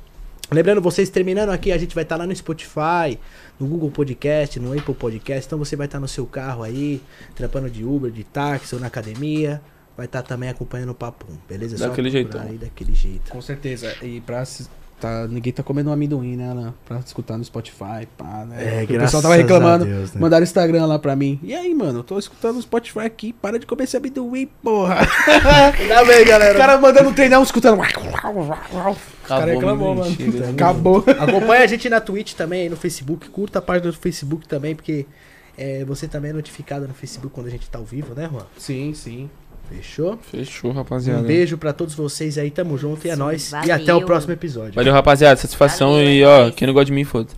Speaker 1: Lembrando, vocês terminando aqui, a gente vai estar lá no Spotify, no Google Podcast, no Apple Podcast. Então você vai estar no seu carro aí, trampando de Uber, de táxi ou na academia. Vai estar também acompanhando o papo, Um, beleza? procurar
Speaker 4: Daquele jeitão.
Speaker 1: Aí, daquele jeito.
Speaker 3: Com certeza. E pra. assis- Tá, ninguém tá comendo um amendoim, né, Alan? Pra escutar no Spotify, pá, né?
Speaker 1: É,
Speaker 3: O
Speaker 1: graças
Speaker 3: pessoal tava reclamando.
Speaker 1: a Deus, né?
Speaker 3: Mandaram o Instagram lá pra mim. E aí, mano, eu tô escutando o Spotify aqui. Para de comer esse amendoim, porra.
Speaker 1: Tá bem,
Speaker 3: O cara mandando treinar, escutando.
Speaker 4: Acabou,
Speaker 3: reclamou,
Speaker 4: minha
Speaker 3: mano.
Speaker 4: mentira.
Speaker 3: Acabou.
Speaker 1: né? Acompanha a gente na Twitch também, aí no Facebook. Curta a página do Facebook também, porque é, você também é notificado no Facebook quando a gente tá ao vivo, né, Juan?
Speaker 3: Sim, sim.
Speaker 1: Fechou?
Speaker 4: Fechou,
Speaker 1: Um
Speaker 4: rapaziada.
Speaker 1: beijo pra todos vocês aí, tamo junto e é nóis. E
Speaker 5: valeu.
Speaker 1: até o próximo episódio.
Speaker 4: Valeu, rapaziada. Satisfação
Speaker 5: Valeu,
Speaker 4: e,
Speaker 5: é
Speaker 4: ó,
Speaker 5: nóis.
Speaker 4: quem não gosta de mim, foda.